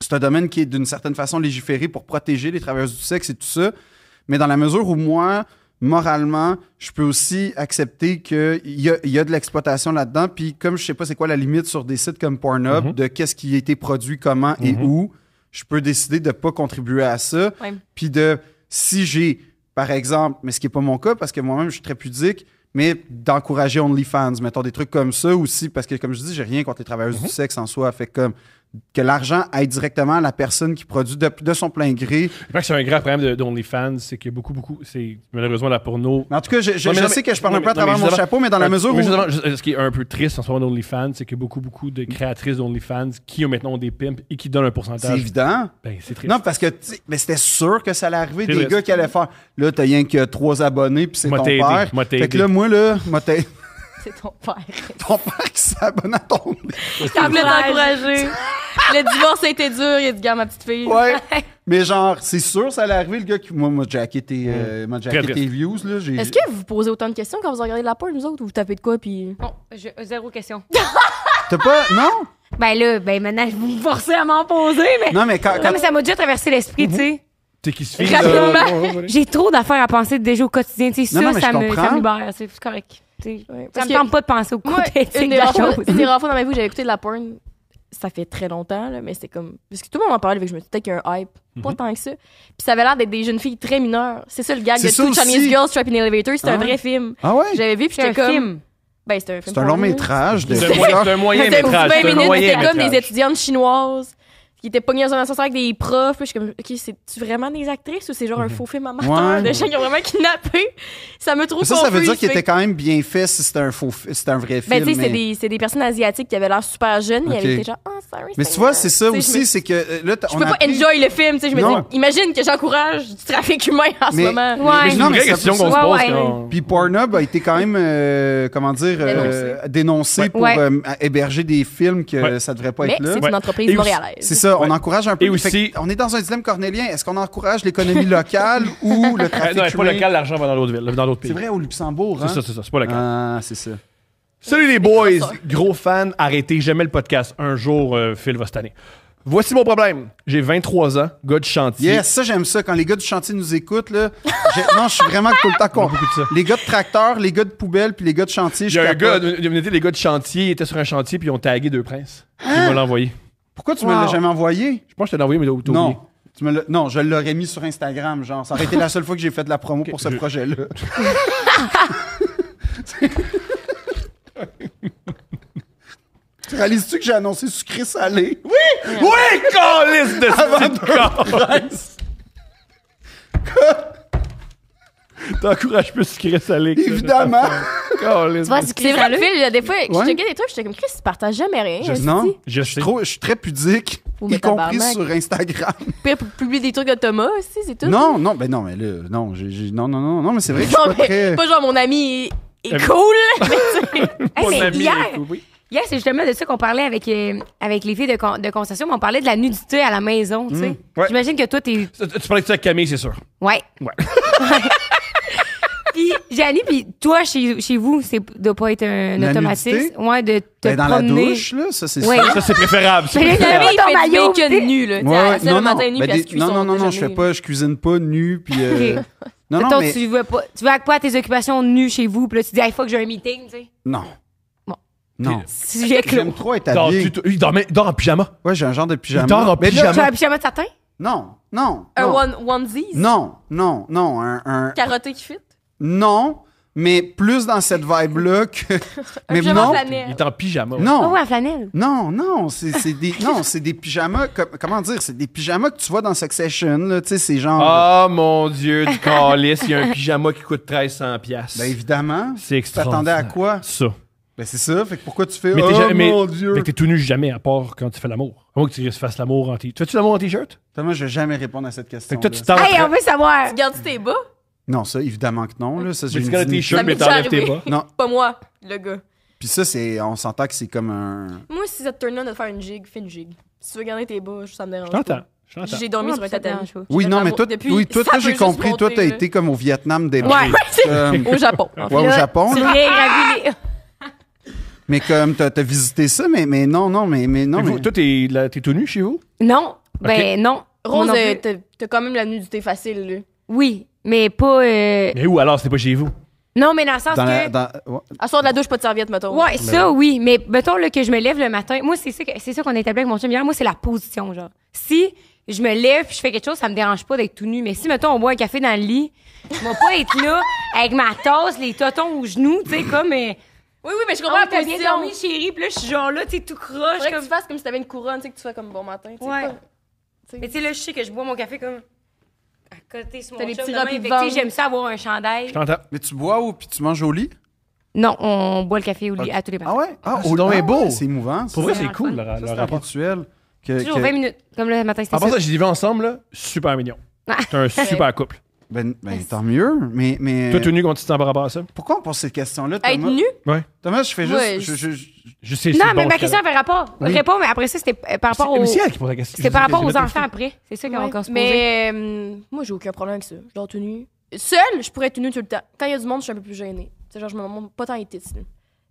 Speaker 4: c'est un domaine qui est d'une certaine façon légiféré pour protéger les travailleurs du sexe et tout ça. Mais dans la mesure où moi, moralement, je peux aussi accepter qu'il y a, il y a de l'exploitation là-dedans. Puis comme je sais pas c'est quoi la limite sur des sites comme Pornhub, de qu'est-ce qui a été produit, comment et où, je peux décider de pas contribuer à ça.
Speaker 2: Ouais.
Speaker 4: Puis de si j'ai, par exemple, mais ce qui n'est pas mon cas parce que moi-même je suis très pudique, mais d'encourager OnlyFans, mettons des trucs comme ça aussi, parce que comme je dis, j'ai rien contre les travailleurs
Speaker 3: Mm-hmm.
Speaker 4: du sexe en soi, fait comme que l'argent aille directement à la personne qui produit de, de son plein gré.
Speaker 3: Je crois que c'est un grave problème de- d'OnlyFans, c'est qu'il y a beaucoup, beaucoup. C'est malheureusement la porno.
Speaker 4: Mais en tout cas, je, je-
Speaker 3: Non, mais
Speaker 4: je
Speaker 3: non,
Speaker 4: sais
Speaker 3: mais-
Speaker 4: que je parle
Speaker 3: non,
Speaker 4: un peu à
Speaker 3: mais- non, mais
Speaker 4: travers mon
Speaker 3: justement-
Speaker 4: chapeau, mais dans la
Speaker 3: Euh,
Speaker 4: mesure où
Speaker 3: mais justement, je- ce qui est un peu triste en ce moment d'OnlyFans, c'est qu'il y a beaucoup, beaucoup de créatrices d'OnlyFans qui ont maintenant des pimps et qui donnent un
Speaker 4: c'est
Speaker 3: pourcentage.
Speaker 4: évident.
Speaker 3: Ben, c'est triste.
Speaker 4: Non, parce que tu sais, mais c'était sûr que ça allait arriver
Speaker 3: C'est
Speaker 4: des
Speaker 3: vrai.
Speaker 4: gars qui allaient faire. Là, t'as rien que trois abonnés, puis c'est
Speaker 3: M'a
Speaker 4: ton
Speaker 3: t'aidé,
Speaker 4: père.
Speaker 3: m'a
Speaker 4: Fait que
Speaker 3: t'aidé.
Speaker 4: là, moi, là, m'a t'aidé.
Speaker 2: C'est ton père.
Speaker 4: ton père qui s'abonne à ton.
Speaker 2: Ça voulait t'encourager. Le divorce a été dur. Il a dit, gars, ma petite fille.
Speaker 4: Ouais. mais genre, c'est sûr, ça allait arriver, le gars qui. Moi, m'a jacké tes, euh, m'a jacké
Speaker 3: Mm. Très
Speaker 4: tes views, là. j'ai-
Speaker 2: Est-ce que vous posez autant de questions quand vous regardez de la porn, nous autres, ou vous tapez de quoi, puis.
Speaker 1: Bon, je- euh, zéro question.
Speaker 4: T'as pas. Non?
Speaker 1: Ben là, ben maintenant, vous me forcez à m'en poser, mais. Non,
Speaker 4: Non, Mhm. mais quand. quand-
Speaker 1: mais ça m'a déjà traversé l'esprit, tu sais.
Speaker 3: C'est qui se fait. euh,
Speaker 1: Rapidement. J'ai trop d'affaires à penser déjà au quotidien, tu sais.
Speaker 4: Non,
Speaker 1: Ça,
Speaker 4: non, mais
Speaker 1: ça
Speaker 4: je
Speaker 1: me, ça
Speaker 4: comprends.
Speaker 1: me libère, c'est c'est correct. tu sais. Ça
Speaker 2: parce
Speaker 1: me
Speaker 2: que-
Speaker 1: tente pas de penser au
Speaker 2: Moi,
Speaker 1: côté
Speaker 2: une
Speaker 1: de
Speaker 2: des,
Speaker 1: la
Speaker 2: rares fois,
Speaker 1: chose.
Speaker 2: une des rares fois dans ma vie où j'avais écouté de la porn, ça fait très longtemps, là, mais c'est comme. Parce que tout le monde en parlait, fait que je me disais qu'il y a un hype.
Speaker 4: Mhm.
Speaker 2: Pas tant que ça. Puis ça avait l'air d'être des jeunes filles très mineures. C'est ça le gag
Speaker 4: C'est
Speaker 2: de
Speaker 4: ça
Speaker 2: Two
Speaker 4: aussi.
Speaker 2: Chinese Girls Trapped in Elevator. C'était
Speaker 4: Ah
Speaker 2: un
Speaker 4: ouais?
Speaker 2: vrai film.
Speaker 4: Ah ouais?
Speaker 2: J'avais vu, puis
Speaker 1: C'est un
Speaker 2: j'étais comme.
Speaker 1: film.
Speaker 2: Ben, c'était un film.
Speaker 4: C'est un long
Speaker 2: porno.
Speaker 4: métrage de.
Speaker 3: C'est un moyen- c'est un moyen
Speaker 2: C'était
Speaker 3: métrage.
Speaker 2: vingt
Speaker 3: C'est un
Speaker 2: minutes,
Speaker 3: moyen
Speaker 2: c'était comme
Speaker 3: métrage.
Speaker 2: des étudiantes chinoises qui étaient pognées dans un ascenseur avec des profs. Puis je suis comme, OK, c'est-tu vraiment des actrices ou c'est genre un faux film amateur
Speaker 4: Mhm. Ouais.
Speaker 2: de gens qui ont vraiment kidnappé? Ça me trouve
Speaker 4: Ça, ça veut
Speaker 2: confuse,
Speaker 4: dire qu'il
Speaker 2: fait
Speaker 4: était quand même bien fait si c'était un faux, fi- c'était un vrai film.
Speaker 2: Ben, tu sais, c'est
Speaker 4: mais-
Speaker 2: des, c'est des personnes asiatiques qui avaient l'air super jeunes.
Speaker 4: Ok.
Speaker 2: Ils avaient été genre, ah, sorry.
Speaker 4: Mais tu vois, c'est ça
Speaker 2: Tu sais, je
Speaker 4: aussi,
Speaker 2: me-
Speaker 4: c'est que euh, là, t'as-
Speaker 2: Je
Speaker 4: on
Speaker 2: peux
Speaker 4: a
Speaker 2: pas
Speaker 4: appris-
Speaker 2: enjoy le film, tu sais. Je me
Speaker 4: Non.
Speaker 2: dis, imagine que j'encourage du trafic humain en
Speaker 4: Mais-
Speaker 2: ce moment.
Speaker 1: Ouais.
Speaker 3: C'est une
Speaker 4: Non, mais
Speaker 3: vraie
Speaker 4: ça
Speaker 3: question
Speaker 4: peut-
Speaker 3: qu'on se
Speaker 1: ouais,
Speaker 3: pose.
Speaker 1: ouais.
Speaker 3: quand-
Speaker 4: Puis Pornhub a été quand même, euh, comment dire, euh, dénoncé pour
Speaker 1: Ouais.
Speaker 4: euh, héberger des films que
Speaker 3: Ouais.
Speaker 4: ça devrait pas
Speaker 2: Mais
Speaker 4: être là.
Speaker 2: c'est
Speaker 3: Ouais.
Speaker 2: une
Speaker 3: Et
Speaker 2: entreprise
Speaker 3: aussi-
Speaker 2: montréalaise.
Speaker 4: C'est ça, on encourage un peu.
Speaker 3: Et
Speaker 4: Fait que
Speaker 3: aussi-
Speaker 4: on est dans un dilemme cornélien. Est-ce qu'on encourage l'économie locale ou le
Speaker 3: Ah,
Speaker 4: trafic
Speaker 3: Non, c'est pas
Speaker 4: humain?
Speaker 3: local, l'argent va dans l'autre ville, dans l'autre
Speaker 4: C'est
Speaker 3: pays.
Speaker 4: vrai, au Luxembourg.
Speaker 3: C'est
Speaker 4: hein?
Speaker 3: ça, c'est ça. C'est pas local.
Speaker 4: Ah, c'est ça.
Speaker 3: Salut les boys!
Speaker 2: ça.
Speaker 3: Gros fan, arrêtez jamais le podcast. Un jour, euh, Phil va cette année. Voici mon problème. J'ai 23 ans, gars de chantier.
Speaker 4: Yes, ça, j'aime ça. Quand les gars du chantier nous écoutent, là, j'ai- non, je suis vraiment tout le temps con.
Speaker 3: beaucoup de ça.
Speaker 4: Les gars de tracteur, les gars de poubelle, puis les gars de chantier.
Speaker 3: Il y
Speaker 4: je
Speaker 3: a un
Speaker 4: capote.
Speaker 3: gars, de- de- de- les gars de chantier, ils étaient sur un chantier puis ils ont tagué deux princes.
Speaker 4: Hein?
Speaker 3: Ils m'ont envoyé.
Speaker 4: Pourquoi tu me l'as
Speaker 1: Wow.
Speaker 4: jamais envoyé?
Speaker 3: Je pense que je te l'ai envoyé, mais t'as t'as oublié.
Speaker 4: Non. Tu me l'as- non, je l'aurais mis sur Instagram, genre. Ça aurait été la seule fois que j'ai fait de la promo pour ce
Speaker 3: je-
Speaker 4: projet-là. tu réalises-tu que j'ai annoncé sucré salé? Oui!
Speaker 3: Oui, calice de
Speaker 4: Avant
Speaker 3: petite calice. T'encourages plus sucré salé. que-
Speaker 4: Évidemment!
Speaker 3: Calice.
Speaker 1: Tu vois,
Speaker 3: de-
Speaker 1: c'est
Speaker 2: C'est vrai, Phil, des fois,
Speaker 4: Ouais.
Speaker 2: je checkais des trucs, j'étais comme, Chris, tu partages jamais rien.
Speaker 4: Je,
Speaker 2: hostie.
Speaker 4: non,
Speaker 3: Je
Speaker 4: je suis,
Speaker 3: sais.
Speaker 4: trop, je suis très pudique,
Speaker 2: Oh, mais
Speaker 4: y compris
Speaker 2: tabarnak.
Speaker 4: sur Instagram.
Speaker 2: Pire, pour publier des trucs de Thomas aussi, c'est tout.
Speaker 4: Non, non, ben non, mais là, non, j'ai, j'ai- non, non, non, non, mais c'est vrai que je
Speaker 2: Non,
Speaker 4: suis pas
Speaker 2: mais
Speaker 4: très...
Speaker 2: pas genre mon ami est, est
Speaker 3: Euh,
Speaker 2: cool. mais tu sais,
Speaker 3: Mon
Speaker 1: Hey, mais
Speaker 3: ami,
Speaker 1: hier,
Speaker 3: écoute, oui.
Speaker 1: hier, c'est justement de ça qu'on parlait avec, euh, avec les filles de, con- de concession, mais on parlait de la nudité à la maison, tu
Speaker 4: Mm.
Speaker 1: sais.
Speaker 3: Ouais.
Speaker 1: J'imagine que toi, t'es.
Speaker 3: Tu tu parlais de ça avec Camille, c'est sûr.
Speaker 1: Ouais.
Speaker 3: Ouais.
Speaker 1: Puis, Janie, puis toi, chez, chez vous, c'est de pas être un
Speaker 4: La
Speaker 1: automatisme.
Speaker 4: nudité?
Speaker 1: Ouais, de te
Speaker 4: Ben, dans
Speaker 1: promener.
Speaker 4: la douche, là, ça, c'est
Speaker 1: Ouais.
Speaker 4: sûr.
Speaker 3: Ça, c'est préférable. c'est
Speaker 1: Mais les
Speaker 3: préférable.
Speaker 1: amis,
Speaker 2: il
Speaker 1: ton
Speaker 2: fait du
Speaker 1: maillot,
Speaker 2: bacon
Speaker 1: tu sais.
Speaker 2: nu,
Speaker 4: Ouais,
Speaker 2: là. Tu sais,
Speaker 4: ouais,
Speaker 2: elle se lève le matin nu,
Speaker 4: ben,
Speaker 2: puis elle
Speaker 4: des-
Speaker 2: se cuit
Speaker 4: non,
Speaker 2: son
Speaker 4: non, non, non, je
Speaker 2: déjeuner,
Speaker 4: fais pas, je cuisine pas nu, puis euh,
Speaker 1: Ok.
Speaker 4: non, non,
Speaker 1: Mettons,
Speaker 4: mais
Speaker 1: tu, vas pas, tu vas à quoi à tes occupations nues chez vous, puis là, tu dis, hey, faut que j'ai un meeting, tu sais.
Speaker 4: non,
Speaker 1: Bon.
Speaker 4: non.
Speaker 1: Sujet
Speaker 4: J'aime
Speaker 1: clos.
Speaker 4: trop être
Speaker 3: Dors-
Speaker 4: habillé.
Speaker 3: tu- tu- Il dormait- il dort en pyjama.
Speaker 4: Ouais, j'ai un genre de pyjama.
Speaker 3: Il dort en
Speaker 4: Mais
Speaker 1: Tu
Speaker 4: là,
Speaker 1: as
Speaker 3: pyjama.
Speaker 1: un pyjama de satin?
Speaker 4: Non, non,
Speaker 2: Un
Speaker 4: non,
Speaker 2: one, onesies.
Speaker 4: non, non, non, un, un-
Speaker 2: Carotté qui fit.
Speaker 4: non, mais plus dans cette vibe-là que.
Speaker 2: Un
Speaker 4: mais
Speaker 2: pyjama
Speaker 4: non,
Speaker 2: flanelle.
Speaker 3: Il est en pyjama. ouais.
Speaker 1: Ah
Speaker 4: non,
Speaker 1: ouais, à flanelle.
Speaker 4: non, non, c'est c'est des, non, c'est des pyjamas. com- comment dire, c'est des pyjamas que tu vois dans Succession, là, tu sais, c'est genre.
Speaker 3: Ah, mon Dieu, du calice. Il y a un pyjama qui coûte 1300$. piastres.
Speaker 4: Ben évidemment.
Speaker 3: c'est
Speaker 4: Tu t'attendais à
Speaker 3: Ah, extraordinaire.
Speaker 4: quoi?
Speaker 3: Ça.
Speaker 4: Ben c'est ça. Fait que pourquoi tu fais.
Speaker 3: Mais
Speaker 4: oh
Speaker 3: t'es jamais- mais-
Speaker 4: mon Dieu!
Speaker 3: Fait que t'es tout nu jamais, à part quand tu fais l'amour. À moins que tu fasses l'amour en t-shirt. Tu fais-tu l'amour en t-shirt?
Speaker 4: Putain, Moi, je vais jamais répondre à cette question.
Speaker 3: Fait que toi, tu
Speaker 4: là.
Speaker 3: t'en
Speaker 1: Hey, on veut savoir.
Speaker 2: Tu gardes tes bas?
Speaker 4: Non, ça, évidemment que non. Là, ça, j'ai
Speaker 3: Mais tu
Speaker 4: une
Speaker 3: gardes le
Speaker 4: dignité.
Speaker 3: t-shirt,
Speaker 2: Ça
Speaker 3: mais
Speaker 2: m'est
Speaker 3: t'enlèves tes
Speaker 2: déjà
Speaker 3: bas.
Speaker 2: arrivé.
Speaker 4: Non.
Speaker 2: Pas moi, le gars.
Speaker 4: Puis ça, c'est, on s'entend que c'est comme un.
Speaker 2: Moi, si ça te turn on de faire une jig, fais une jig. Si tu veux garder tes bas, ça me dérange.
Speaker 3: Je t'entends.
Speaker 2: pas.
Speaker 3: Je t'entends.
Speaker 2: J'ai dormi
Speaker 1: Ouais,
Speaker 2: sur un
Speaker 1: puis ça te
Speaker 2: tatami.
Speaker 1: dérange pas.
Speaker 4: Oui,
Speaker 2: J'ai
Speaker 4: non,
Speaker 2: fait
Speaker 4: mais
Speaker 2: l'amour
Speaker 4: toi,
Speaker 2: depuis-
Speaker 4: oui, toi,
Speaker 2: ça
Speaker 4: toi,
Speaker 2: peut
Speaker 4: j'ai
Speaker 2: juste
Speaker 4: compris. Toi,
Speaker 2: monter,
Speaker 4: t'as
Speaker 2: là.
Speaker 4: été comme au Vietnam des
Speaker 2: Ouais,
Speaker 4: Euh,
Speaker 2: au Japon. en fait.
Speaker 4: ouais, au
Speaker 1: Là,
Speaker 4: Japon,
Speaker 1: Tu
Speaker 4: là.
Speaker 1: rirais, ravi-
Speaker 4: Mais comme, t'as t'as visité ça, mais, mais non, non, mais, mais non.
Speaker 3: Fait que vous-
Speaker 4: Mais...
Speaker 3: Toi, t'es là, t'es tout nu chez vous?
Speaker 1: Non, ben non. Moi
Speaker 2: Rose,
Speaker 1: non
Speaker 2: euh,
Speaker 1: plus.
Speaker 2: t'as t'as quand même la nudité facile, là.
Speaker 1: Oui, mais pas. euh,
Speaker 3: Mais où alors? C'était pas chez vous.
Speaker 1: Non, mais dans le sens
Speaker 4: Dans la,
Speaker 1: que.
Speaker 4: dans... ouais.
Speaker 2: À soir de la douche, pas de serviette, mettons.
Speaker 1: Ouais, ça, oui. Mais mettons là, que je me lève le matin. Moi, c'est ça que- c'est ça qu'on établit avec mon chum hier. Moi, c'est la position, genre. Si je me lève puis je fais quelque chose, ça me dérange pas d'être tout nu. Mais si, mettons, on boit un café dans le lit, je vais pas être là avec ma tasse, les totons aux genoux, tu sais, comme. euh,
Speaker 2: Oui, oui, mais je
Speaker 1: Ah,
Speaker 2: comprends la
Speaker 1: t'as bien
Speaker 2: position.
Speaker 1: dormi, chérie. Puis là, je suis genre là, tu sais, tout croche.
Speaker 2: Faudrait que
Speaker 1: Comme...
Speaker 2: tu fasses comme si t'avais une couronne, tu sais, que tu fais comme bon matin. tu sais,
Speaker 1: Ouais.
Speaker 2: pas-
Speaker 1: Mais tu sais, là, je sais que je bois mon café comme à côté sur mon
Speaker 2: T'as les
Speaker 1: chum
Speaker 2: petits
Speaker 1: de main.
Speaker 2: rapides
Speaker 1: Fait que, tu sais,
Speaker 2: ventes.
Speaker 1: J'aime ça avoir un chandail.
Speaker 3: Je t'entends.
Speaker 4: Mais tu bois ou puis tu manges au lit?
Speaker 1: Non, on boit le café au lit à tous
Speaker 2: Ben.
Speaker 1: les matins.
Speaker 4: Ah ouais? Ah,
Speaker 3: c'est donc bien
Speaker 4: ouais,
Speaker 3: beau.
Speaker 4: C'est émouvant. ça.
Speaker 3: Pour vrai,
Speaker 1: C'est
Speaker 3: c'est
Speaker 1: vraiment
Speaker 3: cool,
Speaker 1: fun.
Speaker 3: leur,
Speaker 4: Ça,
Speaker 3: leur
Speaker 4: c'est un
Speaker 3: rapport.
Speaker 4: rituel. Que,
Speaker 1: Toujours
Speaker 4: que-
Speaker 1: 20 minutes. Comme là, le matin,
Speaker 3: Ah En
Speaker 1: c'était ça.
Speaker 3: passant, j'ai vu ensemble, là, super mignon. C'est un super couple.
Speaker 4: Ben, ben, tant mieux. Mais, mais...
Speaker 3: Toi, tout nu, quand tu t'en par rapport à ça?
Speaker 4: pourquoi on pose cette question-là,
Speaker 2: Être
Speaker 4: Thomas?
Speaker 2: nu?
Speaker 3: Ouais.
Speaker 4: Thomas, je fais juste.
Speaker 2: Ouais,
Speaker 4: je- je- je-
Speaker 3: Je sais c'est
Speaker 1: Non,
Speaker 3: le
Speaker 1: mais
Speaker 3: bon
Speaker 1: ma
Speaker 3: scalable.
Speaker 1: question avait rapport.
Speaker 3: Oui.
Speaker 1: Réponds, mais après ça, c'était euh, par rapport
Speaker 3: C'est-
Speaker 1: aux.
Speaker 3: mais c'est elle qui pose la question.
Speaker 1: C'était par
Speaker 3: Je-
Speaker 1: rapport
Speaker 3: je-
Speaker 1: aux
Speaker 3: je-
Speaker 1: enfants après. C'est ça qu'on
Speaker 2: Ouais.
Speaker 1: qu'on se posait.
Speaker 2: Mais euh, moi, j'ai aucun problème avec ça. Je dors tout nu. Seule, je pourrais être tout nu tout le temps. Quand il y a du monde, je suis un peu plus gênée. Tu sais, genre, je me montre pas tant les tits, là.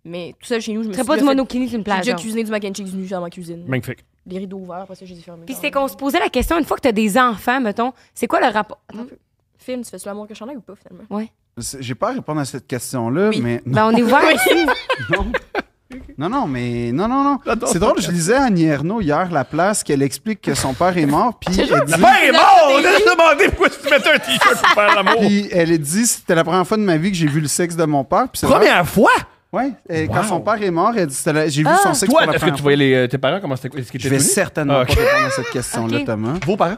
Speaker 2: Mais tout seul chez nous, je me
Speaker 1: Ce
Speaker 2: suis
Speaker 1: serait pas
Speaker 2: déjà
Speaker 1: du
Speaker 2: fait-
Speaker 1: monokini sur une
Speaker 2: J'ai
Speaker 1: plage.
Speaker 2: déjà
Speaker 1: genre.
Speaker 2: cuisiné du mac and cheese nu dans ma cuisine.
Speaker 3: Magnifique.
Speaker 2: Les rideaux ouverts, après ça, je les ai fermés.
Speaker 1: Puis
Speaker 2: genre.
Speaker 1: c'est qu'on se posait la question, une fois que t'as des enfants, mettons, c'est quoi le rapport?
Speaker 2: Attends un peu. Film, tu fais sur l'amour que j'en ai ou pas, finalement?
Speaker 4: c'est- J'ai pas à répondre à cette question-là,
Speaker 2: Oui.
Speaker 4: mais.
Speaker 1: Ben, on est ouvert ici.
Speaker 4: Non. Non, non, mais non, non, non.
Speaker 3: J'adore
Speaker 4: C'est
Speaker 3: ça.
Speaker 4: drôle, je lisais à Annie Ernaux hier La Place qu'elle explique que son père est mort, puis elle
Speaker 3: La
Speaker 4: dit,
Speaker 3: mère est morte! On a juste demandé pourquoi tu mettais un t-shirt pour faire l'amour.
Speaker 4: puis elle dit c'était la première fois de ma vie que j'ai vu le sexe de mon père. Puis c'est vrai.
Speaker 3: Première fois!
Speaker 4: Ouais, et quand
Speaker 3: Wow.
Speaker 4: son père est mort, elle dit c'était la- j'ai vu son sexe
Speaker 3: Toi,
Speaker 4: pour
Speaker 3: est-ce
Speaker 4: la
Speaker 3: que
Speaker 4: première
Speaker 3: tu voyais les, euh, tes parents? Comment c'était? Est-ce qu'ils
Speaker 4: fois. Je
Speaker 3: étaient
Speaker 4: vais
Speaker 3: connus?
Speaker 4: certainement
Speaker 3: Ah, ok.
Speaker 4: pas répondre à cette question-là,
Speaker 1: Ok.
Speaker 4: Thomas.
Speaker 3: Vos parents?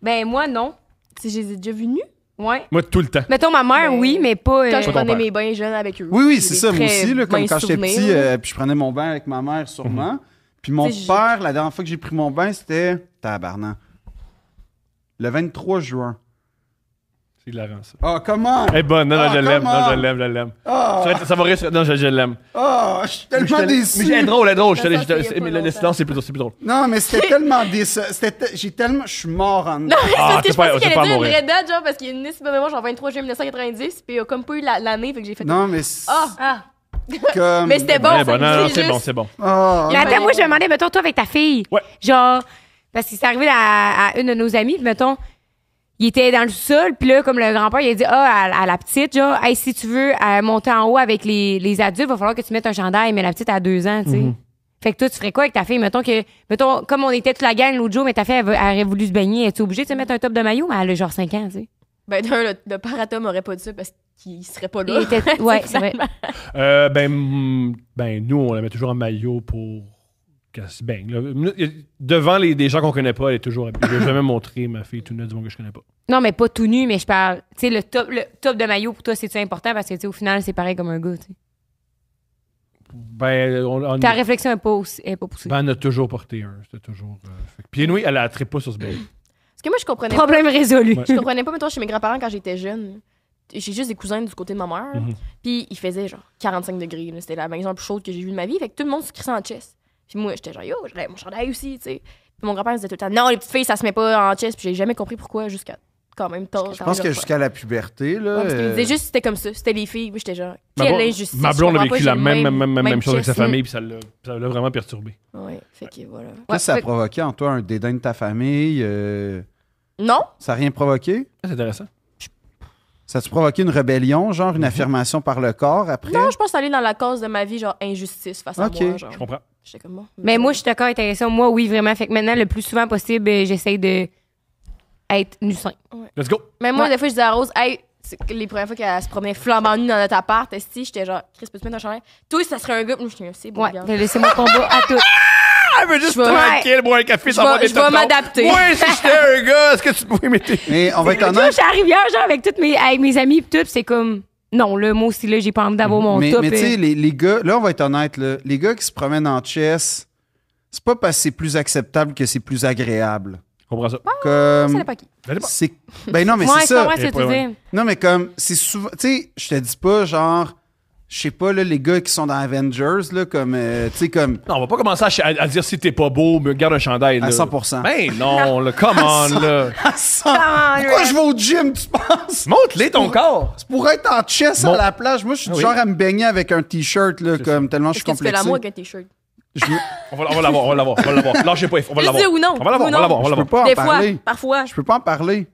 Speaker 1: Ben, moi, non.
Speaker 2: Tu sais, je les ai déjà vus nus.
Speaker 1: Ouais.
Speaker 3: Moi, tout le temps.
Speaker 1: Mettons, ma mère,
Speaker 2: Ben,
Speaker 1: oui, mais pas.
Speaker 2: Quand
Speaker 1: euh,
Speaker 2: je
Speaker 3: Pas ton
Speaker 2: prenais
Speaker 3: père.
Speaker 2: mes bains jeunes avec eux.
Speaker 4: Oui, oui,
Speaker 2: J'ai
Speaker 4: c'est
Speaker 2: des
Speaker 4: ça, moi
Speaker 2: très
Speaker 4: aussi, là, comme
Speaker 2: minces
Speaker 4: quand j'étais
Speaker 2: souvenirs,
Speaker 4: petit,
Speaker 2: là.
Speaker 4: euh, puis je prenais mon bain avec ma mère
Speaker 3: Mhm.
Speaker 4: sûrement. Puis mon
Speaker 2: Tu sais, j'ai-
Speaker 4: père, la dernière fois que j'ai pris mon bain, c'était tabarnak. Le 23 juin.
Speaker 3: C'est hilarant, ça.
Speaker 4: Ah, comment?
Speaker 3: Eh bonne, non, non,
Speaker 4: Ah,
Speaker 3: je l'aime,
Speaker 4: come
Speaker 3: non, je
Speaker 4: on.
Speaker 3: l'aime, je l'aime.
Speaker 4: Ah,
Speaker 3: Ça va être- Ça va rester, non, je, je l'aime.
Speaker 4: ah, je suis
Speaker 3: Mais je
Speaker 4: tellement
Speaker 3: t'allais- mais
Speaker 4: déçu.
Speaker 3: c'est drôle, elle est drôle. je t'allais-
Speaker 2: Ça
Speaker 3: je t'allais-
Speaker 2: sortait il y a
Speaker 3: mais Le
Speaker 2: pas
Speaker 3: le
Speaker 2: longtemps.
Speaker 3: silence, c'est plus drôle, c'est plus drôle.
Speaker 4: Non, mais c'était tellement déce- c'était te- J'ai tellement. Je suis mort en dedans.
Speaker 2: C'est
Speaker 3: Ah,
Speaker 2: parce que
Speaker 3: t'es
Speaker 2: je
Speaker 3: pas-
Speaker 2: pensais
Speaker 3: t'es
Speaker 2: qu'elle
Speaker 3: pas
Speaker 2: allait dire une
Speaker 3: mourir.
Speaker 2: vraie date, genre, parce qu'il y a une liste de mémoire, genre 23 juillet 1990, puis il a comme pas eu la- l'année, fait que j'ai fait.
Speaker 4: Non, mais c'est
Speaker 2: Ah!
Speaker 1: Ah.
Speaker 4: comme.
Speaker 2: Mais c'était bon,
Speaker 3: Eh
Speaker 2: ça,
Speaker 3: bon, non,
Speaker 2: c'est
Speaker 3: non, c'est
Speaker 2: juste-
Speaker 3: bon, c'est bon.
Speaker 4: Ah,
Speaker 1: Mais attends,
Speaker 2: ben-
Speaker 1: moi, je me demandais, mettons, toi, avec ta fille.
Speaker 3: Ouais.
Speaker 1: Genre, parce que c'est arrivé à, à une de nos amies, puis mettons, il était dans le sol, puis là, comme le grand-père, il a dit, ah, à, à la petite, genre, hey, si tu veux euh, monter en haut avec les, les adultes, va falloir que tu mettes un chandail, mais la petite a deux ans, tu sais. Fait que toi, tu ferais quoi avec ta fille? Mettons que, mettons, comme on était toute la gang l'autre jour, mais ta fille, elle, veut- elle aurait voulu se baigner, es-tu obligée de se mettre un top de maillot? Mais elle a genre 5 ans, tu sais.
Speaker 2: Ben, d'un, le, le paratum aurait pas dit ça parce qu'il serait pas
Speaker 1: Il
Speaker 2: là.
Speaker 1: était- ouais, c'est vrai.
Speaker 3: Euh, ben, mm, ben, nous, on la met toujours en maillot pour qu'elle se baigne. là. Devant les, des gens qu'on connaît pas, elle est toujours habillée. Je vais jamais montrer ma fille tout nue du monde que je connais pas.
Speaker 1: Non, mais pas tout nu, mais je parle. Tu sais, le top, le top de maillot pour toi, c'est-tu important? Parce que, tu sais, au final, c'est pareil comme un gars, tu sais.
Speaker 3: Ben, on, on,
Speaker 1: Ta réflexion n'est pas, aussi- est pas poussée.
Speaker 3: ben, on a toujours porté un. C'était toujours. euh, fait que- Puis anyway, elle attrait pas sur ce bain.
Speaker 2: Parce que moi, je comprenais pas.
Speaker 1: Problème résolu.
Speaker 3: Ouais.
Speaker 2: Je comprenais pas, mettons, chez mes grands-parents quand j'étais jeune. J'ai juste des cousins du côté de ma mère.
Speaker 3: Mhm.
Speaker 2: Puis il faisait genre 45 degrés. là. C'était la maison la plus chaude que j'ai vue de ma vie. Fait que tout le monde se crissait en chest. Puis moi, j'étais genre, yo, j'avais mon chandail aussi, tu sais. Puis mon grand-père disait tout le temps, non, les petites filles, ça se met pas en chest. Puis j'ai jamais compris pourquoi jusqu'à quand même tard.
Speaker 4: Je pense que jusqu'à la puberté, là.
Speaker 2: Ouais, parce qu'il me disait
Speaker 4: euh,
Speaker 2: juste c'était comme ça. C'était les filles. Moi, j'étais genre,
Speaker 3: Ma
Speaker 2: quelle
Speaker 3: blonde-
Speaker 2: injustice.
Speaker 3: Ma
Speaker 2: je
Speaker 3: blonde a
Speaker 2: comprends
Speaker 3: vécu
Speaker 2: pas,
Speaker 3: la
Speaker 2: j'ai le
Speaker 3: même, même, même, même, chose avec sa
Speaker 2: chest.
Speaker 3: famille, puis ça l'a ça l'a vraiment perturbé.
Speaker 2: Ouais, fait que voilà.
Speaker 4: toi, ça a
Speaker 1: fait-
Speaker 4: provoqué en toi un dédain de ta famille. euh,
Speaker 2: Non,
Speaker 4: ça a rien provoqué?
Speaker 3: Ah, C'est intéressant.
Speaker 4: Ça a-tu provoqué une rébellion, genre une affirmation par le corps après?
Speaker 2: non, je pense aller dans la cause de ma vie, genre injustice face
Speaker 4: Ok.
Speaker 2: à moi. Genre.
Speaker 3: Je comprends.
Speaker 2: J'étais comme bon.
Speaker 1: Mais moi, je suis d'accord avec ta question. Moi, oui, vraiment. Fait que maintenant, le plus souvent possible, euh, j'essaie de être nu sain.
Speaker 3: Let's go.
Speaker 2: Mais moi,
Speaker 1: Ouais.
Speaker 2: des fois, je dis à Rose, hey, c'est que les premières fois qu'elle se promenait flambant nue dans notre appart, si j'étais genre, Chris, peux-tu mettre un chandail? Toi, ça serait un gars. Moi, je suis c'est bon,
Speaker 1: Ouais,
Speaker 2: regarde.
Speaker 1: de laisser mon combat à tout.
Speaker 3: Elle veut juste
Speaker 2: Je vais-
Speaker 3: tranquille, boire un café, s'en
Speaker 2: vais-
Speaker 3: va des
Speaker 2: je vais
Speaker 3: tontons.
Speaker 2: m'adapter.
Speaker 3: Ouais, si j'étais un gars, est-ce que tu pouvais mettre.
Speaker 4: Mais on va être
Speaker 1: Tu vois, je
Speaker 4: honnête.
Speaker 1: suis arrivée hier, genre, avec, toutes mes, avec mes amis, pis tout, pis c'est comme, non, là, moi aussi, là, j'ai pas envie d'avoir mon
Speaker 4: Mais,
Speaker 1: top.
Speaker 4: mais tu sais,
Speaker 1: euh.
Speaker 4: les, les gars, là, on va être honnête, là, les gars qui se promènent en chess, c'est pas parce que c'est plus acceptable que c'est plus agréable.
Speaker 3: Je comprends ça.
Speaker 2: Ah, Ça n'est
Speaker 4: Comme.
Speaker 2: pas qui.
Speaker 3: Ça dépend.
Speaker 4: C'est. Ben non, mais
Speaker 1: ouais,
Speaker 4: c'est
Speaker 1: je
Speaker 4: ça.
Speaker 1: comprends ce que
Speaker 3: Ouais,
Speaker 1: tu
Speaker 3: ouais.
Speaker 1: dis.
Speaker 4: Non, mais comme, c'est souvent. Tu sais, je te dis pas, genre, je sais pas, là, les gars qui sont dans Avengers, là, comme. euh, tu sais, comme.
Speaker 3: Non, on va pas commencer à, ch- à- à dire si t'es pas beau, mais garde un chandail.
Speaker 4: À
Speaker 3: là.
Speaker 4: 100%.
Speaker 3: Ben non, là, come on, là.
Speaker 4: Ah, ça- Pourquoi je vais au gym, tu penses?
Speaker 3: Montre-les ton corps.
Speaker 4: C'est pour être en chess
Speaker 3: Bon. Ah
Speaker 4: à la plage. Moi, je suis du
Speaker 3: Oui.
Speaker 4: genre à me baigner avec un t-shirt, là, comme, tellement je
Speaker 2: Est-ce
Speaker 4: suis
Speaker 2: que tu fais
Speaker 4: complexé.
Speaker 2: l'amour avec un t-shirt?
Speaker 4: Je veux-
Speaker 3: On va, on va l'avoir, on va l'avoir, on va l'avoir. Lâchez pas, on va
Speaker 2: Juste
Speaker 3: l'avoir.
Speaker 2: dire ou non,
Speaker 3: On va l'avoir,
Speaker 2: ou
Speaker 3: on va
Speaker 2: non.
Speaker 3: l'avoir, on va
Speaker 4: Je peux
Speaker 3: l'avoir.
Speaker 4: pas en
Speaker 2: Des fois,
Speaker 4: parler.
Speaker 2: parfois.
Speaker 4: Je peux pas en parler.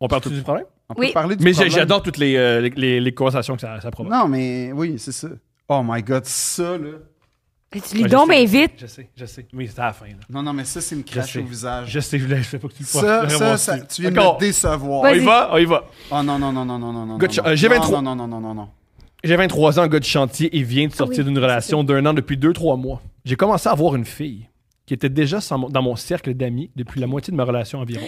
Speaker 3: On parle tout du problème?
Speaker 4: On
Speaker 1: Oui.
Speaker 4: peut parler du
Speaker 3: Mais j'ai-
Speaker 4: problème.
Speaker 3: j'adore toutes les, euh, les, les- les conversations que ça, ça provoque.
Speaker 4: Non, mais oui, c'est ça. Oh my God, ça, là.
Speaker 1: Tu lis
Speaker 3: Ouais,
Speaker 1: donc
Speaker 3: je sais.
Speaker 1: bien vite.
Speaker 3: Je sais, je sais. Mais c'est à la fin, là.
Speaker 4: Non, non, mais ça, c'est me cracher
Speaker 3: sais.
Speaker 4: au visage.
Speaker 3: Je sais, je voulais- je fais pas que tu le
Speaker 4: Ça,
Speaker 3: fasses.
Speaker 4: ça,
Speaker 3: Vraiment,
Speaker 4: ça,
Speaker 3: c'est-
Speaker 4: tu viens de
Speaker 3: Encore.
Speaker 4: me décevoir.
Speaker 3: On y
Speaker 1: Vas-y.
Speaker 3: va, on y va.
Speaker 4: Oh non, non, non, non, non, non, non.
Speaker 3: Gotcha.
Speaker 4: non,
Speaker 3: Euh, j'ai
Speaker 4: non,
Speaker 3: 23.
Speaker 4: Non, non, non, non, non, non.
Speaker 3: J'ai 23 ans, gars de chantier, et vient de sortir
Speaker 2: Ah oui,
Speaker 3: d'une relation d'un an depuis 2-3 mois. J'ai commencé à avoir une fille qui était déjà sans mon- dans mon cercle d'amis depuis la moitié de ma relation environ.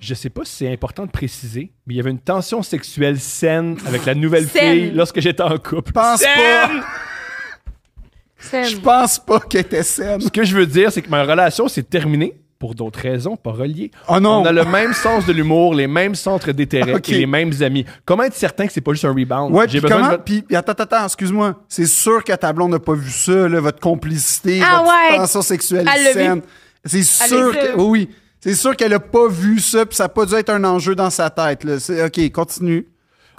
Speaker 3: Je sais pas si c'est important de préciser, mais il y avait une tension sexuelle saine avec la nouvelle
Speaker 2: Saine.
Speaker 3: fille lorsque j'étais en couple.
Speaker 4: Pense
Speaker 3: Saine!
Speaker 4: Je pense pas qu'elle était saine.
Speaker 3: Ce que je veux dire, c'est que ma relation s'est terminée pour d'autres raisons, pas reliées.
Speaker 4: Oh non.
Speaker 3: On a le même sens de l'humour, les mêmes centres d'intérêt
Speaker 4: Ok.
Speaker 3: et les mêmes amis. Comment être certain que c'est pas juste un rebound?
Speaker 4: Ouais,
Speaker 3: J'ai
Speaker 4: puis
Speaker 3: besoin de
Speaker 4: comment?
Speaker 3: votre-
Speaker 4: Puis attends, attends, attends, excuse-moi. C'est sûr que ta blonde n'a pas vu ça, là, votre complicité,
Speaker 1: Ah
Speaker 4: votre
Speaker 1: ouais.
Speaker 4: tension sexuelle
Speaker 2: Elle l'a vu.
Speaker 4: saine. C'est sûr
Speaker 2: vu.
Speaker 4: que... Oui, oui. C'est sûr qu'elle a pas vu ça, puis ça a pas dû être un enjeu dans sa tête. Là. C'est- OK, continue.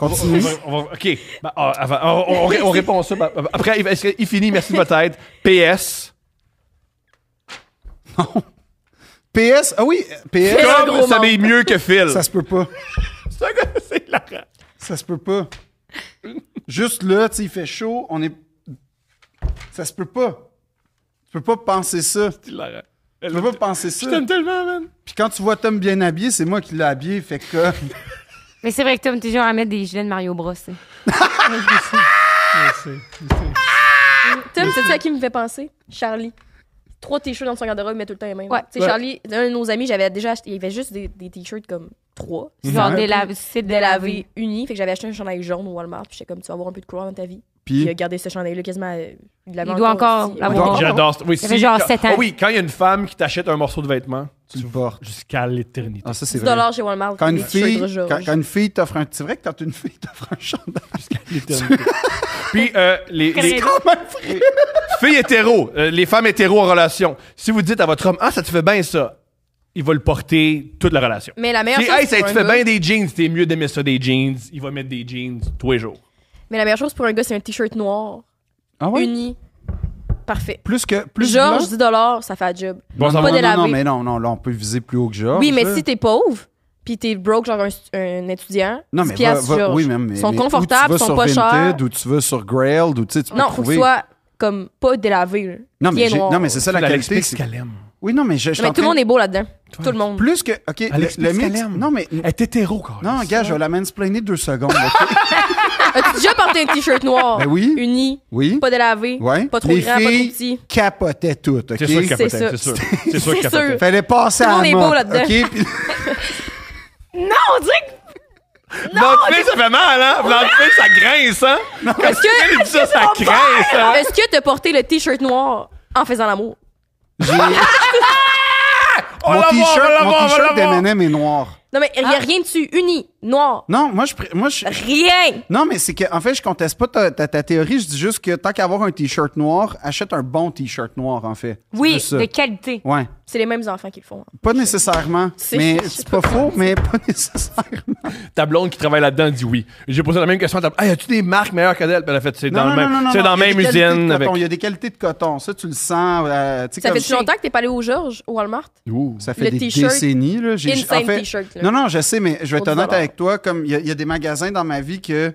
Speaker 3: On
Speaker 4: Continue.
Speaker 3: va- on va- OK. Bah, ah, avant- on, on- on ré- on répond à ça. Bah, après, il- est-ce qu'il finit? Merci de votre aide. PS.
Speaker 4: PS... Ah oui, PS...
Speaker 2: un
Speaker 3: Comme
Speaker 2: gros
Speaker 3: ça m'est mieux que Phil.
Speaker 4: Ça se peut pas.
Speaker 3: C'est un gars- c'est hilarant.
Speaker 4: Ça se peut pas. Juste là, tu sais, il fait chaud, on est. Ça se peut pas. Tu peux pas penser ça.
Speaker 3: C'est hilarant.
Speaker 4: Tu peux pas penser ça.
Speaker 3: Je t'aime tellement, man.
Speaker 4: Puis quand tu vois Tom bien habillé, c'est moi qui l'ai habillé. Fait que.
Speaker 1: Mais c'est vrai que t'aimes toujours à mettre des gilets de Mario Bros. hein. Ah,
Speaker 2: Tom, c'est ça qui me fait penser? Charlie. Trois t-shirts dans son garde-robe, mais tout le temps les mêmes.
Speaker 1: Ouais.
Speaker 2: Tu sais,
Speaker 3: Ouais.
Speaker 2: Charlie, un de nos amis, j'avais déjà acheté, il y avait juste des, des t-shirts comme trois.
Speaker 3: Mm.
Speaker 1: Genre
Speaker 4: Ouais.
Speaker 1: des la- c'est
Speaker 2: de laver uni. Fait que j'avais acheté un chandail jaune au Walmart. Puis j'étais comme, tu vas avoir un peu de couleur dans ta vie. Puis il a
Speaker 4: Puis.
Speaker 2: gardé ce chandail-là quasiment. euh, Il, l'avait
Speaker 1: Il doit encore
Speaker 2: aussi.
Speaker 1: l'avoir.
Speaker 2: Ouais.
Speaker 1: Oh.
Speaker 3: Ah, J'adore. ça. Oui,
Speaker 1: Ça fait genre
Speaker 3: quand-
Speaker 1: sept ans.
Speaker 3: Ah oui, quand il y a une femme qui t'achète un morceau de vêtement
Speaker 4: Tu le portes.
Speaker 3: jusqu'à l'éternité.
Speaker 4: Ah, ça, c'est
Speaker 2: 10
Speaker 4: vrai.
Speaker 2: dollars chez Walmart.
Speaker 4: Quand une
Speaker 2: des t-shirts
Speaker 4: fille.
Speaker 2: rouges,
Speaker 4: Quand,
Speaker 2: rouges.
Speaker 4: quand une fille t'offre un. C'est vrai que quand une fille t'offre un chandail. Oh,
Speaker 3: L'éternité. Puis, euh, les, les-
Speaker 4: Quand même vrai.
Speaker 3: Filles hétéro, euh, les femmes hétéro en relation, si vous dites à votre homme, ah, ça te fait bien ça, il va le porter toute la relation.
Speaker 2: Mais la meilleure
Speaker 3: Si,
Speaker 2: chose.
Speaker 3: hey, ça
Speaker 2: pour
Speaker 3: te
Speaker 2: un
Speaker 3: fait
Speaker 2: gars-
Speaker 3: bien des jeans, t'es mieux d'aimer ça des jeans, il va mettre des jeans tous les jours.
Speaker 2: Mais la meilleure chose pour un gars, c'est un t-shirt noir,
Speaker 4: Ah ouais?
Speaker 2: uni. Parfait.
Speaker 4: Plus que. Plus
Speaker 2: Georges,
Speaker 4: blanc?
Speaker 2: 10 dollars, ça fait la job.
Speaker 3: Bon, ça
Speaker 4: non,
Speaker 3: va.
Speaker 2: pas
Speaker 4: non, non, non,
Speaker 2: délavé.
Speaker 4: mais non, non, là, on peut viser plus haut que Georges.
Speaker 2: Oui, mais
Speaker 4: là.
Speaker 2: si t'es pauvre, puis t'es broke, genre un, un étudiant,
Speaker 4: Non, mais
Speaker 2: 10
Speaker 4: va-
Speaker 2: piastres,
Speaker 4: va-
Speaker 2: Georges.
Speaker 4: oui, mais, mais-
Speaker 2: sont
Speaker 4: mais où tu
Speaker 2: confortables,
Speaker 4: vas
Speaker 2: sont
Speaker 4: sur
Speaker 2: pas chers.
Speaker 4: Vinted, Ou tu vas sur Grail, ou tu sais, tu peux
Speaker 2: Non, faut que
Speaker 4: trouver.
Speaker 2: ce soit comme pas délavé. là.
Speaker 4: non, mais
Speaker 2: Bien
Speaker 4: j'ai-
Speaker 2: noir.
Speaker 4: non, mais c'est ça la
Speaker 3: Elle
Speaker 4: qualité.
Speaker 3: explique ce
Speaker 4: c'est-
Speaker 3: qu'elle aime.
Speaker 4: Oui, non, mais je, je
Speaker 2: Non, mais
Speaker 4: t'en
Speaker 2: tout le
Speaker 4: prie.
Speaker 2: monde est beau là-dedans. Tout le monde.
Speaker 4: Plus que. OK,
Speaker 3: Elle
Speaker 4: le-
Speaker 3: explique
Speaker 4: le
Speaker 3: ce qu'elle
Speaker 4: mix.
Speaker 3: aime.
Speaker 4: Non, mais.
Speaker 3: Elle est hétéro, quand
Speaker 4: Non,
Speaker 3: même.
Speaker 4: gars, je vais la mansplainer deux secondes. ok?
Speaker 2: As-tu déjà porté un t-shirt noir?
Speaker 4: Ah! Ben oui.
Speaker 2: Uni.
Speaker 4: Oui.
Speaker 2: Pas délavé.
Speaker 4: Ouais.
Speaker 2: Pas trop
Speaker 4: Les
Speaker 2: grand,
Speaker 4: filles
Speaker 2: pas trop petit.
Speaker 4: capotaient toutes, OK?
Speaker 3: C'est sûr qu'elle capotait,
Speaker 2: ça.
Speaker 3: c'est sûr. C'est sûr qu'elle
Speaker 2: C'est sûr.
Speaker 3: capotait.
Speaker 4: Fallait passer
Speaker 2: Tout le
Speaker 4: à
Speaker 2: monde
Speaker 4: la
Speaker 2: est beau
Speaker 4: mode,
Speaker 2: là-dedans.
Speaker 4: OK? Puis-
Speaker 1: Non, on dirait que
Speaker 3: Votre fille, ça fait mal, hein? Votre fille, ça grince, hein? Quand
Speaker 2: Est-ce que-
Speaker 3: elle dit ça, ça grince, hein?
Speaker 2: Est-ce que t'as porté le t-shirt noir en faisant l'amour?
Speaker 4: j'ai-
Speaker 3: On
Speaker 4: mon
Speaker 3: l'a voir, on
Speaker 4: t-shirt,
Speaker 3: l'a voir,
Speaker 4: mon
Speaker 3: on
Speaker 4: t-shirt
Speaker 3: l'a voir.
Speaker 4: d'M&M est noir.
Speaker 2: Non, mais
Speaker 4: Ah.
Speaker 2: il y a rien dessus. Uni. Noir.
Speaker 4: Non, moi, je. pr- Moi, je...
Speaker 2: Rien.
Speaker 4: Non, mais c'est que, en fait, je conteste pas ta, ta- ta théorie. Je dis juste que tant qu'à avoir un t-shirt noir, achète un bon t-shirt noir, en fait. C'est
Speaker 1: oui,
Speaker 4: juste ça.
Speaker 1: de qualité.
Speaker 4: Ouais.
Speaker 2: C'est les mêmes enfants qui le font.
Speaker 4: Pas nécessairement.
Speaker 2: C'est-
Speaker 4: Mais
Speaker 2: je
Speaker 4: c'est pas faux, mais pas nécessairement.
Speaker 3: Ta blonde qui travaille là-dedans dit oui. J'ai posé la même question à ta blonde. Hey, as-tu des marques meilleures que d'elle? Puis elle a fait, c'est dans
Speaker 4: Non,
Speaker 3: le
Speaker 4: non, non,
Speaker 3: même,
Speaker 4: non,
Speaker 3: c'est
Speaker 4: non,
Speaker 3: dans la
Speaker 4: il y a
Speaker 3: même
Speaker 4: des qualités de
Speaker 3: usine avec.
Speaker 4: coton, Il y a des qualités de coton. Ça, tu le sens. euh, tu sais,
Speaker 2: Ça
Speaker 4: comme-
Speaker 2: fait longtemps que t'es pas allé au Georges, au Walmart?
Speaker 3: Ouh.
Speaker 4: Ça
Speaker 2: Le
Speaker 4: fait des
Speaker 2: t-shirt,
Speaker 4: décennies. Là. J'ai,
Speaker 2: insane
Speaker 4: en fait-
Speaker 2: t-shirt, là.
Speaker 4: Non, non, je sais, mais je vais
Speaker 2: Pour
Speaker 4: être honnête
Speaker 2: 10
Speaker 4: avec toi. Comme il y, a- il y a des magasins dans ma vie que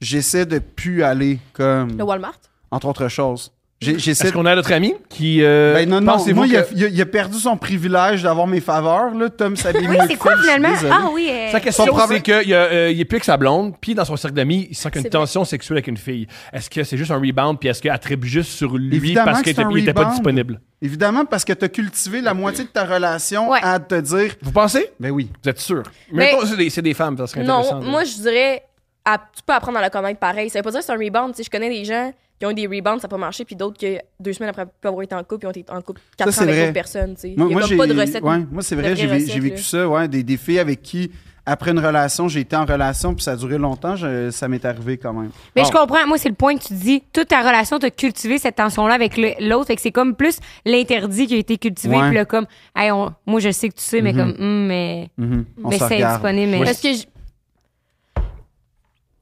Speaker 4: j'essaie de plus aller, comme
Speaker 2: Le Walmart?
Speaker 4: entre autres choses. J'ai- J'essaie
Speaker 3: Est-ce
Speaker 4: de
Speaker 3: qu'on a notre ami qui euh,
Speaker 4: Ben non, non,
Speaker 3: pensez-vous
Speaker 4: moi, il, a,
Speaker 3: que-
Speaker 4: il a- il a perdu son privilège d'avoir mes faveurs, là. Tom Sabine.
Speaker 1: Oui, c'est quoi finalement? Ah oui. euh,
Speaker 3: Sa question,
Speaker 4: Son problème-
Speaker 3: c'est qu'il euh, il est plus avec sa blonde, puis dans son cercle d'amis, il sent qu'il y a une
Speaker 2: C'est vrai.
Speaker 3: tension sexuelle avec une fille. Est-ce que c'est juste un rebound, puis est-ce qu'elle attripe juste sur lui
Speaker 4: Évidemment
Speaker 3: parce
Speaker 4: que
Speaker 3: qu'il
Speaker 4: c'est
Speaker 3: était,
Speaker 4: un
Speaker 3: il était pas
Speaker 4: rebound.
Speaker 3: disponible?
Speaker 4: Évidemment, parce que t'as cultivé la moitié de ta relation
Speaker 2: Ouais.
Speaker 4: à te dire,
Speaker 3: Vous pensez?
Speaker 4: ben oui.
Speaker 3: Vous êtes sûr?
Speaker 2: Mais-
Speaker 3: Mais mettons, c'est des, c'est des femmes, ça serait intéressant.
Speaker 2: Non,
Speaker 3: de-
Speaker 2: moi, je dirais, à- tu peux apprendre à la connaître pareil. Ça veut pas dire que c'est un rebound. Tu sais, je connais des gens qui ont eu des rebounds, ça n'a pas marché, puis d'autres que deux semaines après peuvent avoir été en couple, ils ont été en couple quatre
Speaker 4: c'est
Speaker 2: ans avec
Speaker 4: vrai.
Speaker 2: d'autres personnes. tu sais. Il
Speaker 4: Moi,
Speaker 2: y a
Speaker 4: moi,
Speaker 2: comme
Speaker 4: j'ai.
Speaker 2: pas de recette.
Speaker 4: ouais, moi, c'est
Speaker 2: de
Speaker 4: vrai,
Speaker 2: vraie
Speaker 4: j'ai vé-
Speaker 2: recette,
Speaker 4: j'ai vécu
Speaker 2: là.
Speaker 4: ça, ouais. Des, des filles avec qui, après une relation, j'ai été en relation, puis ça a duré longtemps, je- ça m'est arrivé quand même.
Speaker 1: Mais
Speaker 3: Bon.
Speaker 1: je comprends. Moi, c'est le point que tu dis. Toute ta relation, t'as cultivé cette tension-là avec le- l'autre. Fait que c'est comme plus l'interdit qui a été cultivé.
Speaker 4: Ouais.
Speaker 1: Puis là, comme, hey, on- moi, je sais que tu sais, mais comme, hum, mais,
Speaker 4: Mhm. On
Speaker 1: mais
Speaker 4: se
Speaker 1: c'est
Speaker 4: regarde.
Speaker 1: disponible. Mais...
Speaker 2: Parce que je.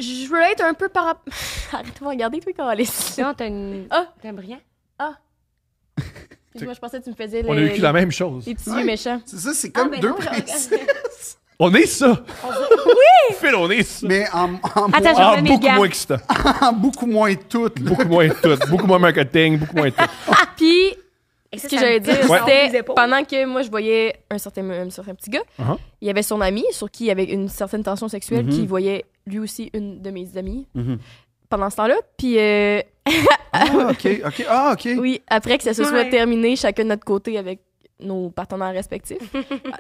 Speaker 2: Je veux être un peu par. rap- Arrête de me regarder, toi, quand
Speaker 1: Sinon, t'as une.
Speaker 2: Ah!
Speaker 1: T'as un brillant?
Speaker 2: Moi, je pensais que tu me faisais
Speaker 3: On a
Speaker 2: les,
Speaker 3: vécu la même chose.
Speaker 2: les petits
Speaker 4: Ouais.
Speaker 2: yeux méchants.
Speaker 4: C'est ça, c'est comme
Speaker 1: Ah, ben
Speaker 4: deux
Speaker 1: non, je
Speaker 4: princesses.
Speaker 3: On est ça! Oui! Phil, on est ça!
Speaker 4: Mais en, en,
Speaker 1: Attends, je
Speaker 3: Ah,
Speaker 1: remets mes
Speaker 3: beaucoup
Speaker 1: gants.
Speaker 3: moins excitant.
Speaker 4: en beaucoup moins toutes, là.
Speaker 3: Beaucoup moins tout. Beaucoup moins marketing, beaucoup moins tout.
Speaker 2: Puis,
Speaker 1: Et
Speaker 2: ce
Speaker 1: ça,
Speaker 2: que
Speaker 1: ça
Speaker 2: j'allais
Speaker 1: me
Speaker 2: dire,
Speaker 1: descend les
Speaker 2: c'était
Speaker 1: épaules.
Speaker 2: pendant que moi, je voyais un certain, un certain petit gars,
Speaker 3: Uh-huh. Mm-hmm.
Speaker 2: il y avait son ami sur qui il y avait une certaine tension sexuelle, qui voyait lui aussi une de mes amies
Speaker 4: Mhm.
Speaker 2: pendant ce temps-là. Puis, euh,
Speaker 4: Ah, OK, OK, ah, OK.
Speaker 2: oui, après que ça se soit
Speaker 1: Ouais.
Speaker 2: terminé, chacun de notre côté avec nos partenaires respectifs,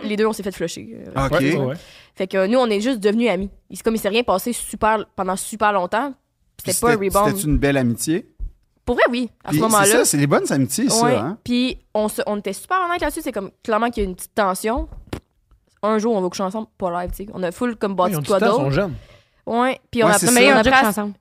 Speaker 2: les deux, on s'est fait flusher. euh,
Speaker 4: OK.
Speaker 3: Ouais, ouais.
Speaker 2: Fait que euh, nous, on est juste devenus amis. Il- Comme il s'est rien passé super, pendant super longtemps,
Speaker 4: Puis
Speaker 2: c'était pas un rebound.
Speaker 4: C'était une belle amitié.
Speaker 2: Pour vrai, oui, à
Speaker 4: Puis
Speaker 2: ce
Speaker 4: c'est
Speaker 2: moment-là.
Speaker 4: ça, c'est les bonnes amitiés,
Speaker 2: Ouais.
Speaker 4: ça, hein?
Speaker 2: Puis on, se- on était super honnête là-dessus. C'est comme clairement qu'il y a une petite tension. Un jour, on va coucher ensemble, pas live, tu sais. On a full comme
Speaker 3: Ils
Speaker 2: bâti
Speaker 3: ont du
Speaker 2: quoi
Speaker 3: temps, ils sont
Speaker 2: d'autres.
Speaker 3: jeunes.
Speaker 2: Ouais, puis on
Speaker 4: Ouais,
Speaker 2: a
Speaker 4: c'est
Speaker 2: on
Speaker 4: ça.
Speaker 1: Mais
Speaker 2: a
Speaker 1: on
Speaker 2: appris
Speaker 1: joue
Speaker 2: à-
Speaker 1: ensemble.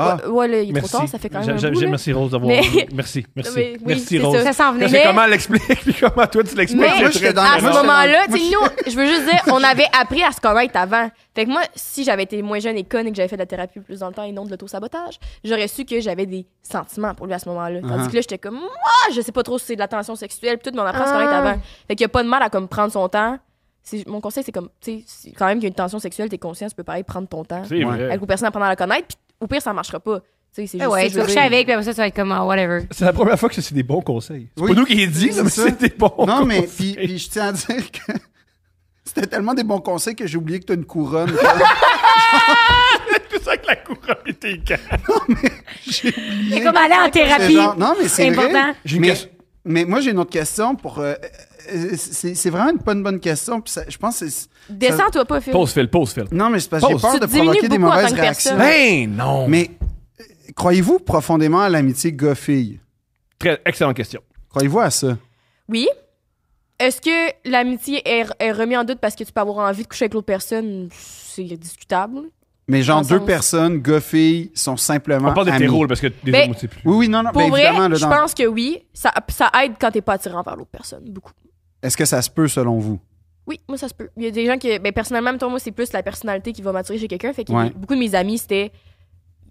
Speaker 4: Ah,
Speaker 2: Ouais, ouais, là, il est
Speaker 3: Merci.
Speaker 2: trop tard, ça fait quand même.
Speaker 3: J'a-
Speaker 2: un
Speaker 3: j'a-
Speaker 2: bout, là.
Speaker 3: Merci Rose d'avoir.
Speaker 2: Mais-
Speaker 3: Merci, merci.
Speaker 2: Mais oui,
Speaker 3: merci
Speaker 2: c'est
Speaker 3: Rose.
Speaker 2: ça.
Speaker 1: Ça s'en venait.
Speaker 3: Parce que
Speaker 2: Mais-
Speaker 3: comment elle l'explique, puis comment toi tu l'expliques.
Speaker 2: Mais-
Speaker 3: c'est
Speaker 2: Moi,
Speaker 3: très
Speaker 4: j'étais dans
Speaker 2: À
Speaker 4: la
Speaker 2: ce
Speaker 4: Moi,
Speaker 3: différent.
Speaker 4: je-
Speaker 2: moment-là,
Speaker 4: moi,
Speaker 2: tu sais,
Speaker 4: je-
Speaker 2: nous, je veux juste dire, on avait appris à se connaître avant. Fait que moi, si j'avais été moins jeune et conne et que j'avais fait de la thérapie plus dans le temps et non de l'auto-sabotage, j'aurais su que j'avais des sentiments pour lui à ce moment-là. Tandis
Speaker 4: Uh-huh.
Speaker 2: que là, j'étais comme, moi, je sais pas trop si c'est de la tension sexuelle, puis tout, mais on apprend à se connaître
Speaker 1: Ah.
Speaker 2: avant. Fait qu'il y a pas de mal à comme prendre son temps. C'est- Mon conseil, c'est comme, tu sais, si- quand même qu'il y a une tension sexuelle, t'es conscient, tu peux pareil prendre ton temps
Speaker 3: C'est vrai.
Speaker 2: avec aux personnes, apprendre à la connaître, puis au pire, ça marchera pas. Tu sais, c'est
Speaker 1: Eh Ouais,
Speaker 2: juste ça
Speaker 1: Ah ouais,
Speaker 2: que
Speaker 1: tu
Speaker 2: je
Speaker 1: vas
Speaker 2: veux
Speaker 1: coucher
Speaker 2: dire.
Speaker 1: avec, puis après ça, tu vas être comme, ah, whatever.
Speaker 3: C'est la première fois que c'est des bons conseils. C'est
Speaker 4: Oui.
Speaker 3: pas nous qui les dit,
Speaker 4: C'est
Speaker 3: mais
Speaker 4: ça.
Speaker 3: c'est des bons
Speaker 4: Non, mais
Speaker 3: conseils.
Speaker 4: puis, puis je tiens à dire que c'était tellement des bons conseils que j'ai oublié que t'as une couronne.
Speaker 3: C'est ça que la couronne était écarte.
Speaker 1: C'est comme aller en
Speaker 4: C'est
Speaker 1: thérapie.
Speaker 4: genre- non, mais c'est
Speaker 1: C'est
Speaker 4: vrai.
Speaker 1: important.
Speaker 3: J'ai une
Speaker 4: mais,
Speaker 3: question.
Speaker 4: mais moi, j'ai une autre question pour. euh, euh, c'est c'est vraiment une, pas une bonne question. Puis ça- je pense que c'est.
Speaker 2: Descends-toi pas, Phil.
Speaker 3: Pause, Phil, pause, Phil.
Speaker 4: Non, mais c'est parce que j'ai
Speaker 3: Pause.
Speaker 4: peur
Speaker 2: Tu
Speaker 4: de
Speaker 2: te diminues
Speaker 4: provoquer des
Speaker 2: beaucoup en
Speaker 4: mauvaises
Speaker 2: tant que
Speaker 4: réactions.
Speaker 2: personne.
Speaker 3: Ben non!
Speaker 4: Mais euh, croyez-vous profondément à l'amitié gars-fille?
Speaker 3: Très, excellente question.
Speaker 4: Croyez-vous à ça?
Speaker 2: Oui. Est-ce que l'amitié est, est remise en doute parce que tu peux avoir envie de coucher avec l'autre personne? C'est discutable.
Speaker 4: Mais genre,
Speaker 2: Dans le
Speaker 4: deux
Speaker 2: sens-
Speaker 4: personnes, gars-filles, sont simplement.
Speaker 3: On parle
Speaker 4: amies.
Speaker 3: d'hétéro, parce que des
Speaker 2: Ben,
Speaker 3: hommes, on sait plus.
Speaker 4: Oui, oui, non, non,
Speaker 2: Pour
Speaker 4: ben,
Speaker 2: vrai,
Speaker 4: évidemment. là,
Speaker 2: je
Speaker 4: dans-
Speaker 2: pense que oui. Ça, ça aide quand t'es pas attirant vers l'autre personne, beaucoup.
Speaker 4: Est-ce que ça se peut selon vous?
Speaker 2: Oui, moi, ça se peut. Il y a des gens que, ben, personnellement, mettons, moi, c'est plus la personnalité qui va m'attirer chez quelqu'un. Fait que
Speaker 4: Ouais.
Speaker 2: beaucoup de mes amis, c'était,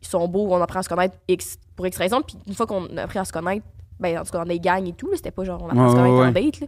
Speaker 2: ils sont beaux, on apprend à se connaître X, pour X raison. Puis une fois qu'on a appris à se connaître, ben, en tout cas, on est gang et tout, là, c'était pas genre, on apprend à se
Speaker 4: Ouais,
Speaker 2: connaître
Speaker 4: ouais,
Speaker 2: en date, là.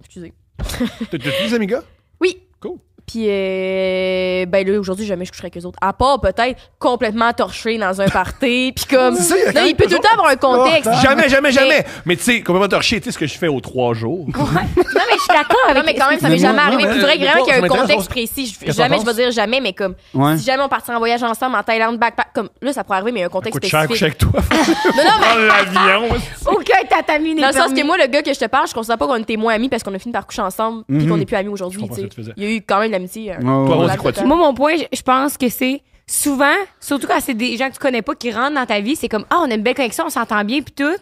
Speaker 2: Excusez.
Speaker 3: T'as t'as tous des amis gars?
Speaker 2: Oui.
Speaker 3: Cool.
Speaker 2: Puis, euh, ben là, aujourd'hui, jamais je coucherai avec eux autres. À part peut-être complètement torché dans un party. Puis comme.
Speaker 4: C'est ça, il y a quand
Speaker 2: là,
Speaker 4: même
Speaker 2: il peut tout le temps avoir un contexte.
Speaker 4: Ah.
Speaker 3: Jamais, jamais, jamais! Mais tu sais, complètement torché, tu sais ce que je fais aux trois jours.
Speaker 1: Non, mais je suis d'accord
Speaker 2: Non,
Speaker 1: avec
Speaker 2: mais quand même, ça
Speaker 4: Mais
Speaker 2: m'est
Speaker 4: moi-
Speaker 2: jamais
Speaker 4: non,
Speaker 2: arrivé.
Speaker 3: mais-
Speaker 2: Il faudrait
Speaker 3: mais
Speaker 2: vraiment
Speaker 3: toi,
Speaker 2: qu'il y
Speaker 3: ça
Speaker 2: ait un
Speaker 3: m'intéresse,
Speaker 2: contexte
Speaker 3: on-
Speaker 2: précis. Je-
Speaker 3: Qu'est-ce
Speaker 2: Jamais
Speaker 3: qu'on
Speaker 2: je vais
Speaker 3: pense?
Speaker 2: dire jamais, mais comme.
Speaker 4: Ouais.
Speaker 2: Si jamais on partirait en voyage ensemble en Thaïlande, backpack, comme là, ça pourrait arriver, mais il y a un contexte
Speaker 3: Coûte cher, couche
Speaker 2: spécifique.
Speaker 3: avec toi.
Speaker 2: Non, non, mais
Speaker 3: Prends l'avion.
Speaker 1: Aucun tatami n'est
Speaker 2: dans le sens
Speaker 1: permis.
Speaker 2: que moi, le gars que je te parle, je considère pas qu'on était moins amis parce qu'on a fini par coucher ensemble puis qu'on n'est plus amis
Speaker 3: Mhm. Je
Speaker 2: aujourd'hui.
Speaker 3: comprends ce
Speaker 2: tu
Speaker 3: que tu faisais.
Speaker 2: sais. Il y a eu quand même de l'amitié. euh,
Speaker 4: Ouais, ouais,
Speaker 3: Toi,
Speaker 4: ouais.
Speaker 3: on
Speaker 2: la
Speaker 3: y croit-tu?
Speaker 2: totale.
Speaker 1: Moi, mon point, je- je pense que c'est souvent, surtout quand c'est des gens que tu connais pas qui rentrent dans ta vie, c'est comme, ah, on a une belle connexion, on s'entend bien, puis tout.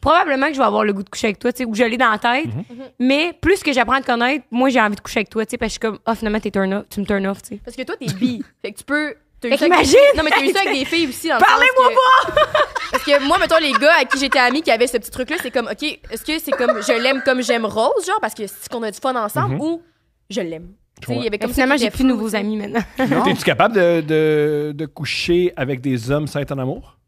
Speaker 1: Probablement que je vais avoir le goût de coucher avec toi, tu sais, ou que je l'ai dans la tête.
Speaker 3: Mm-hmm.
Speaker 2: Mm-hmm.
Speaker 1: Mais plus que j'apprends à te connaître, moi, j'ai envie de coucher avec toi, tu sais, parce que je suis comme, ah, finalement, t'es turn off, tu me turn off, tu sais.
Speaker 2: Parce que toi, t'es bi. fait que tu peux. t'as eu
Speaker 1: Fait
Speaker 2: ça avec-
Speaker 1: qu'imagine!
Speaker 2: Non, mais t'as eu ça avec des filles aussi. dans le
Speaker 1: Parlez-moi
Speaker 2: sens que- Parce que moi, mettons, les gars à qui j'étais amie qui avaient ce petit truc-là, c'est comme, OK, est-ce que c'est comme je l'aime comme j'aime Rose, genre, parce que c'est qu'on a du fun ensemble, ou je l'aime? Tu sais, il y avait
Speaker 1: Mais
Speaker 2: comme ça
Speaker 1: finalement,
Speaker 2: qui
Speaker 1: j'ai
Speaker 2: était
Speaker 1: plus de
Speaker 2: flou,
Speaker 1: nouveaux
Speaker 2: tu sais.
Speaker 1: amis maintenant.
Speaker 4: Non?
Speaker 3: T'es-tu capable de, de, de coucher avec des hommes sans être en amour?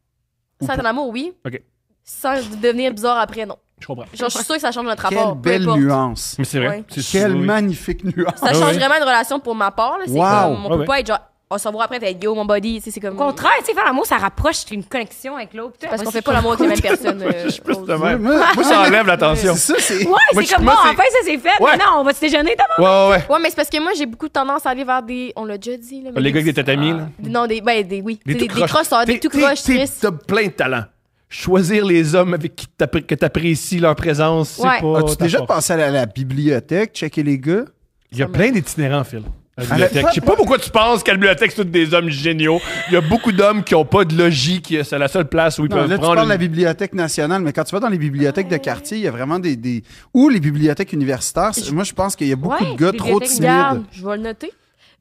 Speaker 2: Sans ton amour, oui.
Speaker 3: OK.
Speaker 2: Sans devenir bizarre après, non.
Speaker 3: Je comprends.
Speaker 2: Genre, je suis sûre que ça change notre
Speaker 4: Quelle
Speaker 2: rapport. peu
Speaker 4: belle
Speaker 2: importe.
Speaker 4: nuance.
Speaker 3: Mais c'est vrai.
Speaker 2: Ouais.
Speaker 3: c'est sûr,
Speaker 4: Quelle
Speaker 3: oui.
Speaker 4: magnifique nuance.
Speaker 2: Ça
Speaker 3: Ouais,
Speaker 2: change
Speaker 3: ouais.
Speaker 2: vraiment une relation pour ma part. là. C'est
Speaker 4: Wow.
Speaker 2: comme,
Speaker 3: Ouais,
Speaker 2: on peut
Speaker 3: ouais.
Speaker 2: pas être genre on se revoit après, t'es yo, mon body, tu sais, c'est comme.
Speaker 1: Au contraire, tu sais, faire l'amour, ça rapproche une connexion avec l'autre.
Speaker 2: Parce qu'on fait pas l'amour avec les mêmes personnes. euh,
Speaker 3: Je suis plus de
Speaker 2: Rose.
Speaker 3: même.
Speaker 4: Moi,
Speaker 3: Moi, ça enlève l'attention.
Speaker 4: C'est ça, c'est.
Speaker 1: Ouais,
Speaker 3: Moi, je-
Speaker 1: c'est comme
Speaker 3: moi,
Speaker 1: bon,
Speaker 3: c'est-
Speaker 1: enfin, ça c'est fait.
Speaker 3: Ouais.
Speaker 1: Maintenant, on va se déjeuner d'abord.
Speaker 3: Ouais, ouais, ouais.
Speaker 2: Ouais, mais c'est parce que moi, j'ai beaucoup de tendance à aller vers des. On l'a déjà dit, là. mais
Speaker 3: Les gars
Speaker 2: des-
Speaker 3: avec des tatamis, là.
Speaker 2: Non, des. Ben, des, oui. Des, des,
Speaker 3: tout croches.
Speaker 2: crosseurs, des
Speaker 3: T'es-
Speaker 2: tout
Speaker 3: t'es-
Speaker 2: croches,
Speaker 3: t'es-
Speaker 2: tristes.
Speaker 3: T'as plein de talent. Choisir les hommes avec qui t'appré- que t'apprécies leur présence, c'est
Speaker 2: Ouais.
Speaker 3: Oh, pas.
Speaker 4: As-tu
Speaker 3: ta
Speaker 4: déjà
Speaker 3: force.
Speaker 4: pensé à la, la bibliothèque, checker les gars?
Speaker 3: Il y a plein d'itinérants, Phil. à la
Speaker 4: Arrête
Speaker 3: bibliothèque.
Speaker 4: pas-
Speaker 3: Je sais pas pourquoi tu penses qu'à la bibliothèque, c'est tous des hommes géniaux. Il y a beaucoup d'hommes qui ont pas de logis, qui c'est la seule place où ils
Speaker 4: Non,
Speaker 3: peuvent
Speaker 4: là, tu
Speaker 3: prendre.
Speaker 4: parles de
Speaker 3: une-
Speaker 4: la bibliothèque nationale, mais quand tu vas dans les bibliothèques de quartier, il y a vraiment des. des... Ou les bibliothèques universitaires. c'est- Moi, je pense qu'il y a beaucoup
Speaker 1: Ouais,
Speaker 4: de gars trop
Speaker 1: bibliothèque
Speaker 4: timides.
Speaker 2: Regarde, je vais le noter.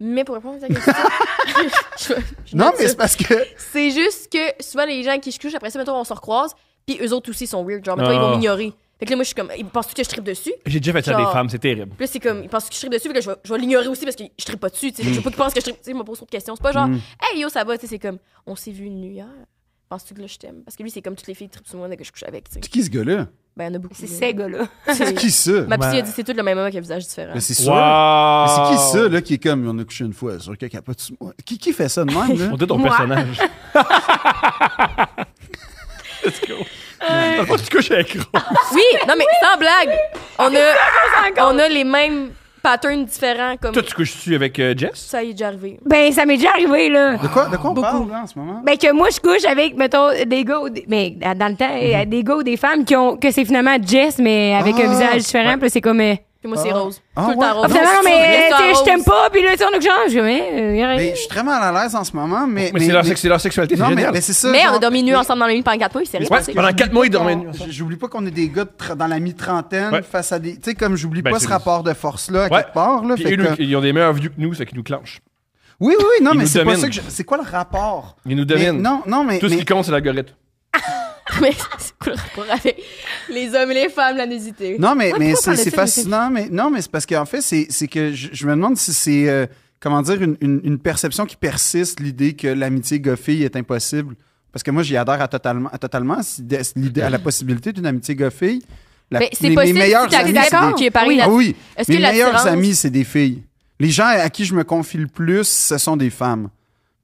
Speaker 2: Mais pour répondre à ta question, je- je
Speaker 4: Non,
Speaker 2: note
Speaker 4: mais
Speaker 2: ça.
Speaker 4: c'est parce que.
Speaker 2: c'est juste que souvent les gens qui je couche, après ça, mettons, on se recroise, puis eux autres aussi sont weird. Genre, mettons, ils
Speaker 3: Ah.
Speaker 2: vont m'ignorer. Fait que là, moi, je suis comme, ils pensent que je tripe dessus.
Speaker 3: J'ai déjà fait ça à des
Speaker 2: Genre-
Speaker 3: femmes, c'est terrible.
Speaker 2: Puis là, c'est comme, ils pensent que je tripe dessus, fait que là, je vais, je vais l'ignorer aussi parce que je tripe pas dessus. tu sais. Fait que Je veux pas qu'ils pensent que je tripe. Tu sais, ils me posent trop de questions. C'est pas genre,
Speaker 3: Mm.
Speaker 2: hey yo, ça va, tu sais, c'est comme, on s'est vu une nuit hier. Penses-tu que là, je t'aime? Parce que lui, c'est comme toutes les filles qui tripent sur moi dès que je couche avec, tu sais.
Speaker 4: C'est qui ce gars-là?
Speaker 2: Ben, il y en a beaucoup.
Speaker 1: C'est
Speaker 2: là.
Speaker 1: ces gars-là.
Speaker 4: C'est qui ça?
Speaker 2: Ma psy
Speaker 3: Ouais.
Speaker 2: a dit, c'est tout le même homme avec un visage différent.
Speaker 4: Mais c'est sûr. Mais
Speaker 3: Wow!
Speaker 4: C'est qui ça, là, qui est comme. On a couché une fois, sur quelqu'un qui a pas de sou- Qui, qui fait ça de même, là?
Speaker 3: On dit ton
Speaker 1: Moi.
Speaker 3: personnage. Let's go. Dans le fond, tu couches avec Rose.
Speaker 2: Oui, non, mais sans blague, on a,
Speaker 1: encore.
Speaker 2: on a les mêmes patterns différents. Comme,
Speaker 3: Toi, tu couches-tu avec euh, Jess?
Speaker 2: ça y est déjà arrivé.
Speaker 1: Ben, ça m'est déjà arrivé, là.
Speaker 4: De quoi, de quoi on parle, là, en ce moment?
Speaker 1: Ben, que moi, je couche avec, mettons, des gars, ou des- mais dans dans le temps, euh, des gars ou des femmes qui ont, que c'est finalement Jess, mais avec
Speaker 4: Mhm. Ah.
Speaker 1: un visage différent, puis là, c'est comme, euh,
Speaker 2: Puis moi, c'est
Speaker 4: Ah.
Speaker 2: rose.
Speaker 4: Ah,
Speaker 2: tout
Speaker 4: ouais.
Speaker 2: le temps
Speaker 4: Ah,
Speaker 1: ah,
Speaker 2: rose.
Speaker 1: finalement, non, mais,
Speaker 2: Reste en
Speaker 1: tu sais, je
Speaker 2: rose.
Speaker 1: t'aime pas, puis là, tu sais, on a que genre, je dis, mais, euh, y a rien.
Speaker 4: Mais je suis très mal à l'aise en ce moment, mais.
Speaker 3: Mais c'est leur, sex- c'est leur sexualité, c'est
Speaker 4: Non, mais,
Speaker 3: génial.
Speaker 4: mais c'est ça.
Speaker 2: Mais on
Speaker 4: genre-
Speaker 2: a dormi nu ensemble dans la nuit pendant 4 mois, il s'est rien
Speaker 3: Ouais,
Speaker 2: passé.
Speaker 3: pendant quatre mois, ils dormaient.
Speaker 4: J- J'oublie pas qu'on est des gars de tra- dans la mi-trentaine
Speaker 3: Ouais.
Speaker 4: face à des. Tu sais, comme j'oublie
Speaker 3: Ben,
Speaker 4: pas
Speaker 3: c'est-
Speaker 4: ce rapport de force-là à
Speaker 3: Ouais.
Speaker 4: quelque part. Là,
Speaker 3: Puis
Speaker 4: fait
Speaker 3: eux,
Speaker 4: que-
Speaker 3: ils ont des meilleurs vues que nous, ça qui nous clenche.
Speaker 4: Oui, oui, oui, non,
Speaker 3: Ils
Speaker 4: mais
Speaker 3: nous
Speaker 4: c'est pas
Speaker 3: dominent.
Speaker 4: ça que je- C'est quoi le rapport?
Speaker 3: Ils nous
Speaker 4: Mais
Speaker 3: dominent.
Speaker 4: non, non, mais.
Speaker 3: Tout ce
Speaker 4: mais-
Speaker 3: qui compte, c'est l'algorithme.
Speaker 2: Mais c'est quoi le rapport avec les hommes et les femmes, la nudité?
Speaker 4: Non, mais, mais c'est
Speaker 2: pourquoi on parle de
Speaker 4: c'est
Speaker 2: ça, monsieur?
Speaker 4: fascinant. Mais, non, mais c'est parce qu'en fait, c'est c'est que je, je me demande si c'est, euh, comment dire, une, une- une perception qui persiste, l'idée que l'amitié gars-fille est impossible. Parce que moi, j'y adhère à totalement, à totalement si- de- si l'idée, à la possibilité d'une amitié gars-fille. La-
Speaker 2: Ben, c'est
Speaker 4: mes- mes
Speaker 2: possible si
Speaker 4: meilleurs
Speaker 2: t'es
Speaker 4: amis,
Speaker 2: d'accord
Speaker 4: c'est
Speaker 2: qui
Speaker 4: des-
Speaker 2: est pareil
Speaker 1: Oui.
Speaker 2: là
Speaker 4: Ah oui,
Speaker 2: Est-ce
Speaker 4: mes
Speaker 2: que l'attirance-
Speaker 4: meilleurs amis, c'est des filles. Les gens à qui je me confie le plus, ce sont des femmes.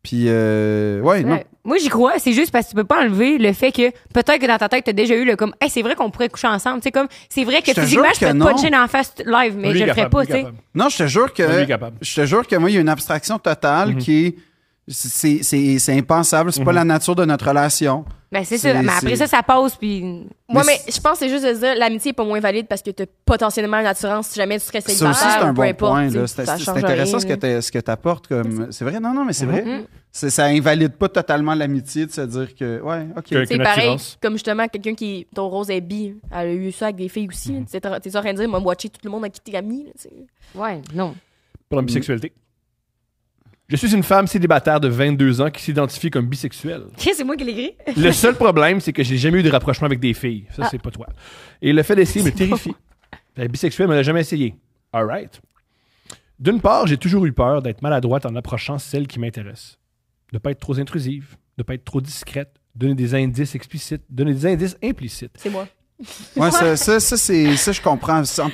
Speaker 4: Puis, euh, ouais, non.
Speaker 1: Ouais. Moi, j'y crois. C'est juste parce que tu peux pas enlever le fait que peut-être que dans ta tête, t'as déjà eu le comme, hey, c'est vrai qu'on pourrait coucher ensemble. Tu sais, comme, c'est vrai que
Speaker 4: Je te
Speaker 1: physiquement,
Speaker 4: jure
Speaker 1: je
Speaker 4: que
Speaker 1: peux te
Speaker 4: non.
Speaker 1: puncher dans la face live, mais
Speaker 3: Lui,
Speaker 1: je le ferais
Speaker 3: capable,
Speaker 1: pas,
Speaker 3: lui,
Speaker 1: tu sais.
Speaker 3: capable.
Speaker 4: Non, je te jure que.
Speaker 3: Lui est capable. Mhm.
Speaker 4: Je te jure que moi, il y a une abstraction totale qui est. C'est, c'est, c'est impensable, c'est pas la nature de notre relation.
Speaker 1: Ben, c'est
Speaker 4: C'est-
Speaker 1: ça. Mais après
Speaker 4: c'est-
Speaker 1: ça, ça passe, puis.
Speaker 2: Moi,
Speaker 4: Mais
Speaker 2: mais je pense que c'est juste de dire l'amitié est pas moins valide parce que t'as potentiellement une attirance si jamais tu serais
Speaker 4: Ça
Speaker 2: célibataire.
Speaker 4: aussi, c'est un
Speaker 2: ou peu
Speaker 4: bon
Speaker 2: importe,
Speaker 4: point.
Speaker 2: tu sais,
Speaker 4: là. C'est,
Speaker 2: ça
Speaker 4: c'est
Speaker 2: change
Speaker 4: intéressant
Speaker 2: rien, Mhm.
Speaker 4: ce que,
Speaker 2: là.
Speaker 4: t'es- ce que t'apportes comme. C'est vrai? Non, non, mais c'est vrai. C'est- ça invalide pas totalement l'amitié de se dire que. Ouais, OK.
Speaker 3: Que-
Speaker 2: C'est
Speaker 3: une
Speaker 2: pareil,
Speaker 3: attirance.
Speaker 2: comme justement quelqu'un qui. Ton rose est bi. Elle a eu ça avec des filles aussi.
Speaker 3: Mhm.
Speaker 2: là. T'es t'es en train de dire, moi, watcher tout le monde a quitté Camille. là, tu sais.
Speaker 1: Ouais, non.
Speaker 3: Pour la bisexualité. Je suis une femme célibataire de 22 ans qui s'identifie comme bisexuelle.
Speaker 1: Qu'est-ce que c'est moi qui l'ai écrit?
Speaker 3: Le seul problème, c'est que j'ai jamais eu de rapprochement avec des filles. Ça, c'est pas toi. Et le fait d'essayer me terrifie. La bisexuelle, mais elle n'a jamais essayé. All right. D'une part, j'ai toujours eu peur d'être maladroite en approchant celle qui m'intéresse. De pas être trop intrusive, de pas être trop discrète, donner des indices explicites, donner des indices implicites.
Speaker 2: C'est moi.
Speaker 4: Ouais, ça, ça, ça, c'est, ça, je comprends à 100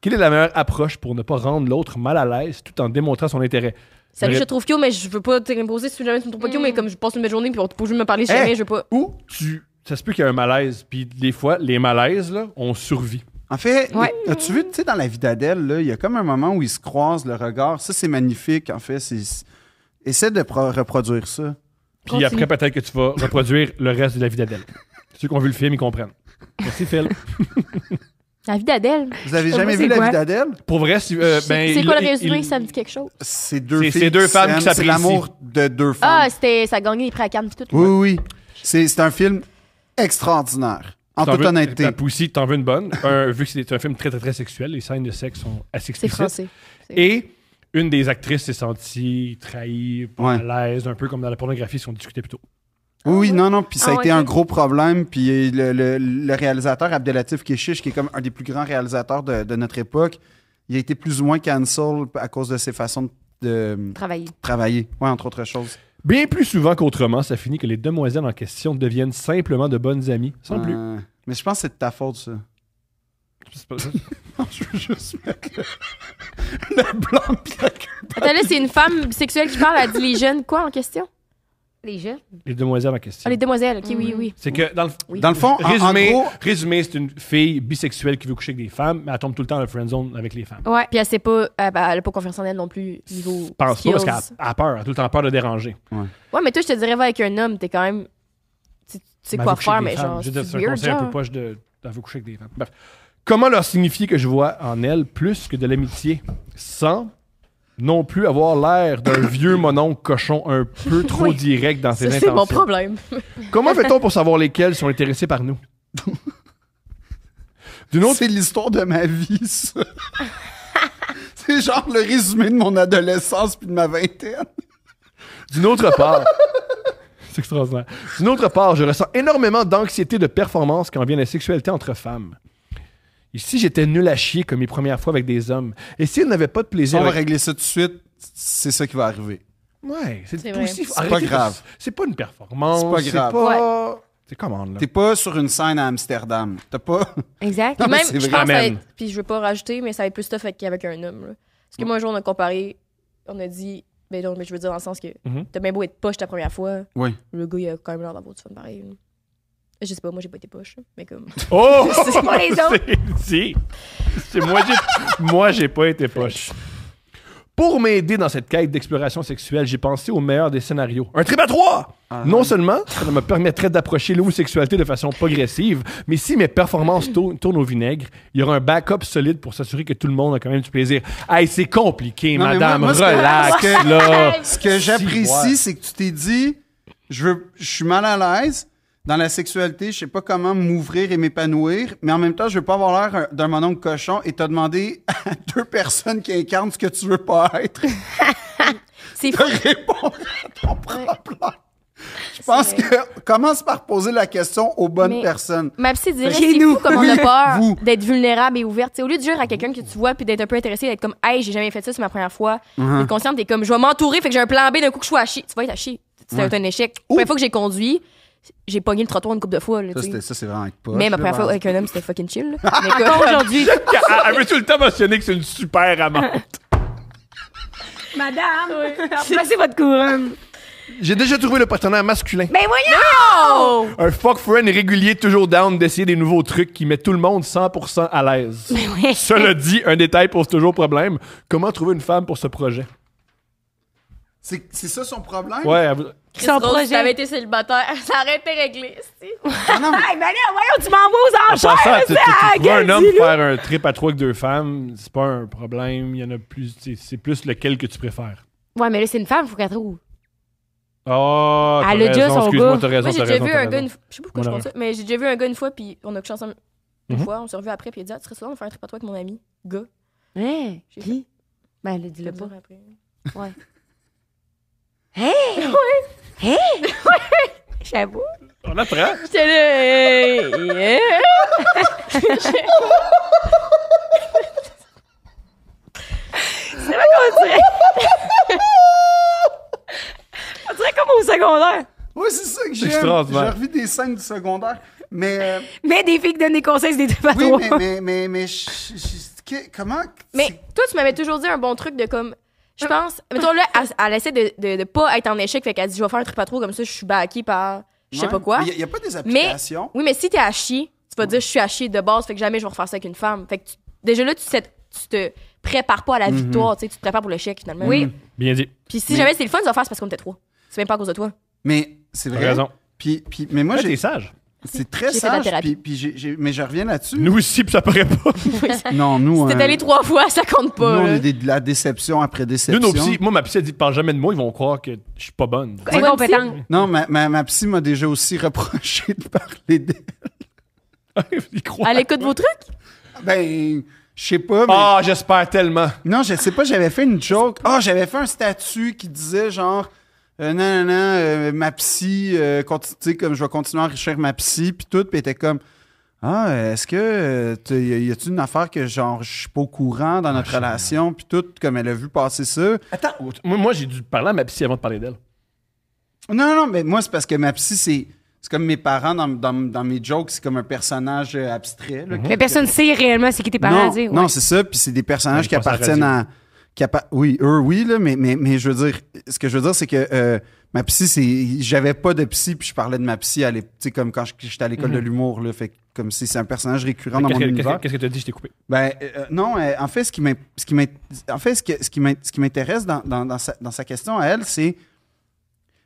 Speaker 3: Quelle est la meilleure approche pour ne pas rendre l'autre mal à l'aise tout en démontrant son intérêt?
Speaker 2: Salut,
Speaker 3: Ré-
Speaker 2: je te trouve cute, mais je veux pas t'imposer si jamais tu me trouves pas cute, mais comme je passe une belle journée, puis on te juste me parler si
Speaker 3: Hey.
Speaker 2: jamais, je veux pas.
Speaker 3: Ou tu. Ça se peut qu'il y ait un malaise, puis des fois, les malaises, là, on survit.
Speaker 4: En fait,
Speaker 1: Ouais.
Speaker 4: as-tu vu, tu sais, dans la vie d'Adèle, là, il y a comme un moment où ils se croisent le regard. Ça, c'est magnifique, en fait. C'est... Essaie de pro- reproduire ça.
Speaker 3: Puis après, peut-être que tu vas reproduire le reste de la vie d'Adèle. Ceux qui ont vu le film, ils comprennent. Merci, Phil.
Speaker 2: La vie d'Adèle.
Speaker 4: Vous avez
Speaker 1: Moi,
Speaker 4: jamais
Speaker 1: c'est
Speaker 4: vu la
Speaker 1: quoi?
Speaker 4: vie d'Adèle?
Speaker 3: Pour vrai, si, euh, ben,
Speaker 2: c'est
Speaker 3: il-
Speaker 2: quoi le
Speaker 3: il-
Speaker 2: résumé?
Speaker 3: il-
Speaker 2: Ça me dit quelque chose.
Speaker 4: C'est deux
Speaker 3: C'est-
Speaker 4: filles
Speaker 3: c'est deux femmes
Speaker 4: s'aiment,
Speaker 3: qui s'apprécient.
Speaker 4: C'est l'amour de deux femmes.
Speaker 2: Ah, c'était. Ça a gagné les prix à Cannes, puis tout.
Speaker 4: oui, oui. oui. C'est, c'est un film extraordinaire, en
Speaker 3: t'en
Speaker 4: toute
Speaker 3: veux-
Speaker 4: honnêteté.
Speaker 3: t'en- Poussi, t'en veux une bonne. Un- vu que c'est un film très, très, très sexuel, les scènes de sexe sont assez
Speaker 2: C'est
Speaker 3: explicites.
Speaker 2: français.
Speaker 3: Et une des actrices s'est sentie trahie, pas
Speaker 4: Ouais.
Speaker 3: à l'aise, un peu comme dans la pornographie, si on discutait plus tôt.
Speaker 4: Oui, oui, non, non. Puis ça a
Speaker 2: Ah,
Speaker 4: été
Speaker 2: ok.
Speaker 4: un gros problème. Puis le, le- le réalisateur Abdelatif Keshish, qui est comme un des plus grands réalisateurs de, de notre époque, il a été plus ou moins cancel à cause de ses façons de, de
Speaker 1: Travailler.
Speaker 4: travailler. Ouais, entre autres choses.
Speaker 3: Bien plus souvent qu'autrement, ça finit que les demoiselles en question deviennent simplement de bonnes amies, sans
Speaker 2: Ah.
Speaker 3: plus.
Speaker 4: Euh, mais je pense que c'est de ta faute, ça.
Speaker 3: C'est pas-
Speaker 4: je veux juste mettre le-
Speaker 3: Le blanc Bianca.
Speaker 2: Attends, là, c'est une femme sexuelle qui parle. Elle dit les jeunes, quoi, en question?
Speaker 1: Les jeunes.
Speaker 3: Les demoiselles en question.
Speaker 2: Ah, les demoiselles. OK, oui, oui.
Speaker 3: C'est que, dans le,
Speaker 4: Dans le fond, en- en
Speaker 3: résumé,
Speaker 4: gros-
Speaker 3: résumé, c'est une fille bisexuelle qui veut coucher avec des femmes, mais elle tombe tout le temps dans le friend zone avec les femmes.
Speaker 2: Ouais. Puis elle sait pas, elle, ben, elle a pas confiance en elle non plus, niveau
Speaker 3: Je pense
Speaker 2: skills.
Speaker 3: pas parce qu'elle a- elle a peur, elle a tout le temps peur de déranger.
Speaker 2: Ouais, mais toi, je te dirais, va avec un homme, t'es quand même. Tu, tu sais
Speaker 3: Mais elle
Speaker 2: quoi
Speaker 3: veut coucher
Speaker 2: faire,
Speaker 3: avec
Speaker 2: mais
Speaker 3: des femmes.
Speaker 2: genre.
Speaker 3: Je veux dire,
Speaker 2: c'est
Speaker 3: c'est un
Speaker 2: weird,
Speaker 3: conseil un peu
Speaker 2: genre.
Speaker 3: poche de. Elle veut coucher avec des femmes. Bref. Comment leur signifier que je vois en elle plus que de l'amitié sans non plus avoir l'air d'un vieux monon cochon un peu trop
Speaker 2: Oui.
Speaker 3: direct dans ses
Speaker 2: Ça,
Speaker 3: intentions?
Speaker 2: c'est mon problème.
Speaker 3: Comment fait-on pour savoir lesquels sont intéressés par nous? D'une autre
Speaker 4: c'est l'histoire de ma vie, ça. c'est genre le résumé de mon adolescence puis de ma vingtaine.
Speaker 3: D'une autre part, c'est extraordinaire. D'une autre part, je ressens énormément d'anxiété de performance quand vient la sexualité entre femmes. Ici, j'étais nul à chier comme mes premières fois avec des hommes. Et s'ils n'avaient pas de plaisir.
Speaker 4: On va
Speaker 3: avec-
Speaker 4: régler ça tout de suite. C'est ça qui va arriver.
Speaker 3: Ouais, c'est
Speaker 2: C'est
Speaker 3: tout
Speaker 2: vrai.
Speaker 3: aussi-
Speaker 4: C'est pas
Speaker 3: Arrêtez de-
Speaker 4: grave.
Speaker 3: C'est pas une performance.
Speaker 4: C'est pas grave.
Speaker 3: C'est pas. C'est comment, là?
Speaker 4: T'es pas sur une scène à Amsterdam. T'as pas.
Speaker 1: Exact.
Speaker 4: Non, mais
Speaker 2: Même,
Speaker 4: c'est
Speaker 2: je
Speaker 4: vrai.
Speaker 2: pense, que ça va
Speaker 3: Amen.
Speaker 2: être, puis je veux pas rajouter, mais ça va être plus tough avec- qu'avec un homme. là. Parce que moi, un jour, on a comparé, on a dit, ben non, mais je veux dire dans le sens que
Speaker 3: Mhm.
Speaker 2: t'as bien beau être poche ta première fois,
Speaker 4: Oui.
Speaker 2: le gars, il a quand même l'air d'avoir du fun pareil. là. Je sais pas, moi, j'ai pas été poche, mais comme.
Speaker 3: Oh!
Speaker 1: C'est pas les autres.
Speaker 3: C'est- si. C'est moi, j'ai, moi, j'ai pas été poche. Pour m'aider dans cette quête d'exploration sexuelle, j'ai pensé au meilleur des scénarios. Un trip à trois!
Speaker 4: Ah.
Speaker 3: Non seulement ça me permettrait d'approcher l'homosexualité de façon progressive, mais si mes performances tour- tournent au vinaigre, il y aura un backup solide pour s'assurer que tout le monde a quand même du plaisir. Hey, c'est compliqué,
Speaker 4: Non, mais
Speaker 3: madame.
Speaker 4: moi- moi, ce que-
Speaker 3: Relax,
Speaker 4: ce que-
Speaker 3: là.
Speaker 4: Ce que j'apprécie, c'est que tu t'es dit, je veux, je suis mal à l'aise dans la sexualité, je sais pas comment m'ouvrir et m'épanouir, mais en même temps, je veux pas avoir l'air d'un mononcle cochon et t'as demandé à deux personnes qui incarnent ce que tu veux pas être
Speaker 2: C'est
Speaker 4: de
Speaker 2: fou.
Speaker 4: répondre à ton problème. Je pense que commence par poser la question aux bonnes
Speaker 2: Mais-
Speaker 4: personnes.
Speaker 2: Ma psy dirait,
Speaker 4: Chez
Speaker 2: c'est
Speaker 4: nous.
Speaker 2: fou comme on
Speaker 4: Oui,
Speaker 2: a
Speaker 4: vous.
Speaker 2: peur d'être vulnérable et ouverte. T'sais, au lieu de dire à quelqu'un que tu vois puis d'être un peu intéressé, d'être comme, hey, j'ai jamais fait ça, c'est ma première fois.
Speaker 4: Uh-huh.
Speaker 2: T'es consciente, t'es comme, je vais m'entourer, fait que j'ai un plan B d'un coup que je suis à chier. Tu vas être à chier. Ça va être un échec. La première fois que j'ai conduit, j'ai pogné le trottoir une couple de fois. là,
Speaker 4: Ça,
Speaker 2: t'sais.
Speaker 4: c'était- ça, c'est vraiment être pas.
Speaker 2: Mais ma première fois avec un homme, c'était fucking chill. là. Mais comme-
Speaker 1: Aujourd'hui.
Speaker 3: Elle elle veut tout le temps mentionner que c'est une super amante.
Speaker 1: Madame, remplacez votre couronne.
Speaker 3: J'ai déjà trouvé le partenaire masculin.
Speaker 1: Ben voyons!
Speaker 3: Un fuck friend régulier toujours down d'essayer des nouveaux trucs qui met tout le monde 100% à l'aise.
Speaker 1: Ouais.
Speaker 3: Cela dit, un détail pose toujours problème. Comment trouver une femme pour ce projet?
Speaker 4: C'est c'est ça son problème?
Speaker 3: Ouais, elle veut-
Speaker 2: Chris
Speaker 1: Sans
Speaker 2: Rose,
Speaker 1: projet.
Speaker 2: Si t'avais été célibataire, ça aurait été réglé. c'est-
Speaker 4: Ah non, mais-
Speaker 1: Hey, ben là, voyons, tu m'en vas aux
Speaker 3: en passant,
Speaker 1: enchères,
Speaker 3: tu- tu- tu trouves un homme
Speaker 1: dis-le.
Speaker 3: faire un trip à trois avec deux femmes, c'est pas un problème. Il y en a plus. c'est- C'est plus lequel que tu préfères.
Speaker 1: Ouais, mais là, c'est une femme, faut qu'elle trouve.
Speaker 3: Oh, t'as
Speaker 1: Elle a déjà
Speaker 3: raison,
Speaker 1: son
Speaker 3: excuse-moi,
Speaker 1: gars.
Speaker 3: t'as raison,
Speaker 2: Moi, j'ai
Speaker 3: t'as
Speaker 2: déjà
Speaker 3: raison,
Speaker 2: vu
Speaker 3: t'as
Speaker 2: un gars
Speaker 3: raison.
Speaker 2: une fois. Je sais pas pourquoi
Speaker 3: Moi,
Speaker 2: je
Speaker 3: non,
Speaker 2: pense ça, mais j'ai déjà vu un gars une fois, puis on a couché ensemble une
Speaker 3: Mhm.
Speaker 2: fois, on s'est revus après, puis il a dit, ah, tu serais ça, on va faire un trip à toi avec mon ami, gars.
Speaker 1: Hein?
Speaker 2: J'ai
Speaker 1: Qui? Ben, elle
Speaker 2: Je
Speaker 1: dit-le
Speaker 2: vais
Speaker 1: pas.
Speaker 2: dire après.
Speaker 1: Ouais. Hey! Hey! J'avoue.
Speaker 3: On apprend.
Speaker 2: J'étais là, hey, yeah.
Speaker 1: C'est vrai qu'on dirait. On dirait comme au secondaire.
Speaker 4: ouais, c'est ça que j'aime.
Speaker 3: Extraordinaire.
Speaker 4: J'ai revu des scènes du secondaire. Mais euh,
Speaker 1: Mais des filles qui donnent des conseils, c'est des trucs à
Speaker 4: oui,
Speaker 1: toi.
Speaker 4: mais, mais, mais, mais je- je- je- que- comment.
Speaker 2: Mais
Speaker 4: c'est-
Speaker 2: toi, tu m'avais toujours dit un bon truc de comme. Je pense. Mettons là, elle, elle essaie de, de, de pas être en échec, fait qu'elle dit, je vais faire un trip à trois comme ça, je suis backée par je sais
Speaker 4: Ouais.
Speaker 2: pas quoi.
Speaker 4: Il n'y a, pas des
Speaker 2: Mais-
Speaker 4: applications.
Speaker 2: Oui, mais si t'es à chier, tu vas dire je suis à chier de base, fait que jamais je vais refaire ça avec une femme. Fait que tu- déjà là, tu, sais- tu te prépares pas à la victoire, tu sais, tu te prépares pour l'échec finalement.
Speaker 1: Oui.
Speaker 3: Bien dit.
Speaker 2: Puis si
Speaker 4: Mhm. Mais-
Speaker 2: jamais c'est le fun, tu vas faire c'est parce qu'on était trois. C'est même pas à cause de toi.
Speaker 4: Mais c'est
Speaker 3: T'as
Speaker 4: vrai.
Speaker 3: raison.
Speaker 4: Puis, puis, mais moi,
Speaker 3: Moi,
Speaker 4: j'ai-
Speaker 3: t'es sage.
Speaker 4: c'est très
Speaker 2: J'ai fait de la
Speaker 4: sage.
Speaker 2: thérapie.
Speaker 4: Puis, puis j'ai- j'ai- mais je reviens là-dessus.
Speaker 3: Nous aussi, puis ça paraît pas.
Speaker 4: non, nous.
Speaker 2: Si t'es
Speaker 4: euh,
Speaker 2: allé trois fois, ça compte
Speaker 4: nous,
Speaker 2: pas.
Speaker 4: on
Speaker 2: là.
Speaker 4: est des- de la déception après
Speaker 3: Nous,
Speaker 4: déception.
Speaker 3: nos psy, moi, ma psy, elle dit, parle jamais de moi, ils vont croire que je suis pas bonne.
Speaker 1: C'est
Speaker 2: Ouais,
Speaker 1: compétent.
Speaker 4: Non, ma, ma, ma psy m'a déjà aussi reproché de parler d'elle.
Speaker 3: ils croient.
Speaker 2: Elle écoute vos trucs?
Speaker 4: Ben, je sais pas, mais.
Speaker 3: Ah, j'espère tellement.
Speaker 4: Non, je sais pas, j'avais fait une joke. Ah, j'avais fait un statut qui disait genre euh, non non non, euh, ma psy euh, conti- tu sais, comme je vais continuer à enrichir ma psy puis tout, puis elle était comme ah, euh, est-ce que euh, t'as- y a- y a-tu une affaire que genre je suis pas au courant dans notre relation puis tout comme elle a vu passer ça.
Speaker 3: Attends, moi, moi, j'ai dû parler à ma psy avant de parler d'elle.
Speaker 4: Non non non, mais moi c'est parce que ma psy c'est c'est comme mes parents dans, dans, dans mes jokes, c'est comme un personnage euh, abstrait là, qui-
Speaker 1: Mhm. Mais personne ne sait réellement c'est qui tes parents
Speaker 4: non,
Speaker 1: à dire.
Speaker 4: non,
Speaker 1: ouais.
Speaker 4: c'est ça. Puis c'est des personnages
Speaker 3: Ouais,
Speaker 4: qui
Speaker 3: je pense à la
Speaker 4: appartiennent à, capa- Oui, eux, oui, là, mais, mais, mais je veux dire, ce que je veux dire, c'est que euh, ma psy, c'est. J'avais pas de psy, puis je parlais de ma psy à l'ép- tu sais, comme quand je- j'étais à l'école de l'humour, là. Fait que comme si c'est un personnage récurrent dans
Speaker 3: Qu'est-ce
Speaker 4: mon
Speaker 3: que-
Speaker 4: univers.
Speaker 3: qu'est-ce que- qu'est-ce que tu as dit? Je t'ai coupé.
Speaker 4: Ben, euh, non, euh, en fait, ce qui m'in- ce qui m'in- en fait, ce que- ce qui m'in- ce qui m'intéresse dans, dans- dans sa, dans sa question à elle, c'est.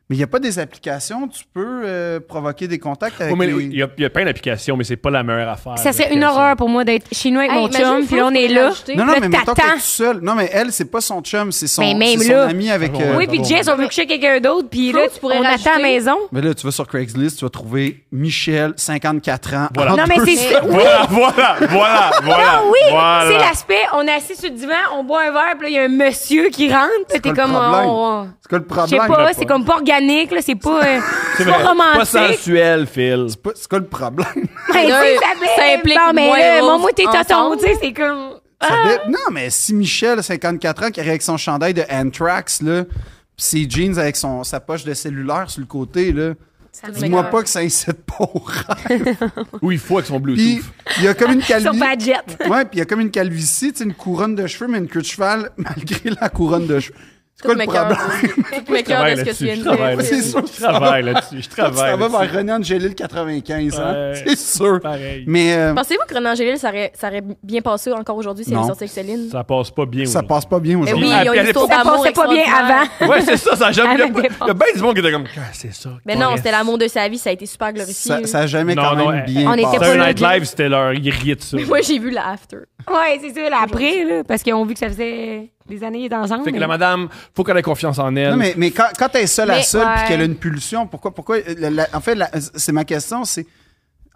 Speaker 4: Mais il n'y a pas des applications, tu peux euh, provoquer des contacts avec.
Speaker 3: Oh, mais
Speaker 4: les-
Speaker 3: oui, Il y, a- il y a plein d'applications, mais c'est pas la meilleure affaire.
Speaker 1: Ça serait
Speaker 3: Avec,
Speaker 1: une
Speaker 3: euh,
Speaker 1: horreur pour moi d'être chez nous avec
Speaker 2: Hey,
Speaker 1: mon
Speaker 2: imagine,
Speaker 1: chum,
Speaker 2: faut
Speaker 1: puis là, on
Speaker 2: le
Speaker 1: est là.
Speaker 2: rajouter.
Speaker 4: Non, non,
Speaker 1: Là,
Speaker 4: mais mettons que t'es
Speaker 1: t'attends.
Speaker 4: tout seul. Non, mais elle, c'est pas son chum, c'est son,
Speaker 1: Mais même
Speaker 4: c'est son
Speaker 1: là.
Speaker 4: ami avec.
Speaker 3: Ah, ouais,
Speaker 4: euh,
Speaker 1: Oui, puis
Speaker 3: pardon.
Speaker 1: Jess, on veut coucher avec quelqu'un d'autre, puis
Speaker 2: Flo,
Speaker 1: là,
Speaker 2: tu
Speaker 1: on
Speaker 2: pourrais
Speaker 1: attend à la
Speaker 2: rajouter.
Speaker 1: maison.
Speaker 4: Mais là, tu vas sur Craigslist, tu vas trouver Michel, 54 ans.
Speaker 3: Voilà.
Speaker 4: en
Speaker 1: Non, mais
Speaker 4: deux-
Speaker 1: c'est.
Speaker 3: Voilà, voilà, voilà, voilà.
Speaker 1: Oui,
Speaker 3: voilà.
Speaker 1: c'est l'aspect, on est assis sur le divan, on boit un verre, puis là, il y a un monsieur qui rentre, puis
Speaker 4: quoi
Speaker 1: t'es
Speaker 4: le
Speaker 1: comme.
Speaker 4: problème?
Speaker 1: on-
Speaker 4: C'est quoi le
Speaker 1: Je sais
Speaker 4: problème?
Speaker 1: pas, c'est comme pas organique, là, c'est pas, euh, c'est
Speaker 3: vrai,
Speaker 1: pas
Speaker 3: Pas
Speaker 1: romantique.
Speaker 3: sensuel, Phil.
Speaker 4: C'est pas- C'est quoi le problème?
Speaker 1: Ben, tu sais,
Speaker 2: Ça
Speaker 1: fait-
Speaker 2: implique
Speaker 1: Non, mais
Speaker 2: moins
Speaker 1: là,
Speaker 2: rose
Speaker 1: moi, moi, t'es tonton,
Speaker 2: ensemble.
Speaker 1: tu sais, c'est comme.
Speaker 4: Ça dé- Non, mais si Michel, 54 ans, qui arrive avec son chandail de Anthrax, là, pis ses jeans avec son, sa poche de cellulaire sur le côté, là, dis-moi pas que ça incite pas au rêve.
Speaker 3: Ou il faut avec son Bluetooth.
Speaker 4: Puis, il y a comme une
Speaker 1: Sur
Speaker 4: calvitie.
Speaker 1: Padgett.
Speaker 4: Ouais, puis il y a comme une calvitie, tu sais, une couronne de cheveux, mais une queue de cheval, malgré la couronne de cheveux. C'est quoi le problème?
Speaker 2: Tout m'écœure de ce que tu viens
Speaker 3: je
Speaker 2: de
Speaker 3: travaille
Speaker 2: dire.
Speaker 4: C'est
Speaker 3: là-dessus.
Speaker 4: sûr que
Speaker 3: Je travaille là-dessus. Je travaille.
Speaker 4: Ça va
Speaker 3: là-dessus.
Speaker 4: vers René Angelil 95, hein?
Speaker 3: Ouais.
Speaker 4: C'est sûr.
Speaker 3: Pareil.
Speaker 4: Mais euh,
Speaker 2: Pensez-vous que Renan Angélil, ça aurait, ça aurait bien passé encore aujourd'hui si elle
Speaker 4: Non.
Speaker 2: sortait avec Céline?
Speaker 3: Ça passe pas bien.
Speaker 4: ça
Speaker 3: aujourd'hui.
Speaker 4: passe pas
Speaker 1: Eh
Speaker 4: bien
Speaker 2: Mais
Speaker 4: aujourd'hui.
Speaker 2: Eh oui,
Speaker 3: Ah,
Speaker 2: ils ont
Speaker 3: puis à
Speaker 2: une histoire
Speaker 1: Ça
Speaker 2: d'amour
Speaker 1: passait pas bien
Speaker 2: extraordinaire.
Speaker 1: avant.
Speaker 3: Ouais, c'est ça, ça a jamais.
Speaker 1: Avec
Speaker 3: Il y a
Speaker 1: des
Speaker 3: pas- il y a bien du monde qui était comme, Ah, c'est ça.
Speaker 2: Mais non,
Speaker 3: Paris.
Speaker 2: c'était l'amour de sa vie, ça a été super glorifié.
Speaker 4: Ça, ça a jamais
Speaker 3: Non,
Speaker 4: quand même
Speaker 3: non, eh, elle-
Speaker 4: bien
Speaker 1: on était
Speaker 4: passé.
Speaker 1: pas
Speaker 3: Saturday
Speaker 1: là.
Speaker 3: Night Live, c'était leur. Ils riaient de ça.
Speaker 2: Moi, j'ai vu la after.
Speaker 1: Ouais, c'est ça, là, après, là, parce qu'ils ont vu que ça faisait des années qu'ils étaient ensemble.
Speaker 3: Fait que
Speaker 1: mais-
Speaker 3: la madame, faut qu'elle ait confiance en elle.
Speaker 4: Non, mais, mais quand, quand elle est seule à
Speaker 2: Mais,
Speaker 4: seule puis
Speaker 2: ouais.
Speaker 4: qu'elle a une pulsion, pourquoi. pourquoi euh, la- la- en fait, la- c'est ma question. c'est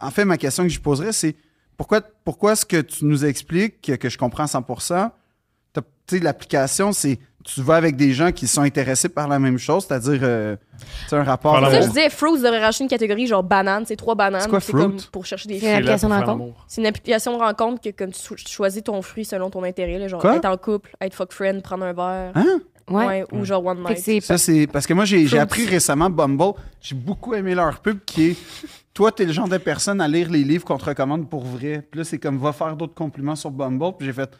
Speaker 4: En fait, ma question que je poserais, c'est pourquoi, pourquoi ce que tu nous expliques, que, que je comprends à 100 t'as- tu sais, l'application, c'est tu vas avec des gens qui sont intéressés par la même chose, c'est-à-dire euh, tu sais, un rapport.
Speaker 3: Par
Speaker 2: C'est ça,
Speaker 3: l'amour.
Speaker 2: je disais, Fruits devrait racheter une catégorie genre banane, c'est trois
Speaker 4: Ben
Speaker 2: bananes.
Speaker 4: C'est quoi,
Speaker 2: puis
Speaker 4: Fruit?
Speaker 2: comme pour chercher des
Speaker 1: C'est
Speaker 2: filles.
Speaker 1: la- l'application
Speaker 3: Là, pour faire
Speaker 1: de rencontre.
Speaker 3: l'amour.
Speaker 2: C'est une application de rencontre que comme tu, cho- tu choisis ton fruit selon ton intérêt, là, genre
Speaker 4: Quoi?
Speaker 2: être en couple, être fuck friend, prendre un verre,
Speaker 4: Hein?
Speaker 1: Ouais.
Speaker 2: Ah, Ouais, ou genre one
Speaker 1: Fait que
Speaker 2: night.
Speaker 1: c'est.
Speaker 4: Ça, c'est parce que moi, j'ai j'ai
Speaker 1: Fruits.
Speaker 4: appris récemment Bumble. J'ai beaucoup aimé leur pub qui est Toi, t'es le genre de personne à lire les livres qu'on te recommande pour vrai. Puis là, c'est comme Va faire d'autres compliments sur Bumble. Puis j'ai fait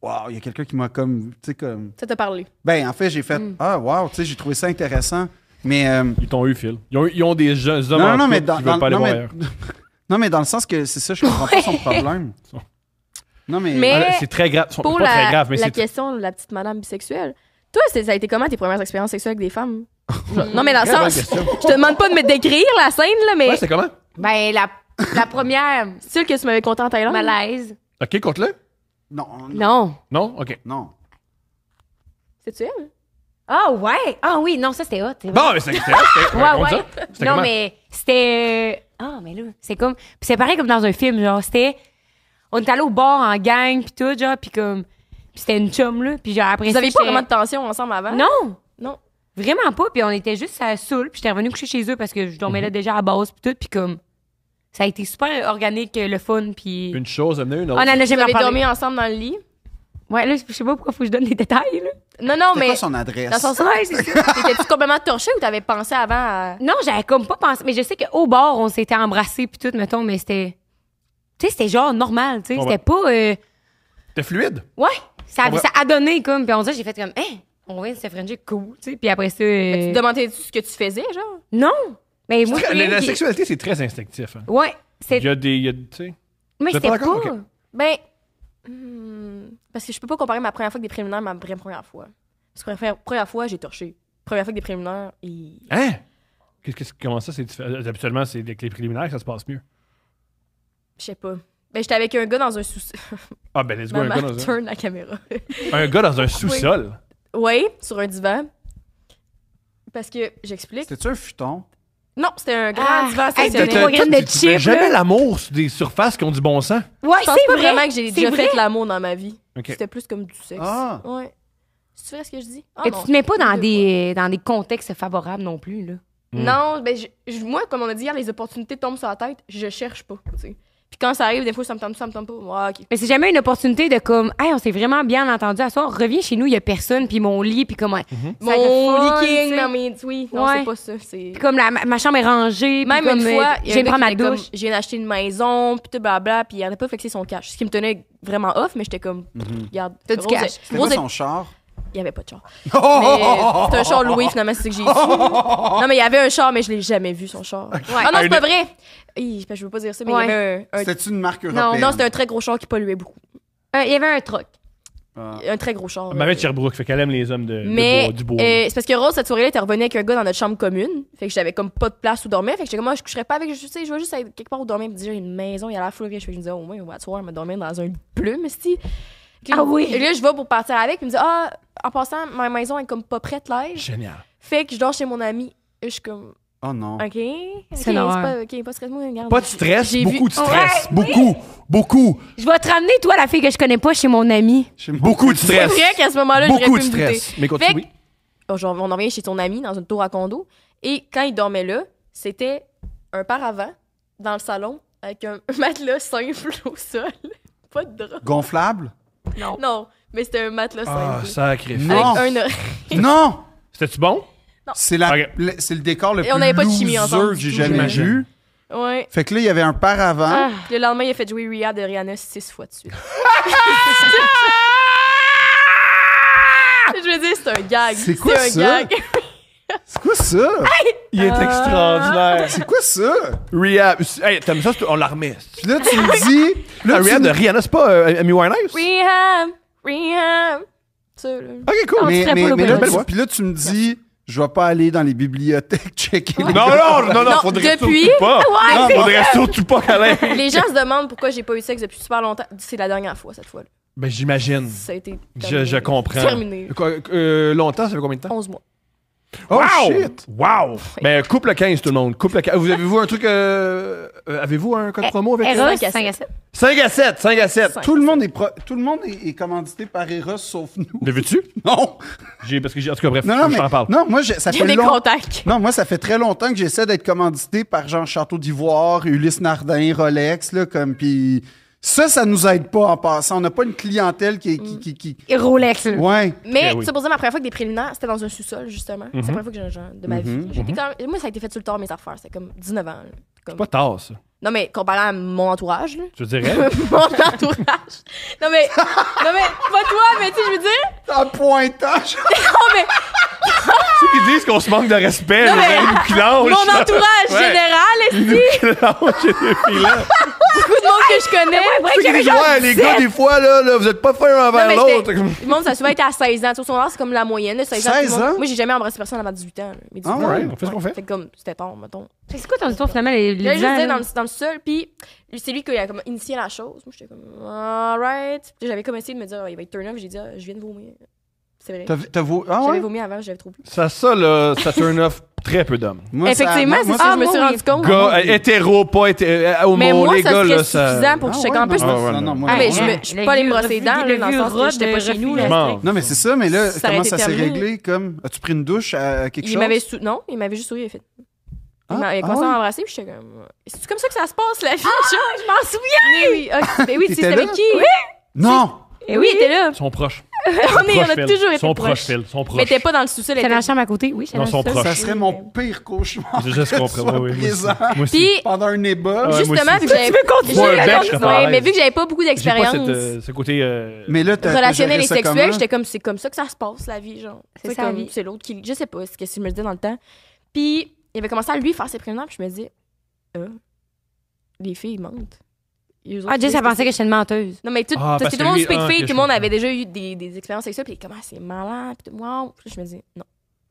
Speaker 4: Waouh, il y a quelqu'un qui m'a comme. Tu sais, comme.
Speaker 2: Ça t'a parlé.
Speaker 4: Ben, en fait, j'ai fait
Speaker 2: Mm.
Speaker 4: Ah, waouh, tu sais, j'ai trouvé ça intéressant. Mais. euh,
Speaker 3: Ils t'ont eu, Phil. Ils ont, ils ont des jeunes hommes
Speaker 4: non,
Speaker 3: en
Speaker 4: non, mais
Speaker 3: couple
Speaker 4: dans,
Speaker 3: qui veulent
Speaker 4: dans-
Speaker 3: pas aller
Speaker 4: non,
Speaker 3: voir
Speaker 4: mais,
Speaker 3: ailleurs.
Speaker 4: non, mais dans le sens que c'est ça, je comprends pas son problème. Non, mais. euh,
Speaker 2: Mais-
Speaker 3: Ah, là, C'est très grave. C'est
Speaker 2: Pour
Speaker 3: pas très
Speaker 2: la,
Speaker 3: grave, mais
Speaker 2: la
Speaker 3: c'est
Speaker 2: question de la petite madame bisexuelle, toi, c'est- ça a été comment tes premières expériences sexuelles avec des femmes? non, mais dans le
Speaker 4: Très bonne
Speaker 2: sens,
Speaker 4: question.
Speaker 2: je te demande pas de me décrire la scène, là, mais
Speaker 3: Ouais, c'est comment?
Speaker 1: Ben, la, la première,
Speaker 2: c'est sûr que tu m'avais conté en Thaïlande.
Speaker 1: malaise.
Speaker 3: OK, compte-le.
Speaker 4: Non, non.
Speaker 1: Ah. Non.
Speaker 3: Non? OK.
Speaker 4: non.
Speaker 2: C'est-tu elle?
Speaker 1: Ah, ouais. Ah, oui, non, ça, c'était hot. c'est vrai.
Speaker 3: Bon, mais c'est c'était- c'était-
Speaker 1: Ouais,
Speaker 3: raconte
Speaker 1: ouais.
Speaker 3: ça. C'était
Speaker 1: Non,
Speaker 3: comment?
Speaker 1: mais c'était. euh, Ah, mais là, c'est comme. Puis c'est pareil comme dans un film, genre, c'était. On est allé au bar en gang, puis tout, genre, puis comme. Puis c'était une chum, là. Puis genre, après
Speaker 2: Vous
Speaker 1: ça,
Speaker 2: aviez pas
Speaker 1: j'étais-
Speaker 2: vraiment de tension ensemble avant?
Speaker 1: Non!
Speaker 2: Non.
Speaker 1: Vraiment pas. Puis on était juste à saoul. Puis j'étais revenue coucher chez eux parce que je
Speaker 3: Mhm.
Speaker 1: dormais là déjà à base, puis tout. Puis comme. Ça a été super organique, euh, le fun, puis.
Speaker 3: Une chose amenait une
Speaker 1: On en
Speaker 3: autre.
Speaker 1: a
Speaker 2: Vous
Speaker 1: jamais
Speaker 2: avez
Speaker 1: reparlé.
Speaker 2: dormi ensemble dans le lit?
Speaker 1: Ouais, là, je sais pas pourquoi faut que je donne des détails, là.
Speaker 2: Non, non,
Speaker 4: C'était
Speaker 2: mais.
Speaker 4: quoi son adresse?
Speaker 2: Dans le sens,
Speaker 1: Ouais, c'est ça.
Speaker 2: t'étais-tu complètement torché ou t'avais pensé avant à.
Speaker 1: Non, j'avais comme pas pensé. Mais je sais qu'au bord, on s'était embrassés puis tout, mettons, mais c'était. Tu sais, c'était genre normal, tu sais.
Speaker 3: Ouais,
Speaker 1: C'était pas. euh,
Speaker 3: C'était fluide.
Speaker 1: Ouais. Ça,
Speaker 3: Ouais.
Speaker 1: ça a donné, comme. Puis on dirait, j'ai fait comme, hein, on vient de se fringer, cool, tu sais. Puis après ça. euh,
Speaker 2: Tu te demandais-tu ce que tu faisais, genre?
Speaker 1: Non! Mais moi,
Speaker 3: Très-
Speaker 1: c'est
Speaker 3: La
Speaker 1: rien
Speaker 3: la
Speaker 1: qui-
Speaker 3: sexualité, c'est très instinctif. hein.
Speaker 1: Ouais. C'est...
Speaker 3: Il y a des. il y a- Tu sais.
Speaker 1: Mais
Speaker 3: Vous êtes
Speaker 1: c'était
Speaker 3: pas
Speaker 1: pas.
Speaker 3: d'accord? Ok.
Speaker 2: Ben. hmm, parce que je peux pas comparer ma première fois avec des préliminaires à ma vraie première fois. Parce que la première- première fois, j'ai torché. Première fois avec des préliminaires, et.
Speaker 3: Hein? Qu'est-ce que comment ça, c'est différent? Habituellement, c'est avec les préliminaires que ça se passe mieux.
Speaker 2: Je sais pas. Ben, j'étais avec un gars dans un sous-sol.
Speaker 3: Ah, ben, let's go, un
Speaker 2: Maman,
Speaker 3: gars dans un,
Speaker 2: turn la caméra.
Speaker 3: un gars dans un sous-sol.
Speaker 2: oui, sur un divan. Parce que, j'explique.
Speaker 4: C'était-tu un futon?
Speaker 2: Non, c'était un grand
Speaker 1: Ah,
Speaker 2: divan
Speaker 1: hey,
Speaker 3: T'as-
Speaker 2: stationnaire.
Speaker 1: Des trois
Speaker 3: t'as-
Speaker 1: graines de
Speaker 3: toi, tu- tu fais
Speaker 1: chips,
Speaker 3: Jamais
Speaker 1: là.
Speaker 3: l'amour sur des surfaces qui ont du bon sens.
Speaker 1: Ouais,
Speaker 2: Je pense
Speaker 1: Ah, c'est
Speaker 2: pas
Speaker 1: vrai.
Speaker 2: vraiment que j'ai
Speaker 1: C'est
Speaker 2: déjà
Speaker 1: vrai.
Speaker 2: fait l'amour dans ma vie.
Speaker 3: Ok.
Speaker 2: C'était plus comme du sexe.
Speaker 4: Ah.
Speaker 2: Ouais. C'est vrai ce que je dis? Ah,
Speaker 1: Et
Speaker 2: non.
Speaker 1: tu te mets pas dans
Speaker 2: Deux
Speaker 1: des, dans des contextes favorables non plus, là.
Speaker 3: Mm.
Speaker 4: Hmm.
Speaker 2: Non, ben, je- je- moi, comme on a dit hier, les opportunités tombent sur la tête. Je cherche pas. tu sais. Puis quand ça arrive, des fois, ça me tombe, ça me tombe pas. Ouais, ok.
Speaker 1: Mais c'est jamais une opportunité de comme, hey, on s'est vraiment bien entendu à soir, reviens chez nous, il y a personne, puis mon lit, puis comme, ça fait
Speaker 2: Mon
Speaker 1: fun, tu
Speaker 2: leaking,
Speaker 1: sais.
Speaker 2: non, mais oui, non,
Speaker 1: Ouais.
Speaker 2: c'est pas ça. C'est...
Speaker 1: Puis comme la- ma, ma chambre est rangée, puis
Speaker 2: Même
Speaker 1: comme,
Speaker 2: une
Speaker 1: euh,
Speaker 2: fois, il y a
Speaker 1: je vais
Speaker 2: un mec
Speaker 1: prendre ma
Speaker 2: qui était comme,
Speaker 1: douche.
Speaker 2: Je viens d'acheter une maison, puis tout blabla, puis il n'arrêtait pas de flexer son cash. Ce qui me tenait vraiment off, mais j'étais comme, regarde.
Speaker 1: T'as du
Speaker 2: Rose-
Speaker 1: cash.
Speaker 4: C'était
Speaker 2: Rose
Speaker 4: quoi
Speaker 2: est-
Speaker 4: son Oh! char?
Speaker 2: Il n'y avait pas de char. Mais c'est un char loué, finalement, c'est ce que j'ai su.
Speaker 1: Ah.
Speaker 2: Non, mais il y avait un char, mais je l'ai jamais vu, son char. Ah non, c'est pas vrai! Hi, Je veux pas dire ça, mais il
Speaker 1: Ouais.
Speaker 2: y avait un. un-
Speaker 4: C'était-tu une marque
Speaker 2: Non,
Speaker 4: européenne?
Speaker 2: non, c'était un très gros char qui polluait beaucoup.
Speaker 1: Euh, Il y avait un truc.
Speaker 4: Ah.
Speaker 2: Un très gros char.
Speaker 3: Ma
Speaker 2: là.
Speaker 3: mère de Sherbrooke, fait qu'elle aime les hommes de, de
Speaker 2: Mais
Speaker 3: bois- du bois.
Speaker 2: euh, c'est parce que Rose, cette soirée-là, était revenue avec un gars dans notre chambre commune. Fait que j'avais comme pas de place où dormir. Fait que j'étais comme, moi, je coucherais pas avec, je sais, je vais juste être quelque part où dormir. Puis dire, une maison, il y a la foule. Puis je me disais, au moins, on va soir, on va dormir dans un plume, si.
Speaker 1: Ah oui!
Speaker 2: Et là, je vais pour partir avec. Puis il me dit, ah, en passant, ma maison est comme pas prête, là.
Speaker 3: Génial.
Speaker 2: Fait que je dors chez mon ami. Et je suis comme,
Speaker 4: Oh non.
Speaker 2: ok. ok,
Speaker 1: C'est une horreur.
Speaker 2: pas, ok, pas stress, moi, regarde.
Speaker 3: Pas de stress,
Speaker 2: J'ai
Speaker 3: beaucoup
Speaker 2: vu-
Speaker 3: de stress.
Speaker 1: Ouais,
Speaker 3: beaucoup, beaucoup,
Speaker 1: Je vais te ramener, toi, la fille que je connais pas, chez mon ami.
Speaker 4: Chez moi.
Speaker 3: beaucoup de
Speaker 2: C'est
Speaker 3: stress.
Speaker 2: vrai qu'à ce moment-là, Ah, j'aurais pu
Speaker 3: Beaucoup de
Speaker 2: me douter.
Speaker 3: stress. Mais
Speaker 2: Fait que-
Speaker 3: continue. oui.
Speaker 2: Oh, genre, on en revient chez ton ami dans une tour à condo. Et quand il dormait là, c'était un paravent dans le salon avec un matelas simple au sol. Pas de drap.
Speaker 4: Gonflable?
Speaker 2: Non, mais c'était un matelas
Speaker 3: Ah,
Speaker 2: simple.
Speaker 3: sacré.
Speaker 4: Non.
Speaker 2: avec un oreille.
Speaker 4: Non!
Speaker 3: C'était-tu bon?
Speaker 4: C'est la-
Speaker 3: Ok.
Speaker 4: le, c'est le décor le
Speaker 2: Et
Speaker 4: plus
Speaker 2: on avait pas de chimie
Speaker 4: loser
Speaker 2: ensemble
Speaker 4: que j'ai
Speaker 2: du tout,
Speaker 4: jamais
Speaker 3: j'imagine.
Speaker 4: vu.
Speaker 2: Ouais.
Speaker 4: Fait que là, il y avait un
Speaker 3: Ah.
Speaker 4: paravent.
Speaker 2: Puis Le lendemain, il a fait jouer Ria de Rihanna six fois dessus. Je veux dire, c'est un gag.
Speaker 4: C'est quoi
Speaker 2: un
Speaker 4: ça?
Speaker 2: gag.
Speaker 4: C'est quoi ça?
Speaker 3: Il est
Speaker 2: Ah.
Speaker 3: extraordinaire.
Speaker 4: C'est quoi ça?
Speaker 3: Ria, hey, t'aimes ça? c'est- On la remet.
Speaker 4: Puis là, tu
Speaker 2: Ah.
Speaker 4: me dis...
Speaker 3: Là,
Speaker 4: Là, tu
Speaker 3: Ria
Speaker 4: me-
Speaker 3: de Rihanna, c'est pas euh, Amy Winehouse?
Speaker 2: Rehab, rehab. Ça, là.
Speaker 3: Ok, cool.
Speaker 1: Non, tu serais
Speaker 4: Mais, mais,
Speaker 1: pas
Speaker 4: mais
Speaker 1: l'opéra.
Speaker 4: là,
Speaker 3: Belle
Speaker 4: tu,
Speaker 3: voix.
Speaker 4: puis là, tu me dis... Je vais pas aller dans les bibliothèques checker les
Speaker 3: Non, non, non, non,
Speaker 2: Non,
Speaker 3: faudrait
Speaker 2: depuis-
Speaker 3: surtout
Speaker 2: Ah
Speaker 3: pas.
Speaker 2: Ouais,
Speaker 3: Non, faudrait surtout pas qu'elle ait-
Speaker 2: Les gens se demandent pourquoi j'ai pas eu de sexe depuis super longtemps. C'est la dernière fois, cette fois-là.
Speaker 3: Ben, j'imagine.
Speaker 2: Ça a été.
Speaker 3: Je,
Speaker 2: terminé.
Speaker 3: je comprends.
Speaker 2: Terminé.
Speaker 3: Quoi, euh, longtemps, ça fait combien de temps?
Speaker 2: 11 mois.
Speaker 4: Oh,
Speaker 3: wow!
Speaker 4: shit!
Speaker 3: Wow! Ben, coupe le 15, tout le monde. Coupe le 15. Vous avez-vous un truc. euh, euh, avez-vous un code promo avec
Speaker 1: Eros,
Speaker 2: cinq à
Speaker 1: 5 à 7.
Speaker 3: 5 à 7, 5 à 7.
Speaker 2: Eh, Cinq.
Speaker 4: Tout le monde est, pro- tout le monde est, est commandité par Eros, sauf nous.
Speaker 3: Le veux-tu?
Speaker 4: Non!
Speaker 3: J'ai, parce que j'ai, en tout cas, bref,
Speaker 4: Non, non,
Speaker 3: je
Speaker 4: mais...
Speaker 3: t'en parle.
Speaker 4: Non, moi, j'ai- ça
Speaker 2: J'ai
Speaker 4: fait
Speaker 2: des
Speaker 4: longtemps...
Speaker 2: contacts.
Speaker 4: Non, moi, ça fait très longtemps que j'essaie d'être commandité par Jean Château d'Ivoire, Ulysse Nardin, Rolex, là, comme, puis ça, ça nous aide pas en passant. On n'a pas une clientèle qui, qui, qui, qui-
Speaker 1: Rolex,
Speaker 2: Mm.
Speaker 1: là.
Speaker 4: ouais.
Speaker 2: Mais
Speaker 3: Eh oui. Mhm.
Speaker 2: c'est pour dire, ma première fois que des préliminaires, c'était dans un sous-sol, justement. C'est la première fois que j'ai un genre de ma vie. J'étais quand- Moi, ça a été fait sur le tard, mes affaires. C'était comme 19 ans. là. Comme-
Speaker 3: Pas tard, ça.
Speaker 2: Non, mais comparé à mon entourage, là.
Speaker 3: Je hein? dirais.
Speaker 2: mon entourage. Non, mais. non, mais. Pas toi, mais tu sais, je veux dire.
Speaker 4: En pointage!
Speaker 2: Non, mais.
Speaker 3: Ceux qui disent qu'on se manque de respect,
Speaker 2: Non,
Speaker 3: les
Speaker 2: mais-
Speaker 3: gens nous clenchent.
Speaker 2: Mon entourage
Speaker 3: Oh, Ouais.
Speaker 2: général, est-ce
Speaker 3: Nous clenchent, les filles-là.
Speaker 2: beaucoup de monde que je connais.
Speaker 1: vrai que j'avais genre
Speaker 3: Ouais, les gars, des fois, là, là, vous êtes pas fins
Speaker 2: Non, mais
Speaker 3: envers l'autre.
Speaker 2: j'étais- Le monde, ça a souvent été à 16 ans. Tu sais, au secondaire, c'est comme la moyenne. là, 16 ans. tout le
Speaker 4: 16
Speaker 2: monde-
Speaker 4: ans?
Speaker 2: Moi, j'ai jamais embrassé personne avant 18 ans. là, mais 18
Speaker 4: Ah
Speaker 2: ans.
Speaker 4: ouais,
Speaker 3: on fait ce qu'on fait.
Speaker 2: Fait que comme, c'était tard, mettons.
Speaker 1: C'est quoi ton histoire, finalement, les, les
Speaker 2: Là, je
Speaker 1: gens,
Speaker 2: j'étais
Speaker 1: là?
Speaker 2: dans, le- dans le sol, puis c'est lui qui a comme initié la chose. Moi, j'étais comme, alright. Puis j'avais comme essayé de me dire, Ah, il va être turn off. J'ai dit, Ah, je viens de vomir. C'est vrai.
Speaker 4: T'as, t'as vos- Ah
Speaker 2: J'avais
Speaker 4: ouais?
Speaker 2: vomi avant, j'avais trop bu.
Speaker 3: Ça, ça, là, ça turn off très peu d'hommes.
Speaker 4: Moi, ça-
Speaker 2: Effectivement,
Speaker 4: moi-
Speaker 2: c'est
Speaker 4: moi,
Speaker 2: ça,
Speaker 1: ça-
Speaker 2: je me suis
Speaker 1: ah,
Speaker 2: rendu compte.
Speaker 3: Gars, euh, hétéro, pas hétéro, homo,
Speaker 2: Oh, mais moi,
Speaker 3: les
Speaker 2: ça
Speaker 3: gars,
Speaker 2: serait
Speaker 3: là, ça.
Speaker 2: suffisant pour que je
Speaker 4: Ah
Speaker 2: check.
Speaker 4: ouais,
Speaker 2: En plus,
Speaker 4: non,
Speaker 3: Ah ouais,
Speaker 4: non,
Speaker 3: non.
Speaker 4: non, moi,
Speaker 2: Ah, mais
Speaker 4: non.
Speaker 2: je me- je suis pas allée me brosser les dents, là, dans le sens que j'étais pas chez nous.
Speaker 3: là.
Speaker 1: là.
Speaker 4: Non, mais c'est ça, mais là,
Speaker 2: Ça aurait
Speaker 4: comment
Speaker 2: été
Speaker 4: ça s'est
Speaker 2: terminé.
Speaker 4: réglé? Comme, as-tu pris une douche à à quelque
Speaker 2: Il
Speaker 4: chose?
Speaker 2: m'avait sou... Non, il m'avait juste souri, il a fait.
Speaker 4: Ah,
Speaker 2: Il m'a il a
Speaker 4: ah
Speaker 2: commencé à
Speaker 4: ouais? Ah,
Speaker 2: m'embrasser, puis j'étais comme. C'est comme ça que ça se passe, la vie?
Speaker 1: Je m'en souviens!
Speaker 2: Mais oui, ok. Mais oui,
Speaker 4: T'étais
Speaker 2: tu sais, c'était avec
Speaker 4: là?
Speaker 2: qui?
Speaker 4: Non!
Speaker 1: Et Eh oui,
Speaker 2: il était là.
Speaker 3: Ils sont proches.
Speaker 2: On, est, on
Speaker 3: Proches,
Speaker 2: a
Speaker 3: Phil.
Speaker 2: toujours été
Speaker 3: Ils sont proches,
Speaker 2: proches.
Speaker 3: Phil. Ils sont
Speaker 2: Mais t'es
Speaker 3: proches.
Speaker 2: pas dans le sous-sol. elle
Speaker 1: J'étais dans
Speaker 2: était-
Speaker 1: la chambre à côté, oui. j'étais
Speaker 3: Non,
Speaker 1: dans
Speaker 3: son
Speaker 1: le sol.
Speaker 3: proche.
Speaker 4: Ça serait mon pire cauchemar.
Speaker 3: Je juste
Speaker 4: que
Speaker 3: comprends.
Speaker 4: sois
Speaker 3: oui, oui.
Speaker 4: présent.
Speaker 3: Moi aussi.
Speaker 2: Puis,
Speaker 4: Pendant un ébat.
Speaker 3: Ah, moi
Speaker 2: justement,
Speaker 3: aussi.
Speaker 2: vu que j'avais.
Speaker 1: continuer
Speaker 3: Moi, un
Speaker 2: j'avais-
Speaker 3: bec, je serais
Speaker 2: Ouais,
Speaker 3: pas à
Speaker 2: mais
Speaker 3: l'aise.
Speaker 2: vu que j'avais pas beaucoup
Speaker 3: J'ai pas cette,
Speaker 2: d'expérience
Speaker 3: euh, ce côté. euh,
Speaker 4: Mais là, t'as. t'as
Speaker 2: relationnelle
Speaker 4: géré
Speaker 2: et
Speaker 4: ça
Speaker 2: sexuelle,
Speaker 4: comment?
Speaker 2: j'étais comme, c'est comme ça que ça se passe, la vie, genre.
Speaker 1: C'est
Speaker 2: C'est
Speaker 1: ça, la
Speaker 2: comme,
Speaker 1: vie.
Speaker 2: c'est l'autre qui. Je sais pas ce que je me disais dans le temps. Puis, il avait commencé à lui faire ses préliminaires, puis je me dis, Ah, les filles, ils mentent. Eux autres,
Speaker 1: Ah, Jess,
Speaker 2: ils
Speaker 1: elle
Speaker 2: disent-
Speaker 1: pensait que j'étais une menteuse.
Speaker 2: Non, mais tout,
Speaker 3: Ah,
Speaker 2: parce
Speaker 3: parce
Speaker 2: que
Speaker 3: que
Speaker 2: tout le monde
Speaker 3: lui-
Speaker 2: speak
Speaker 3: ah, ok,
Speaker 2: fille,
Speaker 3: je
Speaker 2: tout le monde
Speaker 3: comprends.
Speaker 2: avait déjà eu des, des expériences sexuelles, puis comment ah, c'est malade, puis tout, wow. Puis là, je me dis, non.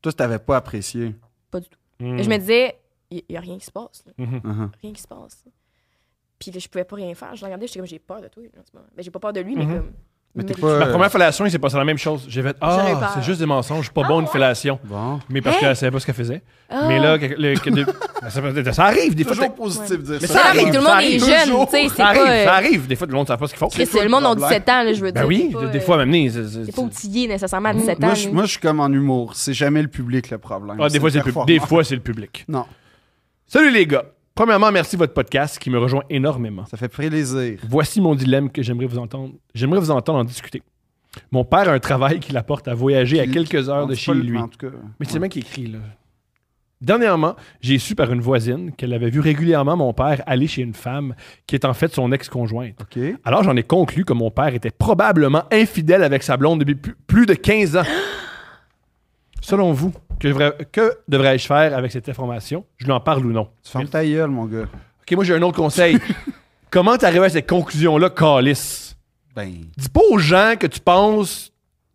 Speaker 4: Toi, t'avais pas apprécié.
Speaker 3: hmm.
Speaker 2: Et je me disais, il y, a rien qui se passe, là.
Speaker 3: Mhm.
Speaker 4: Uh-huh.
Speaker 2: rien qui se passe. Puis là, je pouvais pas rien faire. Je le regardais, j'étais comme, j'ai peur de toi. là, en ce moment. Ben, j'ai pas peur de lui, mais
Speaker 3: Mhm.
Speaker 2: comme. Mm.
Speaker 4: Mais t'es
Speaker 2: il
Speaker 4: pas.
Speaker 3: Ma première fellation, il s'est passé la même chose. J'ai fait
Speaker 2: J'aurais eu
Speaker 3: Ah,
Speaker 2: peur. Ah. Hein?
Speaker 3: c'est juste des mensonges, je suis pas bon une fellation.
Speaker 4: Bon.
Speaker 3: Mais parce qu'elle savait pas ce qu'elle faisait. Mais là, que- le- que de- Ben, ça, peut- ça arrive des fois.
Speaker 4: Toujours
Speaker 3: t'es-
Speaker 4: positif
Speaker 2: Ouais.
Speaker 4: de dire
Speaker 3: Mais
Speaker 4: ça.
Speaker 2: Ça,
Speaker 3: Ça
Speaker 2: mais
Speaker 3: arrive,
Speaker 2: tout le
Speaker 3: ça
Speaker 2: monde est
Speaker 3: arrive.
Speaker 2: jeune, tu sais, c'est
Speaker 3: Ça arrive, ça
Speaker 2: pas. euh,
Speaker 3: arrive. Des fois, le monde ne sait pas ce qu'ils font.
Speaker 2: Chris, le monde a 17 ans, là, je veux dire.
Speaker 3: Ben oui,
Speaker 2: t'es pas,
Speaker 3: des
Speaker 2: euh,
Speaker 3: fois, à m'amener. c'est- c'est-
Speaker 2: T'es pas
Speaker 3: c'est-
Speaker 2: outillé nécessairement à 17 ans.
Speaker 4: Moi, je,
Speaker 2: là.
Speaker 4: moi, je suis comme en humour. C'est jamais le public le problème.
Speaker 3: Ah, des Ah, fois, c'est le pub-
Speaker 4: public.
Speaker 3: des fois, c'est le public.
Speaker 4: Non.
Speaker 3: Salut les gars. Premièrement, merci de votre podcast qui me rejoint énormément.
Speaker 4: Ça fait plaisir.
Speaker 3: Voici mon dilemme que j'aimerais vous entendre. J'aimerais vous entendre en discuter. Mon père a un travail qui l'apporte à voyager à
Speaker 4: Qui-
Speaker 3: quelques heures
Speaker 4: On
Speaker 3: de
Speaker 4: dit
Speaker 3: chez
Speaker 4: pas le-
Speaker 3: lui.
Speaker 4: En tout cas,
Speaker 3: Mais c'est le mec qui écrit, là. Dernièrement, j'ai su par une voisine qu'elle avait vu régulièrement mon père aller chez une femme qui est en fait son ex-conjointe.
Speaker 4: OK.
Speaker 3: Alors j'en ai conclu que mon père était probablement infidèle avec sa blonde depuis pu- plus de 15 ans. Selon vous, que, devrais- que devrais-je faire avec cette information? Je lui en parle ou non?
Speaker 4: Tu fermes ta gueule, mon gars.
Speaker 3: OK, moi j'ai un autre conseil. Comment t'arrives à cette conclusion-là, Calis?
Speaker 4: Ben,
Speaker 3: Dis pas aux gens que tu penses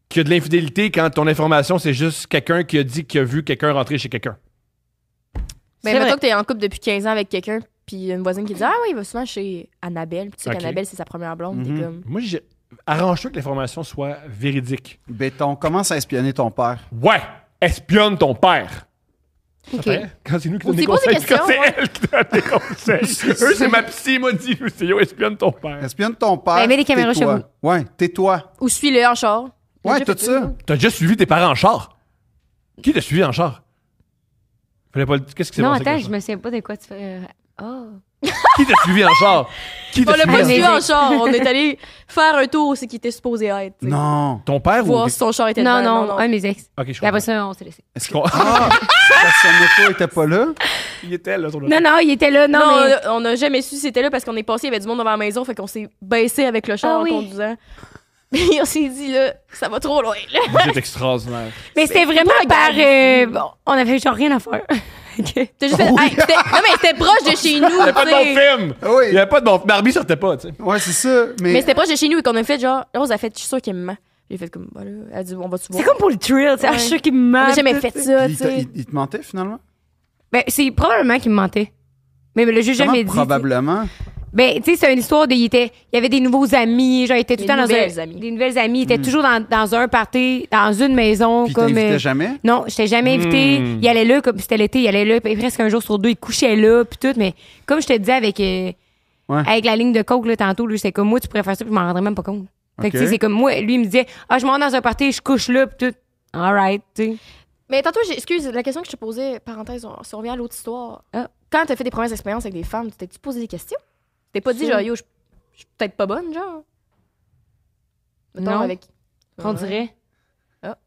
Speaker 3: qu'il y a de l'infidélité quand ton information, c'est juste quelqu'un qui a dit qu'il a vu quelqu'un rentrer chez quelqu'un.
Speaker 2: Ben,
Speaker 5: C'est
Speaker 2: mettons
Speaker 5: vrai.
Speaker 2: que t'es en couple depuis 15 ans avec quelqu'un, puis une voisine qui dit Ah oui, il va souvent chez Annabelle. Puis tu sais
Speaker 3: Ok.
Speaker 2: qu'Annabelle, c'est sa première blonde.
Speaker 4: Mhm.
Speaker 2: T'es comme.
Speaker 3: Moi, j'ai- arrange-toi que l'information soit véridique.
Speaker 4: béton, commence à espionner ton père.
Speaker 3: Ouais, espionne ton père.
Speaker 2: Ah,
Speaker 1: OK.
Speaker 3: Hein? Quand c'est nous qui
Speaker 2: Ou
Speaker 3: donnons des
Speaker 2: c'est
Speaker 3: conseils,
Speaker 2: pas des
Speaker 3: quand
Speaker 2: questions,
Speaker 3: c'est
Speaker 2: ouais.
Speaker 3: elle qui donne des conseils. Eux, c'est ma psy, m'a dit, E nous, c'est yo, espionne ton père.
Speaker 4: Espionne ton père.
Speaker 1: Ben, mets des caméras
Speaker 4: tais-toi.
Speaker 1: chez
Speaker 4: Ouais, tais-toi.
Speaker 2: Ou suis-le en char.
Speaker 4: Ouais,
Speaker 2: J'ai déjà
Speaker 4: tout
Speaker 2: fait
Speaker 4: ça.
Speaker 3: T'as déjà suivi tes parents en char. Qui t'a suivi en char? Fallait pas le- Qu'est-ce qui s'est
Speaker 1: Non,
Speaker 3: passé?
Speaker 1: attends,
Speaker 3: avec
Speaker 1: je
Speaker 3: ça?
Speaker 1: me souviens pas de quoi tu fais. euh, Oh.
Speaker 3: Qui t'a suivi en char? Qui
Speaker 2: On
Speaker 3: t'a
Speaker 2: l'a
Speaker 3: suivi
Speaker 2: pas
Speaker 3: en
Speaker 2: suivi
Speaker 1: musique.
Speaker 2: en char. On est allé faire un tour où c'est qu'il était supposé être. tu sais.
Speaker 4: Non.
Speaker 3: Ton père ou...
Speaker 2: Voir si son char était
Speaker 1: Non,
Speaker 2: dedans,
Speaker 1: non, un de mes ex.
Speaker 3: Ok, je
Speaker 1: Et après
Speaker 3: comprends.
Speaker 1: ça, on s'est laissé.
Speaker 4: Est-ce
Speaker 3: Je comprends.
Speaker 4: Ah! Parce que son auto était pas là.
Speaker 3: Il était là, ton
Speaker 1: Non, non, il était là. Non, euh,
Speaker 2: Non, on
Speaker 1: mais.
Speaker 2: a- on n'a jamais su si c'était là parce qu'on est passé, il y avait du monde devant la maison, fait qu'on s'est baissé avec le char
Speaker 1: Ah oui.
Speaker 2: en conduisant. Mais on s'est dit, là, ça va trop loin, là.
Speaker 3: Vous êtes extraordinaire.
Speaker 1: Mais c'était vraiment
Speaker 2: pas
Speaker 1: par.
Speaker 2: grave.
Speaker 1: euh, bon, on avait genre rien à faire. OK.
Speaker 2: T'as juste fait, Hey, c'était- non, mais c'était proche de chez nous,
Speaker 3: Il n'y avait pas de
Speaker 2: tu sais.
Speaker 3: bon film!
Speaker 4: Ah Oui.
Speaker 3: Il n'y avait pas de bon film. Barbie sortait pas, tu sais.
Speaker 4: Ouais, c'est ça. Mais,
Speaker 2: Mais c'était proche de chez nous et qu'on a fait genre, Rose a fait, je suis sûre qu'elle me ment. J'ai fait comme, voilà, elle a dit, on va tu
Speaker 1: C'est
Speaker 2: voir.
Speaker 1: comme pour le thrill, tu sais. ah,
Speaker 2: Ouais.
Speaker 1: Je suis sûr qu'il me
Speaker 2: On
Speaker 1: ment.
Speaker 2: n'a jamais
Speaker 1: tout,
Speaker 2: fait
Speaker 1: tu sais.
Speaker 2: ça,
Speaker 4: il,
Speaker 2: tu
Speaker 4: t'a-
Speaker 2: sais.
Speaker 4: il- il te mentait finalement?
Speaker 1: Ben, c'est probablement qu'il me mentait. Mais le juge
Speaker 4: Comment
Speaker 1: jamais dit. tu sais.
Speaker 4: probablement.
Speaker 1: Ben, tu sais, c'est une histoire de. Il, était, il y avait des nouveaux amis. Genre, il était tout le
Speaker 2: Des
Speaker 1: temps dans
Speaker 2: nouvelles
Speaker 1: un.
Speaker 2: amies.
Speaker 1: Des nouvelles amies. Il était toujours dans, dans un party, dans une maison.
Speaker 4: Puis il
Speaker 1: comme.
Speaker 4: t'invitait
Speaker 1: euh,
Speaker 4: jamais?
Speaker 1: Non, je t'ai jamais invité.
Speaker 3: Hmm.
Speaker 1: Il allait là, comme c'était l'été, il allait là, puis presque un jour sur deux, il couchait là, puis tout. Mais comme je te disais avec, euh,
Speaker 4: Ouais.
Speaker 1: avec la ligne de coke là, tantôt, lui, c'est comme moi, tu pourrais faire ça, puis je m'en rendrais même pas compte. Fait que,
Speaker 4: Ok.
Speaker 1: tu sais, c'est comme moi, lui, il me disait, ah, je m'en vais dans un party, je couche là, puis tout. All right, tu sais.
Speaker 2: Mais tantôt, j'ai- excuse, la question que je te posais, parenthèse, on, si on revient à l'autre histoire.
Speaker 1: Ah.
Speaker 2: Quand t'as fait tes premières expériences avec des femmes, tu t'es-tu posé des questions? T'es pas dit,
Speaker 1: Si.
Speaker 2: genre, yo, je je suis peut-être pas bonne, genre? Mettons,
Speaker 1: Non.
Speaker 2: avec.
Speaker 1: On dirait.
Speaker 2: Ah.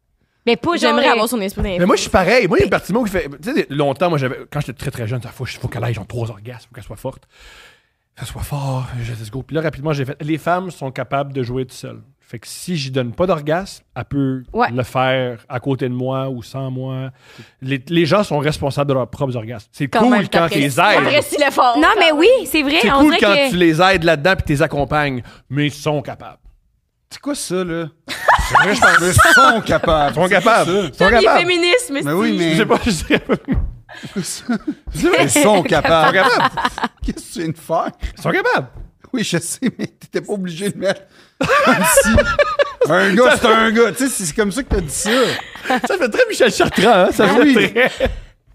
Speaker 1: Mais pas,
Speaker 2: J'aimerais
Speaker 1: genre, euh,
Speaker 2: avoir son esprit
Speaker 3: Mais moi, je suis pareil. Moi, il y a Bertimo qui fait. Tu sais, longtemps, moi, j'avais. Quand j'étais très, très jeune, il faut, faut qu'elle aille, genre, trois orgasmes, faut qu'elle soit forte. Qu'elle soit forte, je let's go. Puis là, rapidement, j'ai fait. Les femmes sont capables de jouer tout seul. Fait que si j'y donne pas d'orgasme, elle peut
Speaker 1: Ouais.
Speaker 3: le faire à côté de moi ou sans moi. Les, les gens sont responsables de leurs propres orgasmes. C'est cool quand tu les aides.
Speaker 2: Reste l'effort.
Speaker 1: Non, mais oui, c'est vrai.
Speaker 3: C'est
Speaker 1: on
Speaker 3: cool
Speaker 1: dirait
Speaker 3: quand
Speaker 1: que.
Speaker 3: tu les aides là-dedans puis tu les accompagnes. Mais ils sont capables.
Speaker 4: C'est quoi ça, là?
Speaker 3: C'est vrai, je pense.
Speaker 4: Ils sont capables.
Speaker 3: Ils sont capables. Ils sont
Speaker 2: Comme les
Speaker 3: capables.
Speaker 2: féministes, mais
Speaker 4: Mais oui,
Speaker 3: Je
Speaker 4: mais.
Speaker 3: sais pas, je sais pas.
Speaker 4: Ils sont capables.
Speaker 3: Ils sont capables.
Speaker 4: Qu'est-ce que tu viens de faire?
Speaker 3: Ils sont capables.
Speaker 4: Oui, je sais, mais t'étais pas obligé de mettre. Comme si. Un gars, c'est un gars. Tu sais, c'est comme ça que t'as dit ça.
Speaker 3: Ça fait très Michel Chartrand, hein? Ça fait
Speaker 4: Oui.
Speaker 3: très...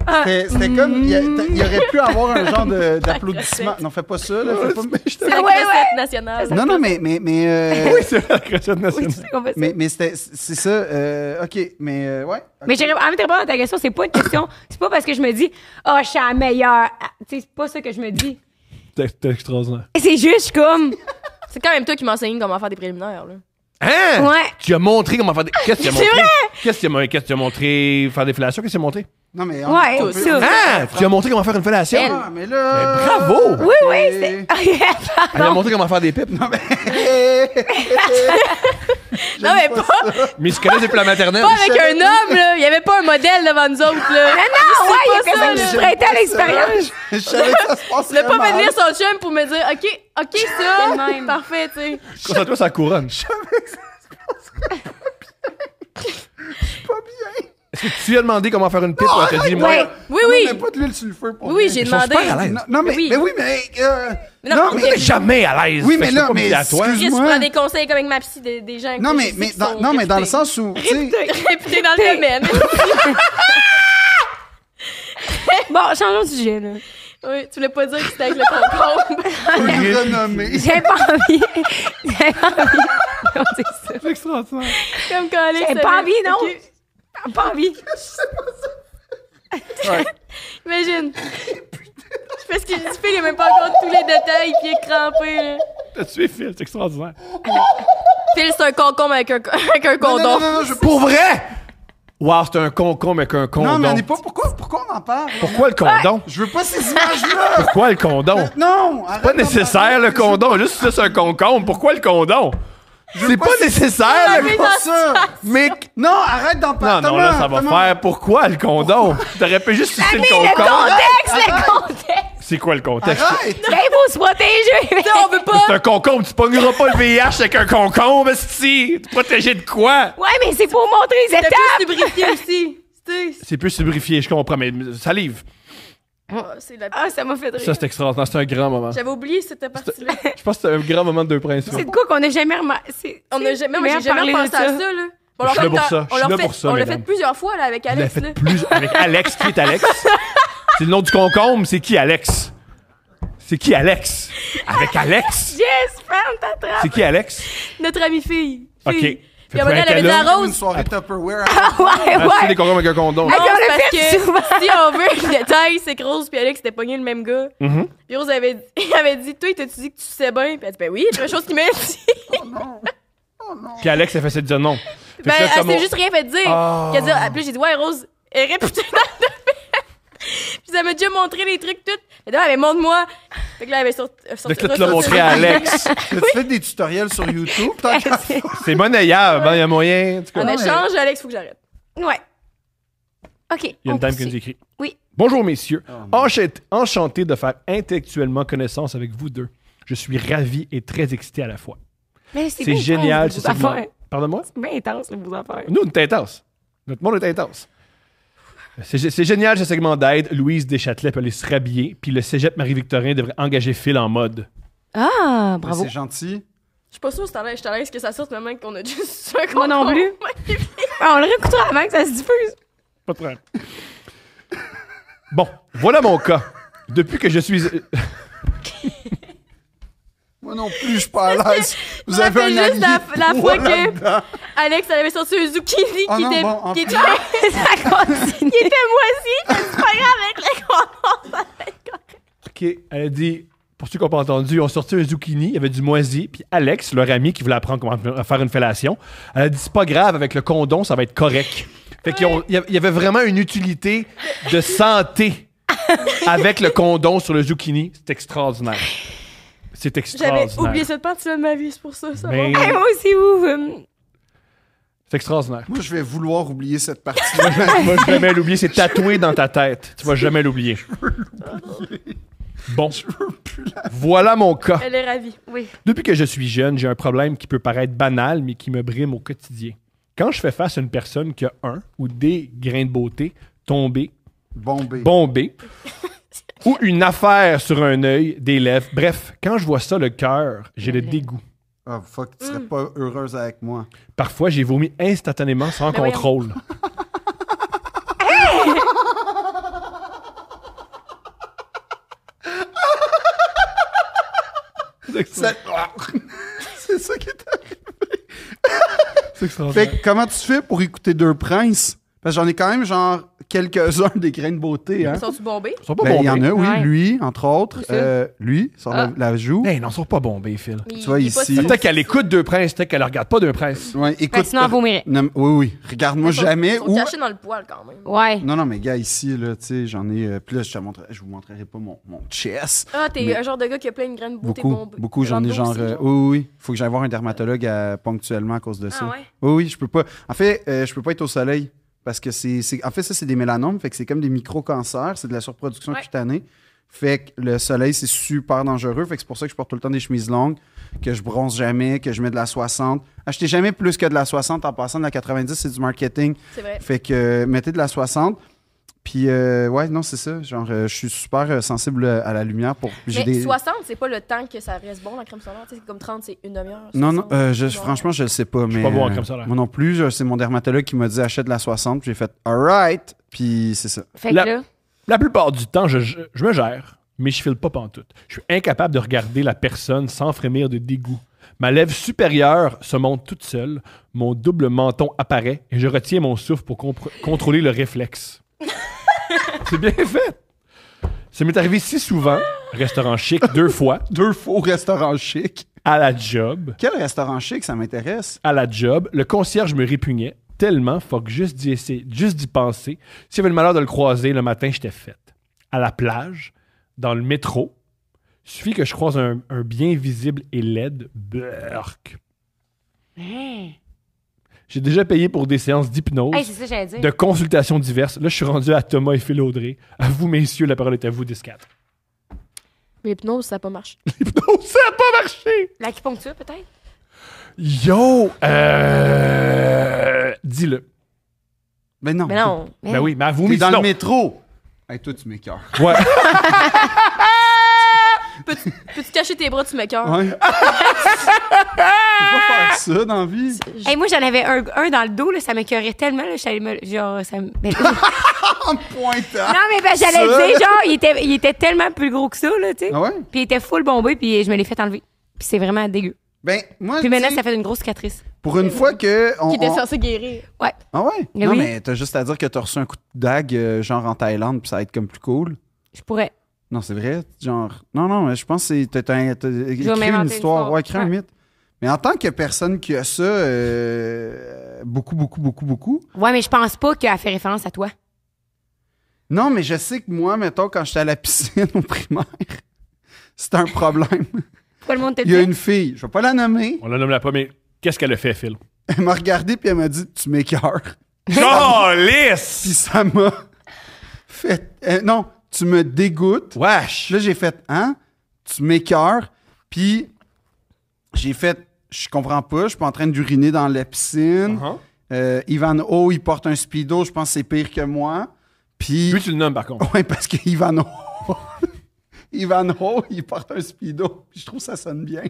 Speaker 4: C'était c'était comme. Il y, a- il y aurait pu avoir un genre de- d'applaudissement. Non, fais pas ça, là. Fais pas...
Speaker 2: C'est la
Speaker 1: Ah ouais,
Speaker 2: recette nationale.
Speaker 4: Non, non, mais. mais, mais euh,
Speaker 3: Oui, c'est vrai, la recette
Speaker 1: Oui, tu
Speaker 3: nationale.
Speaker 1: sais qu'on fait ça.
Speaker 4: Mais, mais c'était, c'est ça. euh, OK, mais euh, ouais.
Speaker 1: Mais j'ai en même temps, à ta question, c'est pas une question. C'est pas parce que je me dis, ah, je suis la meilleure. Ah, Tu sais, c'est pas ça que je me dis.
Speaker 3: C'est extraordinaire.
Speaker 1: C'est juste je suis comme.
Speaker 2: C'est quand même toi qui m'enseigne comment faire des préliminaires, là.
Speaker 3: Hein?
Speaker 1: Ouais.
Speaker 3: Tu as montré comment faire des... Qu'est-ce que tu as
Speaker 2: C'est
Speaker 3: montré?
Speaker 2: vrai!
Speaker 3: Qu'est-ce que tu as mon- qu'est-ce que tu as montré? Faire des fellations? Qu'est-ce que tu as montré?
Speaker 4: Non, mais.
Speaker 1: Ouais,
Speaker 4: on
Speaker 1: ça.
Speaker 3: Hein? Tu as montré comment faire une fellation?
Speaker 4: Ah, mais là.
Speaker 3: Mais bravo!
Speaker 1: Oui, oui, c'est.
Speaker 3: Elle a montré comment faire des pipes.
Speaker 4: Non, mais.
Speaker 2: Non, mais pas,
Speaker 3: Mais ils se connaissent depuis la maternelle.
Speaker 2: pas avec un homme, là. Il y avait pas un modèle devant nous autres, là.
Speaker 1: Ah non, ouais, il y a personne qui
Speaker 4: là.
Speaker 1: se prêtait à l'expérience.
Speaker 4: Je savais que ça se passerait
Speaker 2: Ne pas
Speaker 4: mal.
Speaker 2: venir son chum pour me dire, OK, OK,
Speaker 1: C'est
Speaker 2: ça.
Speaker 1: même.
Speaker 2: Parfait, tu sais.
Speaker 3: Concentre-toi sur la couronne.
Speaker 4: Pas bien.
Speaker 3: Est-ce que tu lui as demandé comment faire une pipe? ou elle t'a dit, moi...
Speaker 1: Ouais.
Speaker 2: Oui,
Speaker 4: Non,
Speaker 2: oui.
Speaker 4: mais pas de l'huile sur le feu pour
Speaker 2: Oui,
Speaker 4: rien.
Speaker 2: j'ai
Speaker 3: Ils sont
Speaker 2: demandé.
Speaker 3: super à l'aise.
Speaker 4: Non, non, mais,
Speaker 2: Oui.
Speaker 4: mais oui, mais. euh,
Speaker 2: Mais non,
Speaker 4: non,
Speaker 2: on
Speaker 4: mais.
Speaker 2: dirait-
Speaker 3: T'es jamais à l'aise.
Speaker 4: Oui,
Speaker 3: Fait
Speaker 4: mais
Speaker 3: que c'est
Speaker 4: là,
Speaker 3: pas
Speaker 4: mais
Speaker 3: compliqué à toi.
Speaker 4: excuse-
Speaker 2: Chris
Speaker 4: Excuse-moi.
Speaker 2: prend des conseils comme avec ma psy des, des gens.
Speaker 4: Non,
Speaker 2: que
Speaker 4: mais,
Speaker 2: je sais
Speaker 4: mais
Speaker 2: qui
Speaker 4: dans,
Speaker 2: sont
Speaker 4: non, mais dans le
Speaker 2: réputés-
Speaker 4: sens où. tu sais,
Speaker 2: réputés dans le domaine.
Speaker 1: Bon, changeons de sujet, là.
Speaker 2: oui, tu voulais pas dire que c'était avec le concombre.
Speaker 4: une renommée.
Speaker 1: J'ai pas envie. J'ai pas envie. On dit ça.
Speaker 3: C'est extraordinaire.
Speaker 2: comme quand Alex
Speaker 1: J'ai
Speaker 2: avait-
Speaker 1: pas envie, non.
Speaker 2: Ok,
Speaker 1: J'ai Pas envie.
Speaker 2: Imagine. Parce que le Phil, il a même pas encore tous les détails, puis il est crampé. là.
Speaker 3: T'as tué Phil, c'est extraordinaire.
Speaker 2: Phil, c'est un concombre avec un, avec un
Speaker 4: Non,
Speaker 2: condom.
Speaker 4: non, non, non, je-
Speaker 3: Pour vrai! Wow, c'est un concombre avec un condom.
Speaker 4: Non, mais on n'est pas. Pourquoi, pourquoi on en parle?
Speaker 3: Pourquoi le condom?
Speaker 4: Je veux pas ces images-là!
Speaker 3: Pourquoi le condom?
Speaker 4: Non!
Speaker 3: Pas nécessaire le condom, juste ça, c'est un concombre. Pourquoi le condom? C'est pas nécessaire!
Speaker 4: Mais
Speaker 3: le-
Speaker 2: Ah,
Speaker 4: pas ça!
Speaker 3: Mais
Speaker 4: Non, arrête d'en
Speaker 3: non,
Speaker 4: parler!
Speaker 3: non, là, ça va
Speaker 4: Thomas,
Speaker 3: faire. Pourquoi le condom? T'aurais pu juste sucer le concombre.
Speaker 1: Contexte,
Speaker 2: Ah.
Speaker 1: le contexte!
Speaker 3: C'est quoi le contexte?
Speaker 4: Thomas, Arrête!
Speaker 1: Ben, il faut se protéger!
Speaker 2: Non, on veut pas.
Speaker 3: C'est un concombre, tu pogneras pas le VIH avec un concombre, si T'es protégé de quoi?
Speaker 1: Ouais, mais c'est pour montrer les
Speaker 2: T'as
Speaker 1: étapes!
Speaker 2: plus lubrifié aussi. Tu sais,
Speaker 3: C'est plus lubrifié, je comprends, mais salive.
Speaker 2: oh, c'est la...
Speaker 1: Ah, ça m'a fait rire.
Speaker 3: Ça, c'est extraordinaire, c'est un grand moment.
Speaker 2: J'avais oublié cette partie-là.
Speaker 3: Je pense que c'est un grand moment de deux princes.
Speaker 1: C'est de quoi qu'on n'a jamais remarqué?
Speaker 2: On a jamais, moi, j'ai jamais pensé à ça, là. On
Speaker 3: Je suis
Speaker 2: leur
Speaker 3: là pour
Speaker 2: fait-
Speaker 3: ça, je
Speaker 2: on
Speaker 3: suis
Speaker 2: leur
Speaker 3: là
Speaker 2: fait-
Speaker 3: pour ça,
Speaker 2: On l'a fait
Speaker 3: mesdames.
Speaker 2: plusieurs fois, là, avec
Speaker 3: Il l'a
Speaker 2: Alex, là.
Speaker 3: fait plus avec Alex. Qui est Alex? C'est le nom du concombre, c'est qui Alex? C'est qui Alex? Avec Alex?
Speaker 1: Yes, Fran, t'attrapes!
Speaker 3: C'est qui Alex?
Speaker 2: Notre amie fille.
Speaker 3: Ok.
Speaker 2: Fille.
Speaker 3: Fait
Speaker 2: Puis à un moment donné,
Speaker 3: qu'elle
Speaker 2: elle avait dit
Speaker 3: a-
Speaker 2: à
Speaker 4: Une
Speaker 2: Rose.
Speaker 4: soirée
Speaker 1: Ouais,
Speaker 4: Tupperware.
Speaker 3: Ah, c'est des
Speaker 1: ouais!
Speaker 3: concombres avec un condom.
Speaker 1: Hey,
Speaker 2: Non,
Speaker 1: on l'a
Speaker 2: parce
Speaker 1: fait
Speaker 2: que
Speaker 1: souvent.
Speaker 2: si on veut le détail, c'est que Rose puis Alex étaient pognés le même gars.
Speaker 3: Mhm.
Speaker 2: Puis Rose avait, dit- avait dit Toi, t'as-tu dit que tu sais bien Puis elle dit Ben oui, c'est la chose qui m'a dit.
Speaker 3: Puis Alex, elle fait cette dire non. Fait que
Speaker 2: Ben,
Speaker 3: là,
Speaker 2: elle
Speaker 3: comme on-
Speaker 2: s'est juste rien fait dire.
Speaker 3: Ah.
Speaker 2: Puis elle dit- Puis j'ai dit Ouais, Rose, elle est réputée dans le domaine. Puis elle m'a déjà montré les trucs, tout. Elle dit Ouais, mais montre-moi. Fait que là, elle avait sorti.
Speaker 3: Fait que là, tu l'as montré à Alex.
Speaker 4: Tu fais des tutoriels sur YouTube? Tant qu'à faire.
Speaker 3: C'est monnayable, hein, il y a moyen. En tout
Speaker 1: Ah,
Speaker 3: cas,
Speaker 2: En
Speaker 4: Ouais.
Speaker 2: échange, Alex, faut que j'arrête.
Speaker 1: Ouais. OK.
Speaker 3: il y a
Speaker 1: on
Speaker 3: une dame qui
Speaker 1: poursuit.
Speaker 3: nous écrit.
Speaker 1: Oui.
Speaker 3: Bonjour messieurs,
Speaker 4: Oh, mon
Speaker 3: Enchait- enchanté de faire intellectuellement connaissance avec vous deux. Je suis ravi et très excité à la fois.
Speaker 1: Mais
Speaker 3: C'est
Speaker 1: bien
Speaker 3: génial
Speaker 1: intense,
Speaker 3: ce
Speaker 1: vos affaires.
Speaker 3: segment. Pardon-moi?
Speaker 1: C'est bien intense, là, vos affaires.
Speaker 3: Nous, on est intense. Notre monde est intense. C'est gé- c'est génial ce segment d'aide. Louise Deschâtelet peut aller se rhabiller, puis le cégep Marie-Victorin devrait engager Phil en mode.
Speaker 1: Ah, bravo.
Speaker 4: C'est gentil.
Speaker 2: Je suis pas sûre si t'es à l'aise- je suis à l'aise que ça sorte maintenant qu'on a juste un
Speaker 1: Moi non
Speaker 2: concours.
Speaker 1: plus. Ah, on le réécoutera avant que ça se diffuse.
Speaker 3: Pas de problème. bon, voilà mon cas. Depuis que je suis.
Speaker 4: Moi non plus, je suis pas à l'aise. Vous
Speaker 2: Ça
Speaker 4: avez
Speaker 2: fait
Speaker 4: un
Speaker 2: juste
Speaker 4: allié.
Speaker 2: la, la fois
Speaker 4: Voilà.
Speaker 2: que Alex elle avait sorti un zucchini
Speaker 4: Oh
Speaker 2: qui,
Speaker 4: non,
Speaker 2: était,
Speaker 4: bon, en
Speaker 2: qui
Speaker 4: plus-
Speaker 2: était-
Speaker 1: ça continue.
Speaker 2: qui était moisi, c'est pas grave avec les concombres.
Speaker 3: OK, elle a dit. Pour ceux qui n'ont pas entendu, ils ont sorti un zucchini, il y avait du moisi, puis Alex, leur ami qui voulait apprendre comment faire une fellation, elle a dit c'est pas grave, avec le condom, ça va être correct. Fait qu'il y avait vraiment une utilité de santé avec le condom sur le zucchini. C'est extraordinaire. Ah, C'est Ben, extraordinaire.
Speaker 2: J'avais oublié cette partie de ma vie, c'est pour ça. ça va.
Speaker 3: Mais-
Speaker 1: Hey, moi aussi, ouf. hum.
Speaker 3: C'est extraordinaire.
Speaker 4: Moi, je vais vouloir oublier cette partie-là.
Speaker 3: Tu vas jamais l'oublier, c'est tatoué dans ta tête. Tu vas jamais l'oublier. Bon. Voilà mon cas.
Speaker 2: Elle est ravie.
Speaker 1: Oui.
Speaker 3: Depuis que je suis jeune, j'ai un problème qui peut paraître banal, mais qui me brime au quotidien. Quand je fais face à une personne qui a un ou des grains de beauté tombés,
Speaker 4: Bombé.
Speaker 3: bombés, ou une affaire sur un œil, des lèvres, bref, quand je vois ça, le cœur, j'ai le dégoût.
Speaker 4: Ah, fuck, tu serais
Speaker 2: Mm.
Speaker 4: pas heureuse avec moi.
Speaker 3: Parfois, j'ai vomi instantanément sans
Speaker 2: Mais voyons.
Speaker 3: contrôle.
Speaker 4: Ça- C'est ça qui est arrivé.
Speaker 3: C'est extraordinaire.
Speaker 4: Fait que comment tu fais pour écouter Deux Princes? Parce que j'en ai quand même, genre, quelques-uns des grains de beauté, hein?
Speaker 2: Sont-tu bombés?
Speaker 3: Ils sont pas
Speaker 4: Ben, il y en
Speaker 3: bombés.
Speaker 4: a, oui.
Speaker 1: Ouais.
Speaker 4: Lui, entre autres. euh, lui, sur
Speaker 2: Ah.
Speaker 4: la- la, joue.
Speaker 2: Ben,
Speaker 3: Hey, non, Ben, ils sont pas bombés, Phil.
Speaker 2: Il-
Speaker 4: vois,
Speaker 2: il est pas
Speaker 4: ici-
Speaker 2: si-
Speaker 3: Peut-être qu'elle écoute Deux Princes, peut-être qu'elle regarde pas Deux Princes.
Speaker 4: Ouais,
Speaker 1: Fait que
Speaker 4: écoute.
Speaker 1: ben,
Speaker 4: euh,
Speaker 1: sinon, elle vomirait.
Speaker 4: Non, mais- oui, oui. Regarde-moi
Speaker 2: ben, Ils sont-
Speaker 4: jamais.
Speaker 2: Ils sont
Speaker 4: ou...
Speaker 2: cachés dans le poil quand même.
Speaker 1: Ouais.
Speaker 4: Non, non, mais gars, ici, là, tu sais, j'en ai. euh, puis là, je, te montre- je vous montrerai pas mon, mon chest.
Speaker 2: Ah, t'es
Speaker 4: Mais-
Speaker 2: un genre de gars qui a plein de graines de beauté
Speaker 4: Beaucoup,
Speaker 2: bombées.
Speaker 4: beaucoup, j'en ai
Speaker 2: Dans le dos
Speaker 4: genre.
Speaker 2: aussi,
Speaker 4: euh, oui, oui, oui. Faut que j'aille voir un dermatologue à- ponctuellement à cause de ça.
Speaker 2: Ah ouais?
Speaker 4: Oui, oui, je peux pas. En fait, euh, je peux pas être au soleil parce que c'est. c'est- En fait, ça, c'est des mélanomes. Fait que c'est comme des micro-cancers. C'est de la surproduction
Speaker 2: Ouais.
Speaker 4: cutanée. Fait que le soleil, c'est super dangereux. Fait que c'est pour ça que je porte tout le temps des chemises longues, que je bronze jamais, que je mets de la 60. Achetez jamais plus que de la 60 en passant de la 90, c'est du marketing.
Speaker 2: C'est vrai.
Speaker 4: Fait que euh, mettez de la 60. Puis, euh, ouais, non, c'est ça. Genre, euh, je suis super euh, sensible euh, à la lumière pour. j'ai
Speaker 2: Mais
Speaker 4: des-
Speaker 2: 60, c'est pas le temps que ça reste bon, la crème solaire. Tu sais, c'est comme 30, c'est une demi-heure.
Speaker 4: Non, non,
Speaker 2: 60,
Speaker 4: euh, je,
Speaker 2: c'est bon.
Speaker 4: franchement, je le sais pas. Mais,
Speaker 3: suis pas bon en
Speaker 4: euh,
Speaker 3: crème solaire.
Speaker 4: Moi non plus. je- C'est mon dermatologue qui m'a dit achète de la 60. Puis j'ai fait alright. Puis c'est ça.
Speaker 1: Fait que
Speaker 3: La-
Speaker 1: là,
Speaker 3: La plupart du temps, je, je- je me gère, mais je file pas pantoute. Je suis incapable de regarder la personne sans frémir de dégoût. Ma lèvre supérieure se monte toute seule, mon double menton apparaît et je retiens mon souffle pour compre- contrôler le réflexe. C'est bien fait. Ça m'est arrivé si souvent, restaurant chic, deux fois,
Speaker 4: Deux faux restaurants chics.
Speaker 3: à la job.
Speaker 4: Quel restaurant chic, ça m'intéresse?
Speaker 3: à la job, le concierge me répugnait tellement, fuck, juste d'y essayer, juste d'y penser. Si j'avais le malheur de le croiser, le matin, j'étais faite. À la plage, dans le métro, suffit que je croise un, un bien visible et laide, burk. J'ai déjà payé pour des séances d'hypnose,
Speaker 1: Hein? Hey, c'est ça que j'allais dire.
Speaker 3: de consultations diverses. Là, je suis rendu à Thomas et Phil Audrey. À vous, messieurs, la parole est à vous, des quatre.
Speaker 2: Mais l'hypnose, ça n'a pas marché.
Speaker 3: L'hypnose, Oh, ça n'a pas marché!
Speaker 1: L'acupuncture, peut-être?
Speaker 3: Yo! Euh... Dis-le.
Speaker 4: Ben non.
Speaker 2: Mais non.
Speaker 1: Hein?
Speaker 3: Ben oui, mais à vous,
Speaker 4: T'es dans
Speaker 3: messieurs, non.
Speaker 4: le métro. Hey, toi, tu m'écœures.
Speaker 3: Ouais.
Speaker 2: Peux-tu cacher tes bras, tu me cœurs?
Speaker 4: Ouais. tu peux pas faire ça dans la vie.
Speaker 1: Hey, moi, j'en avais un, un dans le dos, là, ça m'écœurait tellement. Là, je suis allée me, genre, ça me... ben,
Speaker 4: En pointant.
Speaker 1: non, mais ben, j'allais
Speaker 4: Ça.
Speaker 1: le dire, genre, il était, il était tellement plus gros que ça, là, tu sais.
Speaker 4: Ah ouais?
Speaker 1: Puis il était full bombé, puis je me l'ai fait enlever. Puis c'est vraiment dégueu.
Speaker 4: Ben, moi,
Speaker 1: Puis maintenant,
Speaker 4: tu
Speaker 1: ça
Speaker 4: sais,
Speaker 1: fait une grosse cicatrice.
Speaker 4: pour une fois que. On,
Speaker 2: Qui était
Speaker 4: on-
Speaker 2: censé guérir.
Speaker 1: Ouais.
Speaker 4: Ah ouais?
Speaker 1: Mais
Speaker 4: non,
Speaker 1: oui.
Speaker 4: mais t'as juste à dire que t'as reçu un coup de dague, euh, genre en Thaïlande, puis ça va être comme plus cool.
Speaker 1: Je pourrais.
Speaker 4: Non, c'est vrai. Genre, non, non, mais je pense que c'est- t'as t'as- t'as écrit
Speaker 1: m'inventer
Speaker 4: une
Speaker 1: une
Speaker 4: histoire.
Speaker 1: histoire.
Speaker 4: Ouais, écrit un
Speaker 1: Ouais.
Speaker 4: mythe. Mais en tant que personne qui a ça, euh, beaucoup, beaucoup, beaucoup, beaucoup.
Speaker 1: Ouais, mais je pense pas qu'elle fait référence à toi.
Speaker 4: Non, mais je sais que moi, mettons, quand j'étais à la piscine au primaire, c'était un problème.
Speaker 1: Pourquoi le monde te
Speaker 4: Il y a
Speaker 1: dit?
Speaker 4: une fille, je vais pas la nommer,
Speaker 3: On la nomme la pas, mais qu'est-ce qu'elle a fait, Phil?
Speaker 4: elle m'a regardé puis elle m'a dit Tu m'écœures. Puis
Speaker 3: Jolisse!
Speaker 4: ça m'a fait. euh, non, tu me dégoûtes.
Speaker 3: Wesh!
Speaker 4: Là, j'ai fait Hein Tu m'écœures. Puis j'ai fait Je comprends pas, je suis pas en train d'uriner dans la piscine.
Speaker 3: Uh-huh.
Speaker 4: Euh, Ivan O, il porte un speedo, je pense que c'est pire que moi. Puis.
Speaker 3: Lui, tu le nommes, par contre.
Speaker 4: Ouais, parce que Ivan Ho, Ivan Ho, il porte un speedo. Puis Je trouve que ça sonne bien.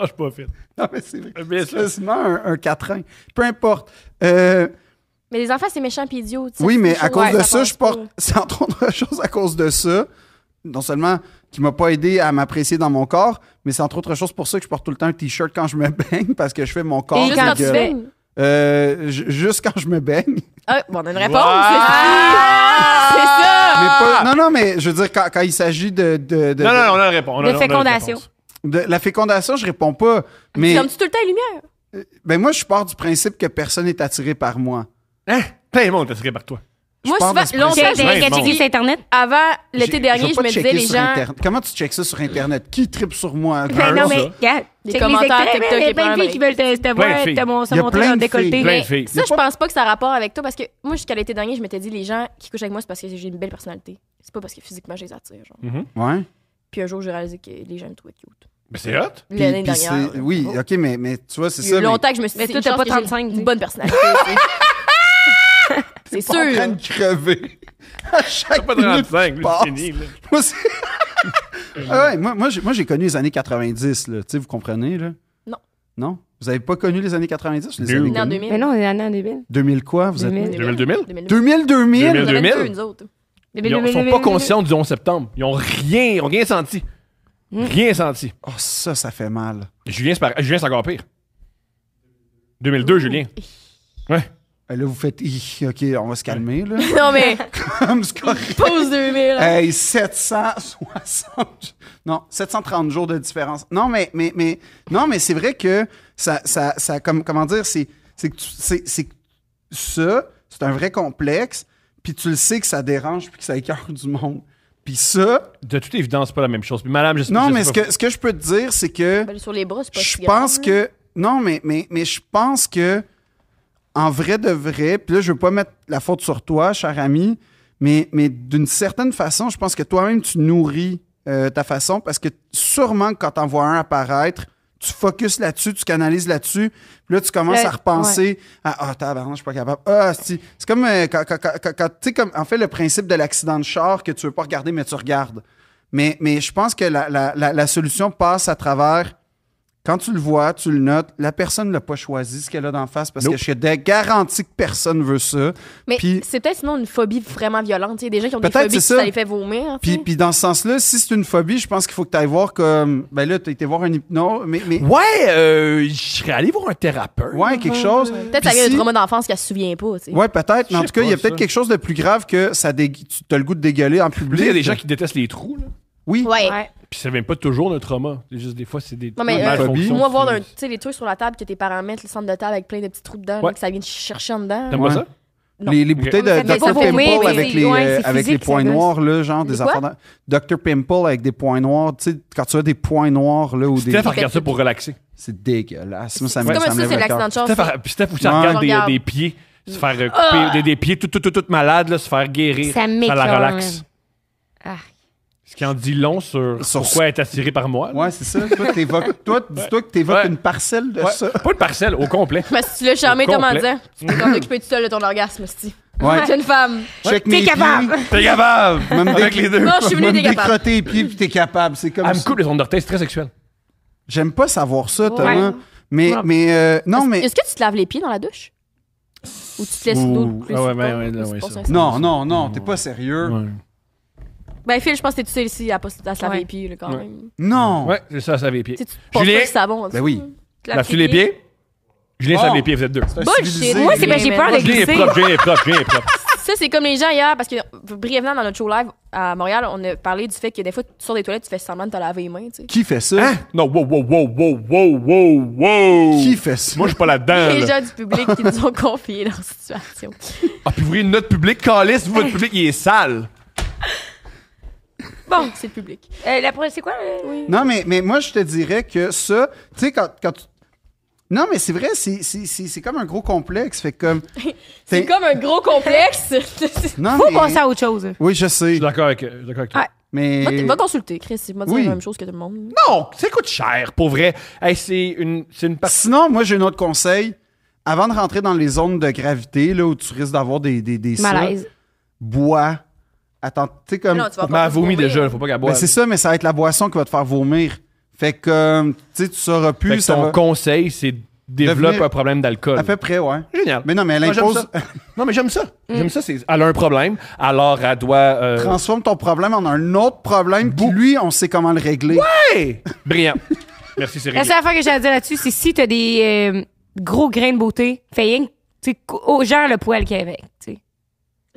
Speaker 3: Ah, je suis pas fit.
Speaker 4: Non, mais c'est vrai.
Speaker 3: Euh, bien
Speaker 4: C'est
Speaker 3: sûr.
Speaker 4: quasiment un, un quatrain. Peu importe. Euh,
Speaker 2: Mais les enfants, c'est méchant pis idiot.
Speaker 4: oui, mais à cause de ça, je porte.
Speaker 2: porte
Speaker 4: C'est entre autres choses à cause de ça. Non seulement qui m'a pas aidé à m'apprécier dans mon corps, mais c'est entre autres choses pour ça que je porte tout le temps un t-shirt quand je me baigne parce que je fais mon corps.
Speaker 1: Et
Speaker 2: Juste
Speaker 1: ta
Speaker 2: quand tu
Speaker 1: gueule.
Speaker 2: fais.
Speaker 4: Euh, ju- juste quand je me baigne.
Speaker 2: Ah, bon, on a une réponse.
Speaker 3: Ah!
Speaker 2: C'est ça.
Speaker 4: Mais pas- non, non, mais je veux dire, quand, quand il s'agit de, de, de-
Speaker 3: Non, non, non, on a la réponse. on a-
Speaker 1: De
Speaker 3: on a la
Speaker 1: fécondation.
Speaker 3: réponse.
Speaker 4: de la fécondation, je réponds pas.
Speaker 2: C'est
Speaker 4: Mais
Speaker 2: Comme tu tout le temps les lumières.
Speaker 4: ben moi, je pars du principe que personne n'est attiré par moi.
Speaker 3: Hein? Plein de monde est attiré par toi.
Speaker 2: Moi,
Speaker 4: pars de ce
Speaker 2: souvent, longtemps,
Speaker 1: Check,
Speaker 3: Ouais,
Speaker 1: check,
Speaker 2: j'ai
Speaker 3: bon.
Speaker 1: checker sur Internet.
Speaker 2: Avant,
Speaker 4: J'ai-
Speaker 2: l'été
Speaker 4: je
Speaker 2: dernier,
Speaker 4: vais
Speaker 2: je
Speaker 4: pas
Speaker 2: me hein. disais,
Speaker 4: checker
Speaker 2: les
Speaker 4: sur
Speaker 2: gens.
Speaker 4: Internet. Comment tu checkes ça sur Internet? Qui tripe sur moi?
Speaker 1: Ben
Speaker 3: non,
Speaker 1: non, mais
Speaker 3: ça.
Speaker 1: regarde,
Speaker 2: Les
Speaker 1: check les
Speaker 2: commentaires,
Speaker 1: extraits,
Speaker 2: TikTok
Speaker 1: mais il y
Speaker 2: et
Speaker 1: a plein de
Speaker 2: plein
Speaker 1: filles qui veulent te, te voir,
Speaker 3: filles.
Speaker 1: te mon- se
Speaker 4: Il y a
Speaker 1: montrer
Speaker 4: plein
Speaker 1: leur
Speaker 4: de filles.
Speaker 1: décolleté.
Speaker 3: Plein de filles.
Speaker 2: Ça,
Speaker 4: Mais
Speaker 2: je
Speaker 4: pas-
Speaker 2: pense pas que ça a rapport avec toi parce que moi, jusqu'à l'été dernier, je m'étais dit, les gens qui couchent avec moi, c'est parce que j'ai une belle personnalité. C'est pas parce que physiquement, je les attire. Genre.
Speaker 4: Ouais.
Speaker 2: Puis un jour, j'ai réalisé que les gens me trouvaient cute.
Speaker 3: Mais c'est hot.
Speaker 4: Puis-
Speaker 2: L'année
Speaker 4: puis
Speaker 2: dernière.
Speaker 4: c'est- Oui,
Speaker 2: Oh.
Speaker 4: OK, mais, mais tu vois, c'est
Speaker 2: Il y a
Speaker 4: ça.
Speaker 2: eu
Speaker 4: mais-
Speaker 2: longtemps que je me suis dit,
Speaker 1: Mais toi,
Speaker 2: une
Speaker 1: t'as
Speaker 2: chance
Speaker 1: pas
Speaker 2: que j'ai
Speaker 1: 35,
Speaker 2: Une
Speaker 1: dis.
Speaker 2: bonne personnalité. tu sais. c'est
Speaker 4: pas en train
Speaker 2: sûr. hein.
Speaker 4: de crever. À chaque
Speaker 3: Pas
Speaker 4: minute que
Speaker 3: 35,
Speaker 4: je
Speaker 3: lui,
Speaker 4: passe.
Speaker 3: c'est fini. là.
Speaker 4: Moi, c'est- Ah ouais, moi, moi, j'ai, moi, j'ai connu les années 90, là. Tu sais, vous comprenez, là?
Speaker 2: Non.
Speaker 4: Non? Vous avez pas connu les années 90? Je
Speaker 3: Non.
Speaker 4: les avais
Speaker 2: On est en
Speaker 4: connues.
Speaker 2: 2000.
Speaker 1: Mais non, on est en 2000.
Speaker 4: 2000 quoi? Vous êtes...
Speaker 1: 2000.
Speaker 3: 2000, 2000?
Speaker 4: 2000, 2000?
Speaker 3: 2000.
Speaker 2: On avait
Speaker 3: 2000.
Speaker 2: deux, nous autres.
Speaker 3: Ils ont- sont pas conscients du 11 septembre. Ils ont rien, ils ont rien senti.
Speaker 2: Hmm.
Speaker 3: Rien senti.
Speaker 4: Oh, ça, ça fait mal.
Speaker 3: Julien, c'est par- Julien, c'est encore pire. 2002, Julien. Ouais.
Speaker 4: Et Là, vous faites... Hi, OK, on va se calmer, là.
Speaker 2: Non, mais
Speaker 4: Comme c'est correct.
Speaker 2: pause 2000. hein.
Speaker 4: Hey, 760. Non, 730 jours de différence. Non, mais, mais, mais, non, mais c'est vrai que ça, ça, ça comme, comment dire, c'est, c'est que tu- c'est, c'est que ça, c'est un vrai complexe, puis tu le sais que ça dérange, puis que ça écarte du monde. Puis ça,
Speaker 3: De toute évidence, c'est pas la même chose. Puis madame, je sais
Speaker 4: non,
Speaker 3: je
Speaker 4: mais
Speaker 3: sais
Speaker 4: ce
Speaker 3: pas-
Speaker 4: que, ce que je peux te dire, c'est que
Speaker 2: Ben, Sur les bras, c'est pas
Speaker 4: Euh, je
Speaker 2: si grave,
Speaker 4: pense
Speaker 2: là.
Speaker 4: que, non, mais, mais, mais je pense que, en vrai de vrai, puis là, je veux pas mettre la faute sur toi, cher ami, mais, mais d'une certaine façon, je pense que toi-même, tu nourris euh, ta façon parce que sûrement que quand t'en vois un apparaître, tu focuses là-dessus, tu canalises là-dessus, puis là, tu commences
Speaker 1: Le-
Speaker 4: à repenser à Ah, tabarnak, je suis pas capable. Ah, si. C'est comme euh, quand, quand- quand- quand- quand- tu sais, comme, en fait, le principe de l'accident de char que tu veux pas regarder, mais tu regardes. Mais, mais je pense que la, la- la- la solution passe à travers Quand tu le vois, tu le notes, la personne l'a pas choisi ce qu'elle a d'en face parce
Speaker 3: Nope.
Speaker 4: que je te garantis que personne veut ça.
Speaker 2: Mais
Speaker 4: Puis-
Speaker 2: c'est peut-être sinon une phobie vraiment violente. Il y a des gens qui ont des
Speaker 4: Peut-être,
Speaker 2: phobies
Speaker 4: c'est ça.
Speaker 2: qui ça les fait vomir. tu
Speaker 4: Puis,
Speaker 2: sais.
Speaker 4: puis dans ce sens-là, si c'est une phobie, je pense qu'il faut que tu ailles voir comme. Ben là, tu été voir un hypnose, mais. mais
Speaker 3: Ouais, euh, je serais allé voir un thérapeute.
Speaker 4: ouais, quelque chose.
Speaker 2: Peut-être
Speaker 4: Puis
Speaker 2: ça vient
Speaker 4: si-
Speaker 2: d'un trauma d'enfance qu'elle se souvient pas. tu sais.
Speaker 4: Ouais, peut-être, mais en
Speaker 3: Je
Speaker 4: tout cas, il y a
Speaker 3: sais pas,
Speaker 4: peut-être
Speaker 3: ça.
Speaker 4: quelque chose de plus grave que ça dé... tu as le goût de dégueuler en
Speaker 3: Tu
Speaker 4: public.
Speaker 3: sais, Il y a des gens qui détestent les trous, là.
Speaker 4: Oui.
Speaker 2: Ouais.
Speaker 1: Ouais.
Speaker 3: Puis c'est même pas toujours un trauma. C'est Juste des fois, c'est des
Speaker 2: Non, mais,
Speaker 3: mal
Speaker 4: euh,
Speaker 3: fonctions
Speaker 2: Moi,
Speaker 3: qui-
Speaker 2: voir un- tu sais, les trucs sur la table que tes parents mettent, le centre de table avec plein de petits trous dedans,
Speaker 3: Ouais.
Speaker 2: là, que ça vient te chercher en dedans.
Speaker 3: T'aimes pas
Speaker 4: Ouais.
Speaker 3: ça?
Speaker 2: Non.
Speaker 4: Les, les bouteilles de
Speaker 1: Ça fait
Speaker 4: Dr.
Speaker 1: pas vomir,
Speaker 4: Pimple
Speaker 1: mais
Speaker 4: avec
Speaker 1: c'est-
Speaker 4: les,
Speaker 1: ouais,
Speaker 4: euh,
Speaker 1: c'est
Speaker 4: avec les
Speaker 1: physique,
Speaker 4: points
Speaker 1: ça gosse.
Speaker 4: noirs, là, genre
Speaker 2: De
Speaker 4: des
Speaker 2: quoi?
Speaker 4: affaires. de- Dr. Pimple avec des points noirs, tu sais, quand tu as des points noirs, là, ou des.
Speaker 3: Steph regarde ça pour relaxer.
Speaker 4: C'est dégueulasse. Moi, ça
Speaker 2: C'est
Speaker 4: me-
Speaker 2: comme ça,
Speaker 4: me lève
Speaker 2: c'est
Speaker 4: le cœur.
Speaker 2: l'accident de chance.
Speaker 3: Steph, elle- puis Steph aussi, elle
Speaker 4: Ouais.
Speaker 3: regarde
Speaker 2: Regarde.
Speaker 3: des, des pieds, se faire euh, couper
Speaker 2: Ah!
Speaker 3: des, des pieds tout, tout, tout, tout malade, là, se faire guérir.
Speaker 1: Ça m'écoeure,
Speaker 3: la relaxe.
Speaker 1: man. Ah.
Speaker 3: Ce qui en dit long sur,
Speaker 4: Sur-
Speaker 3: pourquoi être attiré par moi. là.
Speaker 4: Ouais, c'est ça. Toi, t'évoques- toi, dis-toi que t'évoques
Speaker 3: Ouais.
Speaker 4: une parcelle de
Speaker 3: Ouais.
Speaker 4: ça.
Speaker 3: Pas une parcelle, au complet.
Speaker 2: Mais si tu l'as charmé,
Speaker 3: Au
Speaker 2: comme en
Speaker 3: complet.
Speaker 2: disant, tu peux t'en occuper tout seul de ton orgasme, si.
Speaker 4: Ouais.
Speaker 2: Jeune femme.
Speaker 4: Check
Speaker 1: T'es
Speaker 4: mes
Speaker 1: capable!
Speaker 4: pieds.
Speaker 3: T'es capable!
Speaker 4: Même
Speaker 3: Avec les deux.
Speaker 2: Non, je suis venue,
Speaker 4: Même
Speaker 2: t'es capable.
Speaker 4: décrotter les pieds, puis t'es capable. C'est comme
Speaker 3: Elle me
Speaker 4: ça.
Speaker 3: coupe les ondes d'orteil, c'est très sexuel.
Speaker 4: J'aime pas savoir ça,
Speaker 2: Ouais.
Speaker 4: Thomas. Mais,
Speaker 1: Ouais.
Speaker 4: mais euh, non,
Speaker 2: Est-ce-
Speaker 4: mais.
Speaker 2: Est-ce que tu te laves les pieds dans la douche? Ou tu te laisses
Speaker 3: Ouh.
Speaker 2: l'eau plus
Speaker 3: Ah ouais,
Speaker 2: sur
Speaker 3: ouais,
Speaker 2: ton-
Speaker 3: ouais,
Speaker 2: plus
Speaker 3: ouais,
Speaker 2: sur ton
Speaker 3: ça.
Speaker 2: sein?
Speaker 4: Non, non, non, t'es pas sérieux.
Speaker 2: Ben, Phil, je pense que t'es tout seul ici à, pas- à se laver
Speaker 1: Ouais.
Speaker 2: les pieds, là, quand
Speaker 3: Ouais.
Speaker 2: même.
Speaker 4: Non.
Speaker 3: Ouais, c'est ça, ça les pieds.
Speaker 2: Tu sais, tu
Speaker 3: Julien?
Speaker 2: portes pas le savon.
Speaker 4: Ben oui.
Speaker 3: Lave-tu les pieds? Julien,
Speaker 4: Oh.
Speaker 3: lave les pieds, vous êtes deux.
Speaker 4: C'est un
Speaker 2: Bullshit.
Speaker 4: civilisé, euh,
Speaker 1: Moi,
Speaker 4: lui.
Speaker 1: c'est parce que j'ai peur de
Speaker 3: Julien est
Speaker 1: glisser.
Speaker 3: propre, Julien est propre, Julien est propre.
Speaker 2: Ça, c'est comme les gens hier, parce que euh, brièvement, dans notre show live à Montréal, on a parlé du fait que des fois, tu sors des toilettes, tu fais semblant de te laver les mains, tu sais.
Speaker 4: Qui fait ça?
Speaker 3: Non, wow, wow, wow, wow, wow, wow, wow.
Speaker 4: Qui fait ça?
Speaker 3: Moi, je suis pas là-dedans.
Speaker 2: Les
Speaker 3: Là.
Speaker 2: gens du public qui nous ont confié leur situation.
Speaker 3: Ah, puis vous voyez notre public calice, vous, votre public, il est sale.
Speaker 2: Bon, c'est le public.
Speaker 1: Euh, la pro- c'est quoi? euh?
Speaker 4: Non, mais, mais moi, je te dirais que ça, tu sais, quand, quand tu- Non, mais c'est vrai, c'est, c'est, c'est, c'est comme un gros complexe. Fait que comme.
Speaker 2: C'est
Speaker 4: T'es-
Speaker 2: comme un gros complexe.
Speaker 4: Non,
Speaker 1: Faut
Speaker 4: mais-
Speaker 1: passer à autre chose.
Speaker 4: Oui, je sais.
Speaker 3: Je suis d'accord avec, euh, je suis d'accord avec toi.
Speaker 2: Ouais.
Speaker 4: Mais.
Speaker 2: Va, va consulter, Chris. Il m'a dit
Speaker 4: Oui.
Speaker 2: la même chose que tout le monde.
Speaker 3: Non, ça coûte cher, pour vrai. Hey, c'est une, c'est une partie.
Speaker 4: Sinon, moi, j'ai un autre conseil. Avant de rentrer dans les zones de gravité, là, où tu risques d'avoir des. des, des ça,
Speaker 1: Malaise. bois.
Speaker 4: bois. Attends, tu sais, comme.
Speaker 2: Mais non, tu vas
Speaker 3: Mais elle
Speaker 2: pas
Speaker 3: vomit
Speaker 2: vomir.
Speaker 3: déjà, faut pas qu'elle
Speaker 4: Ben,
Speaker 3: boive.
Speaker 4: c'est ça, mais ça va être la boisson qui va te faire vomir. Fait que, euh, tu sais, tu sauras
Speaker 3: Fait
Speaker 4: plus.
Speaker 3: que
Speaker 4: Ça
Speaker 3: ton
Speaker 4: va-
Speaker 3: conseil, c'est développe
Speaker 4: Devenir-
Speaker 3: un problème d'alcool.
Speaker 4: À peu près, ouais.
Speaker 3: Génial.
Speaker 4: Mais non, mais elle
Speaker 3: Moi, j'aime
Speaker 4: impose.
Speaker 3: ça. Non, mais j'aime ça.
Speaker 2: Mm.
Speaker 3: J'aime ça. c'est- Elle a un problème, alors elle doit. euh,
Speaker 4: Transforme ton problème en un autre problème, puis lui, on sait comment le régler.
Speaker 3: Hey! Brillant. Merci, c'est
Speaker 1: La
Speaker 3: réglé.
Speaker 1: seule affaire que j'ai à dire là-dessus, c'est si t'as des euh, gros grains de beauté, fais rien que- tu sais, cou- oh, gère le poil qu'il y a avec. tu sais.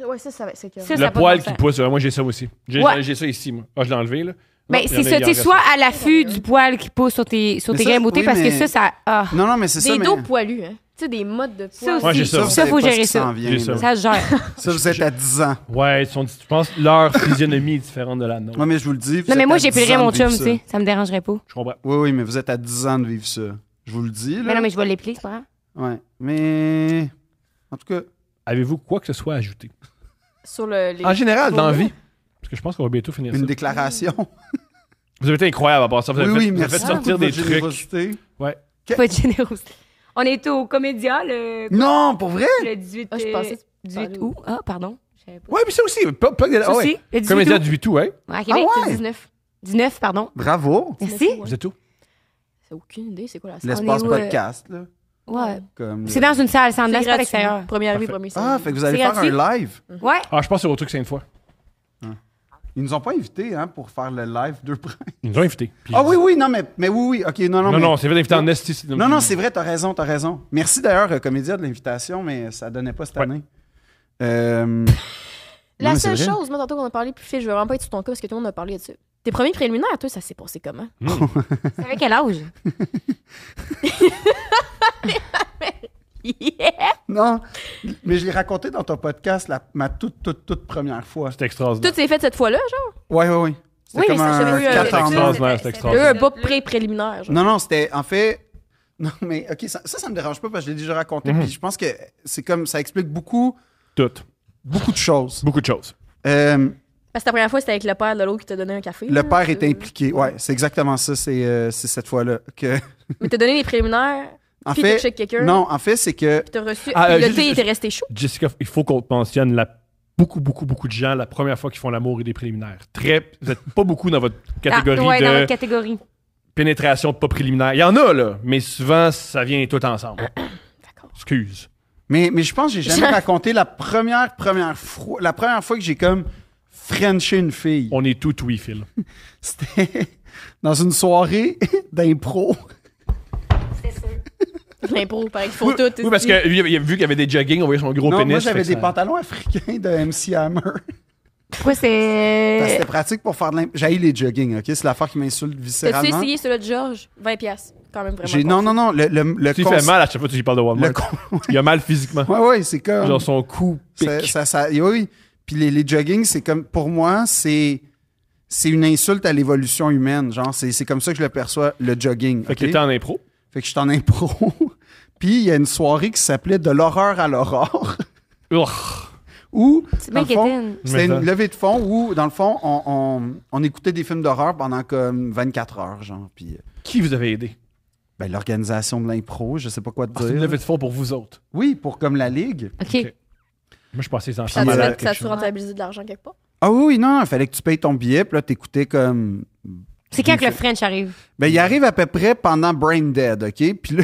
Speaker 2: Ouais, ça, ça va- c'est que.
Speaker 1: Ça, ça
Speaker 3: Le
Speaker 1: a pas
Speaker 3: poil
Speaker 1: de bon
Speaker 3: qui
Speaker 1: sens.
Speaker 3: pousse, ouais, moi j'ai ça aussi. J'ai
Speaker 1: Ouais.
Speaker 3: j'ai ça ici, moi. Ah, je l'ai enlevé, là.
Speaker 1: Ben,
Speaker 3: Non, il y en
Speaker 1: c'est
Speaker 3: a-
Speaker 1: ça,
Speaker 3: il
Speaker 1: tu
Speaker 3: en
Speaker 1: sais,
Speaker 3: reste.
Speaker 1: soit à l'affût du poil qui pousse sur tes, sur
Speaker 4: Mais
Speaker 1: tes
Speaker 4: ça,
Speaker 1: grains de beauté,
Speaker 4: oui,
Speaker 1: parce que
Speaker 4: mais-
Speaker 1: ça, ça. ah,
Speaker 4: Non, non, mais c'est ça.
Speaker 2: Des
Speaker 4: mais...
Speaker 2: dos poilus, hein. Tu sais, des modes de
Speaker 1: ça
Speaker 2: poils.
Speaker 1: aussi,
Speaker 3: Ouais, j'ai ça.
Speaker 1: ça,
Speaker 4: vous
Speaker 1: faut
Speaker 4: savez pas
Speaker 1: gérer
Speaker 4: ce qui s'en
Speaker 1: ça.
Speaker 4: vient,
Speaker 3: J'ai
Speaker 4: là.
Speaker 3: ça.
Speaker 1: Ça se gère.
Speaker 4: Ça, vous êtes à 10 ans.
Speaker 3: Ouais, ils sont, tu penses, leur physionomie est différente de la nôtre.
Speaker 4: Moi, mais je vous le dis. vous
Speaker 1: Non, mais
Speaker 4: êtes
Speaker 1: moi,
Speaker 4: à
Speaker 1: j'ai
Speaker 4: 10
Speaker 1: pris
Speaker 4: ans
Speaker 1: mon
Speaker 4: de
Speaker 1: chum,
Speaker 4: vivre
Speaker 1: tu
Speaker 4: ça.
Speaker 1: sais. Ça me dérangerait pas.
Speaker 3: Je comprends.
Speaker 4: Oui, oui, mais vous êtes à 10 ans de vivre ça. Je vous le dis,
Speaker 1: Mais
Speaker 4: là.
Speaker 1: non, mais je vais l'épeler, c'est pas grave.
Speaker 4: Ouais. Mais. En tout cas,
Speaker 3: Avez-vous quoi que ce soit à ajouter?
Speaker 2: Sur le. les-
Speaker 1: Ah,
Speaker 3: En général, dans la
Speaker 2: Ouais.
Speaker 3: vie. Parce que je pense qu'on va bientôt finir ça.
Speaker 4: une déclaration.
Speaker 3: Vous avez été incroyable à part ça. Vous
Speaker 4: Oui,
Speaker 3: avez fait,
Speaker 4: oui,
Speaker 3: vous avez
Speaker 4: merci.
Speaker 3: fait
Speaker 4: beaucoup de
Speaker 3: sortir des
Speaker 4: votre
Speaker 3: trucs.
Speaker 4: générosité.
Speaker 3: Ouais.
Speaker 1: Faut être généreux. On est au Comédia le,
Speaker 4: Non, pour vrai?
Speaker 1: le 18,
Speaker 2: Ah, je
Speaker 1: euh,
Speaker 2: pensais que tu
Speaker 1: 18
Speaker 2: parlais au-
Speaker 1: août. Ah, pardon. Je savais pas.
Speaker 3: Ouais, mais ça aussi. Pas, pas,
Speaker 1: Ça
Speaker 3: ah ouais.
Speaker 1: aussi, le 18
Speaker 3: Comédien
Speaker 1: août.
Speaker 3: du hein? 8 ouais.
Speaker 1: Ouais, à
Speaker 4: Ah
Speaker 1: Québec.
Speaker 4: ouais?
Speaker 2: 19.
Speaker 1: 19, pardon.
Speaker 4: Bravo.
Speaker 1: Merci.
Speaker 2: Ouais.
Speaker 3: Vous êtes où?
Speaker 2: J'ai aucune idée, c'est quoi la salle.
Speaker 4: L'espace
Speaker 1: où, euh,
Speaker 4: podcast, là.
Speaker 1: Ouais.
Speaker 4: Comme...
Speaker 1: C'est dans une salle, c'est en dedans, c'est pas à
Speaker 2: gratuit.
Speaker 1: l'extérieur.
Speaker 2: Premier arrivé,
Speaker 3: Parfait.
Speaker 2: premier
Speaker 4: Ah,
Speaker 2: servi.
Speaker 4: fait que vous allez
Speaker 1: C'est
Speaker 4: faire
Speaker 1: gratuit?
Speaker 4: un live.
Speaker 1: Ouais.
Speaker 3: Ah, je pense que c'est au truc Sainte-Foy.
Speaker 4: Ils nous ont pas invités, hein, pour faire le live deux princes.
Speaker 3: Ils nous ont invités. Puis-
Speaker 4: Ah oui, oui, non, mais, mais oui, oui. OK, non, non.
Speaker 3: Oh, Non,
Speaker 4: mais-
Speaker 3: non, c'est vrai d'inviter en Esti.
Speaker 4: Non, non, c'est vrai, t'as raison, t'as raison. Merci d'ailleurs, euh, Comédia, de l'invitation, mais ça donnait pas cette
Speaker 3: Ouais.
Speaker 4: année. Euh, non,
Speaker 2: La
Speaker 4: mais c'est
Speaker 2: seule
Speaker 4: vrai.
Speaker 2: chose, moi, tantôt qu'on a parlé, puis Phil, je veux vraiment pas être sur ton cas parce que tout le monde a parlé de ça. Tes premiers préliminaires, toi, ça s'est passé comment?
Speaker 1: C'est avec quel âge?
Speaker 2: Yeah!
Speaker 4: Non, mais je l'ai raconté dans ton podcast la, ma toute, toute, toute première fois.
Speaker 3: C'était extraordinaire.
Speaker 2: Tout s'est fait cette fois-là, genre?
Speaker 4: Oui, oui, oui. C'était
Speaker 1: Oui, mais
Speaker 4: comme
Speaker 1: ça,
Speaker 4: un
Speaker 1: j'avais eu, euh,
Speaker 4: quatre
Speaker 1: c'était
Speaker 4: en
Speaker 3: extraordinaire,
Speaker 4: un.
Speaker 3: c'était
Speaker 2: Il y a eu
Speaker 3: extraordinaire.
Speaker 2: un pas pré-préliminaire, genre.
Speaker 4: Non, non, c'était en fait. Non, mais OK, ça, ça, ça me dérange pas parce que je l'ai déjà raconté.
Speaker 3: Mhm.
Speaker 4: Puis je pense que c'est comme ça explique beaucoup,
Speaker 3: Tout.
Speaker 4: beaucoup de choses.
Speaker 3: Beaucoup de choses.
Speaker 4: Euh,
Speaker 2: Parce que la première fois, c'était avec le père de l'autre qui t'a donné un café.
Speaker 4: le
Speaker 2: là.
Speaker 4: père était
Speaker 2: Euh,
Speaker 4: impliqué. Ouais, c'est exactement ça. C'est euh, c'est cette fois-là que.
Speaker 2: Mais t'as donné les préliminaires,
Speaker 4: En
Speaker 2: puis t'as
Speaker 4: fait,
Speaker 2: couché avec quelqu'un.
Speaker 4: non, en fait, c'est que
Speaker 2: t'as reçu.
Speaker 3: Ah,
Speaker 2: puis
Speaker 3: euh,
Speaker 2: le
Speaker 3: juste-
Speaker 2: thé était resté chaud.
Speaker 3: Jessica, il faut qu'on te mentionne la... beaucoup, beaucoup, beaucoup de gens la première fois qu'ils font l'amour et des préliminaires. Très... Vous n'êtes pas beaucoup dans votre catégorie
Speaker 1: Ah, ouais,
Speaker 3: de...
Speaker 1: dans notre catégorie.
Speaker 3: pénétration de pas préliminaire. Il y en a, là, mais souvent, ça vient tout ensemble.
Speaker 2: D'accord.
Speaker 3: Excuse.
Speaker 4: Mais, mais je pense que j'ai jamais raconté la première, première fois, la première fois que j'ai comme Frenché une fille.
Speaker 3: On est tout oui, Phil.
Speaker 4: C'était dans une soirée d'impro.
Speaker 2: L'impro, pareil, il faut
Speaker 3: Oui,
Speaker 2: tout.
Speaker 3: oui, parce que lui, il a vu qu'il y avait des joggings, on voyait son gros
Speaker 4: Non,
Speaker 3: pénis.
Speaker 4: moi j'avais
Speaker 3: fait que
Speaker 4: des
Speaker 3: ça-
Speaker 4: pantalons africains de MC Hammer.
Speaker 1: Pourquoi
Speaker 4: Parce que
Speaker 1: c'est.
Speaker 4: C'était pratique pour faire de l'impro. J'ai les joggings, ok? C'est l'affaire qui m'insulte
Speaker 2: T'as-tu
Speaker 4: viscéralement.
Speaker 2: essayé celui-là de George? 20$. piastres. Quand même, vraiment.
Speaker 4: J'ai, non, non, non. Le, le, le
Speaker 3: Tu lui
Speaker 4: cons-
Speaker 3: fais mal à chaque fois que tu lui parles de Walmart.
Speaker 4: Le con-
Speaker 3: Il a mal physiquement.
Speaker 4: Ouais, ouais, c'est comme.
Speaker 3: Genre son cou pique.
Speaker 4: Ça, ça, ça- oui, oui. Puis les, les joggings, c'est comme, pour moi, c'est, c'est une insulte à l'évolution humaine. Genre, c'est, c'est comme ça que je le perçois, le jogging.
Speaker 3: Fait
Speaker 4: ok?
Speaker 3: qu'il était en impro.
Speaker 4: Fait que je suis en impro. Puis il y a une soirée qui s'appelait De l'horreur à l'aurore.
Speaker 3: Urgh.
Speaker 4: Où,
Speaker 1: C'est
Speaker 4: dans
Speaker 1: bien
Speaker 4: le fond,
Speaker 1: qu'Étienne.
Speaker 4: c'était
Speaker 3: Mais ça.
Speaker 4: une levée de fond où, dans le fond, on, on- on écoutait des films d'horreur pendant comme 24 heures, genre. Puis euh,
Speaker 3: Qui vous avait aidé?
Speaker 4: ben, l'organisation de l'impro, je sais pas quoi te
Speaker 3: Ah, C'est une
Speaker 4: dire.
Speaker 3: levée de fonds pour vous autres.
Speaker 4: Oui, pour comme la ligue.
Speaker 1: OK.
Speaker 3: Moi, je passais les
Speaker 2: Ça
Speaker 3: enfants
Speaker 4: Puis,
Speaker 2: a-tu
Speaker 4: euh,
Speaker 3: malades.
Speaker 2: fait- ça
Speaker 3: quelque
Speaker 2: a-tu
Speaker 3: chose.
Speaker 2: rentabilisé de l'argent quelque part?
Speaker 4: Ah oui, oui, non, il fallait que tu payes ton billet, puis là, t'écoutais comme
Speaker 1: C'est quand que le French arrive?
Speaker 4: Ben,
Speaker 3: Mm.
Speaker 4: il arrive à peu près pendant Brain Dead, OK? Puis là,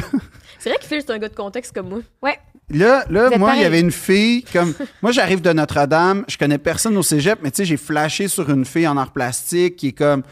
Speaker 2: C'est vrai que Phil, c'est un gars de contexte comme moi.
Speaker 1: Ouais.
Speaker 4: là, là
Speaker 1: Vous êtes
Speaker 4: moi, il y
Speaker 1: pareil.
Speaker 4: avait une fille comme... moi, j'arrive de Notre-Dame, je connais personne au cégep, mais tu sais, j'ai flashé sur une fille en art plastique qui est comme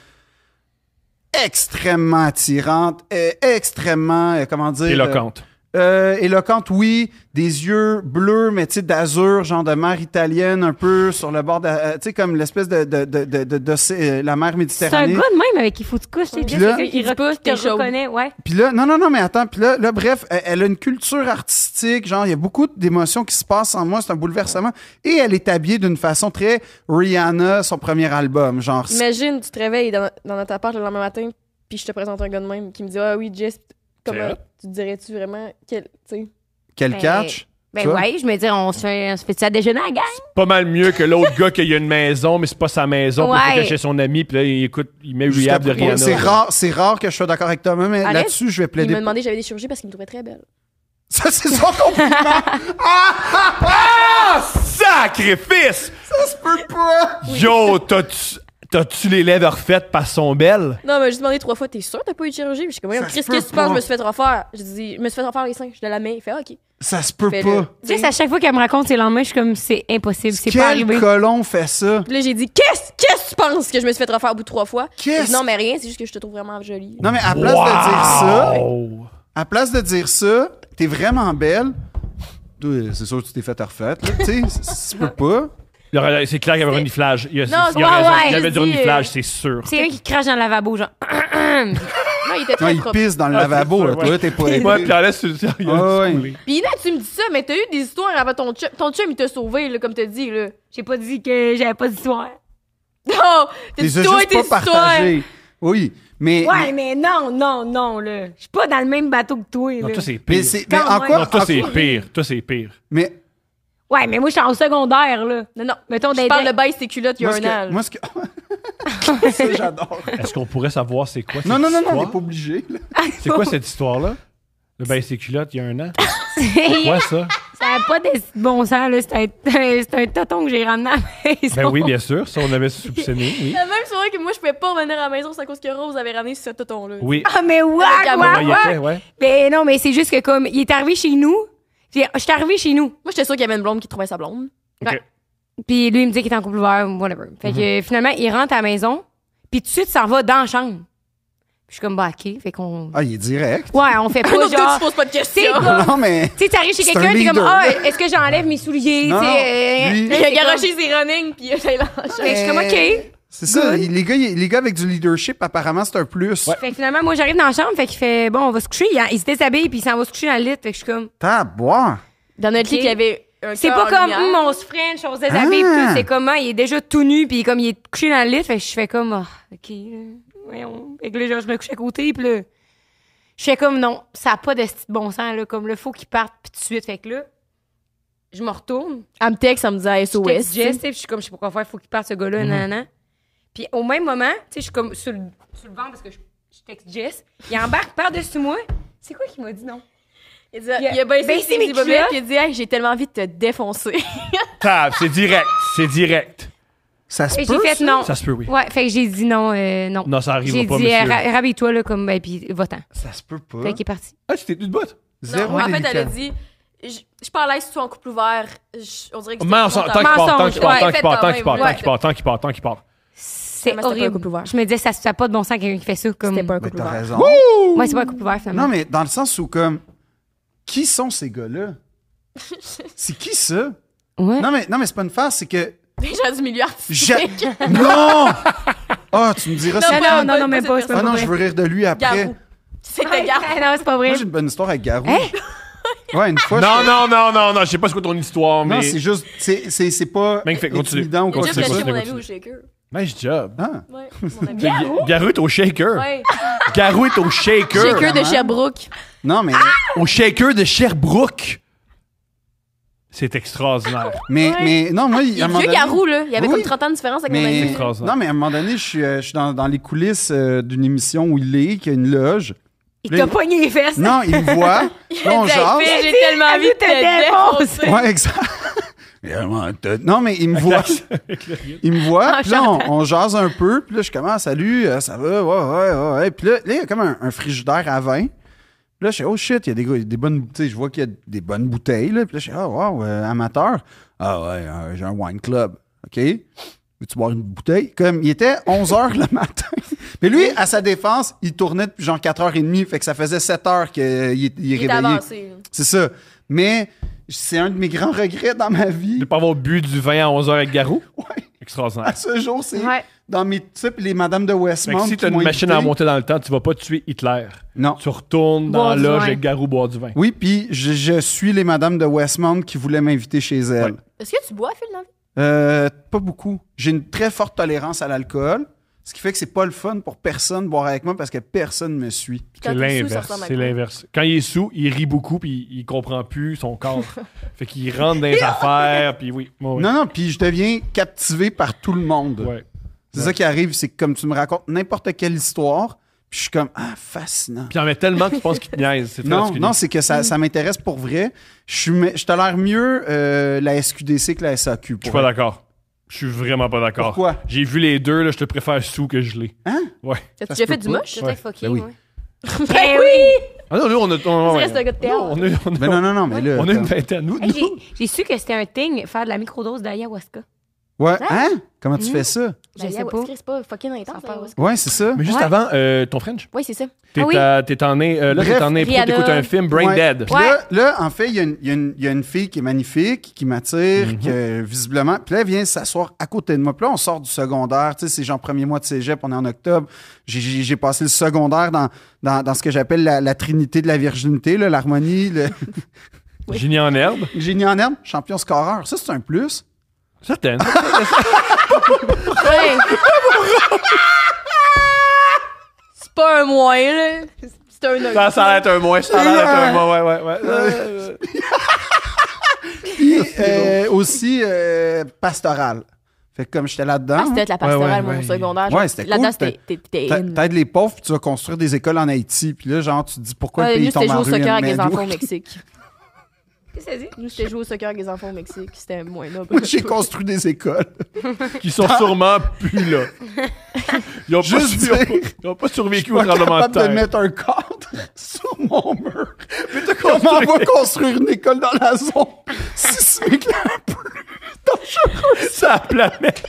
Speaker 4: extrêmement attirante, euh, extrêmement, euh, comment dire...
Speaker 3: Éloquente.
Speaker 4: Euh, éloquente, oui. Des yeux bleus, mais tu sais, d'azur, genre de mer italienne, un peu sur le bord de... euh, tu sais, comme l'espèce de... de, de, de, de- de- euh, la mer
Speaker 1: C'est un
Speaker 4: Méditerranée.
Speaker 1: gars de même avec qui faut que tu couches.
Speaker 4: Puis
Speaker 1: Puis
Speaker 4: là-
Speaker 1: là, il
Speaker 2: Il pousse,
Speaker 1: repousse, te
Speaker 2: t'es chaude.
Speaker 1: reconnaît. Ouais.
Speaker 4: Puis là, non, non, non, mais attends. Puis là, là, bref, elle, elle a une culture artistique. Genre, il y a beaucoup d'émotions qui se passent en moi. C'est un bouleversement. Et elle est habillée d'une façon très Rihanna, son premier album. Genre, c'est-
Speaker 2: Imagine, tu te réveilles dans, dans notre appart le lendemain matin, puis je te présente un gars de même qui me dit Ah oui, Jess, comment
Speaker 3: C'est hot.
Speaker 2: tu te dirais-tu vraiment quel. Tu sais.
Speaker 4: quel
Speaker 1: Ben,
Speaker 4: catch.
Speaker 1: Ben
Speaker 4: Toi?
Speaker 1: ouais, je me dis, on se fait, on se fait-tu à déjeuner à la gang?
Speaker 3: Pas mal mieux que l'autre gars qui a une maison, mais c'est pas sa maison. Puis il
Speaker 1: Ouais.
Speaker 3: fait chez son ami, puis là, il écoute, il met
Speaker 4: Jusqu'à
Speaker 3: Rehab de
Speaker 4: propos-
Speaker 3: Rihanna.
Speaker 4: C'est rare, c'est rare que je sois d'accord avec Thomas, mais
Speaker 1: Arrête.
Speaker 4: là-dessus, je vais
Speaker 2: Il m'a
Speaker 4: plaider.
Speaker 2: demandé si j'avais des chirurgies parce qu'il me trouvait très belle.
Speaker 4: Ça, c'est son compliment.
Speaker 3: Ah! Sacrifice!
Speaker 4: Ça se peut pas.
Speaker 3: Yo, t'as-tu t'as-tu les lèvres refaites par son belle?
Speaker 2: Non, mais j'ai demandé trois fois T'es sûr que t'as pas eu de chirurgie Puis je suis comme
Speaker 4: Ça se
Speaker 2: Qu'est-ce
Speaker 4: peut
Speaker 2: que tu penses
Speaker 4: pas.
Speaker 2: Je me suis fait refaire. J'ai dit Je me suis fait refaire les seins. Je l'ai la main. Il fait Ah, Ok.
Speaker 4: Ça se peut
Speaker 2: Fais-le.
Speaker 4: pas.
Speaker 1: Tu sais, à chaque fois qu'elle me raconte ses lendemains, je suis comme, c'est impossible, c'est pas
Speaker 4: Quel
Speaker 1: arrivé.
Speaker 4: colon fait ça?
Speaker 2: Puis là, j'ai dit Qu'est-ce qu'est-ce que tu penses que je me suis fait refaire au bout de trois fois
Speaker 4: Qu'est-ce-
Speaker 2: Il dit, Non, mais rien, c'est juste que je te trouve vraiment jolie.
Speaker 4: Non, mais à place de dire ça, À place de dire ça, t'es vraiment belle. Toi, euh, C'est sûr que tu t'es fait refaire. là. Tu sais, c- c- tu peux pas.
Speaker 3: Il aurait- C'est clair qu'il y avait un reniflage. Il y a,
Speaker 2: Non,
Speaker 3: il y a
Speaker 1: ouais,
Speaker 3: raison.
Speaker 1: ouais,
Speaker 3: Il y avait
Speaker 2: je
Speaker 3: du
Speaker 2: dis,
Speaker 3: reniflage, c'est sûr.
Speaker 1: C'est un qui crache dans le lavabo, genre.
Speaker 2: Non, il était
Speaker 4: Non,
Speaker 2: très
Speaker 4: il
Speaker 2: propre.
Speaker 4: pisse dans le
Speaker 3: Ah,
Speaker 4: lavabo.
Speaker 3: c'est
Speaker 4: là.
Speaker 3: ça, ouais.
Speaker 4: Toi, t'es pas
Speaker 3: Ouais,
Speaker 4: aidé.
Speaker 3: puis elle laisse sur le sérieux.
Speaker 4: Ah, ouais.
Speaker 3: saoulé.
Speaker 2: Puis là, tu me dis ça, mais t'as eu des histoires avant ton chum. Ton chum, il t'a sauvé, là, comme t'as dit, là.
Speaker 1: J'ai pas dit que j'avais pas d'histoire.
Speaker 2: Non! T'as
Speaker 4: T'es
Speaker 2: dit
Speaker 4: juste
Speaker 2: toi et tes
Speaker 4: pas
Speaker 2: histoires!
Speaker 4: partagé. Oui, mais.
Speaker 1: Ouais, mais non, non, non, là. Je suis pas dans le même bateau que toi,
Speaker 3: Non,
Speaker 1: là.
Speaker 3: toi, c'est
Speaker 4: Mais,
Speaker 3: pire.
Speaker 4: c'est- Ah, mais
Speaker 1: Quand
Speaker 4: en
Speaker 1: même.
Speaker 4: quoi.
Speaker 3: Non, toi,
Speaker 4: en
Speaker 3: c'est
Speaker 4: quoi-
Speaker 3: pire. Toi, c'est pire.
Speaker 4: Mais
Speaker 1: Ouais, mais moi, je suis en secondaire, là.
Speaker 2: Non, non.
Speaker 1: Mettons,
Speaker 2: Je
Speaker 1: d'aider.
Speaker 2: parle de baisse tes culottes il y a
Speaker 4: moi,
Speaker 2: un
Speaker 4: ce
Speaker 2: an.
Speaker 4: que. Moi, ce que... ça, j'adore.
Speaker 3: Est-ce qu'on pourrait savoir c'est quoi cette
Speaker 4: Non, non, non, non, on
Speaker 3: histoire?
Speaker 4: n'est pas obligé. là.
Speaker 3: C'est quoi cette histoire-là? Le bain ses culottes, il y a un an. C'est
Speaker 1: ça
Speaker 3: quoi ça?
Speaker 1: n'a pas de bon sens, là. C'est un, c'est un tonton que j'ai ramené à la maison.
Speaker 3: Ben oui, bien sûr. Ça, on avait soupçonné. Oui.
Speaker 2: La même soirée que moi, je pouvais pas revenir à la maison, c'est à cause que Rose avait ramené ce tonton-là.
Speaker 3: Oui.
Speaker 1: Ah, mais
Speaker 2: Avec la
Speaker 1: waouh,
Speaker 3: Comment il
Speaker 1: waouh,
Speaker 3: était,
Speaker 1: waouh.
Speaker 3: ouais.
Speaker 1: Ben non, mais c'est juste que comme, il est arrivé chez nous. Je suis arrivé chez nous.
Speaker 2: Moi, j'étais sûre qu'il y avait une blonde qui trouvait sa blonde.
Speaker 3: Ok.
Speaker 1: Puis lui, il me dit qu'il est en couple ouvert, whatever. Fait que euh, finalement, il rentre à la maison, puis tout de suite, il s'en va dans la chambre. Puis je suis comme, bah, OK. Fait qu'on.
Speaker 4: Ah, il est direct.
Speaker 1: Ouais, on fait
Speaker 2: Un
Speaker 1: pas
Speaker 2: autre gars,
Speaker 1: genre.
Speaker 2: tu poses pas de questions.
Speaker 1: C'est
Speaker 4: Non, mais.
Speaker 1: Tu sais, t'arrives chez
Speaker 4: C'est
Speaker 1: quelqu'un,
Speaker 4: un
Speaker 1: t'es comme,
Speaker 4: leader.
Speaker 1: ah, est-ce que j'enlève mes souliers?
Speaker 4: Non,
Speaker 1: tu sais,
Speaker 4: non, lui-
Speaker 1: euh,
Speaker 2: Il a
Speaker 1: c'est
Speaker 2: garoché ses running, puis il a
Speaker 1: comme- Fait que je suis comme, OK.
Speaker 4: C'est ça.
Speaker 1: Good.
Speaker 4: il- Les gars, il- les gars avec du leadership, apparemment, c'est un plus.
Speaker 1: Fait que finalement, moi, j'arrive dans la chambre, fait qu'il fait, bon, on va se coucher. Il, il se déshabille, puis il s'en va se coucher dans le lit. Fait que je suis comme,
Speaker 4: T'as à boire.
Speaker 2: Dans notre lit,
Speaker 1: Ok.
Speaker 2: il y avait un
Speaker 1: c'est
Speaker 2: cœur
Speaker 1: pas
Speaker 2: en
Speaker 1: comme,
Speaker 2: lumière.
Speaker 1: hum, on se french, on se déshabille,
Speaker 4: Ah.
Speaker 1: puis tout. C'est comme, ah, il est déjà tout nu, puis comme, il est couché dans le lit. Fait que je fais comme, ah, OK. là, Voyons. Fait que là, genre, je me couche à côté, puis là, je fais comme, non, ça a pas de sti de bon sens, là. Comme, là, faut qu'il parte, puis tout de suite. Fait que là, je me retourne.
Speaker 2: Elle me texte, elle me disait SOS.
Speaker 1: texte
Speaker 2: tu sais.
Speaker 1: Jess, tu sais, puis je suis comme, je sais pas quoi faire, faut qu'il parte ce gars-là, nanana. Puis au même moment, tu sais, je suis comme sur le, sur le ventre parce que je, je texte Jess. Il embarque par-dessus moi. C'est quoi qu'il m'a dit non?
Speaker 2: Il dit- il a baissé ses
Speaker 1: mes
Speaker 2: petits
Speaker 1: culottes.
Speaker 2: bobettes, puis il a dit Hey, J'ai tellement envie de te défoncer.
Speaker 3: Tab, c'est direct. C'est direct.
Speaker 4: Ça se
Speaker 1: Et j'ai
Speaker 4: peut,
Speaker 1: fait
Speaker 4: ça?
Speaker 1: non.
Speaker 3: Ça se peut, oui.
Speaker 1: Ouais, fait que j'ai dit non, euh, non.
Speaker 3: Non, ça
Speaker 1: J'ai
Speaker 3: arrive pas,
Speaker 1: dit,
Speaker 3: monsieur.
Speaker 1: euh, rhabille toi là, comme, ben, puis va-t'en.
Speaker 4: Ça se peut pas.
Speaker 1: Fait qu'il est parti.
Speaker 3: Ah, tu t'es tenu de botte.
Speaker 4: Zéro
Speaker 2: Non, en fait,
Speaker 4: délicat.
Speaker 2: elle a dit je, je parle à si tu es en couple ouvert. Je- on dirait que
Speaker 3: Mens- Oh, Tant qu'il part, tant qu'il part, tant qu'il part, tant qu'il part, tant qu'il part, tant qu'il part, tant qu'il part.
Speaker 1: C'est
Speaker 2: mais c'était pas un
Speaker 1: horrible.
Speaker 2: couple ouvert.
Speaker 1: Je me disais, ça n'a pas de bon sens quelqu'un qui fait ça. Comme...
Speaker 2: C'était pas un
Speaker 4: Mais
Speaker 2: couple
Speaker 4: t'as
Speaker 2: ouvert.
Speaker 4: raison.
Speaker 1: Ouais, c'est pas un couple ouvert, finalement.
Speaker 4: Non, mais dans le sens où, comme, qui sont ces gars-là? c'est qui ça?
Speaker 1: Ouais.
Speaker 4: Non, mais, non, mais c'est pas une farce, c'est que.
Speaker 2: Des gens du milieu
Speaker 4: j'ai-
Speaker 2: artistique.
Speaker 4: non! Ah, tu me diras
Speaker 2: Non,
Speaker 4: ça.
Speaker 1: Non, non, non, non,
Speaker 2: pas
Speaker 1: même
Speaker 2: cette
Speaker 1: pas. c'est
Speaker 4: Ah
Speaker 1: pas
Speaker 4: non,
Speaker 1: vrai.
Speaker 4: je veux rire de lui après.
Speaker 2: Garou. Hein? C'était Garou.
Speaker 1: Ah, non, c'est pas vrai.
Speaker 4: Moi, j'ai une bonne histoire avec Garou. Ouais, une fois.
Speaker 3: Non,
Speaker 4: je-
Speaker 3: non, non, non, non, je sais pas ce que ton histoire, mais.
Speaker 4: Non, c'est juste. C'est, c'est, c'est pas.
Speaker 3: Mec, fait, continue.
Speaker 4: intimidant ou
Speaker 2: J'ai
Speaker 4: quoi que
Speaker 2: juste
Speaker 4: ce
Speaker 3: Continue,
Speaker 4: soit.
Speaker 2: acheté
Speaker 3: continue, continue.
Speaker 2: mon ami au shaker.
Speaker 3: Nice job.
Speaker 4: Ah.
Speaker 2: Ouais, mon ami.
Speaker 3: Garou est au shaker.
Speaker 2: Ouais.
Speaker 3: Garou est au shaker.
Speaker 4: hein?
Speaker 2: Shaker de Sherbrooke.
Speaker 4: Non, mais.
Speaker 2: Ah!
Speaker 3: Au shaker de Sherbrooke. C'est extraordinaire.
Speaker 4: Mais,
Speaker 2: Ouais.
Speaker 4: mais non, moi, il
Speaker 2: Il est vieux Garou, là. Il y avait
Speaker 4: Oui.
Speaker 2: comme 30 ans de différence avec mon
Speaker 4: Mais,
Speaker 2: ami.
Speaker 3: Extraordinaire.
Speaker 4: non, mais à un moment donné, je suis, euh, je suis dans, dans les coulisses euh, d'une émission où il est, qui a une loge.
Speaker 1: Il t'a pogné les fesses.
Speaker 4: Non, il me voit. là, on
Speaker 2: T'as
Speaker 4: jase.
Speaker 2: fait, J'ai tellement envie de te
Speaker 1: défoncer.
Speaker 2: défoncer.
Speaker 4: Ouais, exact. Il y a vraiment un tête. Non, mais il me voit. Il me voit,
Speaker 1: En
Speaker 4: puis là, on, on jase un peu, puis là, je commence, salut, euh, ça va, ouais, ouais, ouais, ouais. Puis là, là, il y a comme un, un frigidaire à vin. Puis là, je suis, oh shit, il y a des, gars- des bonnes, tu sais, je vois qu'il y a des bonnes bouteilles, là. Puis là, je suis, oh wow, euh, amateur. Ah ouais, euh, j'ai un wine club. OK? Veux-tu boire une bouteille? Comme, il était 11 h le matin. Mais lui, à sa défense, il tournait depuis genre 4h30, fait que ça faisait 7 heures qu'il est, il est
Speaker 2: Il est
Speaker 4: réveillé.
Speaker 2: avancé.
Speaker 4: C'est ça. Mais c'est un de mes grands regrets dans ma vie.
Speaker 3: De pas avoir bu du vin à 11h avec Garou.
Speaker 4: Ouais.
Speaker 3: Extraordinaire.
Speaker 4: À ce jour, Ah, c'est
Speaker 1: Ouais.
Speaker 4: dans mes types les Madame de
Speaker 3: Fait que
Speaker 4: Westmont.
Speaker 3: si
Speaker 4: qui
Speaker 3: t'as
Speaker 4: m'ont
Speaker 3: une machine à
Speaker 4: invité.
Speaker 3: monter dans le temps, tu vas pas tuer Hitler.
Speaker 4: Non.
Speaker 3: Tu retournes dans
Speaker 1: Boire
Speaker 3: la
Speaker 1: du
Speaker 3: loge
Speaker 1: vin.
Speaker 3: avec Garou boire du vin.
Speaker 4: Oui, puis je, je suis les Madame de Westmount qui voulaient m'inviter chez elles.
Speaker 3: Ouais.
Speaker 2: Est-ce que tu bois, Phil, dans la vie?
Speaker 4: Euh, pas beaucoup. J'ai une très forte tolérance à l'alcool, ce qui fait que c'est pas le fun pour personne de boire avec moi parce que personne me suit.
Speaker 2: Puis quand
Speaker 3: C'est
Speaker 2: t'es sous, ça
Speaker 3: l'inverse.
Speaker 2: ressemble à
Speaker 3: C'est
Speaker 2: quoi?
Speaker 3: l'inverse. Quand il est sous, il rit beaucoup puis il comprend plus son corps. fait qu'il rentre dans les affaires puis oui. Ouais, ouais.
Speaker 4: Non, non, puis je deviens captivé par tout le monde.
Speaker 3: Ouais.
Speaker 4: C'est ça qui arrive, c'est que comme tu me racontes n'importe quelle histoire, puis je suis comme ah fascinant.
Speaker 3: Puis il en met tellement que tu penses qu'il te niaise. C'est
Speaker 4: Non,
Speaker 3: particulier.
Speaker 4: non, c'est que ça, ça m'intéresse pour vrai. Je, suis, me- je tolère mieux euh, la SQDC que la SAQ.
Speaker 3: Je suis
Speaker 4: pour
Speaker 3: pas d'accord. Je suis vraiment pas d'accord.
Speaker 4: Pourquoi?
Speaker 3: J'ai vu les deux, là, je te préfère sous que je l'ai.
Speaker 4: Hein?
Speaker 3: Ouais.
Speaker 4: Ça
Speaker 2: T'as-tu déjà
Speaker 4: se
Speaker 2: fait
Speaker 4: peut
Speaker 2: du
Speaker 4: pas.
Speaker 2: moche?
Speaker 1: J'étais fucké,
Speaker 3: ben oui.
Speaker 1: ouais.
Speaker 2: Ben
Speaker 3: Ah non, nous, on a. On,
Speaker 2: Tu restes un gars de théâtre.
Speaker 3: Non, on a- on a-
Speaker 4: Mais non, euh, non, non, mais là.
Speaker 3: on a une
Speaker 4: attends.
Speaker 3: vingtaine. Nous,
Speaker 1: Hey,
Speaker 3: nous-
Speaker 1: j'ai- J'ai su que c'était un thing, faire de la microdose d'ayahuasca.
Speaker 4: Ouais, hein? Comment tu fais ça?
Speaker 1: Je sais
Speaker 2: yeah,
Speaker 1: pas.
Speaker 2: ouais, C'est pas fucking intense.
Speaker 1: Sans peur.
Speaker 2: ouais.
Speaker 4: Ouais, c'est ça.
Speaker 3: Mais juste
Speaker 1: Ouais.
Speaker 3: avant, euh, ton French.
Speaker 2: Ouais, c'est ça.
Speaker 3: T'es
Speaker 1: Ah oui.
Speaker 3: à- t'es en nez. euh, là,
Speaker 4: Bref,
Speaker 3: t'es en nez pour
Speaker 2: Rihanna.
Speaker 3: t'écoutes un film, Brain
Speaker 4: Ouais.
Speaker 3: Dead.
Speaker 4: Puis là, là, en fait, il y, a une- il y a une- il y a une fille qui est magnifique, qui m'attire,
Speaker 3: Mhm.
Speaker 4: que visiblement. Puis là, elle vient s'asseoir à côté de moi. Puis là, on sort du secondaire. Tu sais, c'est genre premier mois de cégep, on est en octobre. J'ai- J'ai j'ai passé le secondaire dans, dans, dans ce que j'appelle la, la trinité de la virginité, là, l'harmonie, le
Speaker 3: Génie en herbe.
Speaker 4: génie en herbe, champion scoreur. Ça, c'est un plus.
Speaker 3: Certaines.
Speaker 2: Ouais. C'est pas un moins, là. C'est un autre.
Speaker 3: ça, ça a l'air d'être un mois. Ça a l'air d'être un mois. Ouais, ouais, ouais. Euh,
Speaker 4: Puis euh, aussi euh, pastoral. Fait que comme j'étais là-dedans.
Speaker 2: Ah, c'était la
Speaker 3: Ouais, ouais,
Speaker 2: pastorale, moi,
Speaker 3: ouais.
Speaker 2: mon secondaire.
Speaker 4: Ouais, c'était
Speaker 2: Là-dedans,
Speaker 4: cool,
Speaker 2: c'était. t'es- t'es
Speaker 4: T'a-
Speaker 2: in.
Speaker 4: T'aides les pauvres, puis tu vas construire des écoles en Haïti. Puis là, genre, tu te dis pourquoi
Speaker 2: Ouais,
Speaker 4: le
Speaker 2: Ah, Nous,
Speaker 4: pays
Speaker 2: c'était
Speaker 4: tombe
Speaker 2: jouer
Speaker 4: en
Speaker 2: au
Speaker 4: ruine.
Speaker 2: soccer avec les
Speaker 4: mais-
Speaker 2: enfants au Mexique.
Speaker 1: Qu'est-ce que ça dit?
Speaker 2: Nous, c'était jouer au soccer avec les enfants au Mexique. C'était moins noble.
Speaker 4: Moi, j'ai construit des écoles.
Speaker 3: qui sont sûrement plus là. Ils ont, pas,
Speaker 4: Juste
Speaker 3: su- ils ont
Speaker 4: dire.
Speaker 3: pas- ils ont pas survécu au
Speaker 4: Je suis pas
Speaker 3: tremblement de
Speaker 4: capable de
Speaker 3: terre.
Speaker 4: mettre un cadre sur mon mur. Mais t'as
Speaker 3: construit-
Speaker 4: comment on va construire une école dans la zone sismique la plus dangereuse?
Speaker 3: Ça a planète.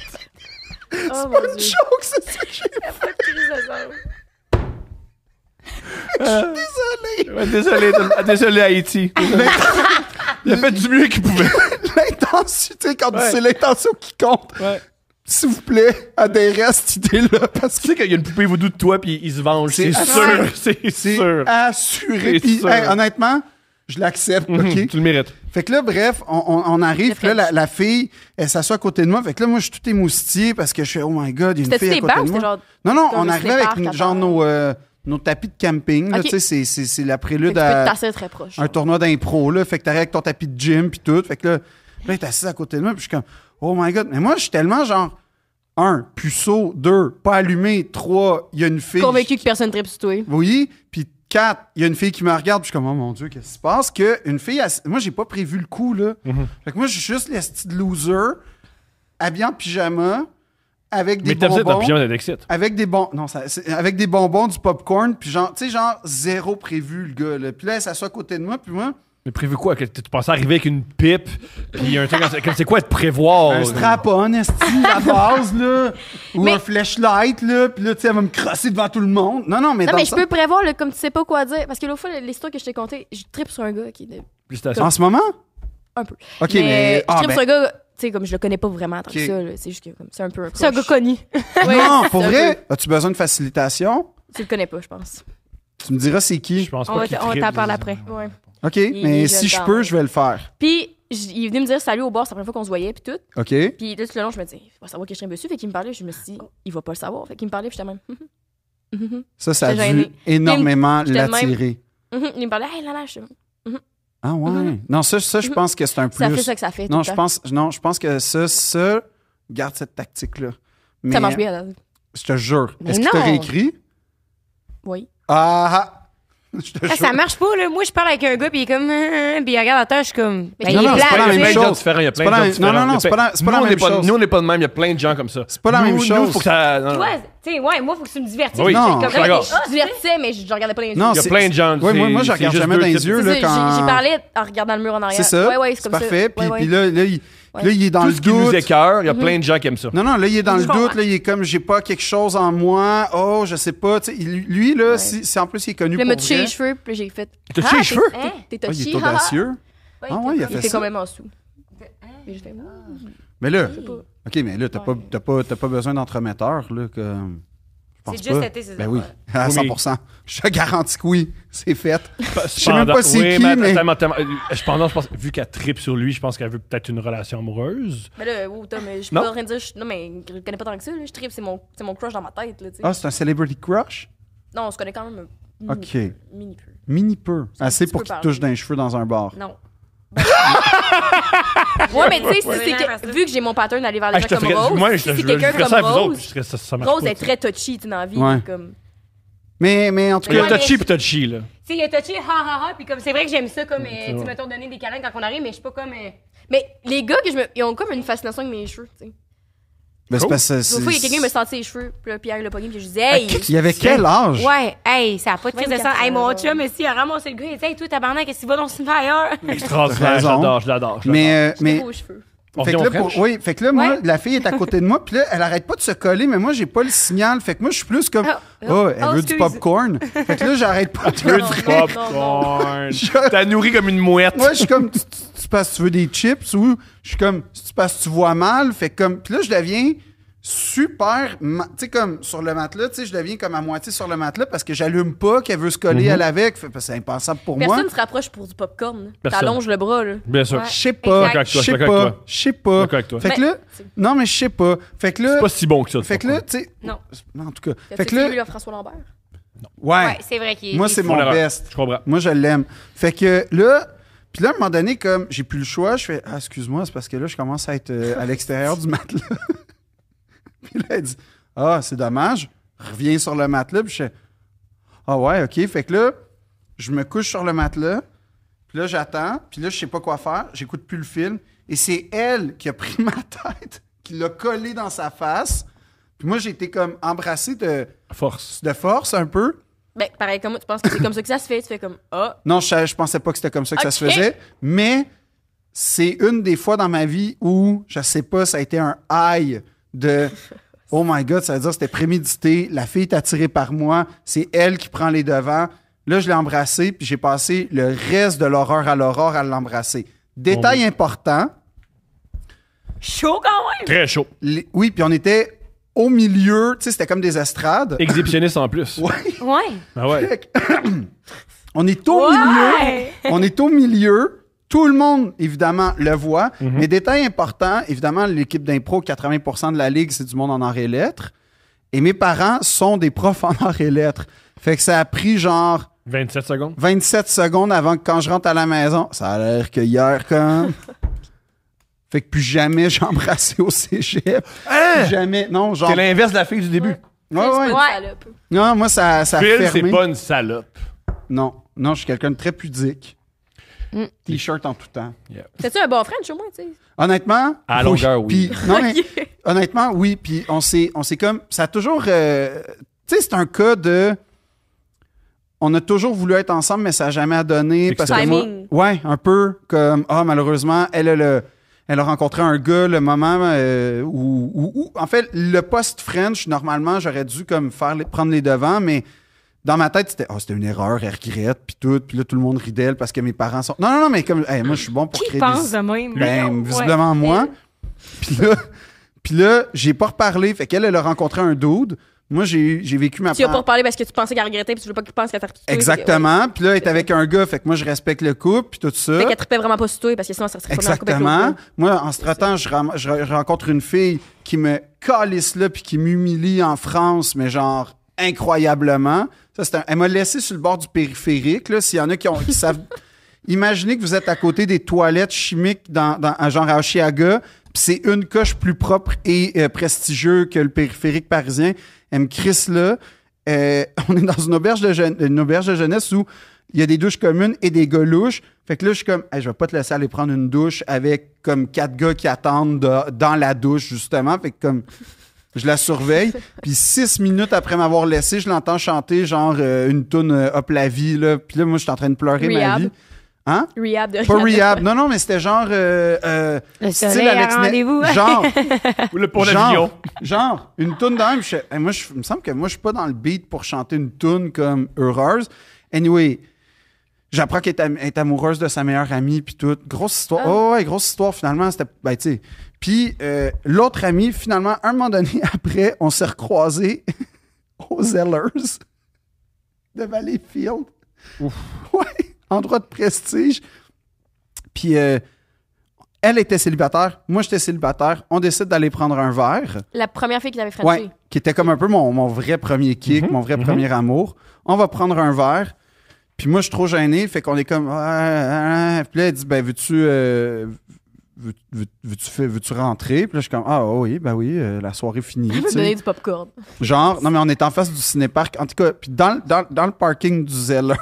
Speaker 2: Oh mon
Speaker 4: Une
Speaker 2: dieu.
Speaker 4: joke, c'est ça que j'ai désolé.
Speaker 3: Ouais, désolé, de- désolé Haïti. Désolé. Il a fait du mieux qu'il pouvait.
Speaker 4: L'intensité, quand
Speaker 3: Ouais.
Speaker 4: c'est l'intention qui compte,
Speaker 3: Ouais.
Speaker 4: s'il vous plaît, adhérez à cette idée-là, parce
Speaker 3: Tu sais qu'il y a une poupée vaudou de toi puis il se venge, c'est
Speaker 4: C'est
Speaker 3: sûr, c'est
Speaker 4: C'est
Speaker 3: sûr. C'est
Speaker 4: assuré. Puis,
Speaker 3: sûr.
Speaker 4: hey, honnêtement, je l'accepte,
Speaker 3: Mhm,
Speaker 4: OK?
Speaker 3: Tu le mérites.
Speaker 4: Fait que là, bref, on, on- on arrive. Puis là, la, la fille, elle s'assoit à côté de moi. Fait que là, moi, je suis tout émoustillé parce que je suis, oh my God, il y a une
Speaker 2: C'était-tu
Speaker 4: fille à
Speaker 2: des
Speaker 4: côté
Speaker 2: bancs
Speaker 4: de
Speaker 2: ou
Speaker 4: moi.
Speaker 2: c'était genre
Speaker 4: non, non,
Speaker 2: comme
Speaker 4: on
Speaker 2: un
Speaker 4: arrivait avec
Speaker 2: snépark
Speaker 4: une-
Speaker 2: à
Speaker 4: genre
Speaker 2: part?
Speaker 4: nos, euh, nos tapis de camping. là,
Speaker 2: Ok.
Speaker 4: Tu sais, c'est- c'est c'est la
Speaker 2: Fait que Tu peux
Speaker 4: prélude
Speaker 2: te
Speaker 4: à
Speaker 2: tasser très proche.
Speaker 4: un tournoi d'impro. là. Fait que t'arrives avec ton tapis de gym puis tout. Fait que là, là, t'es assis à côté de moi. Puis je suis comme, oh my God. Mais moi, je suis tellement genre, un, puceau, deux, pas allumé, trois, il y a une fille.
Speaker 2: Convaincu que personne ne tripe sur toi.
Speaker 4: Oui, puis quatre, il y a une fille qui me regarde, puis je suis comme, oh mon Dieu, qu'est-ce qui se passe? Que une fille, elle s- moi, j'ai pas
Speaker 3: Mhm.
Speaker 4: prévu le coup, là. Fait que moi, je suis juste l'esti de loser, habillé en pyjama, avec des
Speaker 3: Mais t'as peut-être
Speaker 4: bonbons.
Speaker 3: dans pyjama d'Alexit.
Speaker 4: Avec des bon... non, ça- c'est- avec des bonbons, du popcorn, puis genre, tu sais, genre zéro prévu, le gars. Là. Puis là, il s'assoit à côté de moi, puis moi,
Speaker 3: Mais prévu quoi? Que tu pensais arriver avec une pipe, puis un truc comme ça. Comme c'est quoi te prévoir?
Speaker 4: un strap-on, esti, la base, là, ou
Speaker 2: Mais-
Speaker 4: un flashlight, là, puis là, tu sais, elle va me crosser devant tout le monde. Non, non, mais
Speaker 2: Non,
Speaker 4: dans
Speaker 2: mais
Speaker 4: le
Speaker 2: je
Speaker 4: sens-
Speaker 2: peux prévoir, là, comme tu sais pas quoi dire. Parce que l'autre fois, l'histoire que je t'ai contée, je tripe sur un gars qui est de-
Speaker 4: En
Speaker 3: Félicitations.
Speaker 4: ce moment?
Speaker 2: un peu.
Speaker 4: OK, mais...
Speaker 2: mais je
Speaker 4: ah,
Speaker 2: tripe
Speaker 4: ben,
Speaker 2: sur un gars, tu sais, comme je le connais pas vraiment tant que
Speaker 4: Ok.
Speaker 2: ça, là. C'est juste que comme, c'est un peu un
Speaker 1: C'est un gars
Speaker 2: crush.
Speaker 1: connu.
Speaker 2: Ouais,
Speaker 4: non,
Speaker 2: c'est
Speaker 4: pour
Speaker 2: un
Speaker 4: vrai, as-tu besoin de facilitation?
Speaker 2: peu- Tu le connais pas, je pense.
Speaker 4: Tu me diras c'est
Speaker 3: Je
Speaker 4: qui.
Speaker 3: pense
Speaker 1: On
Speaker 3: pas
Speaker 1: va-
Speaker 3: qu'il
Speaker 1: on
Speaker 3: tripe,
Speaker 1: t'en parle
Speaker 3: les-
Speaker 1: après.
Speaker 2: Ouais.
Speaker 4: OK,
Speaker 2: Il-
Speaker 4: mais
Speaker 2: il
Speaker 4: si
Speaker 2: le
Speaker 4: je
Speaker 2: temps.
Speaker 4: peux, je vais le faire.
Speaker 2: Puis, j- il est venu me dire salut au bar, c'est la première fois qu'on se voyait, puis tout.
Speaker 4: OK?
Speaker 2: Puis là, tout le long, je me dis, il va savoir que je suis dessus. Fait qu'il me parlait, je me suis dit, il va pas le savoir. Fait qu'il me parlait, puis j'étais même. Hum, hum, hum,
Speaker 4: Ça, ça a dû
Speaker 2: J'étais gênée.
Speaker 4: énormément
Speaker 2: J'étais même-
Speaker 4: l'attirer.
Speaker 2: hum, hum. Il me parlait, hey, là, là, je suis-
Speaker 4: Ah ouais?
Speaker 2: Mhm.
Speaker 4: Non, ça, ça je
Speaker 2: Mhm.
Speaker 4: pense que c'est un plus.
Speaker 2: Ça fait ça que ça fait. tout
Speaker 4: Non,
Speaker 2: le
Speaker 4: je
Speaker 2: temps.
Speaker 4: pense, non, je pense que ça, ça, garde cette tactique-là. Mais
Speaker 2: Ça marche bien, là.
Speaker 4: Je te jure.
Speaker 1: Mais
Speaker 4: Est-ce que t'as
Speaker 1: non.
Speaker 4: réécrit?
Speaker 2: Oui.
Speaker 4: Ah, ah. Je te
Speaker 1: Ah,
Speaker 4: jure.
Speaker 1: ça marche pas, là. Moi, je parle avec un gars, puis il est comme. euh, Puis il regarde à terre, je suis comme.
Speaker 2: Mais
Speaker 1: ben,
Speaker 4: non,
Speaker 1: il
Speaker 4: non,
Speaker 1: est plat,
Speaker 4: c'est pas la
Speaker 1: tu
Speaker 4: même
Speaker 1: sais.
Speaker 3: Il y a plein de gens
Speaker 4: chose.
Speaker 3: différents, il y a plein
Speaker 4: pas
Speaker 3: de
Speaker 4: la
Speaker 3: gens
Speaker 4: même-
Speaker 3: différents.
Speaker 4: non,
Speaker 3: Il
Speaker 4: non,
Speaker 3: y a
Speaker 4: c'est
Speaker 3: plein-
Speaker 4: pas la- c'est pas la
Speaker 3: Nous, on
Speaker 4: même
Speaker 3: est pas-
Speaker 4: chose.
Speaker 3: Nous, on n'est pas de même, il y a plein de gens comme ça.
Speaker 4: C'est pas la
Speaker 3: Nous-
Speaker 4: même chose.
Speaker 3: Nous, faut que ça... non, non.
Speaker 1: Toi, tu sais, ouais, moi, faut que tu me divertisses.
Speaker 3: Oui,
Speaker 1: Je suis comme,
Speaker 4: Non,
Speaker 1: hey,
Speaker 3: je suis d'accord.
Speaker 1: ah,
Speaker 2: Je divertissais, mais je je regardais pas les
Speaker 4: Non,
Speaker 2: yeux.
Speaker 3: Il y a
Speaker 4: c'est-
Speaker 3: plein de gens,
Speaker 4: Ouais, moi, moi, je
Speaker 3: c'est-
Speaker 4: regarde
Speaker 3: c'est
Speaker 4: jamais
Speaker 3: juste deux
Speaker 4: dans les
Speaker 3: types.
Speaker 4: yeux.
Speaker 2: C'est
Speaker 4: Là,
Speaker 2: ça,
Speaker 4: quand...
Speaker 2: J'y j'y parlais en regardant le mur en arrière.
Speaker 4: C'est ça.
Speaker 2: Ouais, ouais, c'est
Speaker 4: c'est
Speaker 2: comme ça.
Speaker 4: parfait. Puis,
Speaker 2: Ouais, ouais.
Speaker 4: puis là, là, il,
Speaker 2: Ouais.
Speaker 4: là, il est dans
Speaker 3: Tout
Speaker 4: le
Speaker 3: ce qui nous
Speaker 4: doute.
Speaker 3: écœure, il y a plein de gens qui aiment ça.
Speaker 4: Non, non, là, il est dans
Speaker 2: Je
Speaker 4: le
Speaker 2: comprends.
Speaker 4: doute. Là, il est comme, j'ai pas quelque chose en moi. Oh, je sais pas. Tu sais, il- lui, là,
Speaker 2: Ouais.
Speaker 4: si, si en plus, il est connu
Speaker 2: Puis là, il
Speaker 4: pour
Speaker 2: m'a touché
Speaker 4: vrai.
Speaker 2: les cheveux, puis là, j'ai fait.
Speaker 3: T'as
Speaker 2: Ah,
Speaker 3: tué les
Speaker 2: t'es-
Speaker 3: cheveux?
Speaker 2: hein, T'es
Speaker 4: Ah, il
Speaker 2: touché,
Speaker 4: est audacieux.
Speaker 2: Ah,
Speaker 4: Ah ouais, il a fait
Speaker 2: T'es
Speaker 4: ça.
Speaker 2: complètement sous. Puis j'ai fait,
Speaker 4: Mais là,
Speaker 2: pas.
Speaker 4: OK, mais là, t'as pas, t'as pas, t'as pas besoin d'entremetteur, là, comme... je pense
Speaker 1: C'est juste
Speaker 4: pas.
Speaker 1: tâter ses
Speaker 4: Ben oui,
Speaker 1: affaires.
Speaker 4: à
Speaker 3: Oui, mais-
Speaker 4: 100 Je te garantis que oui, c'est fait.
Speaker 3: Je
Speaker 4: sais même pas c'est qui, mais-
Speaker 3: je pense, je pense- vu qu'elle tripe sur lui, je pense qu'elle veut peut-être une relation amoureuse.
Speaker 2: Mais là, oh, Tom, je suis
Speaker 3: Non.
Speaker 2: pas en train de dire. je- Non, mais je connais pas tant que ça, là. Je tripe, c'est mon, c'est mon crush dans ma tête, là, tu sais.
Speaker 4: Ah, c'est un celebrity crush?
Speaker 2: Non, on se connaît quand même. un
Speaker 4: OK.
Speaker 2: Mini, mini peu.
Speaker 4: Mini peu. Assez
Speaker 2: petit
Speaker 4: pour
Speaker 2: peu
Speaker 4: qu'il te
Speaker 2: par
Speaker 4: touche
Speaker 2: là.
Speaker 4: d'un cheveu dans un bar.
Speaker 1: Non.
Speaker 2: Ouais, mais tu sais, si
Speaker 1: Ouais.
Speaker 2: c'est que- vu que j'ai mon pattern d'aller vers les
Speaker 3: Ah,
Speaker 2: gens comme
Speaker 3: ferais-
Speaker 2: Rose,
Speaker 3: moi,
Speaker 2: si
Speaker 3: je,
Speaker 2: c'est
Speaker 3: je- je
Speaker 2: quelqu'un
Speaker 3: ferais
Speaker 2: comme
Speaker 3: ça à vous autres.
Speaker 2: Rose,
Speaker 3: Je ferais ça, ça marche
Speaker 2: Rose
Speaker 3: pas,
Speaker 2: est
Speaker 3: ça.
Speaker 2: très touchy, tu sais, dans la vie.
Speaker 4: Ouais.
Speaker 2: puis Comme...
Speaker 4: Mais, mais en tout
Speaker 3: Il y
Speaker 4: cas...
Speaker 3: a touchy puis touchy, là.
Speaker 1: Tu sais, il a touché, ha ha ha, puis comme c'est vrai que j'aime ça, comme, euh,
Speaker 3: Ouais.
Speaker 1: tu m'as donné des câlins quand on arrive, mais je suis pas comme. euh,
Speaker 2: Mais les gars, que je me... ils ont comme une fascination avec mes cheveux, tu sais.
Speaker 4: Ben, c'est
Speaker 3: Cool.
Speaker 4: parce que
Speaker 2: L'autre
Speaker 4: c'est-
Speaker 2: fois, il y a quelqu'un qui me sentait les cheveux, puis là, Pierre l'a pogné, puis je lui dis, hey!
Speaker 4: Il y avait quel âge?
Speaker 1: Ouais, hey, ça a pas de crise de
Speaker 2: 24
Speaker 1: sang. Hey, mon
Speaker 2: heures.
Speaker 1: chum, aussi, il a ramassé le gars, il dit, hey, toi, tabarnak, qu'est-ce qu'il va dans ce ailleurs?
Speaker 3: Extraordinaire,
Speaker 4: Raison.
Speaker 3: j'adore, je l'adore. je l'adore.
Speaker 4: Mais, euh, mais,
Speaker 2: beaux cheveux.
Speaker 3: On
Speaker 4: Fait que
Speaker 3: revient
Speaker 4: là,
Speaker 3: au French?
Speaker 4: pour- oui, fait que là, moi,
Speaker 1: Ouais.
Speaker 4: la fille est à côté de moi, puis là, elle arrête pas de se coller, mais moi, j'ai pas le signal. Fait que moi, je suis plus comme,
Speaker 1: Ah,
Speaker 4: oh, elle
Speaker 1: oh,
Speaker 4: veut du
Speaker 1: excuse.
Speaker 4: popcorn. fait que là, j'arrête pas de le
Speaker 3: Veux du
Speaker 4: faire.
Speaker 3: popcorn.
Speaker 4: Je-
Speaker 3: T'as nourri comme une mouette.
Speaker 4: Moi, je suis comme, tu, tu- tu passes, tu veux des chips ou je suis comme, tu passes, tu vois mal. Fait que comme, puis là, je deviens super, ma- tu sais, comme sur le matelas, tu sais, je deviens comme à moitié sur le matelas parce que j'allume pas qu'elle veut se coller
Speaker 3: Mhm.
Speaker 4: elle avec. Fait, parce que c'est impensable pour
Speaker 2: Personne
Speaker 4: moi.
Speaker 2: se rapproche pour du popcorn. là.
Speaker 3: Personne.
Speaker 2: T'allonges le bras, là.
Speaker 3: Bien sûr.
Speaker 4: Je sais pas,
Speaker 1: Exact.
Speaker 4: je
Speaker 3: Je suis
Speaker 4: sais
Speaker 3: d'accord avec
Speaker 4: pas,
Speaker 3: toi.
Speaker 4: je sais pas.
Speaker 3: d'accord avec toi.
Speaker 4: Fait que là, non, mais je sais pas. Fait que
Speaker 3: C'est
Speaker 4: là,
Speaker 3: pas si bon que ça.
Speaker 4: fait que là, tu sais,
Speaker 1: Non.
Speaker 4: non, en tout cas,
Speaker 2: T'as-tu
Speaker 4: fait que là,
Speaker 2: vu, là, François Lambert?
Speaker 1: Ouais, c'est vrai qu'il est.
Speaker 4: Moi, c'est
Speaker 1: il-
Speaker 4: mon
Speaker 3: l'erreur.
Speaker 4: best.
Speaker 3: Je comprends.
Speaker 4: Moi, je l'aime. Fait que là, puis là, à un moment donné, comme j'ai plus le choix, je fais Ah, excuse-moi, c'est parce que là, je commence à être euh, à l'extérieur du matelas. puis là, elle dit Ah, c'est dommage. Reviens sur le matelas. Puis je fais Ah, ouais, OK. Fait que là, je me couche sur le matelas. Puis là, j'attends. Puis là, je sais pas quoi faire. J'écoute plus le film. Et c'est elle qui a pris ma tête, qui l'a collée dans sa face. Puis moi, j'ai été comme embrassé de,
Speaker 3: Force.
Speaker 4: de force un peu.
Speaker 2: Ben, pareil, comme moi, tu penses que c'est comme ça que ça se fait? Tu fais comme, ah,
Speaker 4: Non, je, je pensais pas que c'était comme ça que ça se
Speaker 2: Ok.
Speaker 4: faisait, mais c'est une des fois dans ma vie où, je sais pas, ça a été un high de Oh my God, ça veut dire que c'était prémédité, la fille est attirée par moi, c'est elle qui prend les devants. Là, je l'ai embrassée, puis j'ai passé le reste de l'horreur à l'horreur à l'embrasser. Détail important,
Speaker 1: Chaud quand même!
Speaker 3: Très chaud.
Speaker 4: les- oui, puis on était au milieu, tu sais, c'était comme des estrades.
Speaker 3: Exhibitionniste en plus.
Speaker 4: Ouais.
Speaker 1: Ouais.
Speaker 3: Ah ouais.
Speaker 4: On est au
Speaker 1: Ouais.
Speaker 4: milieu. On est au milieu. Tout le monde, évidemment, le voit. Mais détail important, évidemment, l'équipe d'impro, 80 de la ligue, c'est du monde en arts et lettres. Et mes parents sont des profs en arts et lettres. Fait que ça a pris genre
Speaker 3: 27 secondes.
Speaker 4: 27 secondes avant que quand je rentre à la maison, ça a l'air que hier, quand. fait que plus jamais j'ai embrassé au cégep. Plus jamais. Non, genre.
Speaker 3: C'est l'inverse de la fille du début.
Speaker 4: Ouais, ouais.
Speaker 2: c'est pas une salope.
Speaker 4: Non, moi, ça, ça a
Speaker 3: Phil,
Speaker 4: fermé.
Speaker 3: c'est pas une salope.
Speaker 4: Non, non, je suis quelqu'un de très pudique. T-shirt en tout temps.
Speaker 2: C'est-tu un bon French au moins, tu sais?
Speaker 4: Honnêtement,
Speaker 3: À longueur, oui.
Speaker 4: Puis- non, mais
Speaker 2: Ok.
Speaker 4: honnêtement, oui. Puis on s'est, on s'est comme, ça a toujours, euh, tu sais, c'est un cas de, on a toujours voulu être ensemble, mais ça n'a jamais donné parce que moi,
Speaker 2: Timing.
Speaker 4: ouais, un peu comme, ah, malheureusement, elle a le, elle a rencontré un gars le moment euh, où, où- où- en fait, le post French, normalement, j'aurais dû comme faire, les- prendre les devants, mais dans ma tête, c'était, ah, c'était une erreur, elle regrette, puis tout, puis là, tout le monde rit d'elle parce que mes parents sont. Non, non, non, mais comme, hey, moi, je suis bon pour
Speaker 1: Qui
Speaker 4: créer
Speaker 1: pense
Speaker 4: des
Speaker 1: de même?
Speaker 4: ben,
Speaker 1: Ouais.
Speaker 4: visiblement moi. Puis là, puis là, j'ai pas reparlé. Fait qu'elle, elle a rencontré un dude. Moi, j'ai j'ai vécu ma
Speaker 2: Tu as
Speaker 4: part-
Speaker 2: pas parlé parce que tu pensais qu'elle regrettait puis tu veux pas qu'il pense qu'elle t'a retrouvé.
Speaker 4: Ah. Exactement. Puis là, elle est avec un gars. Fait que moi, je respecte le couple, puis tout ça.
Speaker 2: Fait qu'elle trippait vraiment pas sur toi parce que sinon, elle serait pas dans la couple avec
Speaker 4: Exactement.
Speaker 2: l'autre. hein?
Speaker 4: Moi, en se traitant, je, ram- je re- je rencontre une fille qui me calisse là puis qui m'humilie en France, mais genre incroyablement. Ça, c'est un- Elle m'a laissé sur le bord du périphérique. là. S'il y en a qui, ont, qui savent... Imaginez que vous êtes à côté des toilettes chimiques dans, dans- à genre à Oshiaga, puis c'est une coche plus propre et euh, prestigieux que le périphérique parisien. Elle me crisse là. Euh, on est dans une auberge, de jeune- une auberge de jeunesse où il y a des douches communes et des gars louches. Fait que là, je suis comme, Hey, je vais pas te laisser aller prendre une douche avec comme quatre gars qui attendent de- dans la douche, justement. Fait que comme, je la surveille. Puis six minutes après m'avoir laissé, je l'entends chanter genre euh, une toune euh, Hop la vie. Là. Puis là, moi, je suis en train de pleurer ma
Speaker 2: Rehab.
Speaker 4: vie. Hein?
Speaker 2: Rehab de
Speaker 4: Pas
Speaker 2: Rihanna.
Speaker 4: rehab. Non, non, mais c'était genre. Euh, euh,
Speaker 1: Le
Speaker 4: style
Speaker 1: soleil à
Speaker 4: Alex Ney-
Speaker 1: rendez-vous.
Speaker 4: Genre,
Speaker 3: Le pont
Speaker 4: genre,
Speaker 3: d'avion.
Speaker 4: genre, une toune d'un. puis je- eh, Moi, je, il me semble que moi, je suis pas dans le beat pour chanter une toune comme heureuse. Anyway, j'apprends qu'elle est, am- est amoureuse de sa meilleure amie, puis tout. Grosse histoire. Oh, ouais, grosse histoire, finalement. C'était, ben, tu sais. Puis euh, l'autre amie, finalement, à un moment donné, après, on s'est recroisés aux Zellers de Valleyfield. Ouais, endroit de prestige. Puis euh, elle était célibataire, moi j'étais célibataire. On décide d'aller prendre un verre.
Speaker 2: La première fille qui l'avait frenché.
Speaker 4: Ouais, qui était comme un peu mon, mon vrai premier kick, mon vrai premier amour. On va prendre un verre. Puis moi, je suis trop gêné, fait qu'on est comme. Ah, ah, ah. Puis là, elle dit Ben, veux-tu. euh, veux- veux- veux-tu fais- veux-tu rentrer? Puis là, je suis comme Ah oui, ben oui, euh, la soirée finie.
Speaker 2: Elle
Speaker 4: tu
Speaker 2: veut
Speaker 4: sais.
Speaker 2: donner du popcorn.
Speaker 4: Genre, non, mais on est en face du cinéparc. En tout cas, puis dans, le- dans, dans le parking du Zellers,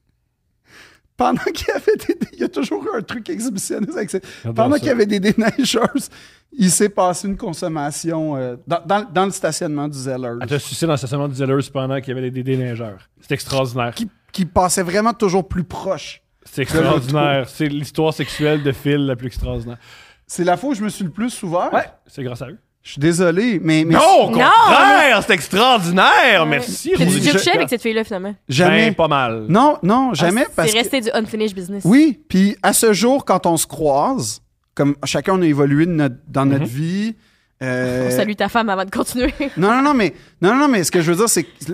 Speaker 4: pendant qu'il y avait des. dé- Il y a toujours eu un truc exhibitionniste avec ça.
Speaker 3: J'adore
Speaker 4: Pendant
Speaker 3: ça.
Speaker 4: qu'il y avait des déneigeuses, il s'est passé une consommation euh, dans, dans, dans le stationnement du Zellers.
Speaker 3: Elle t'a sucé dans le stationnement du Zellers pendant qu'il y avait des déneigeurs. C'est extraordinaire.
Speaker 4: Qui, qui passait vraiment toujours plus proche.
Speaker 3: C'est extraordinaire. C'est l'histoire sexuelle de Phil la plus extraordinaire.
Speaker 4: C'est la fois où je me suis le plus ouvert.
Speaker 3: C'est grâce à eux.
Speaker 4: Je suis désolé, mais, mais
Speaker 3: Non, au
Speaker 1: Non,
Speaker 3: contraire, c'est extraordinaire. Merci,
Speaker 2: T'as du
Speaker 3: Rosie.
Speaker 2: chip avec cette fille-là, finalement.
Speaker 4: jamais.
Speaker 3: Ben, pas mal.
Speaker 4: non, non, jamais.
Speaker 2: Ah,
Speaker 4: parce
Speaker 2: C'est
Speaker 4: que-
Speaker 2: resté du unfinished business.
Speaker 4: Oui, puis à ce jour, quand on se croise, comme chacun on a évolué de notre- dans notre
Speaker 3: Mhm.
Speaker 4: vie. euh,
Speaker 2: On salue ta femme avant de continuer.
Speaker 4: Non, non, non, mais, non, non, non, mais ce que je veux dire, c'est que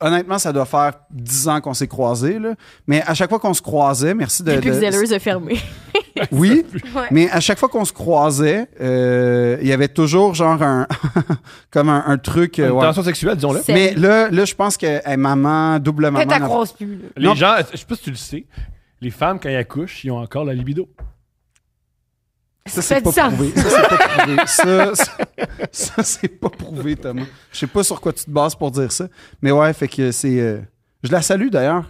Speaker 4: honnêtement, ça doit faire 10 ans qu'on s'est croisés, là. Mais à chaque fois qu'on se croisait, merci de.
Speaker 2: Depuis que
Speaker 4: de-
Speaker 2: Zellers a fermé.
Speaker 4: oui,
Speaker 2: Ouais.
Speaker 4: mais à chaque fois qu'on se croisait, euh, il y avait toujours genre un. comme un, un truc. euh,
Speaker 3: Une
Speaker 4: ouais.
Speaker 3: tension sexuelle, disons-le.
Speaker 2: C'est-
Speaker 4: Mais là, là je pense que hey, maman, double maman.
Speaker 1: Que t'as
Speaker 4: n'a-
Speaker 1: croise plus. là.
Speaker 3: Les
Speaker 4: Non.
Speaker 3: gens, je sais pas si tu le sais, les femmes, quand elles accouchent, ils ont encore la libido.
Speaker 4: Ça,
Speaker 1: Ça
Speaker 4: c'est
Speaker 1: fait
Speaker 4: pas
Speaker 1: du sens.
Speaker 4: prouvé. Ça, c'est pas prouvé. Ça, ça- ça, c'est pas prouvé, Thomas. Je sais pas sur quoi tu te bases pour dire ça. Mais ouais, fait que c'est. euh, Je la salue d'ailleurs.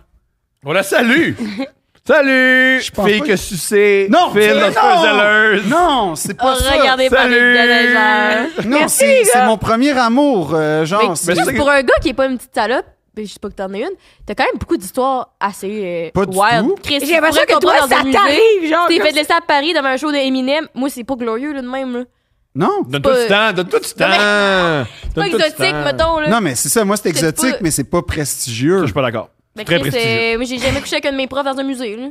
Speaker 3: On la salue! Salut!
Speaker 4: Je pense
Speaker 3: Fille
Speaker 4: pas
Speaker 3: que
Speaker 4: que-
Speaker 3: sucée,
Speaker 4: Non!
Speaker 3: Phil dans
Speaker 4: non!
Speaker 3: Zellers.
Speaker 4: Non, c'est pas
Speaker 2: Oh,
Speaker 4: ça.
Speaker 2: regardez par les
Speaker 3: Salut.
Speaker 2: déneigeurs.
Speaker 4: Non, c'est c'est mon premier amour. euh, genre,
Speaker 2: Mais
Speaker 4: c'est-
Speaker 3: mais c'est-
Speaker 2: Pour un gars qui est pas une petite salope, ben, je sais pas que t'en es une, t'as quand même beaucoup d'histoires assez euh,
Speaker 4: Pas du tout.
Speaker 2: wild. Chris, tu
Speaker 1: J'ai l'impression
Speaker 2: pourrais
Speaker 1: que
Speaker 2: qu'on
Speaker 1: toi,
Speaker 2: va dans
Speaker 1: ça
Speaker 2: un musée.
Speaker 1: t'arrive, genre.
Speaker 2: Tu t'es
Speaker 1: comme
Speaker 2: fait laisser à Paris devant un show de Eminem. Moi, c'est pas glorieux, là, de même, là.
Speaker 4: Non.
Speaker 3: Donne-toi du temps, donne-toi du temps!
Speaker 2: C'est pas
Speaker 3: Donne-toi du
Speaker 2: exotique,
Speaker 3: temps.
Speaker 2: mettons, là.
Speaker 4: Non, mais c'est ça. Moi, c'est
Speaker 2: C'est
Speaker 4: exotique,
Speaker 2: pas-
Speaker 4: mais c'est pas
Speaker 3: Ça,
Speaker 4: prestigieux.
Speaker 3: Je suis pas d'accord.
Speaker 2: Ben,
Speaker 3: Très
Speaker 2: Chris,
Speaker 3: prestigieux.
Speaker 2: euh, moi, j'ai jamais couché avec un de mes profs dans un musée, là.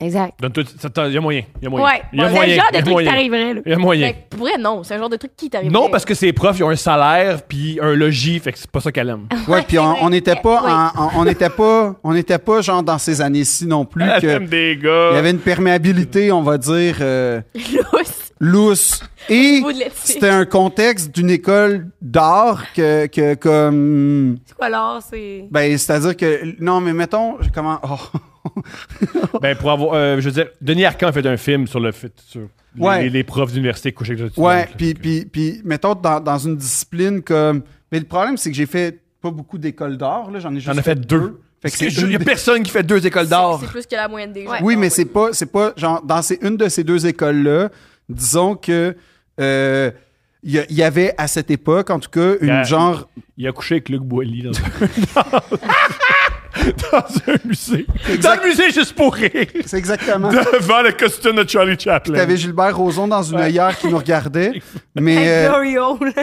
Speaker 1: Exact.
Speaker 3: Donne-toi du temps. Il y a moyen. Il y a moyen.
Speaker 1: Ouais.
Speaker 3: Il y a
Speaker 1: C'est le genre
Speaker 3: moyen. Il y
Speaker 1: de
Speaker 3: a
Speaker 1: truc qui
Speaker 3: moyen.
Speaker 1: t'arriverait, là.
Speaker 3: Il y a moyen.
Speaker 2: Fait que euh, pour vrai, non. C'est un genre de truc qui t'arrive.
Speaker 3: Non, parce que ces profs, ils ont un salaire puis un logis, fait que c'est pas ça qu'elle
Speaker 2: Ah.
Speaker 3: aime.
Speaker 4: Ouais, puis on on n'était pas,
Speaker 1: Ouais.
Speaker 4: en- en- on n'était pas, on n'était pas genre dans ces années-ci non plus
Speaker 3: Elle
Speaker 4: que.
Speaker 3: aime des
Speaker 4: Il y
Speaker 3: gars.
Speaker 4: avait une perméabilité, on va dire. euh,
Speaker 2: Lousse.
Speaker 4: lousse. Et
Speaker 2: niveau de l'éthique.
Speaker 4: c'était un contexte d'une école d'art que, que comme
Speaker 1: C'est quoi l'or, c'est.
Speaker 4: ben c'est-à-dire que non mais mettons comment oh.
Speaker 3: Ben, pour avoir. euh, je veux dire, Denis Arcan a fait un film sur le fait. Sur les-
Speaker 4: Ouais.
Speaker 3: les, les profs d'université couchés avec les étudiants.
Speaker 4: ouais
Speaker 3: Fait
Speaker 4: puis
Speaker 3: que-
Speaker 4: puis puis mettons dans, dans une discipline comme mais le problème c'est que j'ai fait pas beaucoup d'écoles d'art là j'en ai juste
Speaker 3: J'en ai fait deux.
Speaker 4: Fait que c'est
Speaker 3: Il n'y a
Speaker 4: une-
Speaker 3: personne qui fait deux écoles d'art.
Speaker 2: C'est plus que la moyenne des gens.
Speaker 5: Ouais.
Speaker 4: Oui, mais c'est pas, c'est pas genre dans ces, une de ces deux écoles là. Disons que euh, il y, a- il y avait à cette époque, en tout cas,
Speaker 3: Il
Speaker 4: une
Speaker 3: y a-
Speaker 4: genre.
Speaker 3: Il a couché avec Luc Boilly dans un, dans un musée. Dans le musée juste pour rire.
Speaker 4: C'est exactement.
Speaker 3: Devant le costume de Charlie Chaplin.
Speaker 4: T'avais Gilbert Rozon dans une
Speaker 3: Ouais.
Speaker 4: œillère qui nous regardait, mais
Speaker 1: Avec
Speaker 4: euh,
Speaker 1: L'Oreo, là.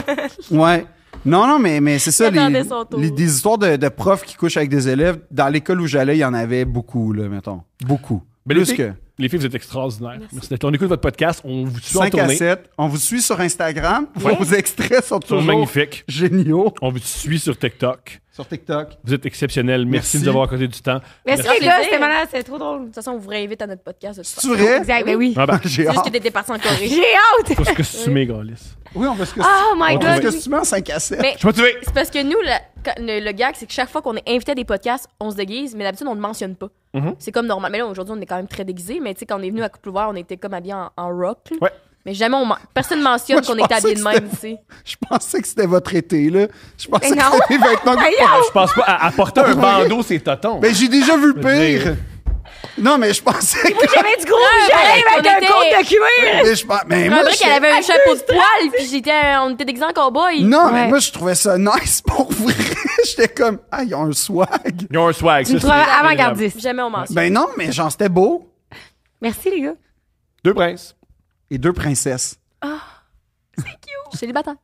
Speaker 4: ouais. Non, non, mais, mais c'est ça,
Speaker 2: Il attendait
Speaker 4: les,
Speaker 2: son tour.
Speaker 4: les- des histoires de, de profs qui couchent avec des élèves. Dans l'école où j'allais, il y en avait beaucoup, là, mettons. Beaucoup.
Speaker 3: Mais les,
Speaker 4: Plus
Speaker 3: filles,
Speaker 4: que
Speaker 3: les filles, vous êtes extraordinaires. Merci d'être là. On écoute votre podcast. On vous suit en
Speaker 4: 5 à
Speaker 3: tournée.
Speaker 4: 7. On vous suit sur Instagram. Vos extraits sont
Speaker 3: Ils sont
Speaker 4: toujours
Speaker 3: magnifiques.
Speaker 4: géniaux.
Speaker 3: On vous suit sur TikTok.
Speaker 4: Sur TikTok.
Speaker 3: Vous êtes exceptionnels. Merci,
Speaker 4: Merci.
Speaker 3: de nous avoir accordé du temps.
Speaker 1: Merci,
Speaker 2: Merci.
Speaker 1: les gars,
Speaker 2: Plaisir.
Speaker 1: c'était malade, c'était trop drôle.
Speaker 2: De toute façon, on vous réinvite à notre podcast. de toute
Speaker 4: C'est
Speaker 2: façon.
Speaker 4: vrai?
Speaker 1: Exact, ben oui.
Speaker 3: Ah bah,
Speaker 4: J'ai
Speaker 2: Juste
Speaker 4: hâte.
Speaker 2: que t'étais parti en Corée.
Speaker 1: J'ai hâte!
Speaker 3: faut se costumer, Gaulis.
Speaker 4: Oui, on va se costumer.
Speaker 1: Oh my
Speaker 3: On
Speaker 4: On va
Speaker 1: god!
Speaker 4: se
Speaker 3: trouve-
Speaker 4: costumer en 5 à 7.
Speaker 2: Mais-
Speaker 3: Je suis motivé.
Speaker 2: C'est parce que nous, la- quand- le, le gag, c'est que chaque fois qu'on est invité à des podcasts, on se déguise, mais d'habitude, on ne mentionne pas.
Speaker 4: Mm-hmm.
Speaker 3: Mhm.
Speaker 2: C'est comme normal. Mais là, aujourd'hui, on est quand même très déguisé, mais tu sais, quand on est venu à Coupe Pouvoir, on était comme habillé en, en rock. là.
Speaker 3: Ouais.
Speaker 2: Mais jamais on men- personne mentionne
Speaker 4: Moi, je
Speaker 2: qu'on
Speaker 4: pensais
Speaker 2: était habillé de
Speaker 4: que
Speaker 2: même, tu sais.
Speaker 4: Je pensais que c'était votre été, là. Je pensais
Speaker 1: Mais
Speaker 4: que
Speaker 1: non.
Speaker 4: c'était les vêtements que-
Speaker 1: Aïe,
Speaker 3: Euh, Je pense pas à apporter un bandeau, c'est toton.
Speaker 4: Mais j'ai déjà
Speaker 3: Je
Speaker 4: vu
Speaker 3: veux dire-
Speaker 4: pire. Non, mais je pensais que.
Speaker 1: J'avais du gros
Speaker 2: Ah, Ouais,
Speaker 1: j'arrive
Speaker 2: on
Speaker 1: avec un
Speaker 2: était-
Speaker 1: compte de cuir!
Speaker 4: Mais je pense- mais moi,
Speaker 2: Fabrique,
Speaker 4: je-
Speaker 2: elle avait un chapeau de poil, puis j'étais, on était déguisé en cowboy.
Speaker 4: Non,
Speaker 1: Ouais.
Speaker 4: mais moi, je trouvais ça nice pour vrai. J'étais comme, ah, ils ont un swag.
Speaker 3: Ils ont un swag.
Speaker 1: Tu me
Speaker 3: ça,
Speaker 1: trouves
Speaker 3: c'est admirable.
Speaker 1: avant-gardiste.
Speaker 2: Jamais on mentionne.
Speaker 4: Ben non, mais genre, c'était beau.
Speaker 1: Merci, les gars.
Speaker 3: Deux princes.
Speaker 4: Et deux princesses.
Speaker 2: Célibataire.